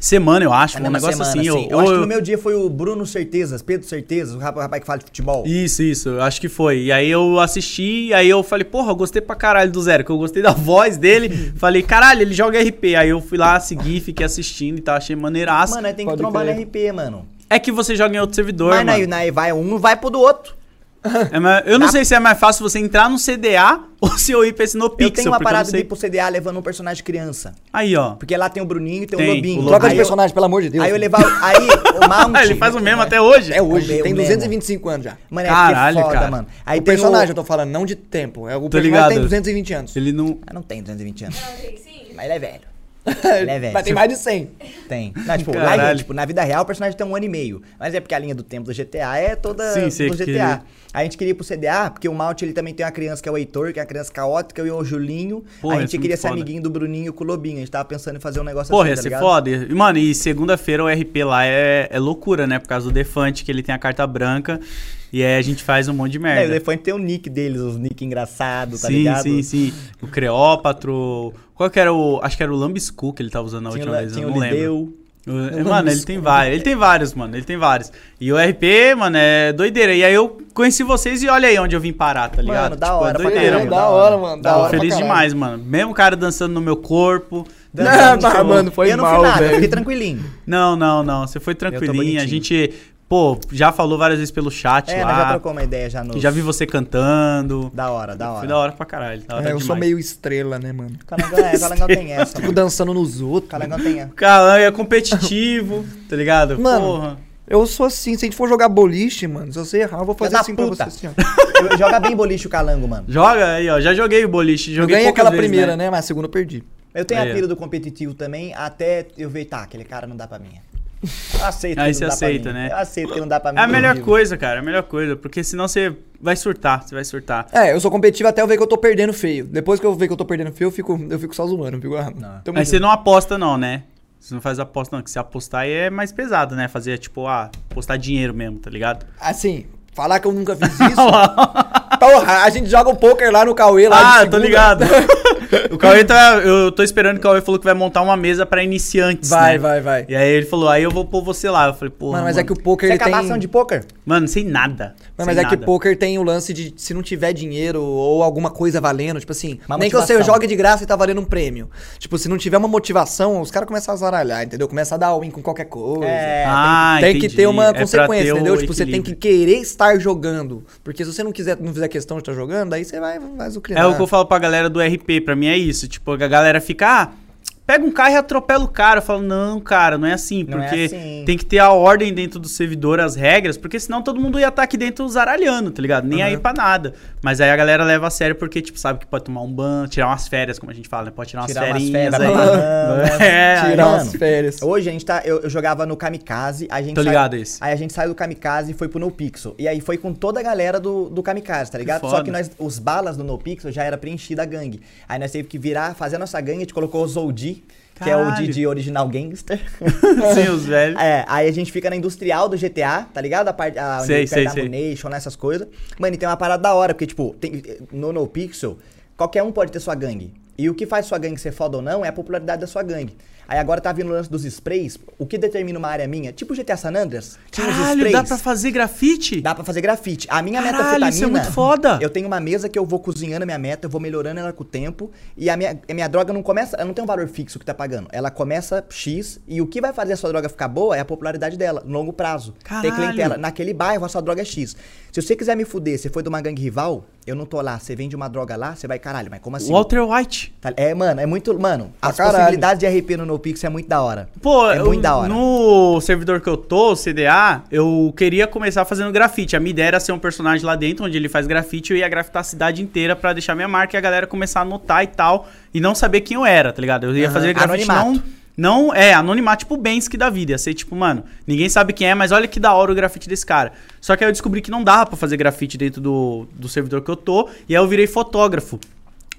[SPEAKER 3] semana, eu acho,
[SPEAKER 2] Na
[SPEAKER 3] um
[SPEAKER 2] mesma
[SPEAKER 3] negócio
[SPEAKER 2] semana,
[SPEAKER 3] assim.
[SPEAKER 2] assim.
[SPEAKER 3] ou-
[SPEAKER 2] Eu acho
[SPEAKER 3] ou-
[SPEAKER 2] que no meu dia foi o Bruno Certezas, Pedro Certezas, o rapa- rapaz que fala de futebol.
[SPEAKER 3] Isso, isso, eu acho que foi. E aí eu assisti, e aí eu falei, porra, eu gostei pra caralho do Zero, que eu gostei da voz dele. falei, caralho, ele joga RP. Aí eu fui lá seguir, fiquei assistindo e tal, achei maneiraço.
[SPEAKER 2] Mano, aí tem que
[SPEAKER 1] Pode
[SPEAKER 2] trombar
[SPEAKER 1] crer.
[SPEAKER 2] no RP, mano.
[SPEAKER 3] é que você joga em outro servidor,
[SPEAKER 2] Mas
[SPEAKER 3] mano.
[SPEAKER 2] na, na, vai um, vai pro do outro.
[SPEAKER 3] É mais- eu não sei se é mais fácil você entrar no CDA ou se eu ir pra esse no
[SPEAKER 2] Eu
[SPEAKER 3] Pixel,
[SPEAKER 2] tenho uma
[SPEAKER 3] porque eu não
[SPEAKER 2] parada de
[SPEAKER 3] sei-
[SPEAKER 2] ir pro CDA levando um personagem criança.
[SPEAKER 3] Aí, ó.
[SPEAKER 2] Porque lá tem o Bruninho e tem,
[SPEAKER 3] Tem,
[SPEAKER 2] o
[SPEAKER 3] o
[SPEAKER 2] Lobinho.
[SPEAKER 1] Troca de
[SPEAKER 2] Aí eu-
[SPEAKER 1] personagem, pelo amor de Deus.
[SPEAKER 2] Aí eu levava. Aí o Mount.
[SPEAKER 3] Ah, ele faz o mesmo até hoje.
[SPEAKER 1] É hoje,
[SPEAKER 2] Eu
[SPEAKER 1] tem
[SPEAKER 2] mesmo.
[SPEAKER 1] 225 anos já.
[SPEAKER 2] Mano, é
[SPEAKER 3] Caralho,
[SPEAKER 2] Caralho, foda,
[SPEAKER 3] cara.
[SPEAKER 2] mano. Aí
[SPEAKER 1] o
[SPEAKER 2] tem
[SPEAKER 1] personagem, eu
[SPEAKER 2] O...
[SPEAKER 1] tô falando, não de tempo. É, O
[SPEAKER 3] Tô
[SPEAKER 1] personagem
[SPEAKER 3] ligado.
[SPEAKER 1] tem 220 anos.
[SPEAKER 3] Ele não.
[SPEAKER 2] Ah, não tem 220 anos.
[SPEAKER 4] Não, tem sim.
[SPEAKER 2] Mas ele é velho. Ele é velho.
[SPEAKER 1] Mas tem mais de 100.
[SPEAKER 2] Tem. Não, tipo, lá,
[SPEAKER 3] Caralho.
[SPEAKER 2] é, tipo, na vida real o personagem tem um ano e meio. Mas é porque a linha do tempo do GTA é toda
[SPEAKER 3] Sim,
[SPEAKER 2] do
[SPEAKER 3] sei
[SPEAKER 2] GTA.
[SPEAKER 3] que ele-
[SPEAKER 2] A gente queria ir pro CDA, porque o Malt ele também tem uma criança que é o Heitor, que é uma criança caótica, eu e o Julinho. a
[SPEAKER 3] Porra, isso é
[SPEAKER 2] gente
[SPEAKER 3] muito
[SPEAKER 2] queria ser
[SPEAKER 3] foda.
[SPEAKER 2] amiguinho do Bruninho com o Lobinho. A gente tava pensando em fazer um negócio
[SPEAKER 3] Porra, ia
[SPEAKER 2] assim.
[SPEAKER 3] ser
[SPEAKER 2] tá ligado?
[SPEAKER 3] foda. E, Mano, e segunda-feira o RP lá é, é loucura, né? Por causa do Defante, que ele tem a carta branca. E aí a gente faz um monte de
[SPEAKER 2] É, o
[SPEAKER 3] merda.
[SPEAKER 2] elefante tem o nick deles, os nick engraçado, tá
[SPEAKER 3] sim,
[SPEAKER 2] ligado?
[SPEAKER 3] sim, sim. O Creópatro. Qual que era o. Acho que era o Lambiscu que ele tava usando na
[SPEAKER 2] Tinha,
[SPEAKER 3] última
[SPEAKER 2] o-
[SPEAKER 3] vez,
[SPEAKER 2] tinha
[SPEAKER 3] eu
[SPEAKER 2] o
[SPEAKER 3] não lembro.
[SPEAKER 2] Lideu.
[SPEAKER 3] O- Mano, ele tem vários. Ele tem vários, mano. Ele tem vários. E o RP, mano, é doideira. E aí eu conheci vocês e olha aí onde eu vim parar, tá ligado?
[SPEAKER 2] da hora pra
[SPEAKER 3] doideira,
[SPEAKER 2] caralho,
[SPEAKER 3] mano.
[SPEAKER 1] da hora, mano. Da
[SPEAKER 3] Tô
[SPEAKER 1] hora pra
[SPEAKER 3] feliz
[SPEAKER 1] caralho.
[SPEAKER 3] demais, mano. Mesmo cara dançando no meu corpo.
[SPEAKER 1] Não,
[SPEAKER 2] Dançando no
[SPEAKER 1] mas,
[SPEAKER 2] show.
[SPEAKER 1] mano, foi
[SPEAKER 2] eu não
[SPEAKER 1] mal,
[SPEAKER 2] fui nada, eu
[SPEAKER 1] velho.
[SPEAKER 2] fiquei tranquilinho.
[SPEAKER 3] Não, não, não. Você foi tranquilinha. A
[SPEAKER 2] bonitinho. gente,
[SPEAKER 3] gente, pô, já falou várias vezes pelo chat
[SPEAKER 1] né,
[SPEAKER 2] É, nós já
[SPEAKER 3] lá.
[SPEAKER 2] trocou uma ideia já no.
[SPEAKER 3] Já vi você cantando.
[SPEAKER 2] Da hora, da hora.
[SPEAKER 3] Foi da hora pra caralho. Da hora
[SPEAKER 1] É, eu sou
[SPEAKER 3] Tá demais.
[SPEAKER 1] meio estrela, né, mano?
[SPEAKER 2] Calangão, é, Calangão tem essa.
[SPEAKER 1] Fico
[SPEAKER 2] mano.
[SPEAKER 1] dançando nos outros.
[SPEAKER 2] Calangão tem essa.
[SPEAKER 3] Calango é competitivo, tá ligado?
[SPEAKER 1] Mano,
[SPEAKER 3] Porra.
[SPEAKER 1] Eu sou assim, se a gente for jogar boliche, mano, se você errar, eu vou fazer
[SPEAKER 2] da
[SPEAKER 1] assim pra você
[SPEAKER 2] puta.
[SPEAKER 1] assim, ó.
[SPEAKER 2] Eu- Joga bem boliche o Calango, mano.
[SPEAKER 3] Joga aí, ó. Já joguei o boliche.
[SPEAKER 1] Eu
[SPEAKER 3] Joguei
[SPEAKER 1] ganhei
[SPEAKER 3] poucas
[SPEAKER 1] aquela
[SPEAKER 3] vezes,
[SPEAKER 1] primeira, né? Mas a segunda eu perdi.
[SPEAKER 2] Eu tenho
[SPEAKER 3] Aí, ó.
[SPEAKER 2] a pira do competitivo também, até eu ver, tá, aquele cara não dá pra mim. Eu aceito
[SPEAKER 3] Aí
[SPEAKER 2] que
[SPEAKER 3] você
[SPEAKER 2] não dá pra
[SPEAKER 3] aceita,
[SPEAKER 2] mim.
[SPEAKER 3] né?
[SPEAKER 2] Eu aceito que não dá pra mim.
[SPEAKER 3] É a
[SPEAKER 2] eu
[SPEAKER 3] melhor
[SPEAKER 2] vivo.
[SPEAKER 3] coisa, cara. É a melhor coisa. Porque senão você vai surtar. Você vai surtar.
[SPEAKER 1] É, eu sou competitivo até eu ver que eu tô perdendo feio. Depois que eu ver que eu tô perdendo feio, eu fico, eu fico só zoando. Eu fico, ah, tamo
[SPEAKER 3] Aí você
[SPEAKER 1] junto.
[SPEAKER 3] não aposta, não, né? Você não faz aposta, não. Que se apostar aí é mais pesado, né? Fazer, tipo, ah, apostar dinheiro mesmo, tá ligado?
[SPEAKER 1] Assim, falar que eu nunca fiz isso. Porra, a gente joga o poker lá no Cauê lá. de
[SPEAKER 3] Ah, tô
[SPEAKER 1] segunda.
[SPEAKER 3] ligado. o Cauê tá. Eu tô esperando que o Cauê falou que vai montar uma mesa pra iniciantes.
[SPEAKER 1] Vai,
[SPEAKER 3] né?
[SPEAKER 1] vai, vai.
[SPEAKER 3] E aí ele falou, aí eu vou pôr você lá. Eu falei, porra.
[SPEAKER 1] Mano, mas é que o poker
[SPEAKER 2] Você é
[SPEAKER 1] ele tem.
[SPEAKER 2] acabação de pôquer?
[SPEAKER 3] Mano, sem nada.
[SPEAKER 1] Mas,
[SPEAKER 3] sem
[SPEAKER 1] mas é que
[SPEAKER 3] nada.
[SPEAKER 1] poker tem o lance de se não tiver dinheiro ou alguma coisa valendo, tipo assim,
[SPEAKER 2] Uma
[SPEAKER 1] nem que você
[SPEAKER 2] motivação.
[SPEAKER 1] jogue de graça e tá valendo um prêmio. Tipo, se não tiver uma motivação, os caras começam a zaralhar, entendeu? Começa a dar win com qualquer coisa.
[SPEAKER 2] É.
[SPEAKER 3] Ah,
[SPEAKER 1] tem que
[SPEAKER 3] entendi.
[SPEAKER 1] ter uma
[SPEAKER 3] É pra
[SPEAKER 1] consequência,
[SPEAKER 3] ter o
[SPEAKER 1] entendeu? Tipo, você tem que
[SPEAKER 3] equilíbrio.
[SPEAKER 1] querer estar jogando. Porque se você não quiser, não fizer questão de estar jogando, aí você vai, vai
[SPEAKER 3] É
[SPEAKER 1] zucrinar.
[SPEAKER 3] o que eu falo pra galera do RP, pra mim é isso. Tipo, a galera fica, ah, pega um carro e atropela o cara. Eu falo, não, cara, não é assim,
[SPEAKER 2] Não é
[SPEAKER 3] porque
[SPEAKER 2] assim.
[SPEAKER 3] tem que ter a ordem dentro do servidor, as regras, porque senão todo mundo ia estar aqui dentro zaralhando, tá ligado? Nem
[SPEAKER 2] Uhum.
[SPEAKER 3] aí pra nada. Mas aí a galera leva a sério porque, tipo, sabe que pode tomar um ban, tirar umas férias, como a gente fala, né? Pode tirar umas
[SPEAKER 2] Tirar umas
[SPEAKER 3] ferinhas
[SPEAKER 2] férias,
[SPEAKER 3] aí.
[SPEAKER 2] vai pra-
[SPEAKER 3] é, aí-
[SPEAKER 1] Tirar umas
[SPEAKER 2] mano.
[SPEAKER 1] férias.
[SPEAKER 2] Hoje a gente tá. Eu, eu jogava no Kamikaze, a gente.
[SPEAKER 3] Tô
[SPEAKER 2] sai-
[SPEAKER 3] ligado a esse.
[SPEAKER 2] Aí a gente saiu do Kamikaze e foi pro No Pixel. E aí foi com toda a galera do, do Kamikaze, tá ligado? Só
[SPEAKER 3] foda.
[SPEAKER 2] que nós, os balas do No Pixel já era preenchida a gangue. Aí nós teve que virar, fazer a nossa gangue, a gente colocou o Zoldi, que é o
[SPEAKER 3] Caralho.
[SPEAKER 2] Didi original gangster.
[SPEAKER 3] Sim, os velhos.
[SPEAKER 2] É, aí a gente fica na industrial do GTA, tá ligado? A parte a,
[SPEAKER 3] Sei,
[SPEAKER 2] onde
[SPEAKER 3] sei,
[SPEAKER 2] pega a
[SPEAKER 3] sei.
[SPEAKER 2] Nation, né, essas coisas. Mano, e tem uma parada da hora, porque, tipo, tem, no No Pixel, qualquer um pode ter sua gangue. E o que faz sua gangue ser foda ou não é a popularidade da sua gangue. Aí agora tá vindo o lance dos sprays. O que determina uma área minha? Tipo GTA San Andreas. Tinha os
[SPEAKER 3] Caralho,
[SPEAKER 2] sprays.
[SPEAKER 3] dá pra fazer grafite?
[SPEAKER 2] Dá pra fazer grafite. A minha
[SPEAKER 3] Caralho,
[SPEAKER 2] meta
[SPEAKER 3] isso é muito foda.
[SPEAKER 2] Eu tenho uma mesa que eu vou cozinhando a minha meta, eu vou melhorando ela com o tempo. E a minha, a minha droga não começa. Ela não tem um valor fixo que tá pagando. Ela começa X. E o que vai fazer a sua droga ficar boa é a popularidade dela, no longo prazo.
[SPEAKER 3] Caralho.
[SPEAKER 2] Tem clientela. Naquele bairro, a sua droga é X. Se você quiser me fuder, você foi de uma gangue rival, eu não tô lá. Você vende uma droga lá, você vai, caralho, mas como assim?
[SPEAKER 3] Walter White.
[SPEAKER 2] Tá- É, mano, é muito. Mano, as
[SPEAKER 1] caralho.
[SPEAKER 2] possibilidades de RP no NoPix é muito da hora.
[SPEAKER 3] Pô,
[SPEAKER 2] é muito
[SPEAKER 3] eu-
[SPEAKER 2] da hora.
[SPEAKER 3] no servidor que eu tô, o CDA, eu queria começar fazendo grafite. A minha ideia era ser um personagem lá dentro, onde ele faz grafite, eu ia grafitar a cidade inteira pra deixar minha marca e a galera começar a anotar e tal, e não saber quem eu era, tá ligado? Eu ia
[SPEAKER 2] Aham,
[SPEAKER 3] fazer grafite
[SPEAKER 2] anonimato.
[SPEAKER 3] Então, não... Não, é, anonimato tipo Bensky da vida. Ia ser tipo, mano, ninguém sabe quem é, mas olha que da hora o grafite desse cara. Só que aí eu descobri que não dava pra fazer grafite dentro do, do servidor que eu tô, e aí eu virei fotógrafo.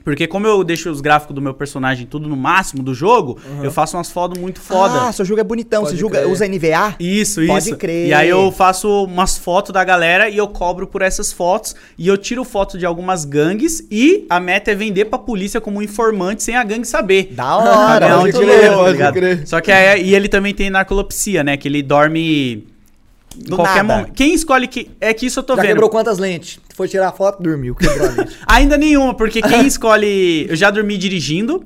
[SPEAKER 3] Porque como eu deixo os gráficos do meu personagem tudo no máximo do jogo, eu faço umas fotos muito foda.
[SPEAKER 2] Ah, seu jogo é bonitão.
[SPEAKER 1] Pode
[SPEAKER 2] você julga,
[SPEAKER 1] crer.
[SPEAKER 2] usa NVA?
[SPEAKER 3] Isso, isso.
[SPEAKER 2] Pode crer.
[SPEAKER 3] E aí eu faço umas fotos da galera e eu cobro por essas fotos. E eu tiro foto de algumas gangues e a meta é vender pra polícia como informante sem a gangue saber.
[SPEAKER 2] Da hora,
[SPEAKER 3] Cada um
[SPEAKER 1] pode
[SPEAKER 3] tem um
[SPEAKER 1] crer,
[SPEAKER 3] erro, tá
[SPEAKER 1] pode
[SPEAKER 3] ligado?
[SPEAKER 1] crer.
[SPEAKER 3] Só que aí, e ele também tem narcolepsia, né? Que ele dorme em
[SPEAKER 2] Do
[SPEAKER 3] qualquer
[SPEAKER 2] nada.
[SPEAKER 3] momento. Quem escolhe que. É que isso eu tô
[SPEAKER 1] Já
[SPEAKER 3] vendo.
[SPEAKER 1] quebrou quantas lentes? Foi tirar a foto, dormiu, quebrou a lente.
[SPEAKER 3] Ainda nenhuma, porque quem escolhe. Eu já dormi dirigindo.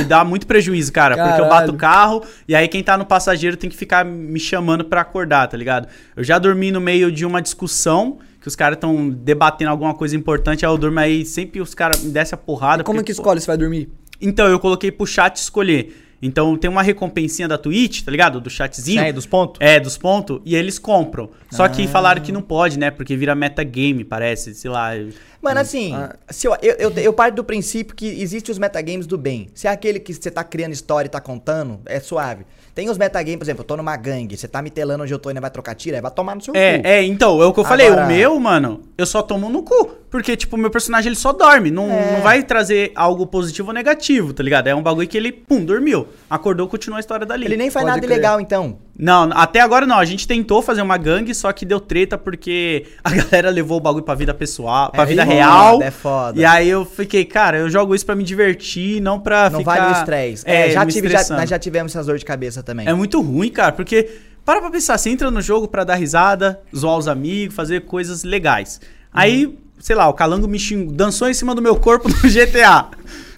[SPEAKER 3] E dá muito prejuízo, cara, porque eu
[SPEAKER 1] Caralho.
[SPEAKER 3] bato o carro e aí quem tá no passageiro tem que ficar me chamando pra acordar, tá ligado? Eu já dormi no meio de uma discussão que os caras tão debatendo alguma coisa importante, aí eu durmo aí sempre os caras me descem a porrada.
[SPEAKER 1] Como é
[SPEAKER 3] porque,
[SPEAKER 1] que escolhe se vai dormir?
[SPEAKER 3] Então, eu coloquei pro chat escolher. Então tem uma recompensinha da Twitch, tá ligado? Do chatzinho.
[SPEAKER 2] Sim, dos pontos?
[SPEAKER 3] É, dos pontos. E eles compram. Só que
[SPEAKER 1] Ah.
[SPEAKER 3] falaram que não pode, né? Porque vira metagame, parece. Sei lá. Hum.
[SPEAKER 2] Mano, assim,
[SPEAKER 3] Ah.
[SPEAKER 2] se eu, eu, eu, eu parto do princípio que existe os metagames do bem. Se é aquele que você tá criando história e tá contando, é suave. Tem os metagames, por exemplo, eu tô numa gangue, você tá me telando onde eu tô e ainda vai trocar tiro, aí vai tomar no seu cu.
[SPEAKER 3] É, é, então, é o que eu falei.
[SPEAKER 2] Agora-
[SPEAKER 3] O meu, mano, eu só tomo no cu. Porque, tipo, o meu personagem ele só dorme. Não,
[SPEAKER 2] É.
[SPEAKER 3] não vai trazer algo positivo ou negativo, tá ligado? É um bagulho que ele, pum, dormiu. Acordou, continua a história dali.
[SPEAKER 2] Ele nem faz
[SPEAKER 1] Pode
[SPEAKER 2] nada
[SPEAKER 1] crer.
[SPEAKER 2] ilegal, então.
[SPEAKER 3] Não, até agora não. A gente tentou fazer uma gangue, só que deu treta porque a galera levou o bagulho pra vida pessoal, pra
[SPEAKER 2] É
[SPEAKER 3] vida
[SPEAKER 2] foda,
[SPEAKER 3] real.
[SPEAKER 2] é foda.
[SPEAKER 3] E aí eu fiquei, cara, eu jogo isso pra me divertir, não pra
[SPEAKER 2] Não
[SPEAKER 3] ficar.
[SPEAKER 2] vale o estresse.
[SPEAKER 3] É,
[SPEAKER 2] É, já
[SPEAKER 3] me
[SPEAKER 2] tive, já,
[SPEAKER 3] estressando.
[SPEAKER 2] nós já tivemos essas dores de cabeça também.
[SPEAKER 3] É muito ruim, cara, porque para pra pensar, você entra no jogo pra dar risada, zoar os amigos, fazer coisas legais.
[SPEAKER 2] Uhum.
[SPEAKER 3] Aí, sei lá, o Calango me xingou, dançou em cima do meu corpo no GTA.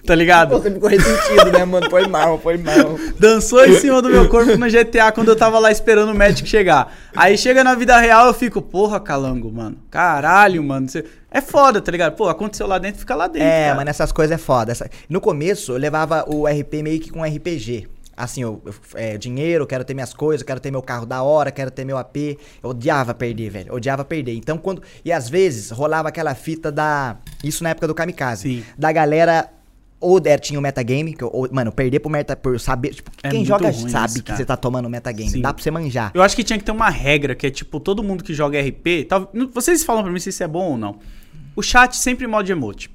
[SPEAKER 3] Tá ligado?
[SPEAKER 1] ficou ressentido, né, mano? Foi mal, foi mal.
[SPEAKER 3] Dançou em cima do meu corpo no GTA quando eu tava lá esperando o médico chegar. Aí chega na vida real, eu fico, porra, Calango, mano. Caralho, mano. você- É foda, tá ligado? Pô, aconteceu lá dentro, fica lá dentro.
[SPEAKER 2] É,
[SPEAKER 3] cara.
[SPEAKER 2] mas nessas coisas é foda. Essa- No começo, eu levava o RP meio que com RPG. Assim, eu, eu- é, dinheiro, eu quero ter minhas coisas, eu quero ter meu carro da hora, eu quero ter meu AP. Eu odiava perder, velho. eu Odiava perder. Então, quando. E às vezes rolava aquela fita da. Isso na época do kamikaze.
[SPEAKER 3] Sim.
[SPEAKER 2] Da galera. Ou der, tinha o metagame, que eu, ou- mano, perder pro meta por saber. Tipo,
[SPEAKER 3] É
[SPEAKER 2] quem
[SPEAKER 3] muito
[SPEAKER 2] joga
[SPEAKER 3] ruim
[SPEAKER 2] sabe
[SPEAKER 3] isso,
[SPEAKER 2] que
[SPEAKER 3] cara.
[SPEAKER 2] você tá tomando metagame.
[SPEAKER 3] Sim.
[SPEAKER 2] Dá pra você manjar.
[SPEAKER 3] Eu acho que tinha que ter uma regra que é tipo, todo mundo que joga RP. Tal, não- vocês falam pra mim se isso é bom ou não. O chat sempre em modo de emote.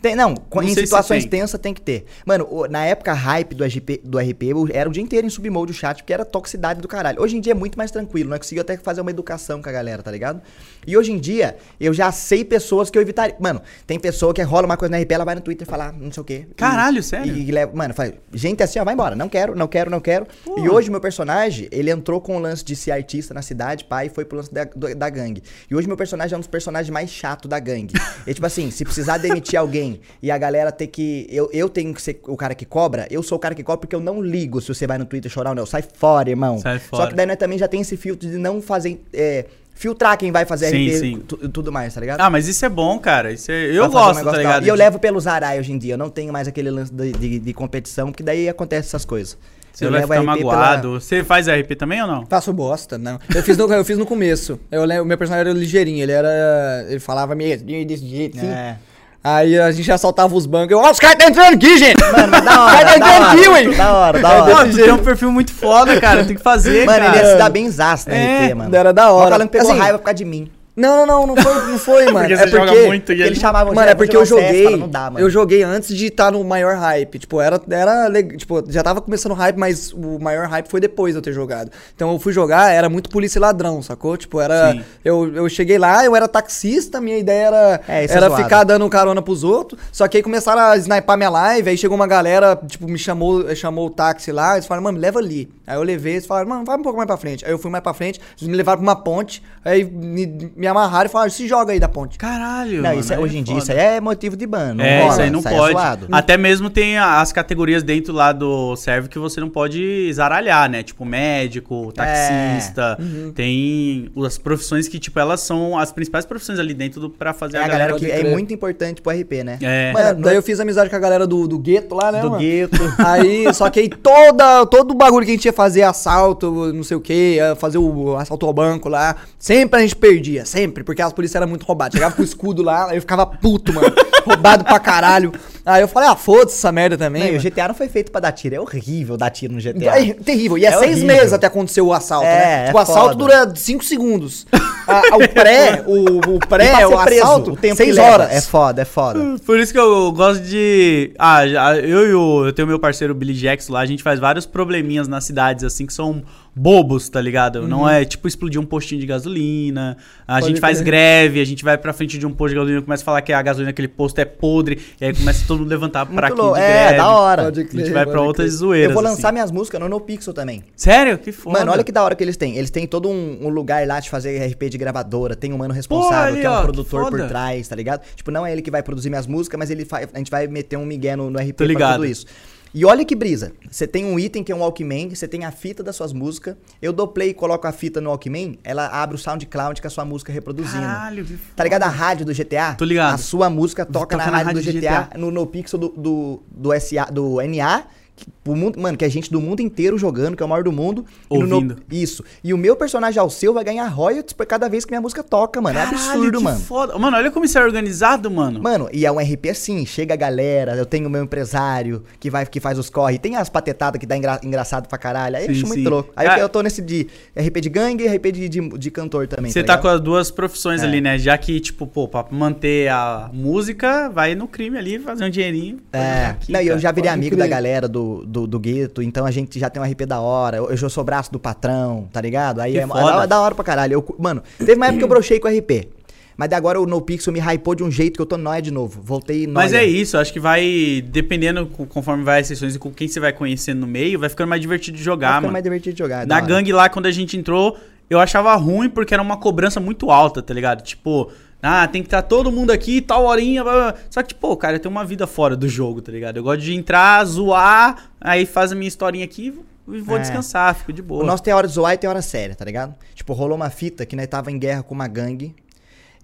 [SPEAKER 2] Tem- não, co-
[SPEAKER 3] Não
[SPEAKER 2] em
[SPEAKER 3] sei se
[SPEAKER 2] situações
[SPEAKER 3] tem.
[SPEAKER 2] tensas tem que ter. Mano, o- na época a hype do RP, do RP o- era o dia inteiro em submode o chat, porque era toxicidade do caralho. Hoje em dia é muito mais tranquilo, nós conseguimos até fazer uma educação com a galera, tá ligado? E hoje em dia, eu já sei pessoas que eu evitaria. Mano, tem pessoa que rola uma coisa no RP, ela vai no Twitter falar, não sei o quê.
[SPEAKER 3] Caralho,
[SPEAKER 2] E-
[SPEAKER 3] sério?
[SPEAKER 2] E, leva- mano, fala, gente assim, ó, vai embora, não quero, não quero, não quero. E hoje meu personagem, ele entrou com o lance de ser artista na cidade, pai, e foi pro lance da, do- da gangue. E hoje meu personagem é um dos personagens mais chato da gangue. e tipo assim, se precisar demitir alguém e a galera ter que. Eu, eu tenho que ser o cara que cobra, eu sou o cara que cobra porque eu não ligo se você vai no Twitter chorar ou não. Sai fora, irmão.
[SPEAKER 3] Sai
[SPEAKER 2] Só
[SPEAKER 3] fora.
[SPEAKER 2] que daí nós também já tem esse filtro de não fazer. é, filtrar quem vai fazer
[SPEAKER 3] Sim,
[SPEAKER 2] RP
[SPEAKER 3] sim.
[SPEAKER 2] tu- e tudo mais, tá ligado?
[SPEAKER 3] Ah, mas isso é bom, cara. Isso é-
[SPEAKER 2] Pra
[SPEAKER 3] Eu
[SPEAKER 2] fazer um
[SPEAKER 3] gosto,
[SPEAKER 2] negócio
[SPEAKER 3] tá
[SPEAKER 2] da
[SPEAKER 3] ligado?
[SPEAKER 2] hora. E eu levo pelo Zarai hoje em dia. Eu não tenho mais aquele lance de, de- de competição, porque daí acontece essas coisas.
[SPEAKER 3] Você
[SPEAKER 2] eu
[SPEAKER 3] vai
[SPEAKER 2] levo
[SPEAKER 3] ficar
[SPEAKER 2] RP pela-
[SPEAKER 3] magoado. Você faz RP também ou não?
[SPEAKER 1] Faço bosta, não. Eu fiz no, eu fiz no começo. Eu lembro, meu personagem era ligeirinho, ele era. Ele falava meio desse jeito, assim.
[SPEAKER 2] É.
[SPEAKER 1] Aí a gente assaltava os bancos. Eu, ó, os caras tá entrando aqui, gente!
[SPEAKER 2] Mano, mas da
[SPEAKER 1] Vai dar
[SPEAKER 2] hora, da
[SPEAKER 1] entendi,
[SPEAKER 2] hora,
[SPEAKER 1] ué.
[SPEAKER 2] da hora, da
[SPEAKER 1] Vai
[SPEAKER 2] hora.
[SPEAKER 1] desse
[SPEAKER 3] Pô, tu tem um perfil muito foda, cara. Tem que fazer,
[SPEAKER 2] Tá Mano,
[SPEAKER 3] cara.
[SPEAKER 2] ele ia se dar bem zaço na
[SPEAKER 3] É,
[SPEAKER 2] RP, mano.
[SPEAKER 1] era da
[SPEAKER 2] Mó
[SPEAKER 1] hora.
[SPEAKER 2] falando que pegou
[SPEAKER 1] Assim,
[SPEAKER 2] raiva por causa de mim.
[SPEAKER 1] Não, não, não, não foi, não foi mano.
[SPEAKER 3] Porque
[SPEAKER 1] é
[SPEAKER 3] você
[SPEAKER 1] porque,
[SPEAKER 3] joga muito e
[SPEAKER 2] Porque
[SPEAKER 3] ele-
[SPEAKER 2] eles chamavam
[SPEAKER 1] Mano, é porque eu joguei.
[SPEAKER 2] não dá, mano.
[SPEAKER 1] Eu joguei antes de estar no maior hype. Tipo, era, era. le- Tipo, já tava começando o hype, mas o maior hype foi depois de eu ter jogado. Então eu fui jogar, era muito polícia e ladrão, sacou? Tipo, era.
[SPEAKER 3] Sim.
[SPEAKER 1] Eu, eu cheguei lá, eu era taxista, minha ideia era,
[SPEAKER 2] É, isso é
[SPEAKER 1] era
[SPEAKER 2] zoado.
[SPEAKER 1] ficar dando carona pros outros. Só que aí começaram a sniper minha live, aí chegou uma galera, tipo, me chamou, chamou o táxi lá, eles falaram, mano, me leva ali. Aí eu levei, eles falaram, mano, vai um pouco mais pra frente. Aí eu fui mais pra frente, eles me levaram pra uma ponte, aí me, me amarraram e falaram, se joga aí da ponte.
[SPEAKER 3] Caralho.
[SPEAKER 2] Não,
[SPEAKER 3] mano,
[SPEAKER 2] isso é,
[SPEAKER 3] aí
[SPEAKER 2] hoje em dia isso
[SPEAKER 3] foda.
[SPEAKER 2] aí é motivo de ban. não
[SPEAKER 3] é,
[SPEAKER 2] rola,
[SPEAKER 3] isso aí não
[SPEAKER 2] é
[SPEAKER 3] pode.
[SPEAKER 2] zoado.
[SPEAKER 3] Até mesmo tem a- as categorias dentro lá do serve que você não pode zaralhar, né? Tipo médico,
[SPEAKER 2] É.
[SPEAKER 3] taxista,
[SPEAKER 2] Uhum.
[SPEAKER 3] tem as profissões que tipo elas são as principais profissões ali dentro do para fazer
[SPEAKER 2] É a galera que
[SPEAKER 1] pode
[SPEAKER 2] é
[SPEAKER 1] crer.
[SPEAKER 2] muito importante pro RP, né?
[SPEAKER 3] É.
[SPEAKER 1] É,
[SPEAKER 2] Mano,
[SPEAKER 1] daí eu fiz amizade com a galera do, do gueto lá, né,
[SPEAKER 2] do
[SPEAKER 1] mano?
[SPEAKER 2] gueto.
[SPEAKER 1] Aí, só que aí toda, todo o bagulho que a gente ia fazer, assalto, não sei o que, fazer o assalto ao banco lá, sempre a gente perdia, sempre, porque as polícias eram muito roubadas. Chegava com o escudo lá, aí eu ficava puto, mano, roubado pra caralho. Aí eu falei, ah, foda-se essa merda também.
[SPEAKER 2] Não, e o
[SPEAKER 1] mano.
[SPEAKER 2] GTA não foi feito pra dar tiro. É horrível dar tiro no GTA.
[SPEAKER 1] É terrível. E é,
[SPEAKER 2] É
[SPEAKER 1] seis
[SPEAKER 2] horrível.
[SPEAKER 1] meses até acontecer o assalto,
[SPEAKER 2] É,
[SPEAKER 1] né?
[SPEAKER 2] é
[SPEAKER 1] Tipo, o assalto
[SPEAKER 2] foda.
[SPEAKER 1] dura cinco segundos. A- a- o pré, o, o
[SPEAKER 2] E pra
[SPEAKER 1] pré,
[SPEAKER 2] ser
[SPEAKER 1] o
[SPEAKER 2] preso,
[SPEAKER 1] assalto,
[SPEAKER 2] é, o tempo
[SPEAKER 1] seis
[SPEAKER 2] que leva.
[SPEAKER 1] horas.
[SPEAKER 2] É foda, é foda.
[SPEAKER 3] Por isso que eu gosto de. Ah, já- eu e o. Eu tenho meu parceiro Billy Jackson lá, a gente faz vários probleminhas nas cidades, assim, que são bobos, tá ligado?
[SPEAKER 2] Uhum.
[SPEAKER 3] Não é tipo explodir um postinho de gasolina, a
[SPEAKER 1] Pode
[SPEAKER 3] gente faz
[SPEAKER 1] crer.
[SPEAKER 3] greve, a gente vai pra frente de um posto de gasolina e começa a falar que a gasolina daquele posto é podre, e aí começa todo mundo levantar pra aqui
[SPEAKER 2] louco.
[SPEAKER 3] de
[SPEAKER 2] É,
[SPEAKER 3] greve.
[SPEAKER 2] da hora.
[SPEAKER 1] Pode
[SPEAKER 3] A gente
[SPEAKER 1] crer,
[SPEAKER 3] vai
[SPEAKER 1] pode
[SPEAKER 3] pra outras
[SPEAKER 1] crer.
[SPEAKER 3] zoeiras.
[SPEAKER 2] Eu vou lançar
[SPEAKER 3] assim.
[SPEAKER 2] minhas músicas no No Pixel também.
[SPEAKER 3] Sério? Que foda.
[SPEAKER 2] Mano, olha que da hora que eles têm. Eles têm todo um, um lugar lá de fazer RP de gravadora. Tem um mano responsável,
[SPEAKER 3] ali,
[SPEAKER 2] que é um
[SPEAKER 3] ó, que
[SPEAKER 2] produtor
[SPEAKER 3] foda.
[SPEAKER 2] por trás, tá ligado? Tipo, não é ele que vai produzir minhas músicas, mas ele fa- a gente vai meter um migué no, no RP
[SPEAKER 3] Tô
[SPEAKER 2] pra
[SPEAKER 3] ligado.
[SPEAKER 2] tudo isso. E olha que brisa. Você tem um item que é um Walkman, você tem a fita das suas músicas. Eu dou play e coloco a fita no Walkman, ela abre o SoundCloud com a sua música reproduzindo.
[SPEAKER 3] Caralho, que foda.
[SPEAKER 2] Tá ligado? A rádio do GTA?
[SPEAKER 3] Tô ligado.
[SPEAKER 2] A sua música toca, na, rádio, do GTA,
[SPEAKER 3] GTA.
[SPEAKER 2] no, no pixel do, do, do SA, do NA. que- pro mundo- mano, que é gente do mundo inteiro jogando, que é o maior do mundo. e no- no-
[SPEAKER 3] Ouvindo.
[SPEAKER 2] isso. E o meu personagem ao seu vai ganhar royalties por cada vez que minha música toca, mano. é absurdo,
[SPEAKER 3] que
[SPEAKER 2] mano.
[SPEAKER 3] Foda. Mano, olha como isso é organizado, mano.
[SPEAKER 2] Mano, e é um RP assim, chega a galera, eu tenho o meu empresário que vai que faz os corre, tem as patetadas que dá engra- engraçado pra caralho, aí eu
[SPEAKER 3] Sim,
[SPEAKER 2] acho muito
[SPEAKER 3] sim.
[SPEAKER 2] louco. Aí
[SPEAKER 3] Ah.
[SPEAKER 2] eu tô nesse de RP de gangue e RP de, de, de cantor também.
[SPEAKER 3] Você tá
[SPEAKER 2] ligado?
[SPEAKER 3] com as duas profissões
[SPEAKER 2] É.
[SPEAKER 3] ali, né? Já que, tipo, pô, pra manter a música, vai no crime ali, fazer um dinheirinho.
[SPEAKER 2] É, não, e eu já virei amigo da
[SPEAKER 1] crer.
[SPEAKER 2] galera do, do, do gueto, então a gente já tem um RP da hora. Eu, eu já sou braço do patrão, tá ligado? Aí
[SPEAKER 3] Que
[SPEAKER 2] é, é
[SPEAKER 3] foda.
[SPEAKER 2] da, é da hora pra caralho. Eu cu- mano, teve uma época que eu brochei com o RP. Mas daí agora o No Pixel me hypou de um jeito que eu tô nóia de novo. Voltei nóia.
[SPEAKER 3] Mas é isso, acho que vai, dependendo co- conforme vai as sessões e com quem você vai conhecendo no meio, vai ficando mais divertido de
[SPEAKER 2] Tá
[SPEAKER 3] jogar,
[SPEAKER 2] ficando
[SPEAKER 3] ah, mano.
[SPEAKER 2] mais divertido de jogar. é da
[SPEAKER 3] Na
[SPEAKER 2] hora.
[SPEAKER 3] gangue lá, quando a gente entrou, eu achava ruim porque era uma cobrança muito alta, tá ligado? Tipo, ah, tem que estar todo mundo aqui, tal horinha. blá, blá, blá. Só que, tipo, cara, eu tenho uma vida fora do jogo, tá ligado? Eu gosto de entrar, zoar, aí faz a minha historinha aqui e vou
[SPEAKER 2] É.
[SPEAKER 3] descansar, fico de boa.
[SPEAKER 2] O nosso tem hora de zoar e tem hora séria, tá ligado? Tipo, rolou uma fita que nós tava em guerra com uma gangue.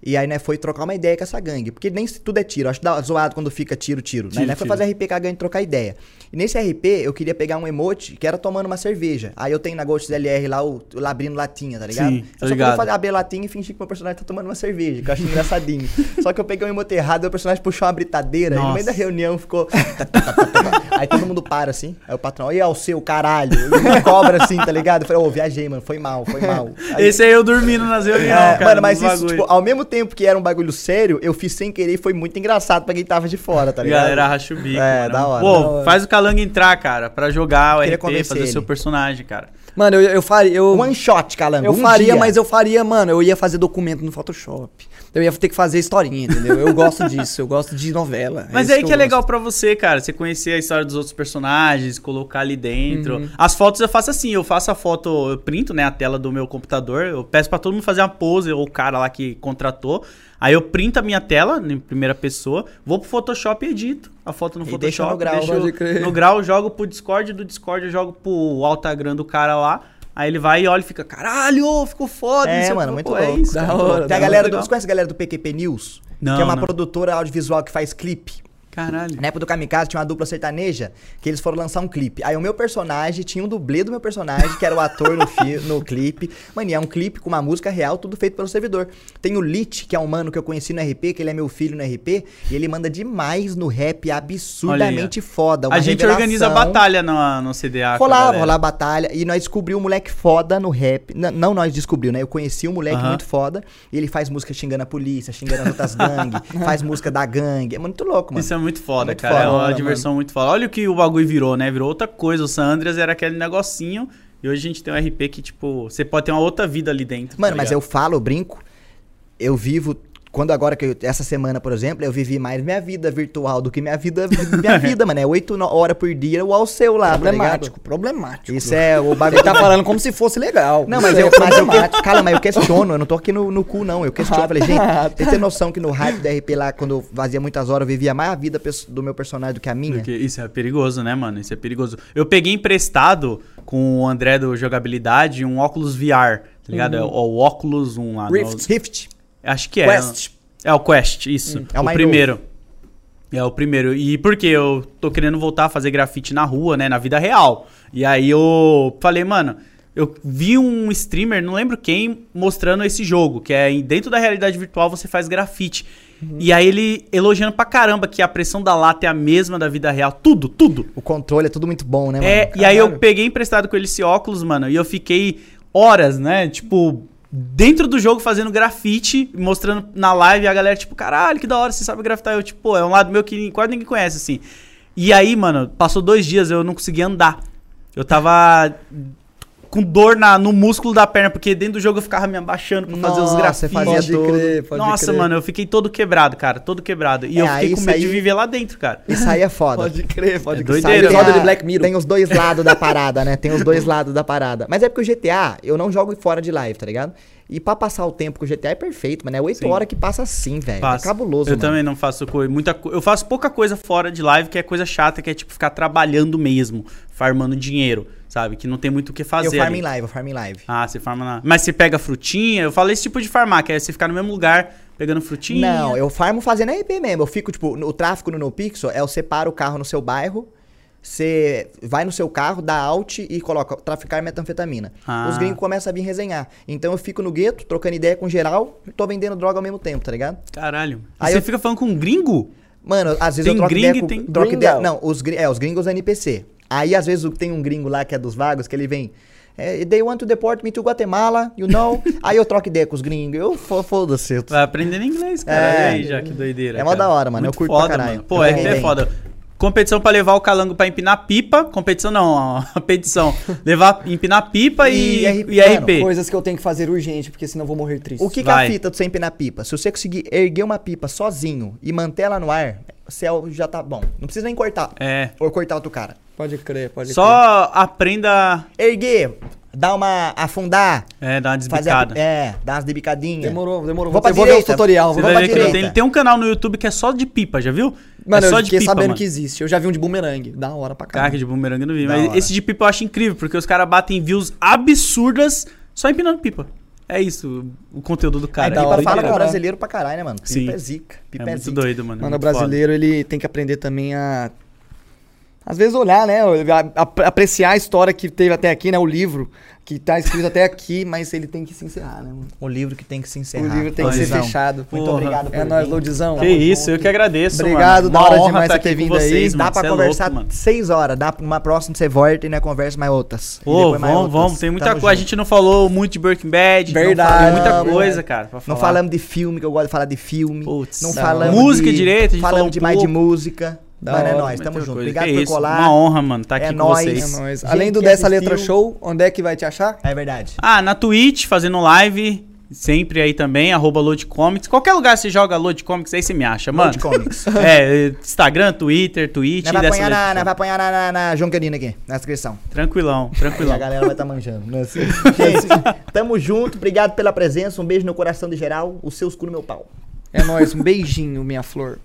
[SPEAKER 2] E aí, né, foi trocar uma ideia com essa gangue. Porque nem se tudo é tiro. Acho da- zoado quando fica tiro, tiro. né?
[SPEAKER 3] Tiro,
[SPEAKER 2] Nós foi
[SPEAKER 3] tiro.
[SPEAKER 2] fazer RP com a gangue trocar ideia. E nesse RP, eu queria pegar um emote que era tomando uma cerveja. Aí eu tenho na Ghost LR lá o, o labrindo latinha, tá ligado?
[SPEAKER 3] Sim, tô
[SPEAKER 2] eu só
[SPEAKER 3] ligado.
[SPEAKER 2] queria fazer abrir a latinha e fingir que meu personagem tá tomando uma cerveja, que eu acho engraçadinho. só que eu peguei um emote errado, meu personagem puxou uma britadeira. E no
[SPEAKER 3] Nossa.
[SPEAKER 2] meio da reunião ficou. tá, Aí todo mundo para assim. Aí o patrão, e ao seu caralho? E uma cobra assim, tá ligado? Eu falei, ô, viajei, mano, foi mal, foi mal. Aí-
[SPEAKER 3] Esse aí eu dormindo nas reuniões,
[SPEAKER 2] É,
[SPEAKER 3] cara.
[SPEAKER 2] mano, mas
[SPEAKER 3] no
[SPEAKER 2] isso,
[SPEAKER 3] bagulho.
[SPEAKER 2] tipo, ao mesmo tempo que era um bagulho sério, eu fiz sem querer e foi muito engraçado pra quem tava de fora, tá ligado?
[SPEAKER 3] Galera, racha o bico.
[SPEAKER 2] É,
[SPEAKER 3] mano.
[SPEAKER 2] da hora,
[SPEAKER 3] Pô,
[SPEAKER 2] da hora.
[SPEAKER 3] faz o Calango entrar, cara, pra jogar o
[SPEAKER 2] Queria
[SPEAKER 3] RP,
[SPEAKER 2] convencer
[SPEAKER 3] fazer o seu
[SPEAKER 2] ele.
[SPEAKER 3] personagem, cara.
[SPEAKER 1] Mano, eu, eu faria. Eu...
[SPEAKER 2] One shot, calango.
[SPEAKER 1] Eu
[SPEAKER 2] um
[SPEAKER 1] faria,
[SPEAKER 2] dia.
[SPEAKER 1] mas eu faria, mano, eu ia fazer documento no Photoshop. Eu ia ter que fazer historinha, entendeu? Eu gosto disso, eu gosto de novela.
[SPEAKER 3] Mas
[SPEAKER 1] isso
[SPEAKER 3] aí que é
[SPEAKER 1] eu
[SPEAKER 3] legal
[SPEAKER 1] gosto.
[SPEAKER 3] pra você, cara. Você conhecer a história dos outros personagens, colocar ali dentro. As fotos eu faço assim, eu faço a foto, eu printo, né, a tela do meu computador. Eu peço pra todo mundo fazer uma pose, ou o cara lá que contratou. Aí eu printo a minha tela em primeira pessoa, vou pro Photoshop e edito a foto no
[SPEAKER 2] E
[SPEAKER 3] Photoshop.
[SPEAKER 2] deixa no grau,
[SPEAKER 3] deixo
[SPEAKER 1] pode crer.
[SPEAKER 3] no grau, jogo pro Discord, do Discord eu jogo pro Altagram do cara lá. Aí ele vai e olha e fica, caralho, ficou foda.
[SPEAKER 2] É,
[SPEAKER 3] não sei o
[SPEAKER 2] mano,
[SPEAKER 3] que.
[SPEAKER 2] muito
[SPEAKER 3] Pô, é
[SPEAKER 2] louco.
[SPEAKER 3] isso,
[SPEAKER 1] Da
[SPEAKER 3] cara.
[SPEAKER 1] hora,
[SPEAKER 2] Tem
[SPEAKER 1] da
[SPEAKER 2] a
[SPEAKER 1] hora.
[SPEAKER 2] galera do,
[SPEAKER 3] Legal.
[SPEAKER 2] você conhece a galera do PQP News?
[SPEAKER 3] Não,
[SPEAKER 2] que é uma
[SPEAKER 3] não.
[SPEAKER 2] produtora audiovisual que faz clipe.
[SPEAKER 3] Caralho.
[SPEAKER 2] Na época do Kamikaze tinha uma dupla sertaneja que eles foram lançar um clipe. Aí o meu personagem tinha um dublê do meu personagem, que era o ator no, fi- no clipe. Mano, e é um clipe com uma música real, tudo feito pelo servidor. Tem o Lit, que é um mano que eu conheci no RP, que ele é meu filho no RP, e ele manda demais no rap absurdamente foda. uma
[SPEAKER 3] a gente
[SPEAKER 2] revelação.
[SPEAKER 3] organiza a batalha no, no CDA. com a
[SPEAKER 2] Rolava,
[SPEAKER 3] galera.
[SPEAKER 2] rolava batalha. E nós descobriu um moleque foda no rap. N- não nós descobriu, né? Eu conheci um moleque
[SPEAKER 3] Aham.
[SPEAKER 2] muito foda. E ele faz música xingando a polícia, xingando as outras gangues, faz música da gangue. É muito louco, mano.
[SPEAKER 3] Isso é muito foda,
[SPEAKER 2] Muito
[SPEAKER 3] cara. é
[SPEAKER 2] foda,
[SPEAKER 3] uma
[SPEAKER 2] mano.
[SPEAKER 3] diversão muito foda. Olha o que o bagulho virou, né? Virou outra coisa. O San Andreas era aquele negocinho. E hoje a gente tem um RP que, tipo, você pode ter uma outra vida ali dentro.
[SPEAKER 2] Mano,
[SPEAKER 3] tá
[SPEAKER 2] mas é eu
[SPEAKER 3] ligado?
[SPEAKER 2] falo, eu brinco. Eu vivo. Quando agora que eu, essa semana, por exemplo, eu vivi mais minha vida virtual do que minha vida, minha vida, mano. É oito no- horas por dia o ao seu lá, tá ligado?
[SPEAKER 1] Problemático, problemático.
[SPEAKER 2] Isso é o bagulho
[SPEAKER 1] Ele tá falando como se fosse legal.
[SPEAKER 2] Não, mas
[SPEAKER 1] Isso
[SPEAKER 2] eu,
[SPEAKER 1] é
[SPEAKER 2] mas eu que-
[SPEAKER 1] problemático. Ah,
[SPEAKER 2] cara, mas eu questiono, eu não tô aqui no, no cu, não. Eu questiono, eu falei, gente,
[SPEAKER 1] tá.
[SPEAKER 2] vocês têm noção que no hype da RP lá, quando eu fazia muitas horas, eu vivia mais a vida pes- do meu personagem do que a minha?
[SPEAKER 3] Porque isso é perigoso, né, mano? Isso é perigoso. Eu peguei emprestado com o André do Jogabilidade um óculos VR, tá ligado? É o, o óculos um lá. no-
[SPEAKER 2] Uhum. Rift. Rift.
[SPEAKER 3] Acho que é.
[SPEAKER 1] Quest.
[SPEAKER 3] É o Quest, isso.
[SPEAKER 2] É o
[SPEAKER 3] o
[SPEAKER 2] mais
[SPEAKER 3] primeiro. É o primeiro. E porque eu tô querendo voltar a fazer grafite na rua, né? Na vida real. E aí eu falei, mano, eu vi um streamer, não lembro quem, mostrando esse jogo, que é em- dentro da realidade virtual você faz grafite.
[SPEAKER 2] Uhum.
[SPEAKER 3] E aí ele elogiando pra caramba que a pressão da lata é a mesma da vida real. Tudo, tudo.
[SPEAKER 2] O controle é tudo muito bom, né,
[SPEAKER 3] É,
[SPEAKER 2] mano?
[SPEAKER 3] e aí eu
[SPEAKER 1] Caralho.
[SPEAKER 3] peguei emprestado com ele esse óculos, mano, e eu fiquei horas, né? Tipo, dentro do jogo fazendo grafite, mostrando na live, e a galera, tipo, caralho, que da hora, você sabe grafitar. Eu, tipo, pô, é um lado meu que quase ninguém conhece, assim. E aí, mano, passou dois dias, eu não conseguia andar. Eu tava com dor na, no músculo da perna, porque dentro do jogo eu ficava me abaixando pra fazer os
[SPEAKER 2] Nossa,
[SPEAKER 3] grafites.
[SPEAKER 2] fazia
[SPEAKER 1] Pode
[SPEAKER 2] tudo.
[SPEAKER 1] crer, pode
[SPEAKER 3] Nossa,
[SPEAKER 1] crer.
[SPEAKER 3] mano, eu fiquei todo quebrado, cara, todo quebrado. E
[SPEAKER 2] É,
[SPEAKER 3] eu
[SPEAKER 2] aí
[SPEAKER 3] fiquei com medo
[SPEAKER 2] isso
[SPEAKER 3] de
[SPEAKER 2] aí-
[SPEAKER 3] viver lá dentro, cara.
[SPEAKER 2] Isso aí é foda.
[SPEAKER 1] Pode crer, pode
[SPEAKER 3] É
[SPEAKER 1] crer.
[SPEAKER 3] doideira,
[SPEAKER 1] Sabe
[SPEAKER 3] né?
[SPEAKER 1] o episódio de Black Mirror.
[SPEAKER 2] Tem os dois lados da parada, né? Tem os dois lados da parada. Mas é porque o GTA, eu não jogo fora de live, tá ligado? E pra passar o tempo com o GTA é perfeito, mano. É oito
[SPEAKER 3] Sim.
[SPEAKER 2] horas que passa assim, velho. É
[SPEAKER 3] Faço.
[SPEAKER 2] cabuloso,
[SPEAKER 3] Eu
[SPEAKER 2] mano.
[SPEAKER 3] também não faço coisa, muita co- Eu faço pouca coisa fora de live, que é coisa chata, que é tipo ficar trabalhando mesmo, farmando dinheiro, sabe? Que não tem muito o que fazer.
[SPEAKER 2] Eu farmo
[SPEAKER 3] ali.
[SPEAKER 2] em live, eu farmo em live.
[SPEAKER 3] Ah, você farma na. Mas você pega frutinha, eu falo esse tipo de farmar, que é você ficar no mesmo lugar pegando frutinha.
[SPEAKER 2] Não, eu farmo fazendo RP mesmo. Eu fico, tipo, no- o tráfico no NoPixel é eu separo o carro no seu bairro, você vai no seu carro, dá alt e coloca traficar metanfetamina.
[SPEAKER 3] Ah.
[SPEAKER 2] Os gringos começam a vir resenhar. Então eu fico no gueto, trocando ideia com geral, e tô vendendo droga ao mesmo tempo, tá ligado?
[SPEAKER 3] Caralho. E
[SPEAKER 2] Aí
[SPEAKER 3] você
[SPEAKER 2] eu-
[SPEAKER 3] fica falando com um gringo?
[SPEAKER 2] Mano, às vezes
[SPEAKER 3] Tem
[SPEAKER 2] eu troco
[SPEAKER 3] gringo
[SPEAKER 2] ideia
[SPEAKER 3] e
[SPEAKER 2] com,
[SPEAKER 3] tem
[SPEAKER 2] troco
[SPEAKER 1] gringo.
[SPEAKER 2] ideia- Não, os, gri- é, os gringos é NPC. Aí às vezes o- tem um gringo lá que é dos vagos, que ele vem... eh, they want to deport me to Guatemala, you know? Aí eu troco ideia com os gringos. Eu fo- foda-se. eu-
[SPEAKER 3] Vai aprendendo inglês, cara.
[SPEAKER 2] É.
[SPEAKER 3] Olha aí, já que doideira.
[SPEAKER 2] É mó
[SPEAKER 3] cara.
[SPEAKER 2] da hora, mano. Eu curto pra
[SPEAKER 3] foda,
[SPEAKER 2] caralho.
[SPEAKER 3] Mano. Pô,
[SPEAKER 2] Eu
[SPEAKER 3] é,
[SPEAKER 2] joguei
[SPEAKER 3] é
[SPEAKER 2] bem.
[SPEAKER 3] foda. Competição pra levar o calango pra empinar pipa. Competição não, a petição. Levar, empinar pipa e,
[SPEAKER 2] E RP,
[SPEAKER 3] e RP.
[SPEAKER 1] Coisas que eu tenho que fazer urgente, porque senão eu vou morrer triste.
[SPEAKER 2] O que, que é
[SPEAKER 3] Vai.
[SPEAKER 2] a fita do sem empinar pipa? Se você conseguir erguer uma pipa sozinho e manter ela no ar, você é o- já tá bom. Não precisa nem cortar.
[SPEAKER 3] É.
[SPEAKER 2] Ou cortar outro cara.
[SPEAKER 1] Pode crer, pode crer.
[SPEAKER 3] Só aprenda.
[SPEAKER 2] Erguer, dar uma. afundar,
[SPEAKER 3] É, dar uma
[SPEAKER 2] fazer. A,
[SPEAKER 3] desbicada.
[SPEAKER 2] é, dar umas debicadinhas.
[SPEAKER 1] Demorou, demorou.
[SPEAKER 2] Vou pra
[SPEAKER 1] eu vou ver os
[SPEAKER 2] direita.
[SPEAKER 1] tutorial,
[SPEAKER 3] Você
[SPEAKER 1] vou
[SPEAKER 2] Vamos
[SPEAKER 3] vai
[SPEAKER 1] pra
[SPEAKER 3] ver que ele
[SPEAKER 1] direita.
[SPEAKER 3] tem, ele tem um canal no YouTube que é só de pipa, já viu?
[SPEAKER 1] Mano,
[SPEAKER 3] é só
[SPEAKER 1] eu fiquei sabendo
[SPEAKER 3] mano.
[SPEAKER 1] que existe. Eu já vi um de bumerangue. Da hora pra caralho.
[SPEAKER 3] Caraca, de bumerangue eu não vi.
[SPEAKER 2] Da
[SPEAKER 3] Mas
[SPEAKER 2] hora.
[SPEAKER 3] esse de pipa eu acho incrível, porque os caras batem views absurdas só empinando pipa. É isso, o conteúdo do cara.
[SPEAKER 1] Aí
[SPEAKER 3] É
[SPEAKER 1] da
[SPEAKER 2] Pipa
[SPEAKER 1] hora,
[SPEAKER 2] fala
[SPEAKER 1] da
[SPEAKER 2] com o
[SPEAKER 1] hora.
[SPEAKER 2] brasileiro pra caralho, né, mano?
[SPEAKER 3] Sim.
[SPEAKER 2] Pipa é zica. Pipa
[SPEAKER 3] É
[SPEAKER 2] é,
[SPEAKER 3] muito
[SPEAKER 2] zica.
[SPEAKER 3] doido, mano. é
[SPEAKER 1] Mano, o
[SPEAKER 3] muito
[SPEAKER 1] brasileiro, ele tem que aprender também a. Às vezes olhar, né? a- a- apreciar a história que teve até aqui, né? O livro que tá escrito até aqui, mas ele tem que se encerrar, né? mano?
[SPEAKER 2] O livro que tem que se encerrar.
[SPEAKER 1] O livro tem que ser
[SPEAKER 2] Luizão,
[SPEAKER 1] fechado.
[SPEAKER 3] Muito
[SPEAKER 1] Porra.
[SPEAKER 3] obrigado
[SPEAKER 1] É nóis, Lodizão.
[SPEAKER 3] foda. Que isso, eu que agradeço.
[SPEAKER 1] Obrigado,
[SPEAKER 3] mano.
[SPEAKER 1] da
[SPEAKER 3] Uma
[SPEAKER 1] hora
[SPEAKER 3] honra
[SPEAKER 1] demais
[SPEAKER 3] tá
[SPEAKER 1] você ter
[SPEAKER 3] aqui
[SPEAKER 1] vindo
[SPEAKER 3] com vocês,
[SPEAKER 1] aí.
[SPEAKER 2] Dá
[SPEAKER 3] mano.
[SPEAKER 2] pra
[SPEAKER 3] Cê é
[SPEAKER 2] conversar
[SPEAKER 3] louco, mano.
[SPEAKER 2] seis horas. Dá pra uma próxima, você volta e não conversa mais outras. E
[SPEAKER 3] Pô,
[SPEAKER 2] depois mais
[SPEAKER 3] vamos,
[SPEAKER 2] outras.
[SPEAKER 3] vamos. Tem muita
[SPEAKER 2] Tamo
[SPEAKER 3] coisa. A
[SPEAKER 2] junto.
[SPEAKER 3] gente não falou muito de Breaking Bad. não
[SPEAKER 1] Verdade,
[SPEAKER 3] falou muita
[SPEAKER 1] verdade.
[SPEAKER 3] coisa, cara. pra
[SPEAKER 2] Não
[SPEAKER 3] falar.
[SPEAKER 2] falamos de filme, que eu gosto de falar de filme.
[SPEAKER 3] Putz,
[SPEAKER 2] não
[SPEAKER 3] da
[SPEAKER 2] falamos
[SPEAKER 3] hora. Música
[SPEAKER 2] de,
[SPEAKER 3] direito, a gente falou um
[SPEAKER 2] falamos demais de
[SPEAKER 3] pouco.
[SPEAKER 2] música.
[SPEAKER 1] Da
[SPEAKER 2] mano, é
[SPEAKER 1] hora,
[SPEAKER 2] nóis,
[SPEAKER 3] Muita
[SPEAKER 2] tamo junto.
[SPEAKER 3] coisa.
[SPEAKER 2] Obrigado
[SPEAKER 3] Que
[SPEAKER 2] por
[SPEAKER 3] isso,
[SPEAKER 2] colar.
[SPEAKER 3] Uma honra, mano, tá aqui
[SPEAKER 2] É
[SPEAKER 3] com
[SPEAKER 2] nóis.
[SPEAKER 1] É
[SPEAKER 3] vocês.
[SPEAKER 1] nóis.
[SPEAKER 2] Gente
[SPEAKER 1] Além do
[SPEAKER 2] que
[SPEAKER 1] Dessa
[SPEAKER 2] assistiu-
[SPEAKER 1] Letra Show, onde é que vai te achar?
[SPEAKER 2] É verdade.
[SPEAKER 3] Ah, na Twitch, fazendo live. Sempre aí também, arroba Load Comics. Qualquer lugar que você joga Load Comics, aí você me acha, mano.
[SPEAKER 2] Load Comics.
[SPEAKER 3] é, Instagram, Twitter, Twitch.
[SPEAKER 2] Nós vai
[SPEAKER 3] dessa
[SPEAKER 2] apanhar, na,
[SPEAKER 3] letra.
[SPEAKER 2] nós vai apanhar na, na, na Jonquerina aqui, na descrição.
[SPEAKER 3] Tranquilão,
[SPEAKER 2] E a
[SPEAKER 3] tranquilão.
[SPEAKER 2] galera vai estar manjando. né? Assim, Gente, tamo junto. Obrigado pela presença. Um beijo no coração de geral. Os seus cu no meu pau.
[SPEAKER 1] É nóis. Um beijinho, minha flor.